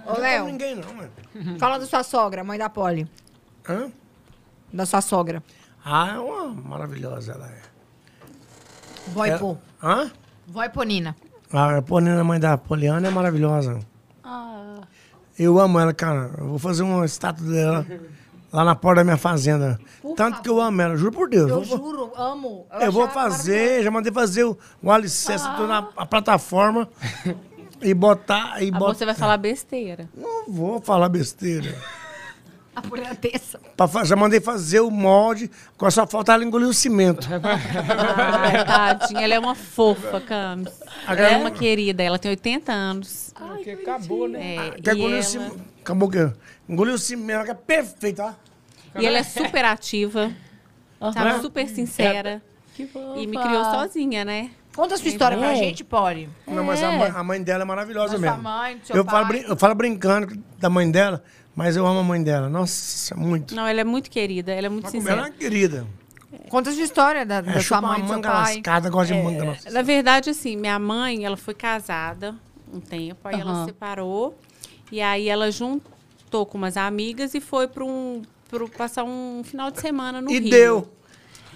[SPEAKER 1] Ô,
[SPEAKER 4] não
[SPEAKER 1] Léo.
[SPEAKER 4] como ninguém, não, mano.
[SPEAKER 1] Fala da sua sogra, mãe da Polly.
[SPEAKER 4] Hã?
[SPEAKER 1] Da sua sogra.
[SPEAKER 4] Ah, é uma maravilhosa ela é. É-
[SPEAKER 1] Voipô.
[SPEAKER 4] Hã? Ah,
[SPEAKER 1] Voiponina.
[SPEAKER 4] A Polina, mãe da Poliana, é maravilhosa.
[SPEAKER 2] Ah,
[SPEAKER 4] Eu amo ela, cara. Eu vou fazer uma estátua dela lá na porta da minha fazenda.
[SPEAKER 1] Por
[SPEAKER 4] Tanto que eu amo ela, juro por Deus.
[SPEAKER 1] Eu
[SPEAKER 4] vou-
[SPEAKER 1] juro, amo.
[SPEAKER 4] Eu vou
[SPEAKER 1] acho ela é
[SPEAKER 4] fazer, já mandei fazer o, o alicerce,
[SPEAKER 1] Ah.
[SPEAKER 4] tô na a plataforma e botar. E
[SPEAKER 3] Agora
[SPEAKER 4] botar.
[SPEAKER 3] Ah, você vai falar besteira.
[SPEAKER 4] Não vou falar besteira.
[SPEAKER 1] maravilhosa. A é mulher dessa.
[SPEAKER 4] Pra fa- Já mandei fazer o molde, com só falta ela engolir o cimento.
[SPEAKER 3] Ai, tadinha, ela é uma fofa, Camis. Ela é
[SPEAKER 4] galera-
[SPEAKER 3] uma querida, ela tem 80 anos.
[SPEAKER 5] Porque acabou, né?
[SPEAKER 3] É,
[SPEAKER 4] Ah, Quer
[SPEAKER 3] e,
[SPEAKER 4] engolir o
[SPEAKER 3] ela,
[SPEAKER 4] cimento. Acabou que engoliu o cimento, ela é perfeita. ó.
[SPEAKER 3] e ela é super ativa, sabe? Super sincera.
[SPEAKER 2] que fofa.
[SPEAKER 3] E me criou sozinha, né?
[SPEAKER 1] Conta a sua história pra
[SPEAKER 2] É.
[SPEAKER 1] gente, Polly.
[SPEAKER 4] Não, mas a mãe, a mãe dela é maravilhosa
[SPEAKER 1] Da sua
[SPEAKER 4] mesmo.
[SPEAKER 1] mãe, do seu
[SPEAKER 4] eu,
[SPEAKER 1] pai.
[SPEAKER 4] Falo, brin- eu falo brincando da mãe dela, mas eu amo a mãe dela. Nossa, muito.
[SPEAKER 3] Não, ela é muito querida, ela é muito
[SPEAKER 4] Mas como ela é
[SPEAKER 3] sincera.
[SPEAKER 4] uma querida.
[SPEAKER 1] Conta a sua história da, da
[SPEAKER 4] É,
[SPEAKER 1] sua
[SPEAKER 4] chupa
[SPEAKER 1] mãe, do
[SPEAKER 4] uma
[SPEAKER 1] seu
[SPEAKER 4] manga
[SPEAKER 1] pai. É,
[SPEAKER 4] lascada, gosta de manga. Nossa.
[SPEAKER 3] Na verdade, assim, minha mãe, ela foi casada um tempo, aí ela
[SPEAKER 2] Aham.
[SPEAKER 3] separou. E aí ela juntou com umas amigas e foi para um pro, passar um final de semana
[SPEAKER 1] é,
[SPEAKER 3] no
[SPEAKER 4] E
[SPEAKER 3] Rio.
[SPEAKER 4] deu.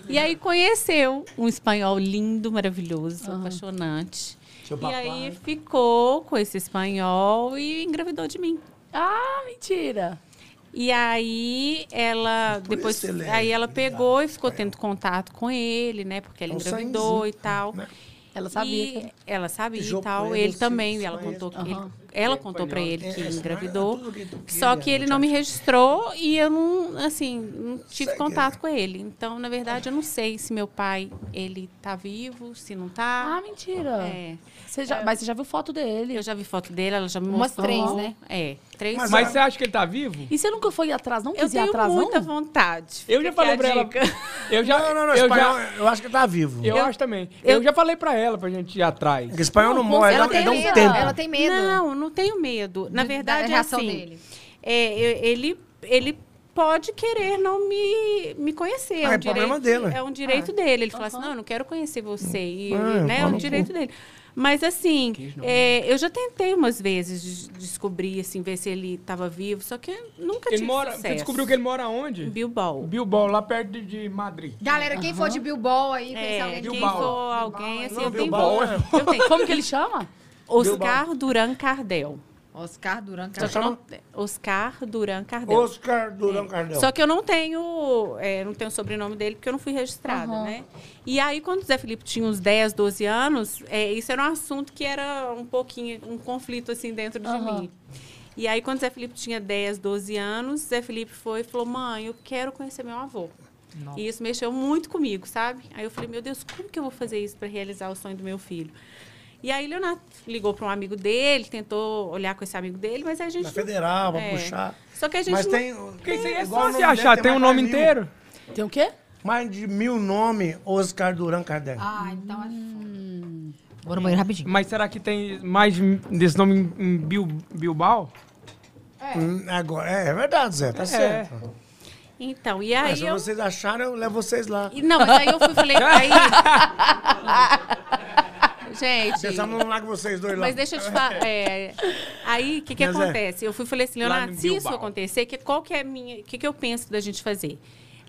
[SPEAKER 3] E aí conheceu um espanhol lindo, maravilhoso, apaixonante. e aí ficou com esse espanhol e engravidou de mim.
[SPEAKER 2] Ah, mentira.
[SPEAKER 3] E aí ela
[SPEAKER 4] Por
[SPEAKER 3] depois
[SPEAKER 4] isso ele é
[SPEAKER 3] aí ela
[SPEAKER 4] ligado
[SPEAKER 3] pegou e
[SPEAKER 4] com
[SPEAKER 3] ficou
[SPEAKER 4] ela.
[SPEAKER 3] tendo contato com ele, né? Porque ela
[SPEAKER 4] É um
[SPEAKER 3] engravidou e tal.
[SPEAKER 4] né?
[SPEAKER 2] Ela sabia
[SPEAKER 3] E
[SPEAKER 2] que
[SPEAKER 3] ela sabia
[SPEAKER 4] Jogou
[SPEAKER 3] e tal,
[SPEAKER 4] pra ele,
[SPEAKER 3] ele,
[SPEAKER 4] se-
[SPEAKER 3] também,
[SPEAKER 4] se
[SPEAKER 3] ela
[SPEAKER 4] conhece.
[SPEAKER 3] contou que ele-
[SPEAKER 2] Aham.
[SPEAKER 3] ela contou pra ele que
[SPEAKER 4] É, isso,
[SPEAKER 3] engravidou.
[SPEAKER 4] é tudo que tu queria, né,
[SPEAKER 3] Só que ele não me registrou e eu não, assim, não tive
[SPEAKER 4] Segue.
[SPEAKER 3] contato com ele. Então, na verdade, eu não sei se meu pai ele tá vivo, se não
[SPEAKER 2] Ah,
[SPEAKER 3] tá.
[SPEAKER 2] mentira.
[SPEAKER 3] É.
[SPEAKER 2] Você já, Mas você já viu foto dele?
[SPEAKER 3] Eu já vi foto dele, ela já me
[SPEAKER 1] Umas
[SPEAKER 3] mostrou.
[SPEAKER 1] três, né?
[SPEAKER 3] É, três.
[SPEAKER 4] Mas-
[SPEAKER 5] Mas você acha que ele tá vivo?
[SPEAKER 2] E você nunca foi atrás, não
[SPEAKER 3] eu
[SPEAKER 2] quis ir
[SPEAKER 3] tenho
[SPEAKER 2] atrás,
[SPEAKER 3] muita
[SPEAKER 2] não?
[SPEAKER 3] vontade.
[SPEAKER 5] Eu já
[SPEAKER 3] Fica
[SPEAKER 5] falei
[SPEAKER 3] a
[SPEAKER 5] pra ela.
[SPEAKER 3] dica.
[SPEAKER 5] Eu já,
[SPEAKER 4] Não, não, não,
[SPEAKER 5] eu
[SPEAKER 4] espanhol,
[SPEAKER 5] já,
[SPEAKER 4] eu acho que tá vivo.
[SPEAKER 5] eu, acho também. Eu, já falei pra ela pra gente ir atrás.
[SPEAKER 3] Tá
[SPEAKER 4] Porque espanhol não, morre,
[SPEAKER 1] ela,
[SPEAKER 4] dá,
[SPEAKER 1] tem
[SPEAKER 4] dá um
[SPEAKER 1] medo,
[SPEAKER 4] tempo.
[SPEAKER 1] ela tem medo.
[SPEAKER 3] Não, não tenho medo. Na
[SPEAKER 1] de- da
[SPEAKER 3] verdade, é
[SPEAKER 1] reação
[SPEAKER 3] assim.
[SPEAKER 1] dele.
[SPEAKER 3] É, eu- ele, ele pode querer não me, me conhecer.
[SPEAKER 4] Ah,
[SPEAKER 3] um
[SPEAKER 4] é problema
[SPEAKER 3] direito-
[SPEAKER 4] dele.
[SPEAKER 3] É um
[SPEAKER 1] Ah.
[SPEAKER 3] direito dele. Ele fala assim, não, eu não quero conhecer você. E,
[SPEAKER 4] Ah,
[SPEAKER 3] né, é
[SPEAKER 4] fala
[SPEAKER 3] um
[SPEAKER 4] no
[SPEAKER 3] direito dele. Mas assim, é, eu já tentei umas vezes de- descobrir, assim, ver se ele estava vivo. Só que eu nunca
[SPEAKER 5] Ele
[SPEAKER 3] tive
[SPEAKER 5] mora. Você
[SPEAKER 3] sucesso.
[SPEAKER 5] descobriu que ele mora onde?
[SPEAKER 3] Em Bilbao.
[SPEAKER 5] Bilbao, lá perto de- de Madrid.
[SPEAKER 1] Galera, quem for de Bilbao aí, conhecer
[SPEAKER 3] É,
[SPEAKER 1] alguém de
[SPEAKER 3] quem
[SPEAKER 5] Bilbao.
[SPEAKER 3] for
[SPEAKER 1] né?
[SPEAKER 3] alguém, assim,
[SPEAKER 4] Não,
[SPEAKER 3] eu tenho...
[SPEAKER 4] Bilbao é-
[SPEAKER 3] Eu tenho.
[SPEAKER 2] Como que ele chama?
[SPEAKER 3] Oscar Duran Cardel.
[SPEAKER 1] Oscar Duran
[SPEAKER 3] Só
[SPEAKER 1] Castro.
[SPEAKER 3] que eu não... Oscar Duran
[SPEAKER 1] um
[SPEAKER 3] Cardel.
[SPEAKER 4] Oscar Durão
[SPEAKER 1] É.
[SPEAKER 4] Cardel.
[SPEAKER 3] Só que eu não tenho, é, não tenho o sobrenome dele porque eu não fui registrada, né? E aí, quando o Zé Felipe tinha uns 10, 12 anos, é, isso era um assunto que era um pouquinho, um conflito assim dentro de
[SPEAKER 2] Aham.
[SPEAKER 3] mim. E aí, quando o Zé Felipe tinha 10, 12 anos, Zé Felipe foi e falou: Mãe, eu quero conhecer meu avô. E isso mexeu muito comigo, sabe? Aí eu falei: Meu Deus, como que eu vou fazer isso para realizar o sonho do meu filho? E aí, Leonardo ligou para um amigo dele, tentou olhar com esse amigo dele, mas a gente.
[SPEAKER 4] Na
[SPEAKER 3] não-
[SPEAKER 4] federal, pra
[SPEAKER 3] É.
[SPEAKER 4] puxar.
[SPEAKER 3] Só que a gente.
[SPEAKER 4] Mas
[SPEAKER 3] não-
[SPEAKER 4] tem.
[SPEAKER 5] Porque isso aí é
[SPEAKER 4] igual o
[SPEAKER 5] só se
[SPEAKER 4] nome dele,
[SPEAKER 5] achar,
[SPEAKER 3] um
[SPEAKER 5] tem o
[SPEAKER 4] mais
[SPEAKER 5] nome
[SPEAKER 4] de mil-
[SPEAKER 5] inteiro.
[SPEAKER 2] Tem o quê?
[SPEAKER 4] Mais de mil nomes, Oscar Duran Cardel.
[SPEAKER 1] Ah, então é foda. Vou no banheiro rapidinho.
[SPEAKER 5] Mas será que tem mais de- desse nome em- em Bil, Bilbao?
[SPEAKER 4] Hum, agora, é, é verdade, Zé, tá certo.
[SPEAKER 3] Então, e
[SPEAKER 4] Mas
[SPEAKER 3] aí.
[SPEAKER 4] se
[SPEAKER 3] eu...
[SPEAKER 4] vocês acharam, eu levo vocês lá.
[SPEAKER 3] E Não, mas aí eu fui e falei. Aí...
[SPEAKER 4] Vocês
[SPEAKER 3] Gente.
[SPEAKER 4] estavam lá com vocês dois lá.
[SPEAKER 3] Mas deixa eu te falar. é, Aí, o que, que
[SPEAKER 4] Mas é.
[SPEAKER 3] acontece? Eu fui e falei assim,
[SPEAKER 5] Lá no
[SPEAKER 3] Leonardo, se isso
[SPEAKER 5] Bilbao.
[SPEAKER 3] acontecer, que, qual que é a minha. O que, que eu penso da gente fazer?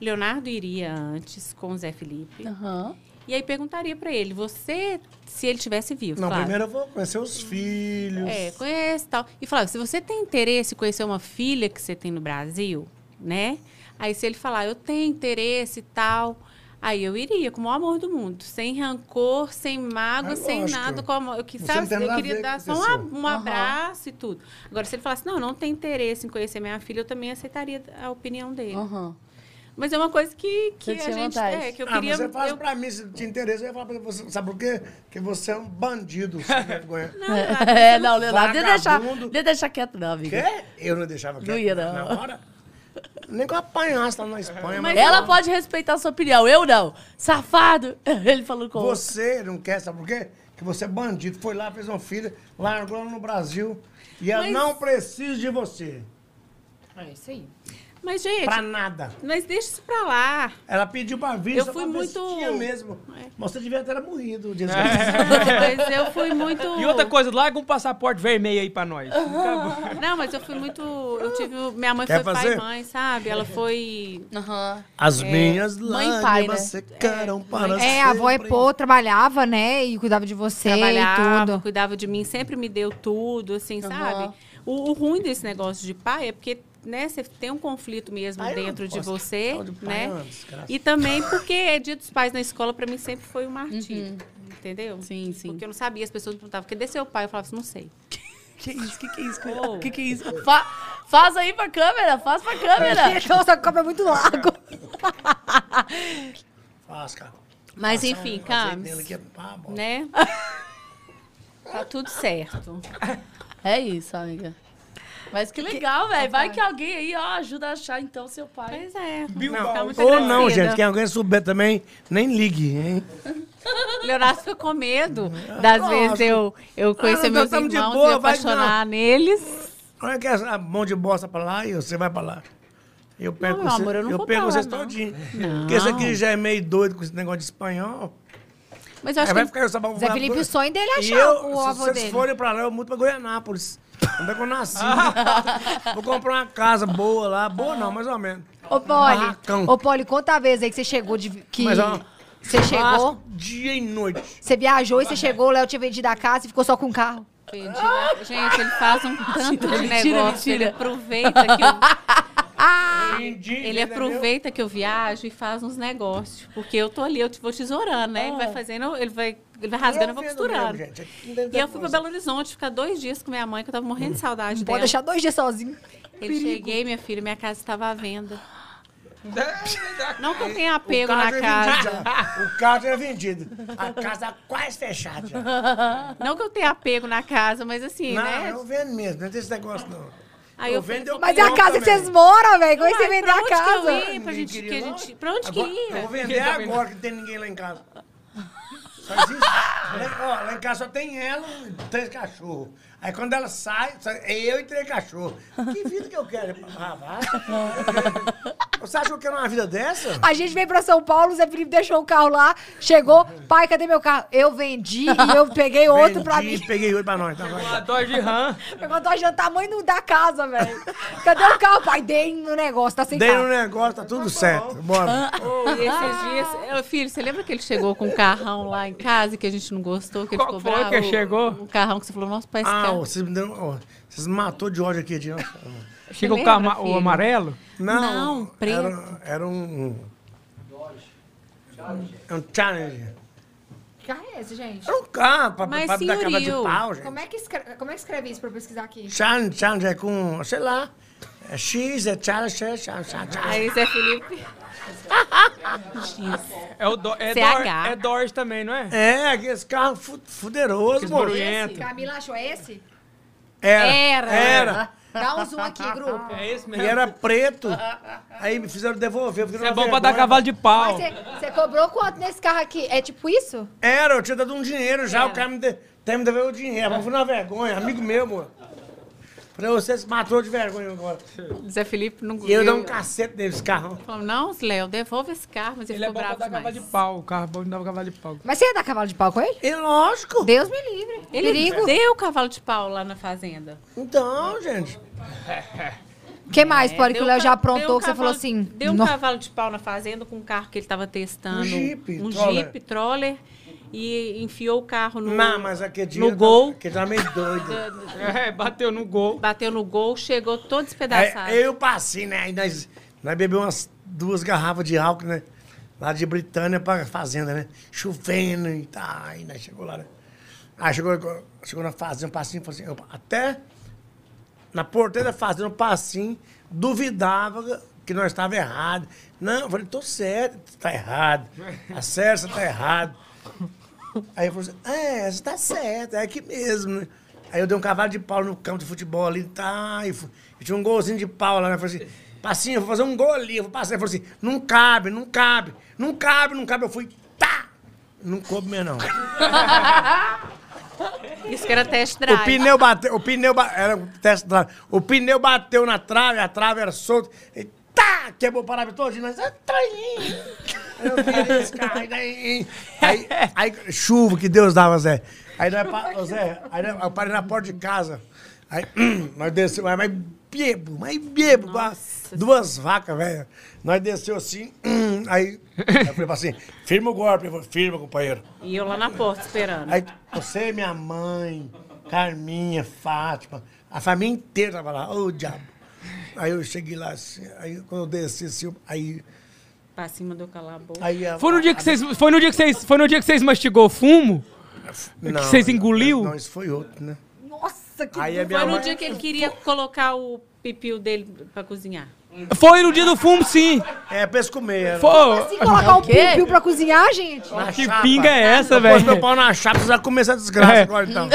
[SPEAKER 3] Leonardo iria antes com o Zé Felipe.
[SPEAKER 2] Aham.
[SPEAKER 3] E aí perguntaria pra ele, você, se ele tivesse vivo,
[SPEAKER 4] Não,
[SPEAKER 3] claro.
[SPEAKER 4] primeiro eu vou conhecer os filhos.
[SPEAKER 3] É, conhece e tal. E falava, se você tem interesse em conhecer uma filha que você tem no Brasil, né? Aí se ele falar, eu tenho interesse e tal, aí eu iria, com o maior amor do mundo. Sem rancor, sem mágoa,
[SPEAKER 4] Ah,
[SPEAKER 3] sem
[SPEAKER 4] lógico.
[SPEAKER 3] nada. Com amor. Eu, que,
[SPEAKER 4] Você
[SPEAKER 3] sabe,
[SPEAKER 4] não tem
[SPEAKER 3] eu
[SPEAKER 4] nada a
[SPEAKER 3] queria
[SPEAKER 4] ver
[SPEAKER 3] dar
[SPEAKER 4] com
[SPEAKER 3] só um,
[SPEAKER 4] pessoa.
[SPEAKER 3] ab- um abraço e tudo. Agora, se ele falasse, não, não tem interesse em conhecer minha filha, eu também aceitaria a opinião dele.
[SPEAKER 2] Aham.
[SPEAKER 3] Mas é uma coisa que, que
[SPEAKER 2] Você
[SPEAKER 3] a
[SPEAKER 2] tinha
[SPEAKER 3] gente...
[SPEAKER 2] vontade.
[SPEAKER 3] É, que eu
[SPEAKER 4] ah,
[SPEAKER 3] queria...
[SPEAKER 4] você faz
[SPEAKER 3] eu-
[SPEAKER 4] pra mim, se te interessa, eu ia falar pra você. Sabe por quê? Porque você é um bandido, sem vergonha.
[SPEAKER 3] Não, Leonardo,
[SPEAKER 2] É, não, Leonardo, não ia deixar,
[SPEAKER 4] Vagabundo.
[SPEAKER 2] não ia deixar quieto não, amiga.
[SPEAKER 4] Quê? Eu não deixava quieto.
[SPEAKER 2] ia, não.
[SPEAKER 4] Na hora. Nem que eu apanhasse lá na Espanha.
[SPEAKER 2] Mas ela pode respeitar a sua opinião, eu não. Safado! Ele falou com
[SPEAKER 4] Você não quer, sabe por quê? Que você é bandido. Foi lá, fez uma filha, largou ela no Brasil. E ela
[SPEAKER 2] Mas-
[SPEAKER 4] não precisa de você.
[SPEAKER 1] É isso aí.
[SPEAKER 3] Mas, gente,
[SPEAKER 4] Pra nada.
[SPEAKER 3] mas deixa isso pra lá.
[SPEAKER 4] Ela pediu pra vir,
[SPEAKER 3] Eu
[SPEAKER 4] só
[SPEAKER 3] fui
[SPEAKER 4] pra ver se
[SPEAKER 3] muito-
[SPEAKER 4] tinha mesmo.
[SPEAKER 3] É.
[SPEAKER 4] Mas você devia ter morrido, diz
[SPEAKER 3] É, mas eu fui muito.
[SPEAKER 5] E outra coisa, larga um passaporte vermelho aí pra nós. Acabou.
[SPEAKER 3] Não, mas eu fui muito. Eu tive. Minha mãe
[SPEAKER 4] Quer
[SPEAKER 3] foi pai
[SPEAKER 4] fazer?
[SPEAKER 3] e mãe, sabe? Ela foi.
[SPEAKER 6] Aham.
[SPEAKER 4] As minhas
[SPEAKER 6] mãe e pai,
[SPEAKER 4] lágrimas secaram para sempre.
[SPEAKER 1] É, a avó é pô, trabalhava, né? E cuidava de você e
[SPEAKER 3] trabalhava,
[SPEAKER 1] tudo.
[SPEAKER 3] cuidava de mim, sempre me deu tudo, assim,
[SPEAKER 6] Aham.
[SPEAKER 3] sabe? O, o ruim desse negócio de pai é porque, né, você tem um conflito mesmo
[SPEAKER 4] Pai é um eu não
[SPEAKER 3] dentro de
[SPEAKER 4] posso.
[SPEAKER 3] você,
[SPEAKER 4] Tal de pai
[SPEAKER 3] né?
[SPEAKER 4] é uma desgraça.
[SPEAKER 3] E também porque é dia dos pais na escola, pra mim, sempre foi um martírio, entendeu?
[SPEAKER 2] Uhum. Sim, sim.
[SPEAKER 3] Porque eu não sabia, as pessoas me perguntavam, cadê seu pai? Eu falava assim, não sei.
[SPEAKER 2] Que isso? Que que é isso?
[SPEAKER 3] Oh.
[SPEAKER 2] Que que é isso?
[SPEAKER 6] Fa- faz aí pra câmera, faz pra câmera.
[SPEAKER 1] Nossa, o copo é muito largo.
[SPEAKER 4] Faz, cara.
[SPEAKER 3] Mas
[SPEAKER 4] Passa
[SPEAKER 3] enfim,
[SPEAKER 4] um
[SPEAKER 3] Camis,
[SPEAKER 4] azeite nele que é pá, bom.
[SPEAKER 3] né? Tá tudo certo.
[SPEAKER 6] É isso, amiga. Mas que legal, velho.
[SPEAKER 2] tá?
[SPEAKER 6] Vai que alguém aí, ó, ajuda a achar então seu pai.
[SPEAKER 3] Pois é.
[SPEAKER 4] Não,
[SPEAKER 3] tá muito
[SPEAKER 4] Ou não,
[SPEAKER 3] agradecida.
[SPEAKER 4] gente. Quem alguém souber também, nem ligue, hein?
[SPEAKER 3] Leonardo ficou com medo das
[SPEAKER 4] Uhum. Lógico.
[SPEAKER 3] vezes eu, eu conhecer
[SPEAKER 4] Ah, nós
[SPEAKER 3] meus
[SPEAKER 4] estamos de
[SPEAKER 3] irmãos
[SPEAKER 4] boa,
[SPEAKER 3] e me
[SPEAKER 4] vai que não.
[SPEAKER 3] apaixonar neles.
[SPEAKER 4] Olha é que essa mão de bosta pra lá e você vai pra lá. Eu pego
[SPEAKER 3] meu amor, eu não vou
[SPEAKER 4] pego
[SPEAKER 3] pra lá,
[SPEAKER 4] vocês
[SPEAKER 3] não.
[SPEAKER 4] todinho. Porque esse aqui já é meio doido com esse negócio de espanhol.
[SPEAKER 3] Mas eu acho
[SPEAKER 4] Aí É, vai
[SPEAKER 3] que
[SPEAKER 4] ficar essa
[SPEAKER 1] Zé Felipe, o sonho dele é
[SPEAKER 4] E
[SPEAKER 1] achar
[SPEAKER 4] eu,
[SPEAKER 1] o
[SPEAKER 4] se
[SPEAKER 1] avô
[SPEAKER 4] vocês
[SPEAKER 1] dele.
[SPEAKER 4] forem pra lá, eu mudo pra Goianápolis. Onde é que eu nasci. Vou comprar uma casa boa lá. Boa não, mais ou menos.
[SPEAKER 1] Ô, Poli,
[SPEAKER 4] Barracão.
[SPEAKER 1] ô, Poli, conta a vez aí que você chegou de... Que
[SPEAKER 4] Mas, ó,
[SPEAKER 1] você chegou,
[SPEAKER 4] Vasco, dia e noite.
[SPEAKER 1] você viajou e você chegou, o Léo tinha vendido a casa e ficou só com o carro.
[SPEAKER 3] Entendi. Gente, ele faz um tanto de
[SPEAKER 2] mentira,
[SPEAKER 3] negócio.
[SPEAKER 2] mentira.
[SPEAKER 3] Ele aproveita que eu, ele é
[SPEAKER 4] Ele
[SPEAKER 3] aproveita que eu viajo e faz uns negócios. Porque eu tô ali, eu te- vou tesourando, né? Ele vai fazendo, ele vai, ele vai rasgando, eu vou costurando. E eu fui pra Belo Horizonte ficar dois dias com minha mãe, que eu tava morrendo de saudade
[SPEAKER 1] Não
[SPEAKER 3] dela.
[SPEAKER 1] pode deixar dois dias sozinho.
[SPEAKER 3] Ele cheguei, minha filha, minha casa estava à venda. Não que eu tenha apego na
[SPEAKER 4] é
[SPEAKER 3] casa.
[SPEAKER 4] O carro era vendido. A casa quase fechada já.
[SPEAKER 3] Não que eu tenha apego na casa, mas assim,
[SPEAKER 4] não,
[SPEAKER 3] né?
[SPEAKER 4] eu vendo mesmo. Não tem esse negócio, não.
[SPEAKER 3] Aí eu fui-
[SPEAKER 1] Mas é a casa que vocês moram, velho. Como é que você vender a
[SPEAKER 3] Pra onde
[SPEAKER 1] casa?
[SPEAKER 3] que eu ia? Pra, gente, que a gente, pra onde
[SPEAKER 4] Agora,
[SPEAKER 3] que né?
[SPEAKER 4] Eu
[SPEAKER 3] ia?
[SPEAKER 4] vou vender agora, que não tem ninguém lá em casa. Só existe. lá, ó, lá em casa só tem ela e três cachorros. Aí quando ela sai, só é eu e três cachorros. Que vida que eu quero? Ah, vai. Você acha que eu quero uma vida dessa?
[SPEAKER 1] A gente veio pra São Paulo, o Zé Felipe deixou o carro lá, chegou, pai, cadê meu carro? Eu vendi e eu peguei outro pra
[SPEAKER 4] Vendi,
[SPEAKER 1] mim.
[SPEAKER 4] Peguei outro pra nós. Tá, vai.
[SPEAKER 5] Adoro de RAM.
[SPEAKER 4] Tá
[SPEAKER 1] Pegou dois jantar tamanho da casa, velho. Cadê o carro? Pai, dei no negócio, tá sem
[SPEAKER 4] Dei
[SPEAKER 1] carro.
[SPEAKER 4] no negócio, tá tudo certo. Bora.
[SPEAKER 3] E
[SPEAKER 2] é,
[SPEAKER 6] Ah,
[SPEAKER 3] esses dias, Ô, filho, você lembra que ele chegou com um carrão lá em casa e que a gente não gostou, que ele
[SPEAKER 5] Qual
[SPEAKER 3] ficou
[SPEAKER 5] foi
[SPEAKER 3] bravo?
[SPEAKER 5] que chegou?
[SPEAKER 3] Um carrão que é um você falou, nossa, pai, esse
[SPEAKER 4] Ah,
[SPEAKER 3] carro.
[SPEAKER 4] vocês me deram. ó, vocês matou de ódio aqui, adiante.
[SPEAKER 5] Chega o,
[SPEAKER 3] lembra,
[SPEAKER 5] carro, ma- o
[SPEAKER 3] filho?
[SPEAKER 5] amarelo.
[SPEAKER 3] Não, preto.
[SPEAKER 4] Era, era um. um- É um challenge.
[SPEAKER 1] Que carro é esse, gente?
[SPEAKER 4] Era um carro pra,
[SPEAKER 3] Mas
[SPEAKER 4] pra dar cavalo de
[SPEAKER 3] senhoril,
[SPEAKER 4] pau, gente.
[SPEAKER 1] Como é, que escreve, como é que escreve isso pra eu pesquisar aqui?
[SPEAKER 4] Challenge, challenge é com, sei lá, é X, é challenge, é challenge, challenge, challenge.
[SPEAKER 3] Aí Zé Felipe,
[SPEAKER 5] É o do, é,
[SPEAKER 3] CH.
[SPEAKER 5] Dor- é Dodge também, não é?
[SPEAKER 4] É, aqueles carros fu fuderosos,
[SPEAKER 5] Aqueles
[SPEAKER 4] moço.
[SPEAKER 5] barulhentos.
[SPEAKER 1] Camila achou é esse?
[SPEAKER 4] Era,
[SPEAKER 3] Era.
[SPEAKER 4] era.
[SPEAKER 1] Dá um zoom aqui, grupo.
[SPEAKER 5] É esse
[SPEAKER 4] E
[SPEAKER 5] mesmo.
[SPEAKER 4] era preto. Aí me fizeram devolver. porque
[SPEAKER 5] Isso
[SPEAKER 4] era
[SPEAKER 5] é
[SPEAKER 4] uma
[SPEAKER 5] bom pra dar
[SPEAKER 4] vergonha.
[SPEAKER 5] cavalo de pau.
[SPEAKER 1] Você cobrou quanto nesse carro aqui? É tipo isso?
[SPEAKER 4] Era, eu tinha dado um dinheiro
[SPEAKER 3] É.
[SPEAKER 4] já, o cara me, de, até me deveu o dinheiro. Mas eu fui na vergonha, amigo meu, moço. Falei, você se matou de vergonha agora.
[SPEAKER 3] Zé Felipe não
[SPEAKER 4] E eu dei um cacete nesse carro.
[SPEAKER 3] Falou, não, Léo, devolve esse carro, mas ele,
[SPEAKER 5] Ele é bom
[SPEAKER 3] ficou
[SPEAKER 5] pra
[SPEAKER 3] bravo
[SPEAKER 5] dar cavalo
[SPEAKER 3] demais.
[SPEAKER 5] de pau. O carro é bom pra dar cavalo de pau.
[SPEAKER 1] Mas você ia dar cavalo de pau com ele?
[SPEAKER 4] E lógico.
[SPEAKER 1] Deus me livre.
[SPEAKER 3] Ele
[SPEAKER 1] Perigo.
[SPEAKER 3] deu o cavalo de pau lá na fazenda.
[SPEAKER 4] Então, gente.
[SPEAKER 1] O que mais, Poli, que o
[SPEAKER 3] Deu
[SPEAKER 1] Léo já
[SPEAKER 3] ca- deu
[SPEAKER 1] aprontou,
[SPEAKER 3] um
[SPEAKER 1] que você falou
[SPEAKER 3] cavalo-
[SPEAKER 1] assim...
[SPEAKER 3] Deu um
[SPEAKER 1] "Nó".
[SPEAKER 3] cavalo de pau na fazenda com um carro que ele estava testando.
[SPEAKER 4] Um Jeep,
[SPEAKER 3] um
[SPEAKER 4] troller.
[SPEAKER 3] Jeep, troller. E enfiou o carro no.
[SPEAKER 4] Não, mas aquele dia.
[SPEAKER 3] No
[SPEAKER 4] eu tava-
[SPEAKER 3] gol.
[SPEAKER 4] Aquele tava tá meio doido.
[SPEAKER 5] É, bateu no gol.
[SPEAKER 3] Bateu no gol, chegou todo
[SPEAKER 4] Aí,
[SPEAKER 3] espedaçado.
[SPEAKER 4] eu passei, né? Aí nós, nós bebemos umas duas garrafas de álcool, né? Lá de Britânia pra fazenda, né? Chovendo e tá. Aí nós chegou lá, né? Aí chegou, chegou na fazenda, um passinho, falou assim, eu- até na porteira da fazenda, um passinho, duvidava que nós estávamos errados. Não, eu falei, tô certo, tá errado. Tá certo, você tá errado. Aí eu falei assim, é, você tá certo, é aqui mesmo, né? Aí eu dei um cavalo de pau no campo de futebol ali, tá, e, fu- e tinha um golzinho de pau lá, né? Eu falei assim, passinho, eu vou fazer um gol ali, eu vou passar. Ele falou assim, não cabe, não cabe, não cabe, não cabe. Eu fui, tá! Não coube mesmo, não.
[SPEAKER 3] Isso que era test drive.
[SPEAKER 4] O pneu bateu, o pneu ba- era um teste drive. O pneu bateu na trave, a trave era solta. E tá! Quebrou o parâmetro todo, e nós, ah, traininho! Eu vi esse carro, e daí- aí, aí, chuva que Deus dava, Zé. Aí nós, pa- ô, Zé, aí nós- eu parei na porta de casa, aí, hum, nós desceu, mas, mas bebo, mas bebo, com a- duas vacas, velho. Nós desceu assim, aí, aí eu falei assim, firma o golpe, ele falou, firma, companheiro.
[SPEAKER 3] E eu lá na porta esperando.
[SPEAKER 4] Aí você, minha mãe, Carminha, Fátima, a família inteira tava lá, ô diabo. Aí eu cheguei lá assim, aí quando eu desci assim, eu- aí.
[SPEAKER 3] Pra cima do calabouço.
[SPEAKER 4] aí a-
[SPEAKER 5] Foi no dia que vocês. Foi no dia que vocês. Foi no dia que vocês mastigou fumo?
[SPEAKER 4] Não,
[SPEAKER 5] vocês engoliu?
[SPEAKER 4] Não, isso foi outro, né?
[SPEAKER 1] Nossa, que
[SPEAKER 4] Aí a minha
[SPEAKER 3] Foi no
[SPEAKER 4] mãe.
[SPEAKER 3] dia que ele queria colocar o pipiu dele pra cozinhar.
[SPEAKER 5] Foi no dia do fumo, sim.
[SPEAKER 4] É, pra eles comer.
[SPEAKER 1] Se
[SPEAKER 5] Foi.
[SPEAKER 1] colocar um
[SPEAKER 6] quê?
[SPEAKER 1] piu-piu pra cozinhar, gente.
[SPEAKER 5] Que pinga é essa,
[SPEAKER 4] Pôs meu
[SPEAKER 5] velho?
[SPEAKER 4] pau na chapa, precisa comer essa desgraça
[SPEAKER 5] É.
[SPEAKER 4] agora então.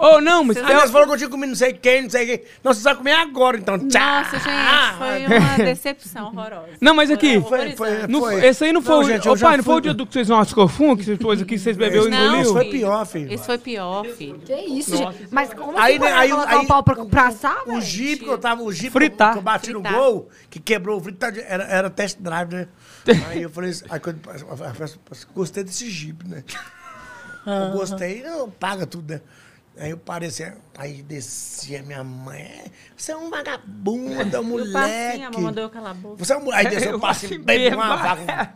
[SPEAKER 5] Oh, não, mas.
[SPEAKER 4] Aí eles falaram que eu tinha comido não sei quem, não sei quem. Não, vocês vão comer agora então. Tchá!
[SPEAKER 3] Nossa, gente, foi uma decepção horrorosa.
[SPEAKER 5] Ah! Não, mas aqui.
[SPEAKER 4] Foi, foi,
[SPEAKER 5] Não,
[SPEAKER 4] foi.
[SPEAKER 5] Esse aí não foi. o-
[SPEAKER 4] gente, eu
[SPEAKER 5] Ô,
[SPEAKER 4] já
[SPEAKER 5] pai, não foi
[SPEAKER 4] fui-
[SPEAKER 5] o dia do que vocês mastigou fumo? Que vocês pôs aqui, que vocês bebeu e
[SPEAKER 4] Não,
[SPEAKER 5] engoliu?
[SPEAKER 4] isso foi pior, filho.
[SPEAKER 3] Esse foi pior, filho.
[SPEAKER 1] Que isso, gente. Mas como
[SPEAKER 4] Aí,
[SPEAKER 1] assim
[SPEAKER 4] né,
[SPEAKER 1] você
[SPEAKER 4] aí-
[SPEAKER 1] colocar
[SPEAKER 4] aí-
[SPEAKER 1] um pau pra, pra assar,
[SPEAKER 4] O
[SPEAKER 1] velho?
[SPEAKER 4] Jeep que eu tava, o Jeep
[SPEAKER 5] Fritar.
[SPEAKER 4] que eu bati
[SPEAKER 3] Fritar.
[SPEAKER 4] no gol, que quebrou o fritar, de- era, era test drive, né? Aí eu falei assim, aí quando, eu falei assim, gostei desse Jeep, né? Eu gostei, eu paga tudo, né? Aí eu parecia, aí descia minha mãe, você é um vagabundo, é um
[SPEAKER 3] E o passinho, a
[SPEAKER 4] moleque.
[SPEAKER 3] mamãe mandou eu calar a boca.
[SPEAKER 4] Você é um moleque. Aí desceu
[SPEAKER 5] Eu
[SPEAKER 4] o passe
[SPEAKER 5] acho
[SPEAKER 4] bem uma
[SPEAKER 5] bêbado.
[SPEAKER 4] vaca.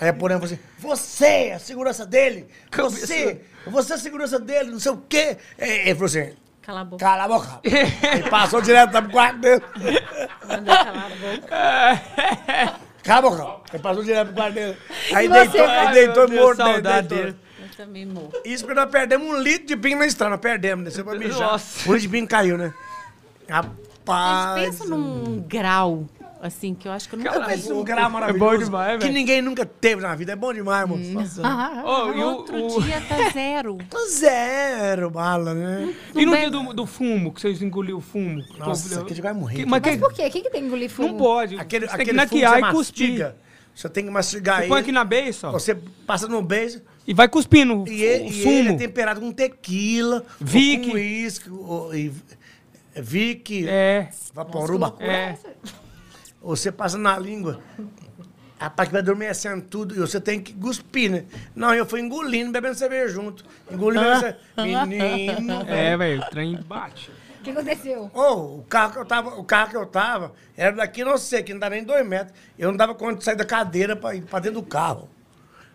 [SPEAKER 4] Aí a porém falou assim, você, a segurança dele, você, você é a segurança dele, não sei o quê. Aí Ele falou assim,
[SPEAKER 3] Cala a boca.
[SPEAKER 4] Cala a boca. Ele passou direto no quarto dele.
[SPEAKER 3] Mandou eu calar a boca.
[SPEAKER 4] Cala a boca. Ele passou direto pro quarto dele. Aí
[SPEAKER 1] E você,
[SPEAKER 4] deitou, aí
[SPEAKER 5] Ai, meu
[SPEAKER 4] deitou e
[SPEAKER 5] Deus,
[SPEAKER 4] morto. né?
[SPEAKER 5] saudade
[SPEAKER 4] deitou.
[SPEAKER 5] dele.
[SPEAKER 3] Eu também morro.
[SPEAKER 4] Isso porque nós perdemos um litro de pinga na estrada. Nós perdemos, desceu pra mijar.
[SPEAKER 5] Nossa.
[SPEAKER 4] O litro de pinga caiu, né?
[SPEAKER 3] Mas
[SPEAKER 4] Rapaz.
[SPEAKER 3] pensa num grau, assim, que eu acho que eu nunca
[SPEAKER 4] Eu penso
[SPEAKER 1] É
[SPEAKER 4] num grau maravilhoso.
[SPEAKER 5] bom demais,
[SPEAKER 4] Que
[SPEAKER 5] velho.
[SPEAKER 4] ninguém nunca teve na vida. É bom demais,
[SPEAKER 1] Uhum.
[SPEAKER 4] moço.
[SPEAKER 3] No
[SPEAKER 5] Oh, e o-
[SPEAKER 3] Ah, é outro
[SPEAKER 5] o-
[SPEAKER 3] dia tá zero.
[SPEAKER 4] Zero bala, né?
[SPEAKER 1] Uhum.
[SPEAKER 5] E no dia do, do fumo, que vocês engoliu o fumo? que o
[SPEAKER 4] Nossa,
[SPEAKER 5] povo-
[SPEAKER 4] aquele vai morrer.
[SPEAKER 5] Que- mas
[SPEAKER 1] Mas
[SPEAKER 5] que-
[SPEAKER 1] por quê? Quem que tem que engolir fumo?
[SPEAKER 5] não pode.
[SPEAKER 4] Aquele,
[SPEAKER 5] você tem
[SPEAKER 4] aquele
[SPEAKER 5] que
[SPEAKER 4] fumo que
[SPEAKER 5] naquear e
[SPEAKER 4] você
[SPEAKER 5] cuspir.
[SPEAKER 4] mastiga. Você tem que mastigar
[SPEAKER 5] Você põe
[SPEAKER 4] ele.
[SPEAKER 5] aqui na beça, ó.
[SPEAKER 4] Você passa no beijo.
[SPEAKER 5] E vai cuspindo
[SPEAKER 4] E,
[SPEAKER 5] o
[SPEAKER 4] ele, e ele é
[SPEAKER 5] sumo.
[SPEAKER 4] temperado com tequila, ou
[SPEAKER 5] Vick.
[SPEAKER 4] com uísque, ou- e- é Vick,
[SPEAKER 5] É,
[SPEAKER 4] Vaporuba.
[SPEAKER 5] é.
[SPEAKER 4] Você passa na língua, a parte vai adormecendo tudo, e você tem que cuspir, né? Não, eu fui engolindo, bebendo cerveja junto. Engolindo,
[SPEAKER 5] Ah.
[SPEAKER 4] bebendo cerveja. Menino.
[SPEAKER 5] É, velho, o trem bate.
[SPEAKER 1] O que aconteceu?
[SPEAKER 4] Ô, o carro que eu tava, o carro que eu tava, era daqui não sei, que não dá nem dois metros. Eu não dava conta de sair da cadeira pra ir pra dentro do carro.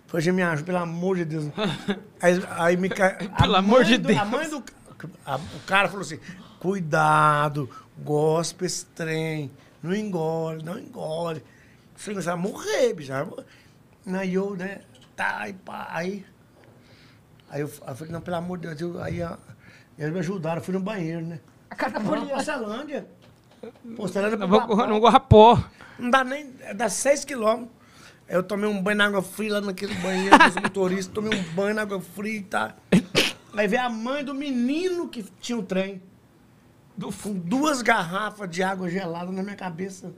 [SPEAKER 4] Falei, gente, me ajuda, pelo amor de Deus. Aí, aí me ca- a
[SPEAKER 5] Pelo amor
[SPEAKER 4] mãe
[SPEAKER 5] de
[SPEAKER 4] do- A mãe do. a- o cara falou assim: cuidado, gospe esse trem, não engole, não engole. Falei, você vai morrer, bicho. vai morrer." Aí eu, né? Tá, aí, pá, aí Aí eu, f- aí eu falei, não, pelo amor de Deus, eu- aí a- eles me ajudaram, eu fui no banheiro, né? A cara da Porcelândia. Porcelândia pro
[SPEAKER 5] Eu
[SPEAKER 4] Guapó.
[SPEAKER 5] vou- Não vou rapó.
[SPEAKER 4] Não dá nem, é, dá seis quilômetros. Aí Eu tomei um banho na água fria lá naquele banheiro dos motoristas, tomei um banho na água fria e tá. Aí veio a mãe do menino que tinha o trem,
[SPEAKER 5] Do
[SPEAKER 4] com
[SPEAKER 5] fumo.
[SPEAKER 4] duas garrafas de água gelada na minha cabeça.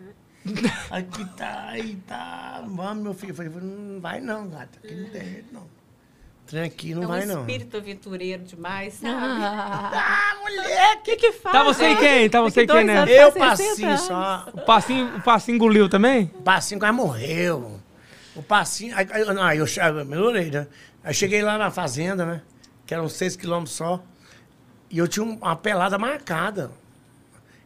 [SPEAKER 4] Aqui tá, aí tá, vamos meu filho. Eu falei, não vai não, gata, aqui não tem jeito não. Trem aqui não
[SPEAKER 3] É um
[SPEAKER 4] vai não.
[SPEAKER 3] espírito aventureiro demais, sabe?
[SPEAKER 4] Ah, mulher, que que
[SPEAKER 5] Tá você e quem? Tá você e quem, né?
[SPEAKER 3] Daqui dois
[SPEAKER 4] Eu
[SPEAKER 3] Faz 60
[SPEAKER 4] passinho
[SPEAKER 3] anos.
[SPEAKER 4] só.
[SPEAKER 5] O passinho, o passinho engoliu também?
[SPEAKER 4] O passinho quase morreu. O passinho. Aí, aí- não, aí eu, che- eu melhorei, né? Aí cheguei lá na fazenda, né? Que eram seis quilômetros só. E eu tinha um- uma pelada marcada.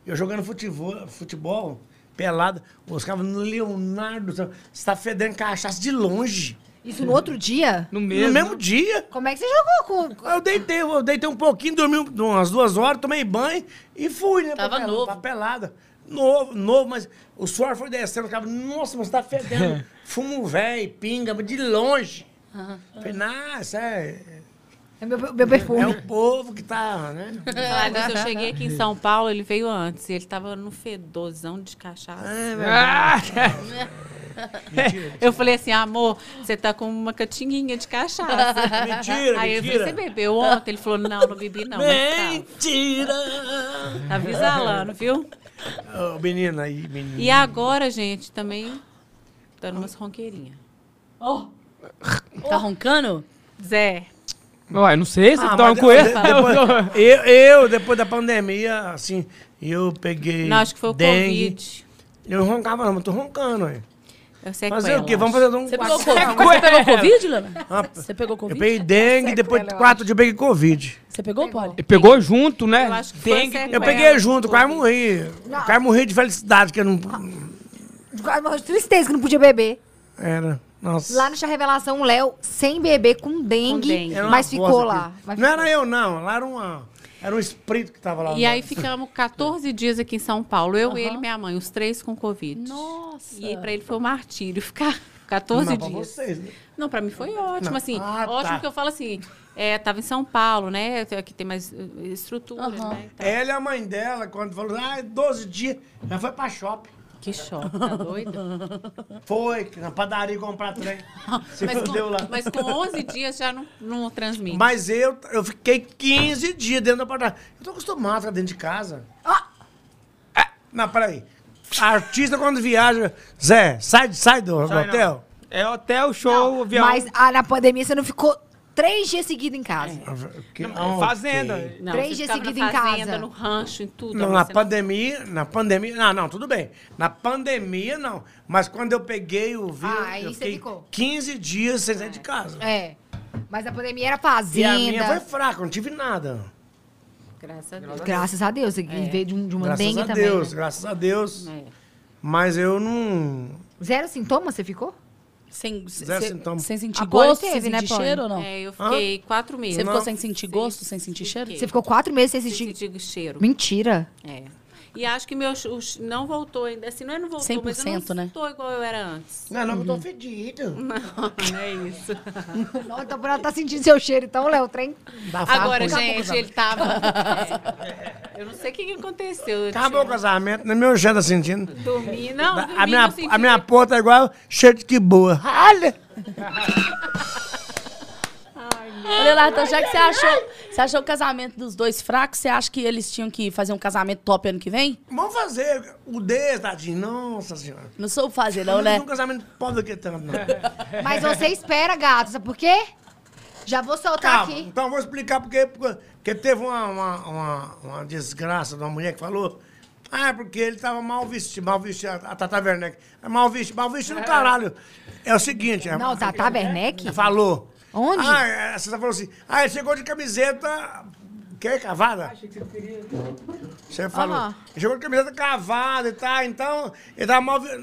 [SPEAKER 4] Eu jogando futebol, futebol pelada. Os caras no Leonardo, você tá fedendo cachaça de longe.
[SPEAKER 1] Isso no outro dia?
[SPEAKER 5] No mesmo.
[SPEAKER 4] No mesmo dia.
[SPEAKER 1] Como é que você jogou com...
[SPEAKER 4] Eu deitei, eu deitei um pouquinho, dormi umas duas horas, tomei banho e fui, né?
[SPEAKER 6] Tava
[SPEAKER 4] pra,
[SPEAKER 6] novo.
[SPEAKER 4] Pra pelada. Novo, novo, mas o suor foi descendo. Eu ficava, nossa, mas tá fedendo. Fumo velho, pinga, mas de longe. Falei, nossa, é,
[SPEAKER 1] É meu, meu
[SPEAKER 4] é
[SPEAKER 5] Uhum.
[SPEAKER 1] perfume.
[SPEAKER 4] o povo que tá, né?
[SPEAKER 3] Falar nisso, eu cheguei aqui em São Paulo, ele veio antes. e Ele tava no fedorzão de cachaça.
[SPEAKER 4] É, velho.
[SPEAKER 5] Ah,
[SPEAKER 3] Eu falei assim, amor, você tá com uma catinguinha de cachaça.
[SPEAKER 4] Mentira,
[SPEAKER 3] Aí eu falei,
[SPEAKER 4] mentira.
[SPEAKER 3] você né?" bebeu ontem? Ele falou, não, não bebi não. Mas
[SPEAKER 4] Mentira!
[SPEAKER 3] tá, tá avisalando, viu?
[SPEAKER 4] Ô, menina aí, menina.
[SPEAKER 3] E agora, gente, também dando umas ronqueirinhas.
[SPEAKER 6] Tá roncando?
[SPEAKER 3] Zé,
[SPEAKER 5] Uai, é. não sei, você
[SPEAKER 4] Ah,
[SPEAKER 5] tá
[SPEAKER 4] mas
[SPEAKER 5] com
[SPEAKER 4] de-
[SPEAKER 5] ele.
[SPEAKER 4] de- depois- eu, eu, depois da pandemia, assim, eu peguei.
[SPEAKER 3] não, acho que foi o
[SPEAKER 4] dengue,
[SPEAKER 3] Covid. É
[SPEAKER 4] Eu não roncava, não, mas tô roncando aí.
[SPEAKER 3] Eu sei que
[SPEAKER 4] Fazer o quê? Vamos fazer um.
[SPEAKER 6] Você
[SPEAKER 4] quatro-
[SPEAKER 6] pegou Covid?
[SPEAKER 2] Você pegou Covid, Lana?
[SPEAKER 4] Ah,
[SPEAKER 2] Você pegou
[SPEAKER 4] eu
[SPEAKER 2] Covid?
[SPEAKER 4] peguei dengue, depois
[SPEAKER 1] Sequela, é eu
[SPEAKER 4] quatro dias eu peguei Covid.
[SPEAKER 3] É
[SPEAKER 2] Você pegou, Poli?
[SPEAKER 5] E pegou junto, né?
[SPEAKER 3] Eu acho que foi
[SPEAKER 5] Dengue.
[SPEAKER 3] certo.
[SPEAKER 5] com-
[SPEAKER 4] Eu peguei junto, quase morri. Quase morri de felicidade, que eu não.
[SPEAKER 1] Quase morreu de tristeza que não podia beber.
[SPEAKER 4] Era. Nossa.
[SPEAKER 1] Lá no Chá Revelação, o Léo sem beber, com dengue,
[SPEAKER 3] dengue.
[SPEAKER 4] Era uma
[SPEAKER 1] mas ficou
[SPEAKER 4] bosta
[SPEAKER 1] lá.
[SPEAKER 4] aquilo.
[SPEAKER 1] Mas
[SPEAKER 4] Não é
[SPEAKER 1] ficou.
[SPEAKER 4] era eu, não. Lá era uma. Era um espírito que tava lá.
[SPEAKER 3] E aí ficamos 14 dias aqui em São Paulo. Eu, ele e minha mãe, os três com Covid.
[SPEAKER 6] Nossa.
[SPEAKER 3] E pra ele foi um martírio ficar
[SPEAKER 4] Não,
[SPEAKER 3] 14
[SPEAKER 4] pra
[SPEAKER 3] dias.
[SPEAKER 4] vocês, né?
[SPEAKER 3] Não, pra mim foi ótimo,
[SPEAKER 4] Não.
[SPEAKER 3] assim.
[SPEAKER 4] Ah, tá.
[SPEAKER 3] ótimo que eu falo assim, é, tava em São Paulo, né? Aqui tem mais eh, estrutura, né? Tá.
[SPEAKER 4] Ela e a mãe dela, quando falou, ah, é 12 dias, já foi pra shopping.
[SPEAKER 3] Que choque, tá doida?
[SPEAKER 4] Foi, que na padaria comprar trem. Se
[SPEAKER 3] mas,
[SPEAKER 4] fudeu lá.
[SPEAKER 3] com, mas com 11 dias já não, não transmite.
[SPEAKER 4] Mas eu, eu fiquei 15 dias dentro da padaria. Eu tô acostumado a ficar dentro de casa. Ah! Não, peraí. Artista quando viaja. Zé, sai, sai do
[SPEAKER 5] Sai, não.
[SPEAKER 4] hotel.
[SPEAKER 5] É hotel, show, avião.
[SPEAKER 1] Mas ah, na pandemia você não ficou três dias seguidos em casa.
[SPEAKER 4] Que-
[SPEAKER 5] Não,
[SPEAKER 4] ah,
[SPEAKER 5] Fazenda.
[SPEAKER 4] ok.
[SPEAKER 3] Não,
[SPEAKER 1] Três
[SPEAKER 3] você
[SPEAKER 1] dias
[SPEAKER 3] ficava na
[SPEAKER 1] seguido em casa.
[SPEAKER 3] fazenda, no rancho, em tudo.
[SPEAKER 1] Então
[SPEAKER 4] Não,
[SPEAKER 3] Você
[SPEAKER 4] na pandemia, na pandemia, não, não, tudo bem. Na pandemia, não. Mas quando eu peguei o vírus,
[SPEAKER 1] Ah, aí
[SPEAKER 4] eu
[SPEAKER 1] você
[SPEAKER 4] fiquei
[SPEAKER 1] ficou.
[SPEAKER 4] 15 dias sem sair de casa.
[SPEAKER 1] É. Mas na pandemia era
[SPEAKER 4] E
[SPEAKER 1] fazenda.
[SPEAKER 4] a minha foi fraca, não tive nada.
[SPEAKER 3] Graças a Deus.
[SPEAKER 1] Graças a Deus. Você veio de, um, de uma
[SPEAKER 4] É. graças
[SPEAKER 1] dengue
[SPEAKER 4] a
[SPEAKER 1] também.
[SPEAKER 4] Deus,
[SPEAKER 1] né?
[SPEAKER 4] graças a Deus.
[SPEAKER 3] É.
[SPEAKER 4] Mas eu
[SPEAKER 1] Uhum.
[SPEAKER 4] não...
[SPEAKER 1] Zero sintoma você ficou?
[SPEAKER 2] Sem,
[SPEAKER 4] Zero
[SPEAKER 2] sem-
[SPEAKER 4] sintoma.
[SPEAKER 2] sem sentir
[SPEAKER 1] A Poli
[SPEAKER 2] gosto,
[SPEAKER 1] teve,
[SPEAKER 2] sem
[SPEAKER 1] né,
[SPEAKER 2] sentir
[SPEAKER 1] Poli?
[SPEAKER 2] cheiro ou não?
[SPEAKER 3] É, eu fiquei quatro meses.
[SPEAKER 2] Você
[SPEAKER 3] Não.
[SPEAKER 2] ficou sem sentir gosto, sem sentir cheiro?
[SPEAKER 1] Você ficou quatro meses sem sentir.
[SPEAKER 3] Sem sentir cheiro.
[SPEAKER 1] Mentira.
[SPEAKER 3] É. E acho que meu o ch- não voltou ainda. Assim, não é não voltou, mas eu
[SPEAKER 2] 100%,
[SPEAKER 3] não
[SPEAKER 2] né?
[SPEAKER 3] estou igual eu era antes.
[SPEAKER 4] Não, não, eu tô fedido.
[SPEAKER 3] Não, é isso.
[SPEAKER 1] Não, então por ela tá sentindo seu cheiro, então, Léo, o trem.
[SPEAKER 3] Agora,
[SPEAKER 1] acabou,
[SPEAKER 3] gente,
[SPEAKER 1] acabou.
[SPEAKER 3] ele tava... É. Eu não sei o que, que aconteceu. Eu
[SPEAKER 4] Acabou o casamento, nem meu cheiro tá sentindo.
[SPEAKER 3] tinha- Dormi, não, assim, dormi,
[SPEAKER 4] A minha,
[SPEAKER 3] não senti.
[SPEAKER 4] a minha porta é igual cheiro de que boa. Olha!
[SPEAKER 2] Ô, Leonardo, já que você achou, você achou o casamento dos dois fraco, você acha que eles tinham que fazer um casamento top ano que vem?
[SPEAKER 4] Vamos fazer o dedo, tadinho. Nossa senhora.
[SPEAKER 2] Não soube fazer,
[SPEAKER 4] Eu
[SPEAKER 2] não, né?
[SPEAKER 4] um casamento pobre que tanto, não.
[SPEAKER 1] Mas você espera, gato. Sabe por quê? Já vou soltar
[SPEAKER 4] Calma,
[SPEAKER 1] aqui.
[SPEAKER 4] então eu vou explicar porque, porque porque teve uma, uma, uma- uma desgraça de uma mulher que falou. Ah, é porque ele tava mal vestido, mal vestido, a, a Tata Werneck. É Mal vestido, mal vestido no caralho. É o seguinte, é,
[SPEAKER 1] Não, Tata Werneck?
[SPEAKER 4] falou.
[SPEAKER 1] Onde?
[SPEAKER 4] Ah, é, você falou assim, ah, ele chegou de camiseta, que cavada? Achei que você queria. Você falou,
[SPEAKER 1] Aham.
[SPEAKER 4] ele chegou de camiseta cavada e tal, então, ele tava mal, ve-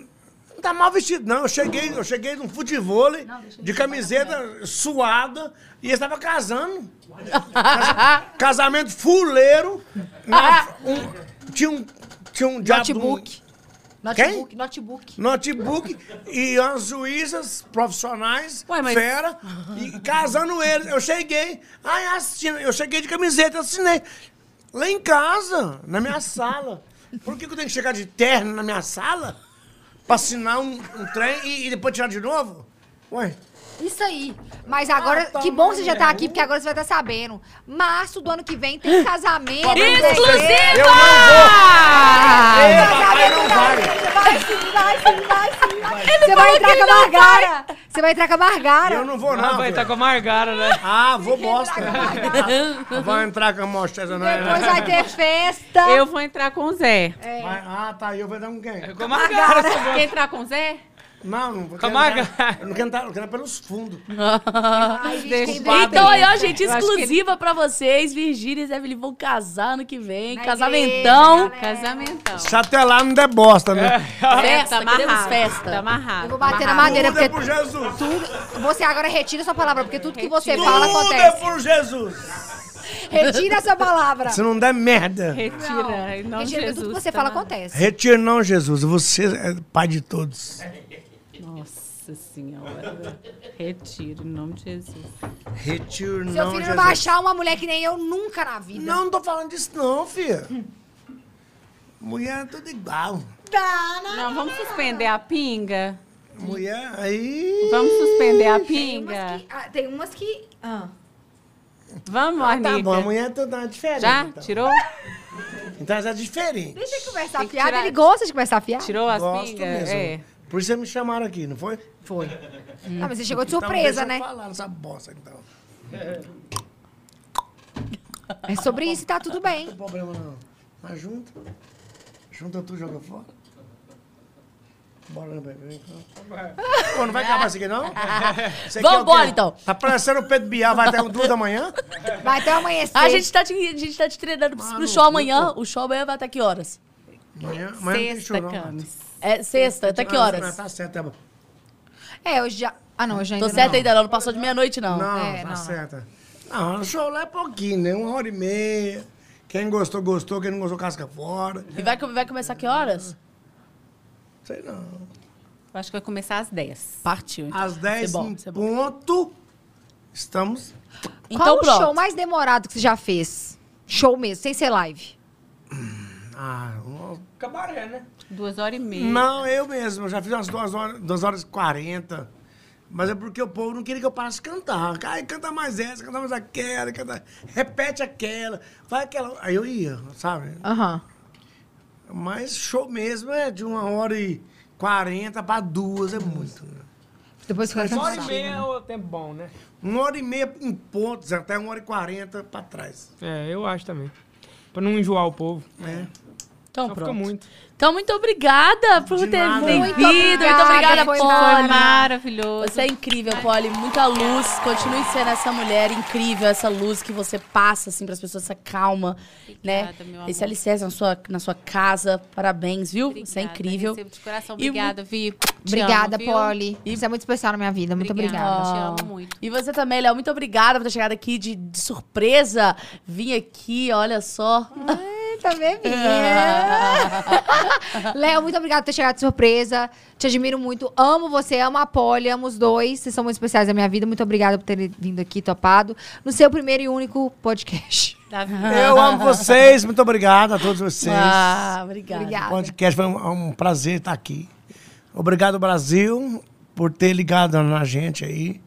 [SPEAKER 4] não tá mal vestido, não. Eu cheguei, eu cheguei num futebol de camiseta suada e ele estava casando. Casa- Casamento fuleiro. na- um- tinha um, tinha um diabo de um-
[SPEAKER 1] Notebook. Notebook,
[SPEAKER 4] Quem?
[SPEAKER 1] notebook.
[SPEAKER 4] notebook e as juízas profissionais,
[SPEAKER 3] Ué, mas-
[SPEAKER 4] fera, e casando eles. Eu cheguei, ai, assina, eu cheguei de camiseta, assinei. Lá em casa, na minha sala. Por que, que eu tenho que chegar de terno na minha sala? Pra assinar um, um trem e, e depois tirar de novo? Ué,
[SPEAKER 1] Isso aí. Mas
[SPEAKER 4] Ah,
[SPEAKER 1] agora, que bom que você já tá aqui, porque agora você vai estar sabendo. Março do ano que vem tem casamento. Exclusivo!
[SPEAKER 4] eu não
[SPEAKER 1] Casamento
[SPEAKER 4] vou! Ei, papai não
[SPEAKER 1] da
[SPEAKER 4] vai!
[SPEAKER 1] Anitta. Vai sim, vai sim, vai sim. Você vai entrar com a Margara. Você vai entrar com a Margara.
[SPEAKER 4] Eu não vou, não.
[SPEAKER 5] Ah, vai
[SPEAKER 4] velho.
[SPEAKER 5] tá com a Margara, né?
[SPEAKER 4] Ah, vou bosta.
[SPEAKER 2] Então,
[SPEAKER 4] Vai entrar com a mochila, não
[SPEAKER 1] Depois
[SPEAKER 4] é?
[SPEAKER 1] vai ter festa.
[SPEAKER 3] tipo, Eu vou entrar com o Zé.
[SPEAKER 4] Vai- Ah, tá, e eu vou dar com quem?
[SPEAKER 5] Com a Margara. essa
[SPEAKER 3] Quer
[SPEAKER 5] bosta.
[SPEAKER 3] entrar com o Zé?
[SPEAKER 4] Não, não vou
[SPEAKER 5] Camargo.
[SPEAKER 4] entrar- Eu não quero entrar, eu quero entrar pelos fundos.
[SPEAKER 1] Ai, gente,
[SPEAKER 3] Deixa
[SPEAKER 1] tem
[SPEAKER 3] eu
[SPEAKER 1] dois-
[SPEAKER 3] ver.
[SPEAKER 2] Então aí, ó, gente,
[SPEAKER 3] Eu acho que ele-
[SPEAKER 2] exclusiva pra vocês. Virgínia e Zé Felipe vão casar ano que vem.
[SPEAKER 1] Na
[SPEAKER 2] Casamentão.
[SPEAKER 1] igreja,
[SPEAKER 3] Casamentão.
[SPEAKER 4] Se até lá não der bosta,
[SPEAKER 3] É.
[SPEAKER 4] né?
[SPEAKER 2] Festa, queremos festa.
[SPEAKER 3] Tá amarrado.
[SPEAKER 1] Eu vou bater na
[SPEAKER 3] amarrado.
[SPEAKER 1] madeira,
[SPEAKER 4] Tudo é
[SPEAKER 1] né? porque
[SPEAKER 4] por Jesus. Tudo,
[SPEAKER 1] você agora retira sua palavra, porque tudo que você
[SPEAKER 3] Retiro.
[SPEAKER 1] fala
[SPEAKER 4] é
[SPEAKER 1] acontece.
[SPEAKER 4] por Jesus.
[SPEAKER 1] Retira sua palavra.
[SPEAKER 4] Se não der merda,
[SPEAKER 3] Retira, em nome de
[SPEAKER 1] Retira,
[SPEAKER 3] Jesus.
[SPEAKER 1] tudo que você
[SPEAKER 3] tá
[SPEAKER 1] fala
[SPEAKER 3] amarrado.
[SPEAKER 1] acontece.
[SPEAKER 4] retira não, Jesus. Você é pai de todos.
[SPEAKER 3] Nossa Senhora. Retira, em nome de Jesus.
[SPEAKER 1] Seu
[SPEAKER 4] Retira não,
[SPEAKER 1] filho não
[SPEAKER 4] Jesus.
[SPEAKER 1] vai achar uma mulher que nem eu nunca na vida.
[SPEAKER 4] Não, não tô falando disso não, filha. Mulher é tudo igual. né?
[SPEAKER 3] Não, vamos suspender a pinga?
[SPEAKER 4] Mulher, aí... Tá
[SPEAKER 3] Vamos suspender
[SPEAKER 1] Tem
[SPEAKER 3] a
[SPEAKER 1] umas
[SPEAKER 3] pinga?
[SPEAKER 1] que. ah, tem umas que- ah.
[SPEAKER 3] Vamos,
[SPEAKER 4] Tá bom, a
[SPEAKER 3] Arnica.
[SPEAKER 4] mulher é toda diferente.
[SPEAKER 3] Já?
[SPEAKER 4] Então.
[SPEAKER 3] Tirou?
[SPEAKER 4] então ela é diferente.
[SPEAKER 1] Deixa ele conversar
[SPEAKER 3] Tem que
[SPEAKER 1] fiado.
[SPEAKER 3] tirar-
[SPEAKER 1] Ele gosta de conversar fiado.
[SPEAKER 3] Tirou as
[SPEAKER 4] Gosto
[SPEAKER 3] pingas?
[SPEAKER 4] mesmo.
[SPEAKER 3] É.
[SPEAKER 4] Por isso vocês me chamaram aqui, não foi?
[SPEAKER 1] Foi. Ah, mas você chegou de
[SPEAKER 4] Então deixa
[SPEAKER 1] surpresa,
[SPEAKER 4] eu
[SPEAKER 1] né?
[SPEAKER 4] falar nessa bosta, então.
[SPEAKER 1] É sobre isso e tá tudo bem.
[SPEAKER 4] Não tem problema, não. Mas junta. Junta tudo e joga fora. Bora né, no bebê. Pô, não vai acabar isso aqui, não? Isso aqui é
[SPEAKER 2] Vambora,
[SPEAKER 4] o quê?
[SPEAKER 2] então.
[SPEAKER 4] Tá parecendo o Pedro Biá, vai até um duas da manhã?
[SPEAKER 1] Vai até amanhecer.
[SPEAKER 2] A gente, tá te, a gente tá te treinando pro
[SPEAKER 4] Maluco.
[SPEAKER 2] show amanhã. O show amanhã vai até que horas?
[SPEAKER 4] Amanhã, amanhã não tem show, não.
[SPEAKER 2] É sexta, até que
[SPEAKER 4] Ah,
[SPEAKER 2] horas?
[SPEAKER 4] Tá certo, tá bom.
[SPEAKER 1] É, eu já... Ah, não, eu já
[SPEAKER 2] Tô
[SPEAKER 1] ainda
[SPEAKER 2] certa
[SPEAKER 1] não.
[SPEAKER 2] ainda não, não passou de meia-noite não.
[SPEAKER 4] Não,
[SPEAKER 1] É,
[SPEAKER 4] tá
[SPEAKER 1] não.
[SPEAKER 4] certa. Não, o show lá é pouquinho, né? Uma hora e meia. Quem gostou, gostou. Quem não gostou, casca fora.
[SPEAKER 2] E vai, vai começar que horas?
[SPEAKER 4] Sei não.
[SPEAKER 3] Eu acho que vai começar às 10.
[SPEAKER 2] Partiu. então.
[SPEAKER 4] Às hum, 10
[SPEAKER 2] bom,
[SPEAKER 4] em
[SPEAKER 2] isso é bom.
[SPEAKER 4] ponto, estamos...
[SPEAKER 1] Qual
[SPEAKER 2] Então
[SPEAKER 1] o show
[SPEAKER 2] pronto.
[SPEAKER 1] mais demorado que você já fez? Show mesmo, sem ser live.
[SPEAKER 4] Ah, uma-
[SPEAKER 5] Cabaré, né?
[SPEAKER 3] Duas horas e meia.
[SPEAKER 4] não, eu mesmo. Eu já fiz umas duas horas, duas horas e 40. Mas é porque o povo não queria que eu parasse de cantar. Ai, canta mais essa, canta mais aquela, canta... repete aquela, vai aquela. Aí eu ia, sabe?
[SPEAKER 1] Aham.
[SPEAKER 4] Mas show mesmo é de uma hora e quarenta para duas, é muito. né?
[SPEAKER 1] Depois que eu
[SPEAKER 4] Só
[SPEAKER 5] Hora
[SPEAKER 1] cansado.
[SPEAKER 5] e meia é o tempo bom, né?
[SPEAKER 4] Uma hora e meia em pontos, até uma hora e quarenta para trás.
[SPEAKER 5] É, eu acho também. Pra não enjoar o povo.
[SPEAKER 4] né?
[SPEAKER 2] Então
[SPEAKER 5] Só fica
[SPEAKER 2] pronto.
[SPEAKER 5] muito.
[SPEAKER 2] Então muito obrigada por
[SPEAKER 4] De
[SPEAKER 2] ter
[SPEAKER 4] nada.
[SPEAKER 2] ter
[SPEAKER 4] Muito
[SPEAKER 2] vindo. Muito obrigada,
[SPEAKER 1] obrigada,
[SPEAKER 2] Poli.
[SPEAKER 1] foi
[SPEAKER 3] Tá Maravilhoso.
[SPEAKER 2] Você é incrível, Polly. Muita luz. Continue sendo essa mulher incrível, essa luz que você passa, assim, pras pessoas, essa calma,
[SPEAKER 3] Obrigada,
[SPEAKER 2] né?
[SPEAKER 3] meu amor.
[SPEAKER 2] Esse alicerce na sua, na sua casa. Parabéns, viu? Você é
[SPEAKER 3] Obrigada,
[SPEAKER 2] incrível.
[SPEAKER 3] recebo de coração.
[SPEAKER 2] E mu-
[SPEAKER 3] Obrigada, Vi. Te
[SPEAKER 1] Obrigada,
[SPEAKER 3] amo, viu?
[SPEAKER 1] Polly. Isso é muito especial na minha vida. Muito obrigada.
[SPEAKER 3] Te
[SPEAKER 2] Ó.
[SPEAKER 3] amo muito.
[SPEAKER 2] E você também, Léo. Muito obrigada por ter chegado aqui de, de surpresa. Vim aqui, olha só.
[SPEAKER 1] Eita, bebinha. Tá Léo, muito obrigada por ter chegado de surpresa. Te admiro muito. Amo você, amo a Polly, amo os dois. Vocês são muito especiais na minha vida. Muito obrigada por terem vindo aqui, topado. No seu primeiro e único podcast.
[SPEAKER 3] Da vida.
[SPEAKER 4] Eu amo vocês, muito obrigado a todos vocês.
[SPEAKER 2] Ah, obrigada.
[SPEAKER 4] O
[SPEAKER 1] Obrigada.
[SPEAKER 4] podcast foi um, um prazer estar aqui. Obrigado, Brasil, por ter ligado na gente aí.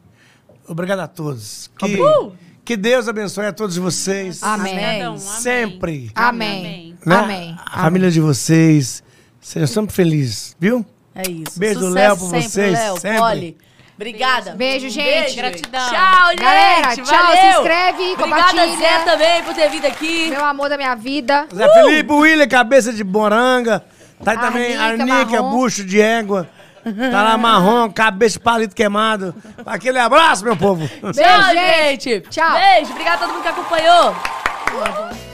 [SPEAKER 4] Obrigado a todos. Que, que Deus abençoe a todos vocês.
[SPEAKER 1] Uh! Amém.
[SPEAKER 3] Cada um, amém.
[SPEAKER 4] Sempre.
[SPEAKER 1] Amém.
[SPEAKER 3] Amém.
[SPEAKER 4] né?
[SPEAKER 1] Amém.
[SPEAKER 4] A família de vocês. Sejam sempre felizes, viu?
[SPEAKER 2] É isso.
[SPEAKER 4] Beijo do
[SPEAKER 2] Sucesso
[SPEAKER 4] Léo pra
[SPEAKER 2] sempre,
[SPEAKER 4] vocês,
[SPEAKER 2] Léo,
[SPEAKER 4] sempre.
[SPEAKER 2] Polly. Obrigada. Um
[SPEAKER 1] Beijo, gente.
[SPEAKER 3] Gratidão.
[SPEAKER 2] Tchau, gente.
[SPEAKER 1] Galera, tchau,
[SPEAKER 2] Valeu.
[SPEAKER 1] se inscreve,
[SPEAKER 2] Obrigada,
[SPEAKER 1] compartilha.
[SPEAKER 2] Zé, também, por ter vindo aqui.
[SPEAKER 1] Meu amor da minha vida.
[SPEAKER 4] Zé Felipe, William, cabeça de boranga. Tá aí também
[SPEAKER 1] Arnica,
[SPEAKER 4] Arnica,
[SPEAKER 1] marrom.
[SPEAKER 4] bucho de égua. Tá lá marrom, cabeça de palito queimado. Aquele abraço, meu povo.
[SPEAKER 2] Tchau,
[SPEAKER 1] Beijo,
[SPEAKER 2] gente.
[SPEAKER 1] Tchau.
[SPEAKER 2] Beijo. Obrigada a todo mundo que acompanhou.